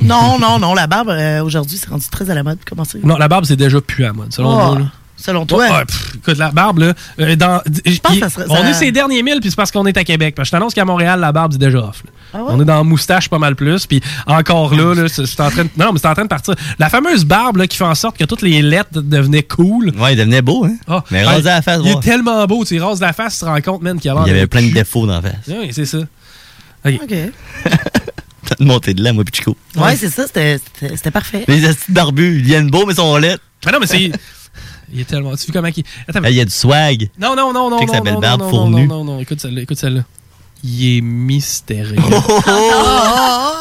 Speaker 12: Non, non, non, la barbe, euh, aujourd'hui, c'est rendu très à la mode. Comment c'est?
Speaker 6: Non, la barbe, c'est déjà plus à mode, selon
Speaker 12: Oh,
Speaker 6: moi. là.
Speaker 12: Selon toi?
Speaker 6: Ouais, ouais, pff, écoute, la barbe, là. euh, dans, je
Speaker 12: pense que ça serait-
Speaker 6: On
Speaker 12: ça-
Speaker 6: est ces derniers mille, puis c'est parce qu'on est à Québec. Parce que je t'annonce qu'à Montréal, la barbe, c'est déjà off. là.
Speaker 12: Ah
Speaker 6: On est dans moustache pas mal plus, puis encore là, là, c'est c'est en train de, non, mais c'est en train de partir. La fameuse barbe là, qui fait en sorte que toutes les lettres devenaient cool.
Speaker 10: Ouais, il devenait beau, hein?
Speaker 6: Ah,
Speaker 10: Mais
Speaker 6: hey,
Speaker 10: rasé à la face,
Speaker 6: Il
Speaker 10: ouais.
Speaker 6: est tellement beau, tu y rases la face, tu te rends compte, man, qu'il y a l'air
Speaker 10: Il y
Speaker 6: d'un
Speaker 10: avait plein
Speaker 6: cul.
Speaker 10: de défauts dans la face.
Speaker 6: Oui, c'est ça. OK.
Speaker 10: T'as de monter de là, moi, Pichico.
Speaker 12: Ouais, c'est ça, c'était- c'était c'était parfait.
Speaker 10: Les astis barbus, ils viennent beaux, mais ils sont laids.
Speaker 6: Mais non, mais c'est. Il est tellement. Tu vois comment il. Attends,
Speaker 10: Il y a du swag.
Speaker 6: Non, non, non, non.
Speaker 10: Check sa
Speaker 6: non,
Speaker 10: belle
Speaker 6: non,
Speaker 10: barbe
Speaker 6: non,
Speaker 10: fournue.
Speaker 6: Non, non, non, non, écoute celle-là. Écoute celle-là. Il est mystérieux.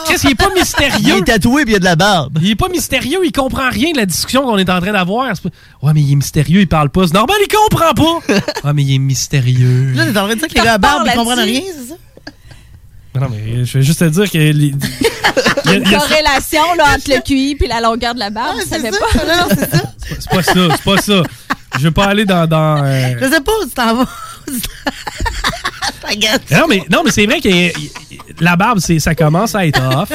Speaker 6: Qu'est-ce qu'il est pas mystérieux? Il est
Speaker 10: tatoué puis Oh, il a de la barbe.
Speaker 6: Il est pas mystérieux, il comprend rien de la discussion qu'on est en train d'avoir. C'est pas- Ouais, mais il est mystérieux, il parle pas. C'est normal, il comprend pas. Ah, mais il est mystérieux.
Speaker 12: Là, t'es en train de dire que les
Speaker 11: T'en
Speaker 12: gars à barbe,
Speaker 11: reparles
Speaker 12: ils comprennent rien,
Speaker 11: là-dessus?
Speaker 12: c'est ça?
Speaker 6: Mais non, mais euh, je vais juste te dire que. les- Il y a- il y a-
Speaker 11: corrélation là, entre le QI et la longueur de la
Speaker 12: Ah,
Speaker 11: barbe, ça fait pas.
Speaker 6: C'est pas ça, c'est pas ça. Je veux pas aller dans. dans euh,
Speaker 12: Je sais pas où tu t'en vas.
Speaker 6: Mais Non, mais, non, mais c'est vrai que euh, la barbe, c'est, ça commence à être off.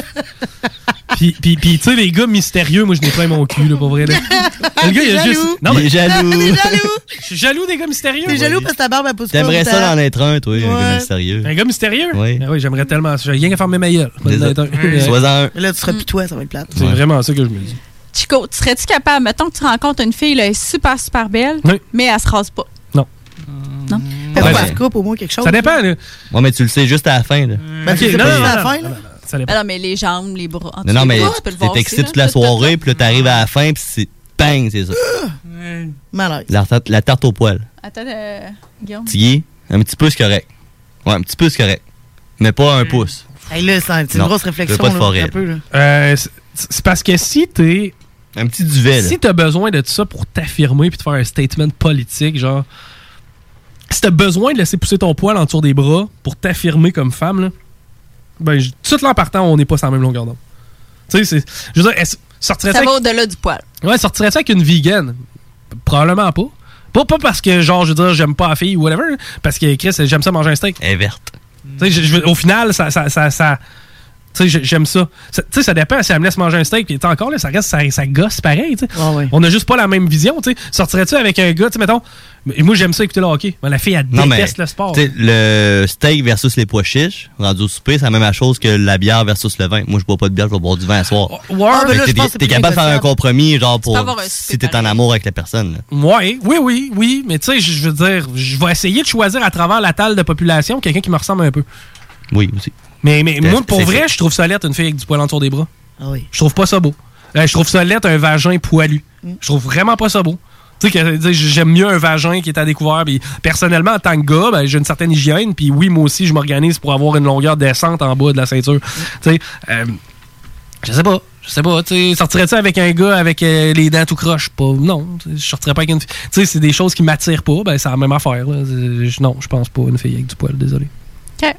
Speaker 6: Puis, puis, puis, tu sais, les gars mystérieux, moi, je n'ai plein mon cul, là, pour vrai. là. Le gars, il a
Speaker 12: T'es
Speaker 6: juste.
Speaker 12: jaloux.
Speaker 10: Il est jaloux. T'es jaloux.
Speaker 6: Je suis jaloux des gars mystérieux.
Speaker 12: T'es jaloux parce que ta barbe, elle pousse pas.
Speaker 10: T'aimerais
Speaker 12: autant.
Speaker 10: ça en être un, toi, un gars
Speaker 12: Ouais.
Speaker 10: mystérieux.
Speaker 6: Un gars mystérieux?
Speaker 10: Oui.
Speaker 6: Ben oui, j'aimerais tellement. ça. J'ai rien qu'à fermer ma gueule.
Speaker 10: Désolé. Sois-en un.
Speaker 12: Mais là, tu seras plus toi, ça va être plate.
Speaker 6: C'est vraiment ça que je me dis.
Speaker 11: Chico, tu serais-tu capable, mettons que tu rencontres une fille, là, elle est super, super belle,
Speaker 6: Oui.
Speaker 11: mais elle se rase pas.
Speaker 6: Non.
Speaker 11: Non?
Speaker 12: Faut
Speaker 10: Ouais,
Speaker 12: que
Speaker 10: mais-
Speaker 12: tu coupes au moins quelque chose.
Speaker 6: Ça dépend, là.
Speaker 10: Ouais, mais tu le sais juste à la fin, là.
Speaker 11: Mm.
Speaker 12: Ben, tu sais pas si c'est la fin,
Speaker 10: Ah,
Speaker 12: là.
Speaker 6: Ça
Speaker 11: Ben non, mais les jambes, les bras. en
Speaker 10: Non,
Speaker 11: dessous
Speaker 10: non,
Speaker 11: des
Speaker 10: mais
Speaker 11: bras, Ah, tu peux le
Speaker 10: t'es
Speaker 11: voir
Speaker 10: excité
Speaker 11: aussi,
Speaker 10: toute
Speaker 11: là.
Speaker 10: la soirée, puis là, t'arrives à la fin, puis c'est. Bang, c'est ça.
Speaker 11: Ah.
Speaker 12: Malaise.
Speaker 10: La tarte, la tarte au poil.
Speaker 11: Attends, euh, Guillaume.
Speaker 10: Tiggy, un petit peu, c'est correct. Ouais, un petit peu, c'est correct. Mais pas
Speaker 11: Hmm.
Speaker 10: un pouce.
Speaker 12: Hey, là, c'est c'est une
Speaker 10: Non,
Speaker 12: grosse
Speaker 10: je veux
Speaker 12: réflexion.
Speaker 10: pas de
Speaker 12: là,
Speaker 10: forêt,
Speaker 12: un peu, là.
Speaker 6: Euh, c'est- c'est parce que si t'es.
Speaker 10: Un petit duvet, là.
Speaker 6: Si t'as besoin de ça pour t'affirmer puis de faire un statement politique, genre. Si t'as besoin de laisser pousser ton poil en dessous des bras pour t'affirmer comme femme, là, ben, je- tout de suite là en partant, on n'est pas sur la même longueur d'onde. Tu sais, c'est. Je veux dire, est-ce- sortirais-tu
Speaker 11: Ça va
Speaker 6: avec-
Speaker 11: au-delà du poil.
Speaker 6: Ouais, sortirais-tu avec une vegan? Probablement pas. Pas, pas parce que, genre, je veux dire, j'aime pas la fille ou whatever, parce que Chris, j'aime ça manger un steak.
Speaker 10: Elle est verte.
Speaker 6: Tu sais, je- je veux- au final, ça. ça, ça, ça- tu sais, j'ai- j'aime ça. Ça- Tu sais, ça dépend si elle me laisse manger un steak, puis t'es encore là, ça reste, ça, ça gosse pareil, tu sais. On n'a juste pas la même vision, tu sais. Sortirais-tu avec un gars, tu sais, mettons, mais moi j'aime ça écouter le hockey. Mais la fille, elle
Speaker 10: Non, mais.
Speaker 6: déteste le sport.
Speaker 10: tu sais, le steak versus les pois chiches, rendu au souper, c'est la même chose que la bière versus le vin. Moi, je bois pas de bière, je vais boire du vin à soir.
Speaker 6: ouais. Ah, ben là,
Speaker 10: Fait que
Speaker 6: je
Speaker 10: t'es-
Speaker 6: pense que c'est
Speaker 10: T'es
Speaker 6: plus
Speaker 10: capable de faire un
Speaker 6: négociable.
Speaker 10: compromis, genre,
Speaker 6: peux avoir
Speaker 10: pour.
Speaker 6: un
Speaker 10: Si t'es en amour avec la personne, là.
Speaker 6: Ouais, oui, oui, oui. Mais tu sais, je je veux dire, je vais essayer de choisir à travers la taille de population quelqu'un qui me ressemble un peu.
Speaker 10: Oui, aussi.
Speaker 6: Mais, mais
Speaker 10: C'est-
Speaker 6: moi, pour
Speaker 10: c'est
Speaker 6: vrai,
Speaker 10: ça.
Speaker 6: je trouve ça laid, une fille avec du poil en dessous des bras.
Speaker 12: Ah oui.
Speaker 6: Je trouve pas ça beau. Euh, je trouve ça laid, un vagin poilu.
Speaker 12: Mm.
Speaker 6: Je trouve vraiment pas ça beau. Tu sais, que- tu sais, j'aime mieux un vagin qui est à découvert. Puis personnellement, en tant que gars, ben, j'ai une certaine hygiène. Puis oui, moi aussi, je m'organise pour avoir une longueur décente en bas de la
Speaker 12: Mm.
Speaker 6: ceinture. Tu sais, euh, je sais pas. Je sais pas. Tu sais, sortirais-tu avec un gars avec euh, les dents tout croche? Pas, non. tu sais, Je sortirais pas avec une fille. Tu sais, c'est des choses qui m'attirent pas. Ben, c'est la même affaire. là. C'est- je- Non, je pense pas à une fille avec du poil. Désolé.
Speaker 11: OK.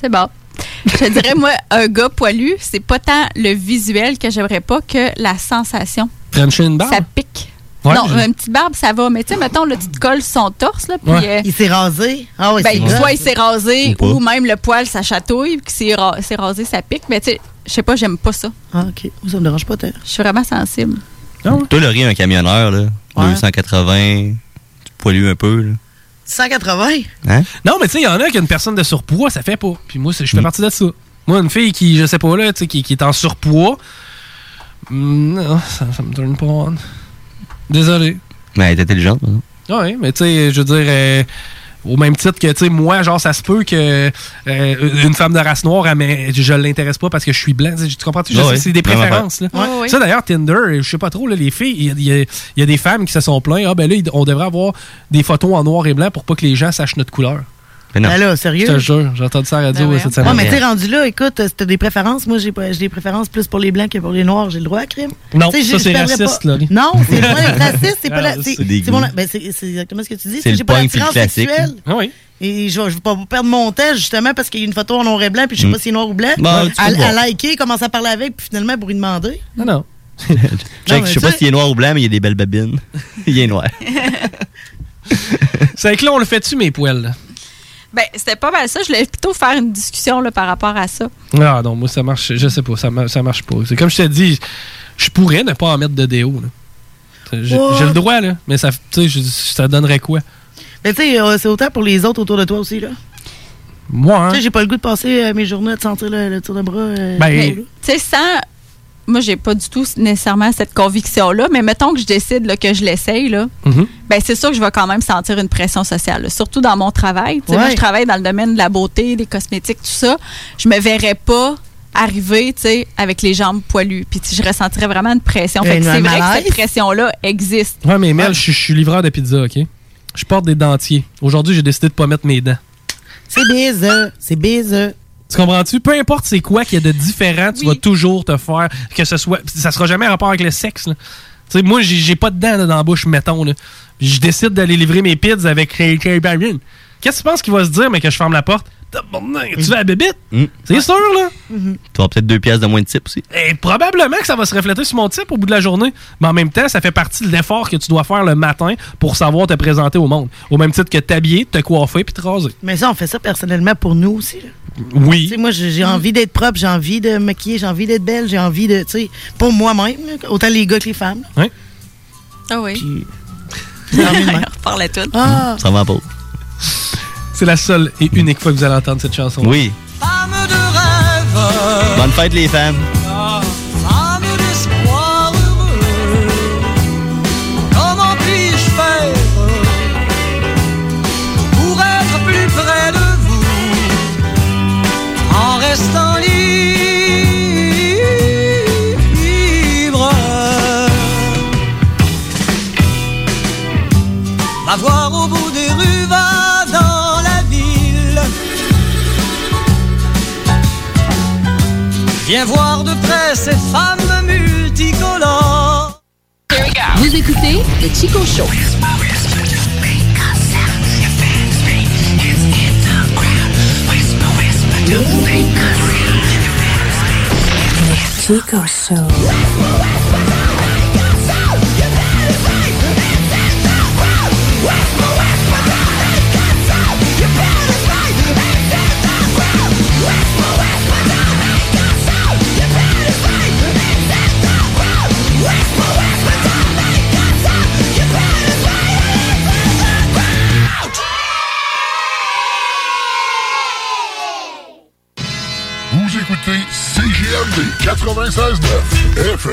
Speaker 11: C'est bon. Je te dirais, moi, un gars poilu, c'est pas tant le visuel que j'aimerais pas que la sensation.
Speaker 6: Trencher une barbe?
Speaker 11: Ça pique.
Speaker 10: Ouais,
Speaker 11: non,
Speaker 10: je-
Speaker 11: une petite barbe, ça va. Mais tu sais, mettons, là, tu te colles son torse. Là, puis,
Speaker 12: Ouais.
Speaker 11: euh,
Speaker 12: Il s'est rasé. Ah ouais,
Speaker 11: ben,
Speaker 12: c'est grave.
Speaker 11: soit il s'est rasé
Speaker 12: Ou
Speaker 11: ou,
Speaker 12: pas.
Speaker 11: même le poil, ça chatouille. Puis s'il ra- s'est rasé, ça pique. Mais tu sais, je sais pas, j'aime pas ça.
Speaker 12: Ah, OK. Moi, ça me dérange pas, tant.
Speaker 11: Je suis vraiment sensible.
Speaker 10: Toi, Laurie, un camionneur, là. 280, tu pollues un peu, là.
Speaker 12: 180?
Speaker 10: Hein?
Speaker 6: Non, mais tu sais, il y en a qui a une personne de surpoids, ça fait pas. Puis moi, c'est- je fais partie de ça. Moi, une fille qui, je sais pas, là, tu sais, qui, qui est en surpoids, hmm, non, ça, ça me tourne pas on. Désolé.
Speaker 10: Mais elle est intelligente, par exemple.
Speaker 6: Ouais, Ah mais tu sais, je veux dire, euh, au même titre que, tu sais, moi, genre, ça se peut que euh, une femme de race noire, elle m'in- je l'intéresse pas parce que je suis blanc. Tu sais, Tu comprends-tu? Je
Speaker 10: Ouais,
Speaker 6: sais,
Speaker 10: ouais.
Speaker 6: c'est des
Speaker 10: Même
Speaker 6: préférences. Là.
Speaker 12: Ah
Speaker 10: affaire. Ouais, ouais.
Speaker 6: Ça, d'ailleurs, Tinder, je sais pas trop, là, les filles, il y a- il y, a- il y a des femmes qui se sont plaintes. Ah, ben là, il- on devrait avoir des photos en noir et blanc pour pas que les gens sachent notre couleur.
Speaker 10: Mais non.
Speaker 12: Ben là, sérieux?
Speaker 6: Je te jure, j'ai entendu ça à la radio cette semaine.
Speaker 12: Ben Ouais, mais t'es rendu là, écoute, euh, si t'as des préférences, moi j'ai pas- j'ai des préférences plus pour les blancs que pour les noirs, j'ai le droit à crime.
Speaker 6: Non,
Speaker 12: T'sais, je-
Speaker 6: ça,
Speaker 12: je
Speaker 6: c'est
Speaker 12: perdrais
Speaker 6: raciste,
Speaker 12: pas-
Speaker 6: Laurie.
Speaker 12: Non, c'est pas le raciste, c'est pas
Speaker 6: Ah,
Speaker 12: la.
Speaker 6: c'est
Speaker 12: C'est
Speaker 6: des
Speaker 12: c'est mon-
Speaker 6: goûts. Ah
Speaker 12: ben, c'est- c'est exactement ce que tu dis,
Speaker 10: C'est
Speaker 12: c'est
Speaker 10: le
Speaker 12: que j'ai pas
Speaker 10: punk puis le
Speaker 12: d'attirance
Speaker 10: classique.
Speaker 12: sexuelle.
Speaker 6: oui.
Speaker 12: Et je vais, je vais pas vous perdre mon temps justement parce qu'il y a une photo en noir et blanc puis je sais
Speaker 10: Mm.
Speaker 12: pas si c'est noir ou blanc.
Speaker 10: Bah, tu peux
Speaker 12: à, à
Speaker 10: voir.
Speaker 12: liker, commencer à parler avec puis finalement pour lui demander.
Speaker 6: Non, non.
Speaker 10: Check,
Speaker 12: mais
Speaker 10: je sais pas
Speaker 12: tu sais-
Speaker 10: s'il est noir ou blanc, mais il a des belles babines. il est noir.
Speaker 6: C'est que là, on le fait-tu, mes poils? là?
Speaker 11: Ben, c'était pas mal ça. Je voulais plutôt faire une discussion là, par rapport à ça.
Speaker 12: Euh,
Speaker 6: Ah non, moi ça marche, je sais pas, ça, mar- ça marche pas. C'est comme je te dis, je pourrais ne pas en mettre de déo. là. J'ai
Speaker 12: Ouais.
Speaker 6: j'ai le droit, là, mais ça, tu sais, je- ça donnerait quoi?
Speaker 12: Mais tu sais, euh, c'est autant pour les autres autour de toi aussi là.
Speaker 6: Moi, hein?
Speaker 12: Tu sais, j'ai pas le goût de passer euh, mes journées à te sentir le, le tour de bras. euh,
Speaker 6: Ben,
Speaker 11: Mais, tu sais, sans. Moi, j'ai pas du tout nécessairement cette conviction-là, mais mettons que je décide là, que je l'essaye, là.
Speaker 6: Mm-hmm.
Speaker 11: Ben, c'est sûr que je vais quand même sentir une pression sociale, là. surtout dans mon travail. Tu sais, Moi,
Speaker 12: Ouais.
Speaker 11: je travaille dans le domaine de la beauté, des cosmétiques, tout ça. Je me verrais pas arriver tu sais, avec les jambes poilues. Puis tu sais, je ressentirais vraiment une pression. Fait que
Speaker 6: Une
Speaker 11: c'est vrai que
Speaker 6: malaise.
Speaker 11: cette pression-là existe.
Speaker 6: Ouais, mais Mel, je je suis livreur de pizza, ok? Je porte des dentiers. Aujourd'hui, j'ai décidé de pas mettre mes dents.
Speaker 12: C'est baiseux, c'est baiseux.
Speaker 6: Tu comprends-tu? Peu importe c'est quoi qu'il y a de différent, tu vas toujours te faire que ce soit. Ça sera jamais en rapport avec le sexe. là. Tu sais, moi, j'ai j'ai pas de dents là, dans la bouche, mettons. là. Puis Je décide d'aller livrer mes pizzas avec J.J. Barron. Qu'est-ce que tu penses qu'il va se dire, mais que je ferme la porte? Tabarnak, Tu vas à la bébite?
Speaker 10: Mm.
Speaker 6: C'est sûr, là?
Speaker 10: Tu vas peut-être deux pièces de moins de type aussi.
Speaker 6: Et probablement que ça va se refléter sur mon type au bout de la journée. Mais en même temps, ça fait partie de l'effort que tu dois faire le matin pour savoir te présenter au monde. Au même titre que t'habiller, te coiffer puis te raser.
Speaker 12: Mais ça, on fait ça personnellement pour nous aussi. là.
Speaker 6: Oui.
Speaker 12: Tu sais, moi, j'ai j'ai envie d'être propre, j'ai envie de me maquiller, j'ai envie d'être belle, j'ai envie de, tu sais, pour moi-même, là, autant les gars que les femmes. là.
Speaker 11: Ah oui. On reparle à tout.
Speaker 12: Ah.
Speaker 10: Ça va pas.
Speaker 6: C'est la seule et unique fois que vous allez entendre cette chanson.
Speaker 10: Oui. Bonne fête, les femmes.
Speaker 8: Femme d'espoir heureux, comment puis-je faire pour être plus près de vous en restant libre? Va voir au bout des rues, va dans la ville. Viens voir de près ces femmes multicolores.
Speaker 7: Vous écoutez le Chico Show.
Speaker 8: Chico Show.
Speaker 26: Vous écoutez CGMD 96.9 FM.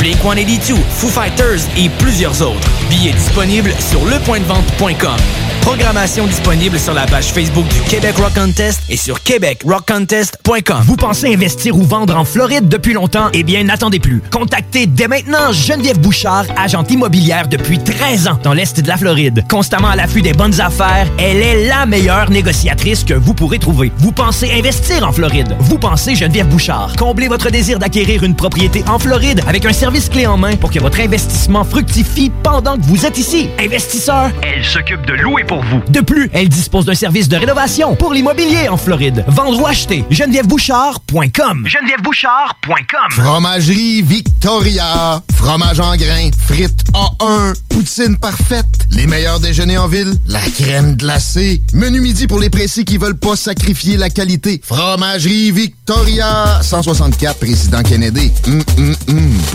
Speaker 1: Blink-182, Foo Fighters et plusieurs autres. Billets disponibles sur lepointdevente.com. Programmation disponible sur la page Facebook du Québec Rock Contest et sur québecrockcontest.com.
Speaker 14: Vous pensez investir ou vendre en Floride depuis longtemps? Eh bien, n'attendez plus. Contactez dès maintenant Geneviève Bouchard, agente immobilière depuis 13 ans dans l'Est de la Floride. Constamment à l'affût des bonnes affaires, elle est la meilleure négociatrice que vous pourrez trouver. Vous pensez investir en Floride? Vous pensez Geneviève Bouchard? Comblez votre désir d'acquérir une propriété en Floride avec un service clé en main pour que votre investissement fructifie pendant que vous êtes ici. Investisseur,
Speaker 1: Elle s'occupe de louer pour vous.
Speaker 14: de plus, elle dispose d'un service de rénovation pour l'immobilier en Floride. Vendre ou acheter, genevièvebouchard.com. Genevièvebouchard.com.
Speaker 2: Fromagerie Victoria. Fromage en grains. Frites A1. Poutine parfaite. Les meilleurs déjeuners en ville. La crème glacée. Menu midi pour les pressés qui veulent pas sacrifier la qualité. Fromagerie Victoria. 164 Président Kennedy. Hum, hum, hum.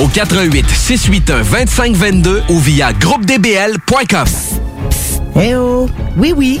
Speaker 4: au 88 681 2522 ou via groupedbl.com.
Speaker 12: Eh oh! Oui, oui,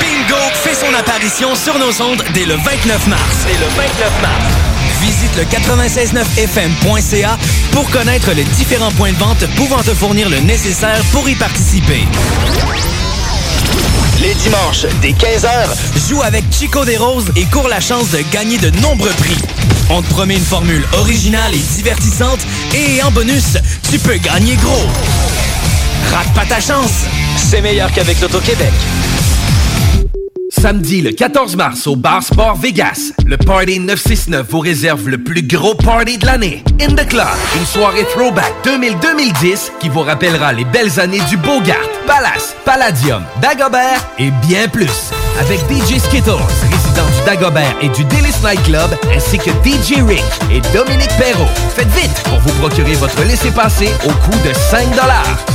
Speaker 1: Bingo fait son apparition sur nos ondes dès le 29 mars. Dès le 29 mars. Visite le 969fm.ca pour connaître les différents points de vente pouvant te fournir le nécessaire pour y participer. Les dimanches, dès 15h, joue avec Chico des Roses et cours la chance de gagner de nombreux prix. On te promet une formule originale et divertissante et en bonus, tu peux gagner gros. Rate pas ta chance, c'est meilleur qu'avec l'Auto-Québec.
Speaker 33: Samedi le 14 mars au Bar Sport Vegas, le Party 969 vous réserve le plus gros party de l'année. In the Club, une soirée throwback 2000-2010 qui vous rappellera les belles années du Bogart, Palace, Palladium, Dagobert et bien plus. Avec DJ Skittles, résident du Dagobert et du Delice Night Club, ainsi que DJ Rick et Dominique Perrault. Faites vite pour vous procurer votre laissez-passer au coût de 5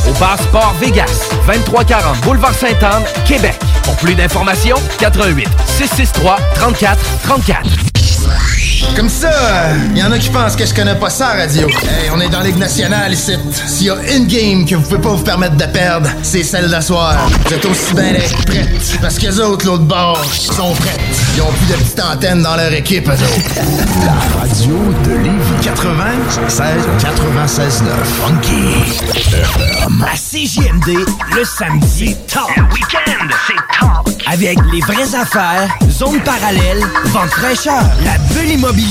Speaker 33: au Bar Sport Vegas, 2340 Boulevard Sainte-Anne, Québec. Pour plus d'informations, 88 663 34 34.
Speaker 46: Comme ça, il y en a qui pensent que je connais pas ça, radio. Hey, on est dans Ligue nationale ici. S'il y a une game que vous pouvez pas vous permettre de perdre, c'est celle d'asseoir. Vous êtes aussi bien les prêtes. Parce que les autres, l'autre bord, sont prêtes. Ils ont plus de petites antennes dans leur équipe, eux autres.
Speaker 26: La radio de Livre 96 96 9 Funky.
Speaker 14: À CJMD, le samedi, talk. Le week-end, c'est talk. Avec les vraies affaires, zone parallèle, vente fraîcheur, la bulle immobilière,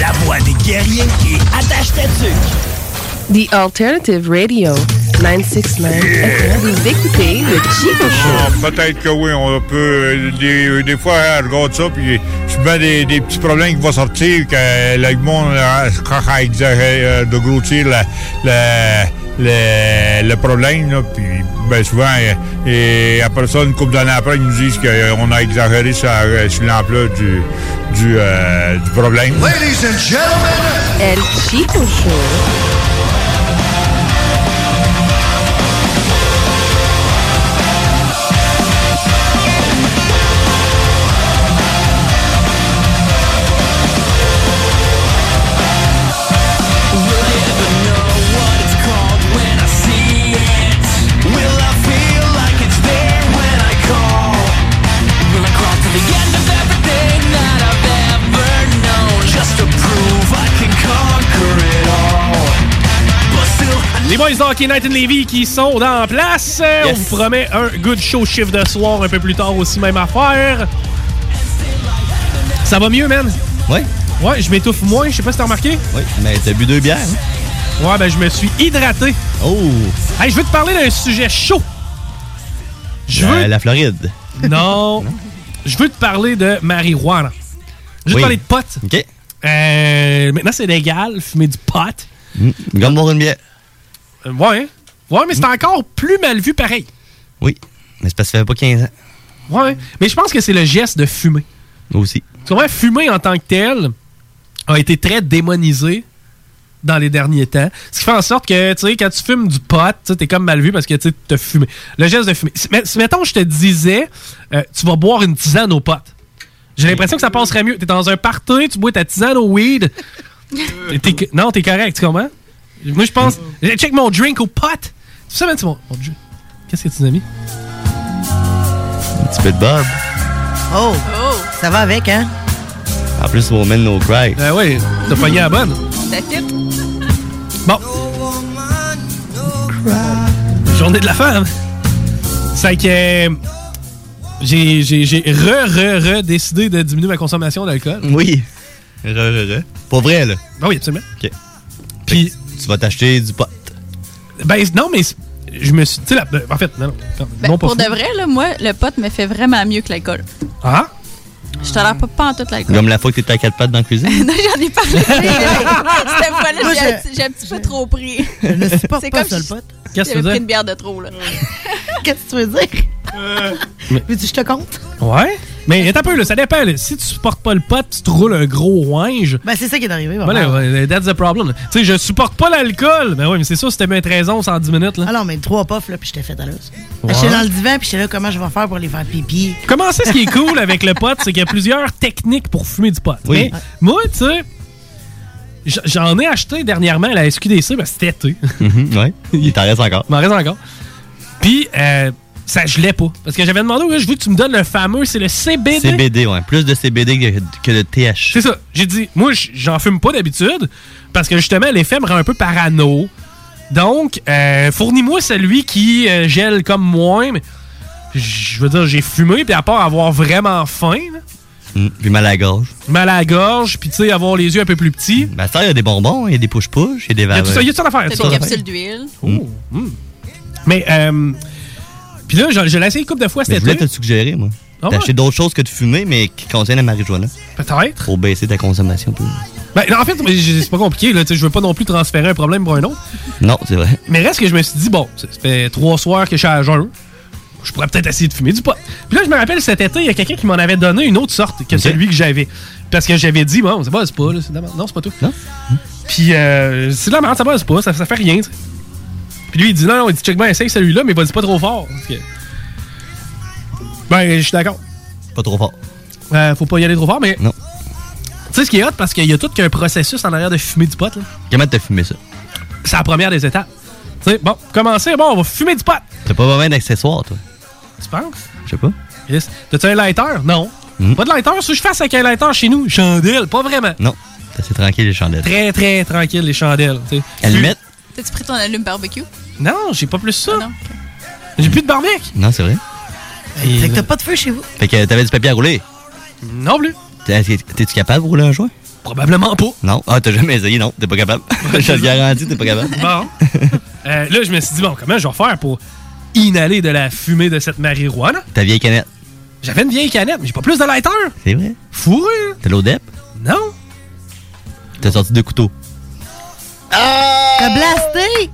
Speaker 14: la voix des guerriers et attache tatuc.
Speaker 47: The Alternative Radio 969. Vous écoutez le Chico Show.
Speaker 48: Ah, Peut-être que oui, on peut. euh, Des, euh, des fois, elle regarde ça, puis souvent des, des petits problèmes qui vont sortir, que euh, le monde, euh, quand elle exagère, euh, de grossir la- la- le, le problème, là, puis ben, souvent, euh, et après ça, une couple d'années après, ils nous disent qu'on a exagéré sur, euh, sur l'ampleur du, du, euh, du problème.
Speaker 26: Ladies and gentlemen,
Speaker 47: El Chico Show.
Speaker 26: Chico Show.
Speaker 6: Les boys d'Hockey Night in Levy qui sont en place. Euh, On
Speaker 23: Yes.
Speaker 6: vous promet un good show chiffre de soir un peu plus tard aussi, même affaire. Ça va mieux, man?
Speaker 10: Oui.
Speaker 6: Ouais, je m'étouffe moins. Je sais pas si t'as remarqué.
Speaker 10: Oui, mais t'as bu deux bières. hein?
Speaker 6: Ouais, ben je me suis hydraté.
Speaker 10: Oh!
Speaker 6: Hey, je veux te parler d'un sujet chaud. Je
Speaker 10: veux. Euh, la Floride.
Speaker 6: Non. je veux te parler de marijuana. Je veux
Speaker 10: Oui.
Speaker 6: te parler de pot.
Speaker 10: OK.
Speaker 6: Euh, maintenant, c'est légal, fumer du pot.
Speaker 10: Mm. Gomme boire une bière. Mm.
Speaker 6: Euh, Ouais, hein? ouais, mais c'est encore plus mal vu pareil.
Speaker 10: Oui. Mais c'est parce que ça fait pas 15 ans.
Speaker 6: Ouais, hein. mais je pense que c'est le geste de fumer.
Speaker 10: Aussi.
Speaker 6: Tu vois, fumer en tant que tel a été très démonisé dans les derniers temps. Ce qui fait en sorte que, tu sais, quand tu fumes du pot, tu sais, t'es comme mal vu parce que, tu sais, t'as fumé. Le geste de fumer. Si, mais- si, mettons, je te disais, euh, tu vas boire une tisane au pot. J'ai l'impression que ça passerait mieux. T'es dans un party, tu bois ta tisane au weed. T'es- t'es- non, t'es correct, tu comprends? Moi, je pense. Check mon drink au pot. C'est ça, man, c'est mon, mon drink. Qu'est-ce que tu nous as mis?
Speaker 10: Un petit peu de bob.
Speaker 12: Oh, ça va avec, hein?
Speaker 10: En plus, Woman No Cry.
Speaker 6: Ben oui, t'as pogné la bonne. Bon. Journée de la femme. C'est que euh, j'ai, j'ai, j'ai re, re, re décidé de diminuer ma consommation d'alcool.
Speaker 10: Oui. Re, re, re. Pour vrai, là.
Speaker 6: Ah oui, absolument.
Speaker 10: OK. Puis. Tu vas t'acheter du pot.
Speaker 6: Ben c'est- non, mais c'est- je me suis. Tu sais, la- ben, en fait, non, non. non,
Speaker 11: Ben,
Speaker 6: non, pas
Speaker 11: pour
Speaker 6: fou.
Speaker 11: de vrai, là, moi, le pot me fait vraiment mieux que l'alcool.
Speaker 6: Ah?
Speaker 11: Je tolère pas, pas en tout l'alcool.
Speaker 10: Comme la fois que t'étais à quatre pattes dans la cuisine.
Speaker 11: non, j'en ai parlé. Cette
Speaker 12: Moi,
Speaker 11: fois-là, j'ai
Speaker 12: je-
Speaker 11: un petit- j'ai un petit peu trop pris. C'est comme si
Speaker 6: Qu'est-ce que
Speaker 11: j'avais pris
Speaker 6: tu veux dire?
Speaker 11: une bière de trop, là.
Speaker 12: Qu'est-ce que tu veux dire?
Speaker 6: Euh,
Speaker 12: Veux-tu que je te compte?
Speaker 6: Ouais. Mais attends un peu, là, ça dépend. là. Si tu supportes pas le pot, tu te roules un gros ouinge.
Speaker 12: Ben, c'est ça qui est arrivé. vraiment.
Speaker 6: Voilà, ouais, that's the problem. là. Tu sais, je supporte pas l'alcool. Ben oui, mais c'est ça, c'était bien 13 onces en 10 minutes. Là.
Speaker 12: Alors, Ah mais trois puffs, là, puis j'étais faite à l'os.
Speaker 6: Ouais.
Speaker 12: Ben, J'étais dans le divan, puis j'étais là, comment je vais faire pour les faire pipi?
Speaker 6: Comment ça, ce qui est cool avec le pot, c'est qu'il y a plusieurs techniques pour fumer du pot.
Speaker 12: Oui.
Speaker 6: Mais moi, tu sais, j- j'en ai acheté dernièrement à la SQDC, ben, c'était été.
Speaker 10: Mhm, ouais. Il t'en reste encore.
Speaker 6: Il m'en reste encore. Puis, euh, ça gelait pas. Parce que j'avais demandé, ouais, je veux que tu me donnes le fameux, c'est le CBD.
Speaker 10: CBD, ouais. Plus de CBD que, que de TH.
Speaker 6: C'est ça. J'ai dit, moi, j- j'en fume pas d'habitude parce que justement, l'effet me rend un peu parano. Donc, euh, fournis-moi celui qui euh, gèle comme moi. mais Je veux dire, j'ai fumé, puis à part avoir vraiment faim, là,
Speaker 10: Mm, Puis mal à la gorge.
Speaker 6: mal à la gorge, puis tu sais, avoir les yeux un peu plus petits.
Speaker 10: Ben, ça, il y a des bonbons, il y a des push-push, il y a des
Speaker 6: Il y a
Speaker 10: valeurs.
Speaker 6: tout ça, il y a tout ça d'affaires.
Speaker 11: T'as
Speaker 6: tout ça
Speaker 11: des
Speaker 6: d'affaires.
Speaker 11: capsules d'huile.
Speaker 10: Mm.
Speaker 6: Mais, euh, puis là, je, je l'ai essayé une couple de fois
Speaker 10: Mais
Speaker 6: cet
Speaker 10: je voulais te
Speaker 6: été.
Speaker 10: le suggérer, moi.
Speaker 6: Ah ouais?
Speaker 10: D'acheter d'autres choses que de fumer, mais qui contiennent la marijuana.
Speaker 6: Peut-être.
Speaker 10: Pour baisser ta consommation. plus.
Speaker 6: Ben, en fait, mais j'ai- c'est pas compliqué, là, tu sais, je veux pas non plus transférer un problème pour un autre.
Speaker 10: Non, c'est vrai.
Speaker 6: Mais reste que je me suis dit, bon, ça ça fait trois soirs que je suis à jeun. Je pourrais peut-être essayer de fumer du pot. Puis là, je me rappelle cet été, il y a quelqu'un qui m'en avait donné une autre sorte que celui que j'avais. Parce que j'avais dit, bon, c'est pas, c'est pas, là, c'est de la merde. Non, c'est pas tout. Puis euh, c'est de la merde, ça passe pas, ça, ça fait rien, tu sais. Puis lui, il dit, non, non, il dit, check bien, essaye celui-là, mais vas-y pas trop fort. Parce que- Ben, je suis d'accord.
Speaker 10: Pas trop fort.
Speaker 6: Euh, faut pas y aller trop fort, mais.
Speaker 10: Non.
Speaker 6: Tu sais ce qui est hot, parce qu'il y a tout qu'un processus en arrière de fumer du pot, là.
Speaker 10: Comment t'as fumé ça?
Speaker 6: C'est la première des étapes. Tu sais, bon, commencer, bon, on va fumer du pot.
Speaker 10: T'as pas vraiment d'accessoires, toi.
Speaker 6: Tu penses?
Speaker 10: Je sais pas.
Speaker 6: Yes. T'as-tu un lighter? Non. Pas de lighter. Ce que je fasse avec un lighter chez nous, chandelle, pas vraiment.
Speaker 10: Hmm. Non. T'as- C'est tranquille, les chandelles.
Speaker 6: Très, très tranquille, les chandelles. tu sais.
Speaker 10: Allumette?
Speaker 11: T'as-tu pris ton allume barbecue?
Speaker 6: Non, j'ai pas plus ça. J'ai plus de barbecue.
Speaker 10: Non, c'est vrai.
Speaker 6: Fait que t'as
Speaker 12: pas de feu chez vous?
Speaker 10: Fait que t'avais du papier à rouler.
Speaker 6: Non plus.
Speaker 10: T'es- T'es-tu capable de rouler un joint?
Speaker 6: Probablement pas.
Speaker 10: Non. Ah, t'as jamais essayé, non. T'es pas capable. je te le garantis, t'es pas capable.
Speaker 6: Bon. Euh, là, je me suis dit, bon, comment je vais faire pour inhaler de la fumée de cette marijuana?
Speaker 10: Ta vieille canette.
Speaker 6: J'avais une vieille canette, mais j'ai pas plus de lighter.
Speaker 10: C'est vrai.
Speaker 6: Fourré. hein?
Speaker 10: T'as l'odep?
Speaker 6: Non.
Speaker 10: T'as sorti deux couteaux.
Speaker 8: Ah!
Speaker 12: T'as blasté!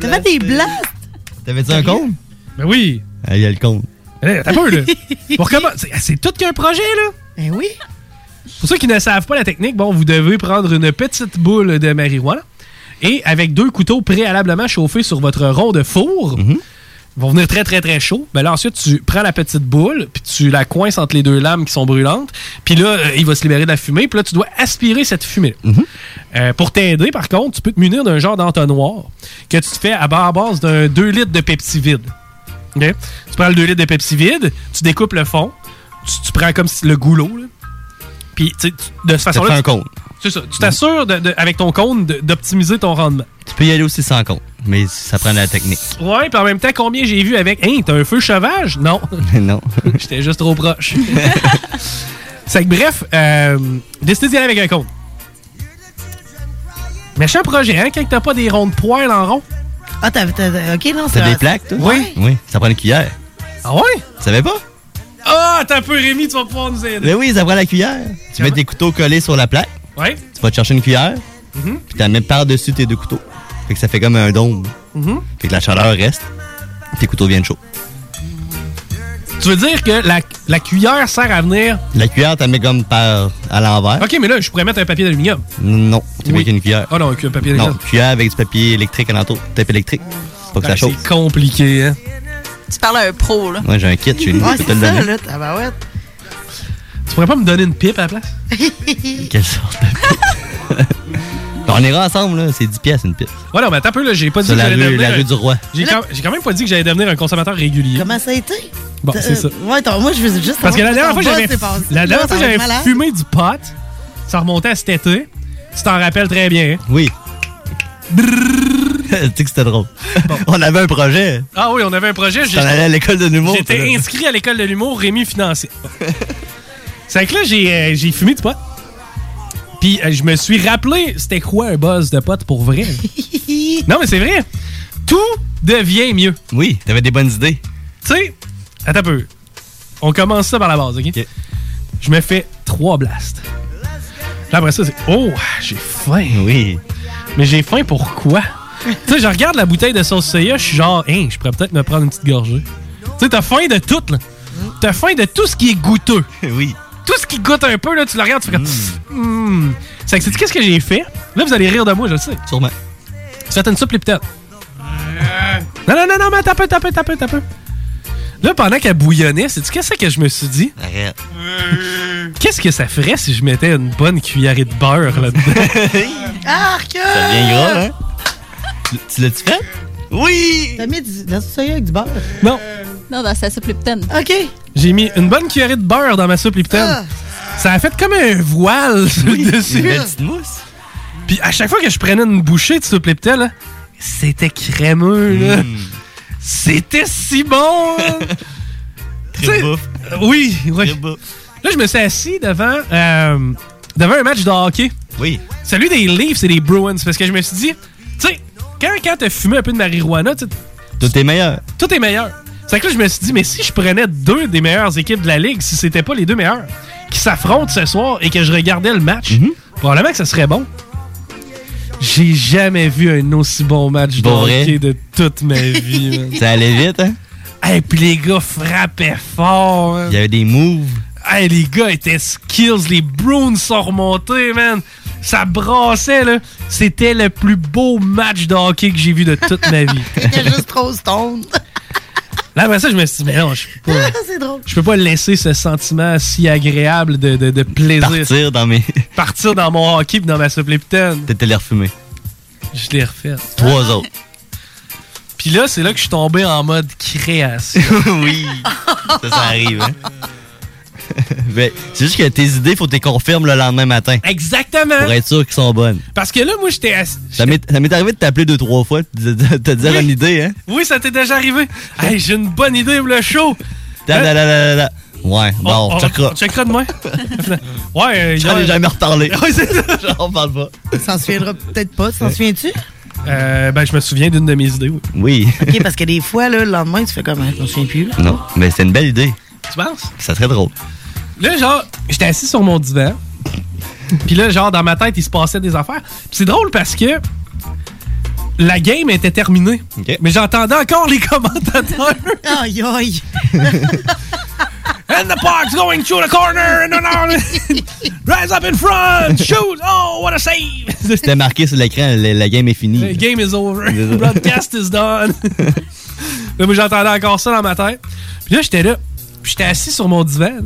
Speaker 12: T'as fait des blasts!
Speaker 10: T'avais-tu un con?
Speaker 6: Ben oui.
Speaker 10: Ah, il y a le con.
Speaker 6: Eh, T'as peur, là. Pour comment- c'est- C'est tout qu'un projet, là.
Speaker 12: Ben oui.
Speaker 6: Pour ceux qui ne savent pas la technique, bon, vous devez prendre une petite boule de marijuana et avec deux couteaux préalablement chauffés sur votre rond de four, ils vont venir très très très chauds. Ben là ensuite tu prends la petite boule puis tu la coinces entre les deux lames qui sont brûlantes. Puis là euh, il va se libérer de la fumée. Puis là tu dois aspirer cette fumée. Euh, pour t'aider par contre, tu peux te munir d'un genre d'entonnoir que tu te fais à bas- à base d'un 2 litres de Pepsi vide. OK? Tu prends le 2 litres de Pepsi vide, tu découpes le fond, tu, tu prends comme si- le goulot. là. Puis tu sais, tu- de cette
Speaker 10: Ça
Speaker 6: façon-là.
Speaker 10: fait
Speaker 6: tu-
Speaker 10: un cône.
Speaker 6: C'est ça. Tu t'assures de- de- avec ton cône de- d'optimiser ton rendement.
Speaker 10: Tu peux y aller aussi sans compte. mais ça prend de la technique.
Speaker 6: Ouais, puis en même temps, combien j'ai vu avec Hein, t'as un feu sauvage? Non.
Speaker 10: non.
Speaker 6: J'étais juste trop proche. c'est que bref, euh, décidé d'y aller avec un compte. Méchant projet, hein, quand t'as pas des ronds de poêle en rond.
Speaker 12: Ah, t'as. t'as- Ok, non, c'est.
Speaker 10: T'as des plaques, toi?
Speaker 6: Oui.
Speaker 10: Oui, ça prend une cuillère.
Speaker 6: Ah ouais?
Speaker 10: Tu savais pas?
Speaker 6: Ah, t'as un peu Rémi, tu vas pouvoir nous aider.
Speaker 10: Mais oui, ça prend la cuillère. Tu mets tes couteaux collés sur la plaque.
Speaker 6: Ouais.
Speaker 10: Tu vas te chercher une cuillère,
Speaker 6: Mhm.
Speaker 10: puis t'en mets par-dessus tes deux couteaux. Fait que ça fait comme un dôme.
Speaker 6: Mhm.
Speaker 10: Fait que la chaleur reste, tes couteaux viennent chauds.
Speaker 6: Tu veux dire que la, la cuillère sert à venir.
Speaker 10: La cuillère, t'en mets comme par à l'envers.
Speaker 6: Ok, mais là, je pourrais mettre un papier d'aluminium.
Speaker 10: Non, tu mets
Speaker 6: Oui.
Speaker 10: avec une cuillère.
Speaker 6: Ah non, avec un papier
Speaker 10: Non,
Speaker 6: d'aluminium.
Speaker 10: cuillère avec du papier électrique alentour, tape électrique. Faut que
Speaker 6: Ah,
Speaker 10: ça chauffe.
Speaker 6: C'est compliqué, hein?
Speaker 11: Tu parles à un pro, là.
Speaker 10: Moi, j'ai un kit chez nous, je peux te le donner.
Speaker 12: tabarouette.
Speaker 6: Tu pourrais pas me donner une pipe à la place?
Speaker 10: Quelle sorte de On ira ensemble, là. C'est 10 pièces, une pipe.
Speaker 6: Ouais, non, mais attends un peu, là, j'ai pas dit
Speaker 10: Sur
Speaker 6: que
Speaker 10: la
Speaker 6: j'allais
Speaker 10: rue-
Speaker 6: devenir
Speaker 10: la
Speaker 6: un-
Speaker 10: rue du Roi.
Speaker 6: J'ai quand, j'ai quand même pas dit que j'allais devenir un consommateur régulier.
Speaker 12: Comment ça a été?
Speaker 6: Bon,
Speaker 12: T'as- euh,
Speaker 6: c'est ça.
Speaker 12: Ouais, attends, moi, je veux juste.
Speaker 6: Parce que la dernière
Speaker 12: savoir
Speaker 6: fois,
Speaker 12: ton
Speaker 6: j'avais,
Speaker 12: boss s'est passé.
Speaker 6: la dernière fois,
Speaker 12: Là, ça va être
Speaker 6: j'avais
Speaker 12: malade.
Speaker 6: fumé du pot. Ça remontait à cet été. Tu t'en rappelles très bien. hein?
Speaker 10: Oui. tu sais que c'était drôle. On avait un projet.
Speaker 6: Ah oui, on avait un projet.
Speaker 10: T'en allais à l'école de l'humour, toi,
Speaker 6: J'étais
Speaker 10: là.
Speaker 6: inscrit à l'école de l'humour Rémi Financier. c'est que là, j'ai, euh, j'ai fumé du pot. Puis euh, je me suis rappelé, c'était quoi un buzz de pot pour vrai? non, mais c'est vrai. Tout devient mieux.
Speaker 10: Oui, t'avais des bonnes idées.
Speaker 6: Tu sais, attends un peu. On commence ça par la base, OK? Je me fais trois blasts. Là, après ça, c'est « Oh, j'ai faim! »
Speaker 10: Oui.
Speaker 6: Mais j'ai faim pourquoi? tu sais, je regarde la bouteille de sauce soya, je suis genre « Hein, je pourrais peut-être me prendre une petite gorgée. » Tu sais, t'as faim de tout, là. T'as faim de tout ce qui est goûteux.
Speaker 10: oui. Mm.
Speaker 6: Tout ce qui goûte un peu, là, tu le regardes, tu fais comme Hum. C'est que, sais-tu qu'est-ce que j'ai fait? Là, vous allez rire de moi, je le sais.
Speaker 10: Sûrement.
Speaker 6: Faites une soupe peut-être.
Speaker 10: Euh.
Speaker 6: Non, non, non, non, mais t'as peu, t'as peu, t'as peu, t'as peu. Là, pendant qu'elle bouillonnait, sais-tu qu'est-ce que je me suis dit?
Speaker 10: Arrête. Euh.
Speaker 6: Qu'est-ce que ça ferait si je mettais une bonne cuillerée de beurre là-dedans?
Speaker 12: Arc!
Speaker 10: Ça devient gras, hein? Tu l'as-tu fait? Oui!
Speaker 12: T'as mis du, dans ce soya avec du beurre?
Speaker 6: Non.
Speaker 11: Non, dans sa soupe Lipton.
Speaker 12: OK.
Speaker 6: J'ai mis une bonne cuillerée de beurre dans ma soupe Lipton. Ça a fait comme un voile sur
Speaker 10: Ah. Oui,
Speaker 6: le dessus.
Speaker 10: une belle petite mousse.
Speaker 6: Puis à chaque fois que je prenais une bouchée de soupe Lipton, là, c'était crémeux. là. C'était si bon! là. Tu sais, euh, Oui, oui. Là, je me suis assis devant, euh, devant un match de hockey.
Speaker 10: Oui.
Speaker 6: Celui des Leafs et des Bruins, parce que je me suis dit, tu sais, quand, quand t'as fumé un peu de marijuana, tu sais,
Speaker 10: Tout est meilleur.
Speaker 6: tout est meilleur. C'est que là, je me suis dit, mais si je prenais deux des meilleures équipes de la ligue, si c'était pas les deux meilleures, qui s'affrontent ce soir et que je regardais le match,
Speaker 10: Mhm.
Speaker 6: probablement que ça serait bon. J'ai jamais vu un aussi bon match de
Speaker 10: Pour vrai?
Speaker 6: hockey de toute ma vie. man.
Speaker 10: Ça allait vite, hein?
Speaker 6: Hey, puis les gars frappaient fort. man.
Speaker 10: Il y avait des moves.
Speaker 6: Hey, les gars étaient skills. Les Bruins sont remontés, man. Ça brassait, là. C'était le plus beau match de hockey que j'ai vu de toute ma vie.
Speaker 12: T'étais juste trop stone.
Speaker 6: Là, après ça, je me suis dit, mais non, je peux pas,
Speaker 12: c'est drôle.
Speaker 6: je peux pas laisser ce sentiment si agréable de, de- de plaisir
Speaker 10: Partir dans mes.
Speaker 6: partir dans mon hockey pis dans ma soupe Lipton.
Speaker 10: T'étais les refumé.
Speaker 6: Je l'ai refait.
Speaker 10: Trois
Speaker 6: Ah.
Speaker 10: autres.
Speaker 6: Puis là, c'est là que je suis tombé en mode création.
Speaker 10: oui. Ça, ça arrive, hein? Ben, c'est juste que tes idées, faut que tu les confirmes le lendemain matin.
Speaker 6: Hein? Exactement.
Speaker 10: Pour être sûr qu'elles sont bonnes.
Speaker 6: Parce que là, moi, j'étais assis.
Speaker 10: Ça m'est ça m'est arrivé de t'appeler deux, trois fois, de de- de te dire une idée, hein?
Speaker 6: Oui, ça t'est déjà arrivé. Hey, j'ai une bonne idée pour le show. Hein?
Speaker 10: Da, da, da, da, da, da. Ouais, bon,
Speaker 6: on, on-
Speaker 10: checkera.
Speaker 6: on checkera demain. ouais, euh,
Speaker 10: J'en ai
Speaker 6: hier-
Speaker 10: jamais reparlé.
Speaker 6: Ouais, c'est ça.
Speaker 10: J'en parle pas.
Speaker 12: S'en souviendra peut-être pas. S'en souviens-tu?
Speaker 6: Euh, ben, je me souviens d'une de mes idées, oui.
Speaker 10: Oui.
Speaker 12: OK, parce que des fois, là, le lendemain, tu fais comme, hein, je me souviens plus. Là.
Speaker 10: Non, mais c'est une belle idée.
Speaker 6: Tu penses?
Speaker 10: Ça serait drôle.
Speaker 6: Là, genre, j'étais assis sur mon divan. Puis là, genre, dans ma tête, il se passait des affaires. Puis c'est drôle parce que la game était terminée. Mais j'entendais encore les commentateurs.
Speaker 12: Aïe, aïe.
Speaker 6: And the puck's going through the corner. And then- Rise up in front. Shoot. Oh, what a save.
Speaker 10: C'était marqué sur l'écran, la, la game est
Speaker 6: The
Speaker 10: finie.
Speaker 6: game is over.
Speaker 10: C'est ça.
Speaker 6: Broadcast is done. là, moi, j'entendais encore ça dans ma tête. Puis là, j'étais là. Puis j'étais assis sur mon divan. là.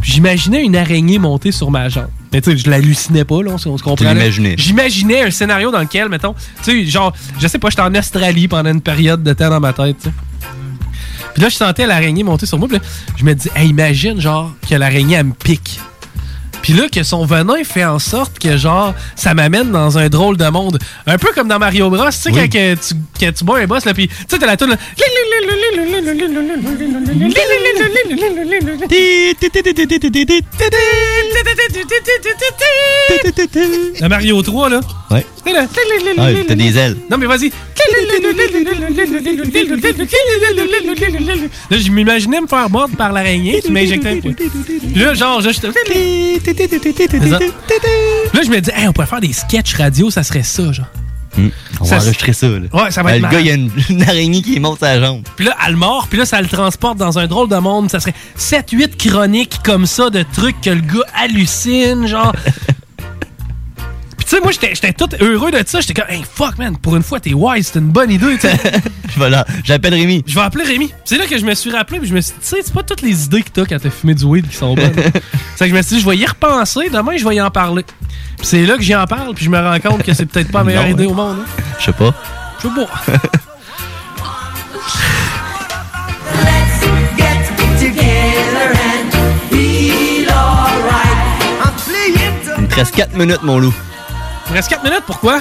Speaker 6: Puis j'imaginais une araignée monter sur ma jambe. Mais tu sais, je l'hallucinais pas, là, on, se- on se comprend. là.
Speaker 10: l'imaginais.
Speaker 6: J'imaginais un scénario dans lequel, mettons, tu sais, genre, je sais pas, j'étais en Australie pendant une période de temps dans ma tête, tu sais. Puis là, je sentais l'araignée monter sur moi. Puis là, je me dis, hey, imagine, genre, que l'araignée, elle me pique. Puis Puis là, que son venin fait en sorte que, genre, ça m'amène dans un drôle de monde. Un peu comme dans Mario Bros. Tu sais, quand, que tu, quand tu bois un boss, là, puis tu sais, t'as la toune. là, La Mario 3, là.
Speaker 10: Ouais.
Speaker 6: Tu sais, là.
Speaker 10: Ouais, t'as des ailes.
Speaker 6: Non, mais vas-y. Là, je m'imaginais me faire mordre par l'araignée, tu m'injectais un point. Là, genre, là, j'étais- Là, je me dis, hey, on pourrait faire des sketchs radio, ça serait ça, genre.
Speaker 10: Hmm. On
Speaker 6: Ça,
Speaker 10: va enregistrer ça. Là.
Speaker 6: Ouais, ça va
Speaker 10: Euh,
Speaker 6: être
Speaker 10: Le gars, il y a une, une araignée qui monte sa jambe.
Speaker 6: Puis là, elle mord, puis là, ça le transporte dans un drôle de monde. Ça serait 7-8 chroniques comme ça de trucs que le gars hallucine, genre. Puis tu sais, moi, j'étais j'étais tout heureux de ça. J'étais comme, hey, fuck, man, pour une fois, t'es wise, c'est une bonne idée, tu sais.
Speaker 10: Voilà, j'appelle Rémi.
Speaker 6: Je vais appeler Rémi. C'est là que je me suis rappelé, puis je me suis dit, tu sais, c'est pas toutes les idées que t'as quand t'as fumé du weed qui sont bonnes. c'est que je me suis dit, je vais y repenser, demain, je vais y en parler. Puis c'est là que j'y en parle, puis je me rends compte que c'est peut-être pas la meilleure
Speaker 10: Non,
Speaker 6: idée
Speaker 10: hein.
Speaker 6: au monde. hein.
Speaker 10: Je sais pas.
Speaker 6: Je sais pas.
Speaker 8: Get together and feel alright. I'm playing
Speaker 10: Il me reste 4 minutes, mon loup.
Speaker 6: Il reste 4 minutes, pourquoi?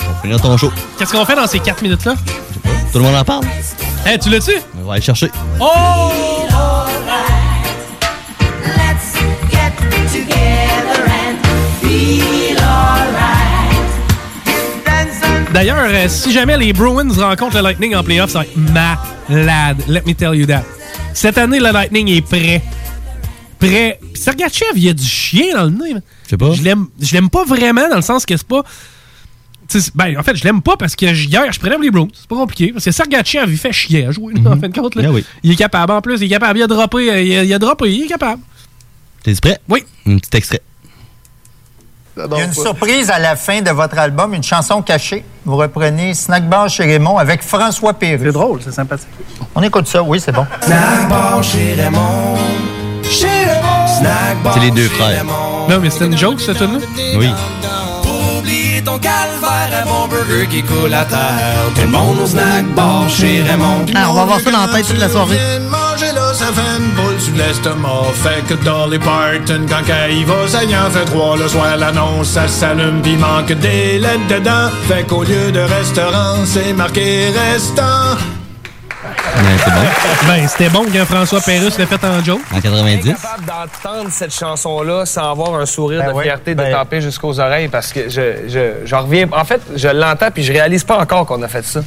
Speaker 10: On va finir ton show.
Speaker 6: Qu'est-ce qu'on fait dans ces 4 minutes-là?
Speaker 10: Tout le monde en parle.
Speaker 6: Eh, tu l'as-tu?
Speaker 10: On va aller chercher.
Speaker 6: Oh!
Speaker 8: Let's get together and feel alright.
Speaker 6: D'ailleurs, euh, si jamais les Bruins rencontrent le Lightning en playoff, ça va être malade. Let me tell you that. Cette année, le Lightning est prêt. Prêt. Puis Sergachev, il y a du chien dans le nez. man.
Speaker 10: Je sais pas.
Speaker 6: Je l'aime- je l'aime pas vraiment dans le sens que c'est pas. tu sais, c'est- Ben, en fait, je l'aime pas parce que hier, je prénomme les Bruins. C'est pas compliqué. Parce que Sergachev, il fait chier à jouer, là, en fin de compte. là.
Speaker 10: Ah oui.
Speaker 6: Il est capable. En plus, il est capable. Il a droppé. euh, Il a, il a droppé. Il est capable.
Speaker 10: T'es prêt?
Speaker 6: Oui.
Speaker 10: Un petit extrait.
Speaker 18: Il y a une surprise à la fin de votre album, une chanson cachée. Vous reprenez Snack Bar chez Raymond avec François Pérus. C'est drôle, c'est sympathique. On écoute ça, oui, c'est bon.
Speaker 8: Snack bar chez Raymond. Chez Raymond. Snack bar.
Speaker 10: C'est les deux frères.
Speaker 6: Non, mais c'était une joke, cette tune-là?
Speaker 10: Oui.
Speaker 8: Oubliez ton calvaire à mon burger qui coule à terre. Tout le monde au snack bar chez Raymond.
Speaker 18: Ah, on va avoir ça dans la tête toute la soirée.
Speaker 8: Manger là, ça fait une boule sur l'estomac. Fait que Dolly Parton, quand qu'elle y va, ça y en fait trois. Le soir, l'annonce, ça s'allume, pis manque des lettres dedans. Fait qu'au lieu de restaurant, c'est marqué restant.
Speaker 10: c'est bon.
Speaker 6: Ben, c'était bon que François Pérus l'a fait en joke.
Speaker 10: En 90.
Speaker 34: capable d'entendre cette chanson-là sans avoir un sourire de fierté de taper jusqu'aux oreilles parce que je, je, j'en reviens. En fait, je l'entends puis je réalise pas encore qu'on a fait ça.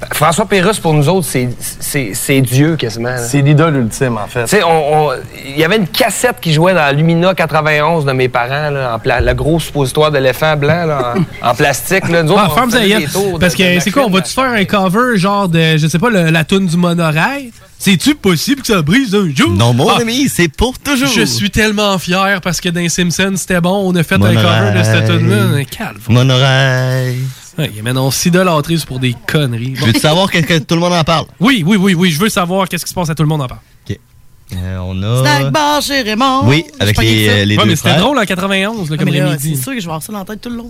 Speaker 34: Ben, François Pérusse, pour nous autres, c'est, c'est, c'est Dieu quasiment.
Speaker 9: C'est l'idole ultime, en fait.
Speaker 34: Tu sais, on- on- il y avait une cassette qui jouait dans Lumina 91 de mes parents, là, en pla- le gros suppositoire d'éléphant blanc là, en, en plastique. Là. Nous autres,
Speaker 6: Ah,
Speaker 34: on
Speaker 6: ferme ta
Speaker 34: faisait
Speaker 6: gueule.
Speaker 34: des tours de-
Speaker 6: Parce
Speaker 34: de
Speaker 6: que c'est quoi, on va-tu faire un cover genre de, je sais pas, le- la toune du monorail? C'est-tu possible que ça brise un jour? Ah.
Speaker 10: Non, mon ami, c'est pour toujours.
Speaker 6: Je suis tellement fier parce que dans Simpson, c'était bon, on a fait un cover de cette toune-là. Calme.
Speaker 10: Mon oreille.
Speaker 6: Ouais, mais non, s'idolâtrise pour des conneries.
Speaker 10: Veux-tu savoir qu'est-ce que tout le monde en parle?
Speaker 6: Oui, oui, oui, oui, je veux savoir qu'est-ce qui se passe à tout le monde en parle.
Speaker 10: Euh, on a.
Speaker 12: Snack bar chez Raymond.
Speaker 10: Oui, avec
Speaker 12: Je pognais
Speaker 10: les,
Speaker 12: ça.
Speaker 10: euh, les
Speaker 6: Ouais,
Speaker 10: deux
Speaker 6: mais c'était
Speaker 10: frères.
Speaker 6: drôle en 91, là,
Speaker 12: Ah,
Speaker 6: comme
Speaker 12: mais là,
Speaker 6: Rémi
Speaker 12: C'est
Speaker 6: dit. Ah.
Speaker 12: sûr que je vais avoir ça dans la tête tout le long.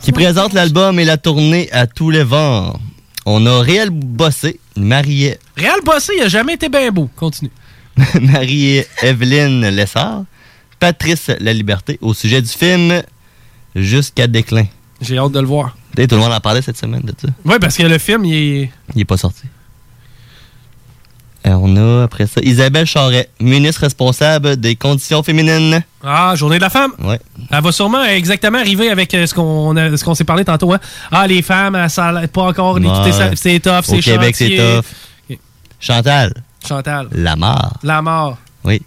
Speaker 10: qui présente l'album et la tournée à tous les vents. On a Réal Bossé, marié
Speaker 6: Réal Bossé, il a jamais été bien beau. Continue.
Speaker 10: Marie-Evelyne Lessard, Patrice La Liberté, au sujet du film Jusqu'à déclin.
Speaker 6: J'ai hâte de le voir.
Speaker 10: T'sais, Tout le monde en parlait cette semaine de ça.
Speaker 6: Ouais, parce que le film, il est.
Speaker 10: Il n'est pas sorti. Euh, on a après ça Isabelle Charret, ministre responsable des conditions féminines.
Speaker 6: Ah, journée de la femme.
Speaker 10: Ouais.
Speaker 6: Elle va sûrement exactement arriver avec euh, ce qu'on a- ce qu'on s'est parlé tantôt. hein. Ah, les femmes, elles, ça l'aide pas encore. l'équité,
Speaker 10: Ouais.
Speaker 6: ça- c'est tough,
Speaker 10: Au
Speaker 6: c'est
Speaker 10: Québec, c'est
Speaker 6: chantier.
Speaker 10: tough. Chantal,
Speaker 6: Chantal.
Speaker 10: la mort.
Speaker 6: La mort.
Speaker 10: Oui.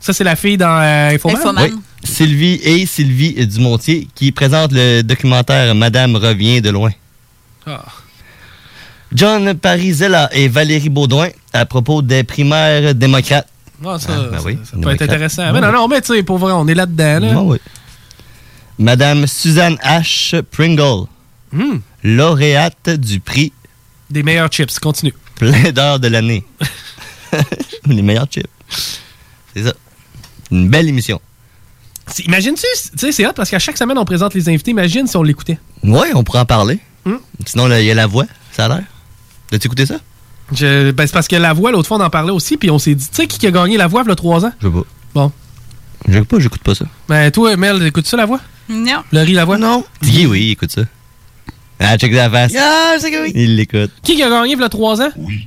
Speaker 6: Ça, c'est la fille dans euh, Infoman.
Speaker 10: Oui. Sylvie et Sylvie Dumontier qui présentent le documentaire Madame revient de loin.
Speaker 6: Ah.
Speaker 10: John Parizella et Valérie Baudouin à propos des primaires démocrates.
Speaker 6: Ah, ça,
Speaker 10: Ah, ben oui,
Speaker 6: ça peut être
Speaker 10: démocrate.
Speaker 6: intéressant.
Speaker 10: Ouais,
Speaker 6: mais non,
Speaker 10: ouais.
Speaker 6: non, mais tu sais, pour vrai, on est là-dedans. Là.
Speaker 10: Ah oui. Madame Suzanne H. Pringle,
Speaker 6: Hmm.
Speaker 10: lauréate du prix
Speaker 6: Des meilleurs chips, continue.
Speaker 10: plaideur de l'année. Les meilleurs chips. C'est ça. Une belle émission.
Speaker 6: C'est- Imagine-tu, c- tu sais, c'est hot parce qu'à chaque semaine, on présente les invités. Imagine si on l'écoutait.
Speaker 10: Ouais, on pourrait en parler.
Speaker 6: Hmm.
Speaker 10: Sinon, là, il y a la voix, ça a l'air. T'as-tu écouté ça?
Speaker 6: Je- ben, c'est parce que la voix, l'autre fois, on en parlait aussi, puis on s'est dit, tu sais, qui a gagné la voix, il y a trois ans?
Speaker 10: Je sais pas.
Speaker 6: Bon.
Speaker 10: Je sais pas, j'écoute pas ça.
Speaker 6: Ben, toi, Mel, écoutes-tu la voix?
Speaker 11: Non.
Speaker 6: Laurie, la voix?
Speaker 10: Non. Guy, oui, il écoute ça. Ah, check la face.
Speaker 6: Ah, c'est que oui.
Speaker 10: Il l'écoute.
Speaker 6: Qui qui a gagné il y a 3 ans? Oui.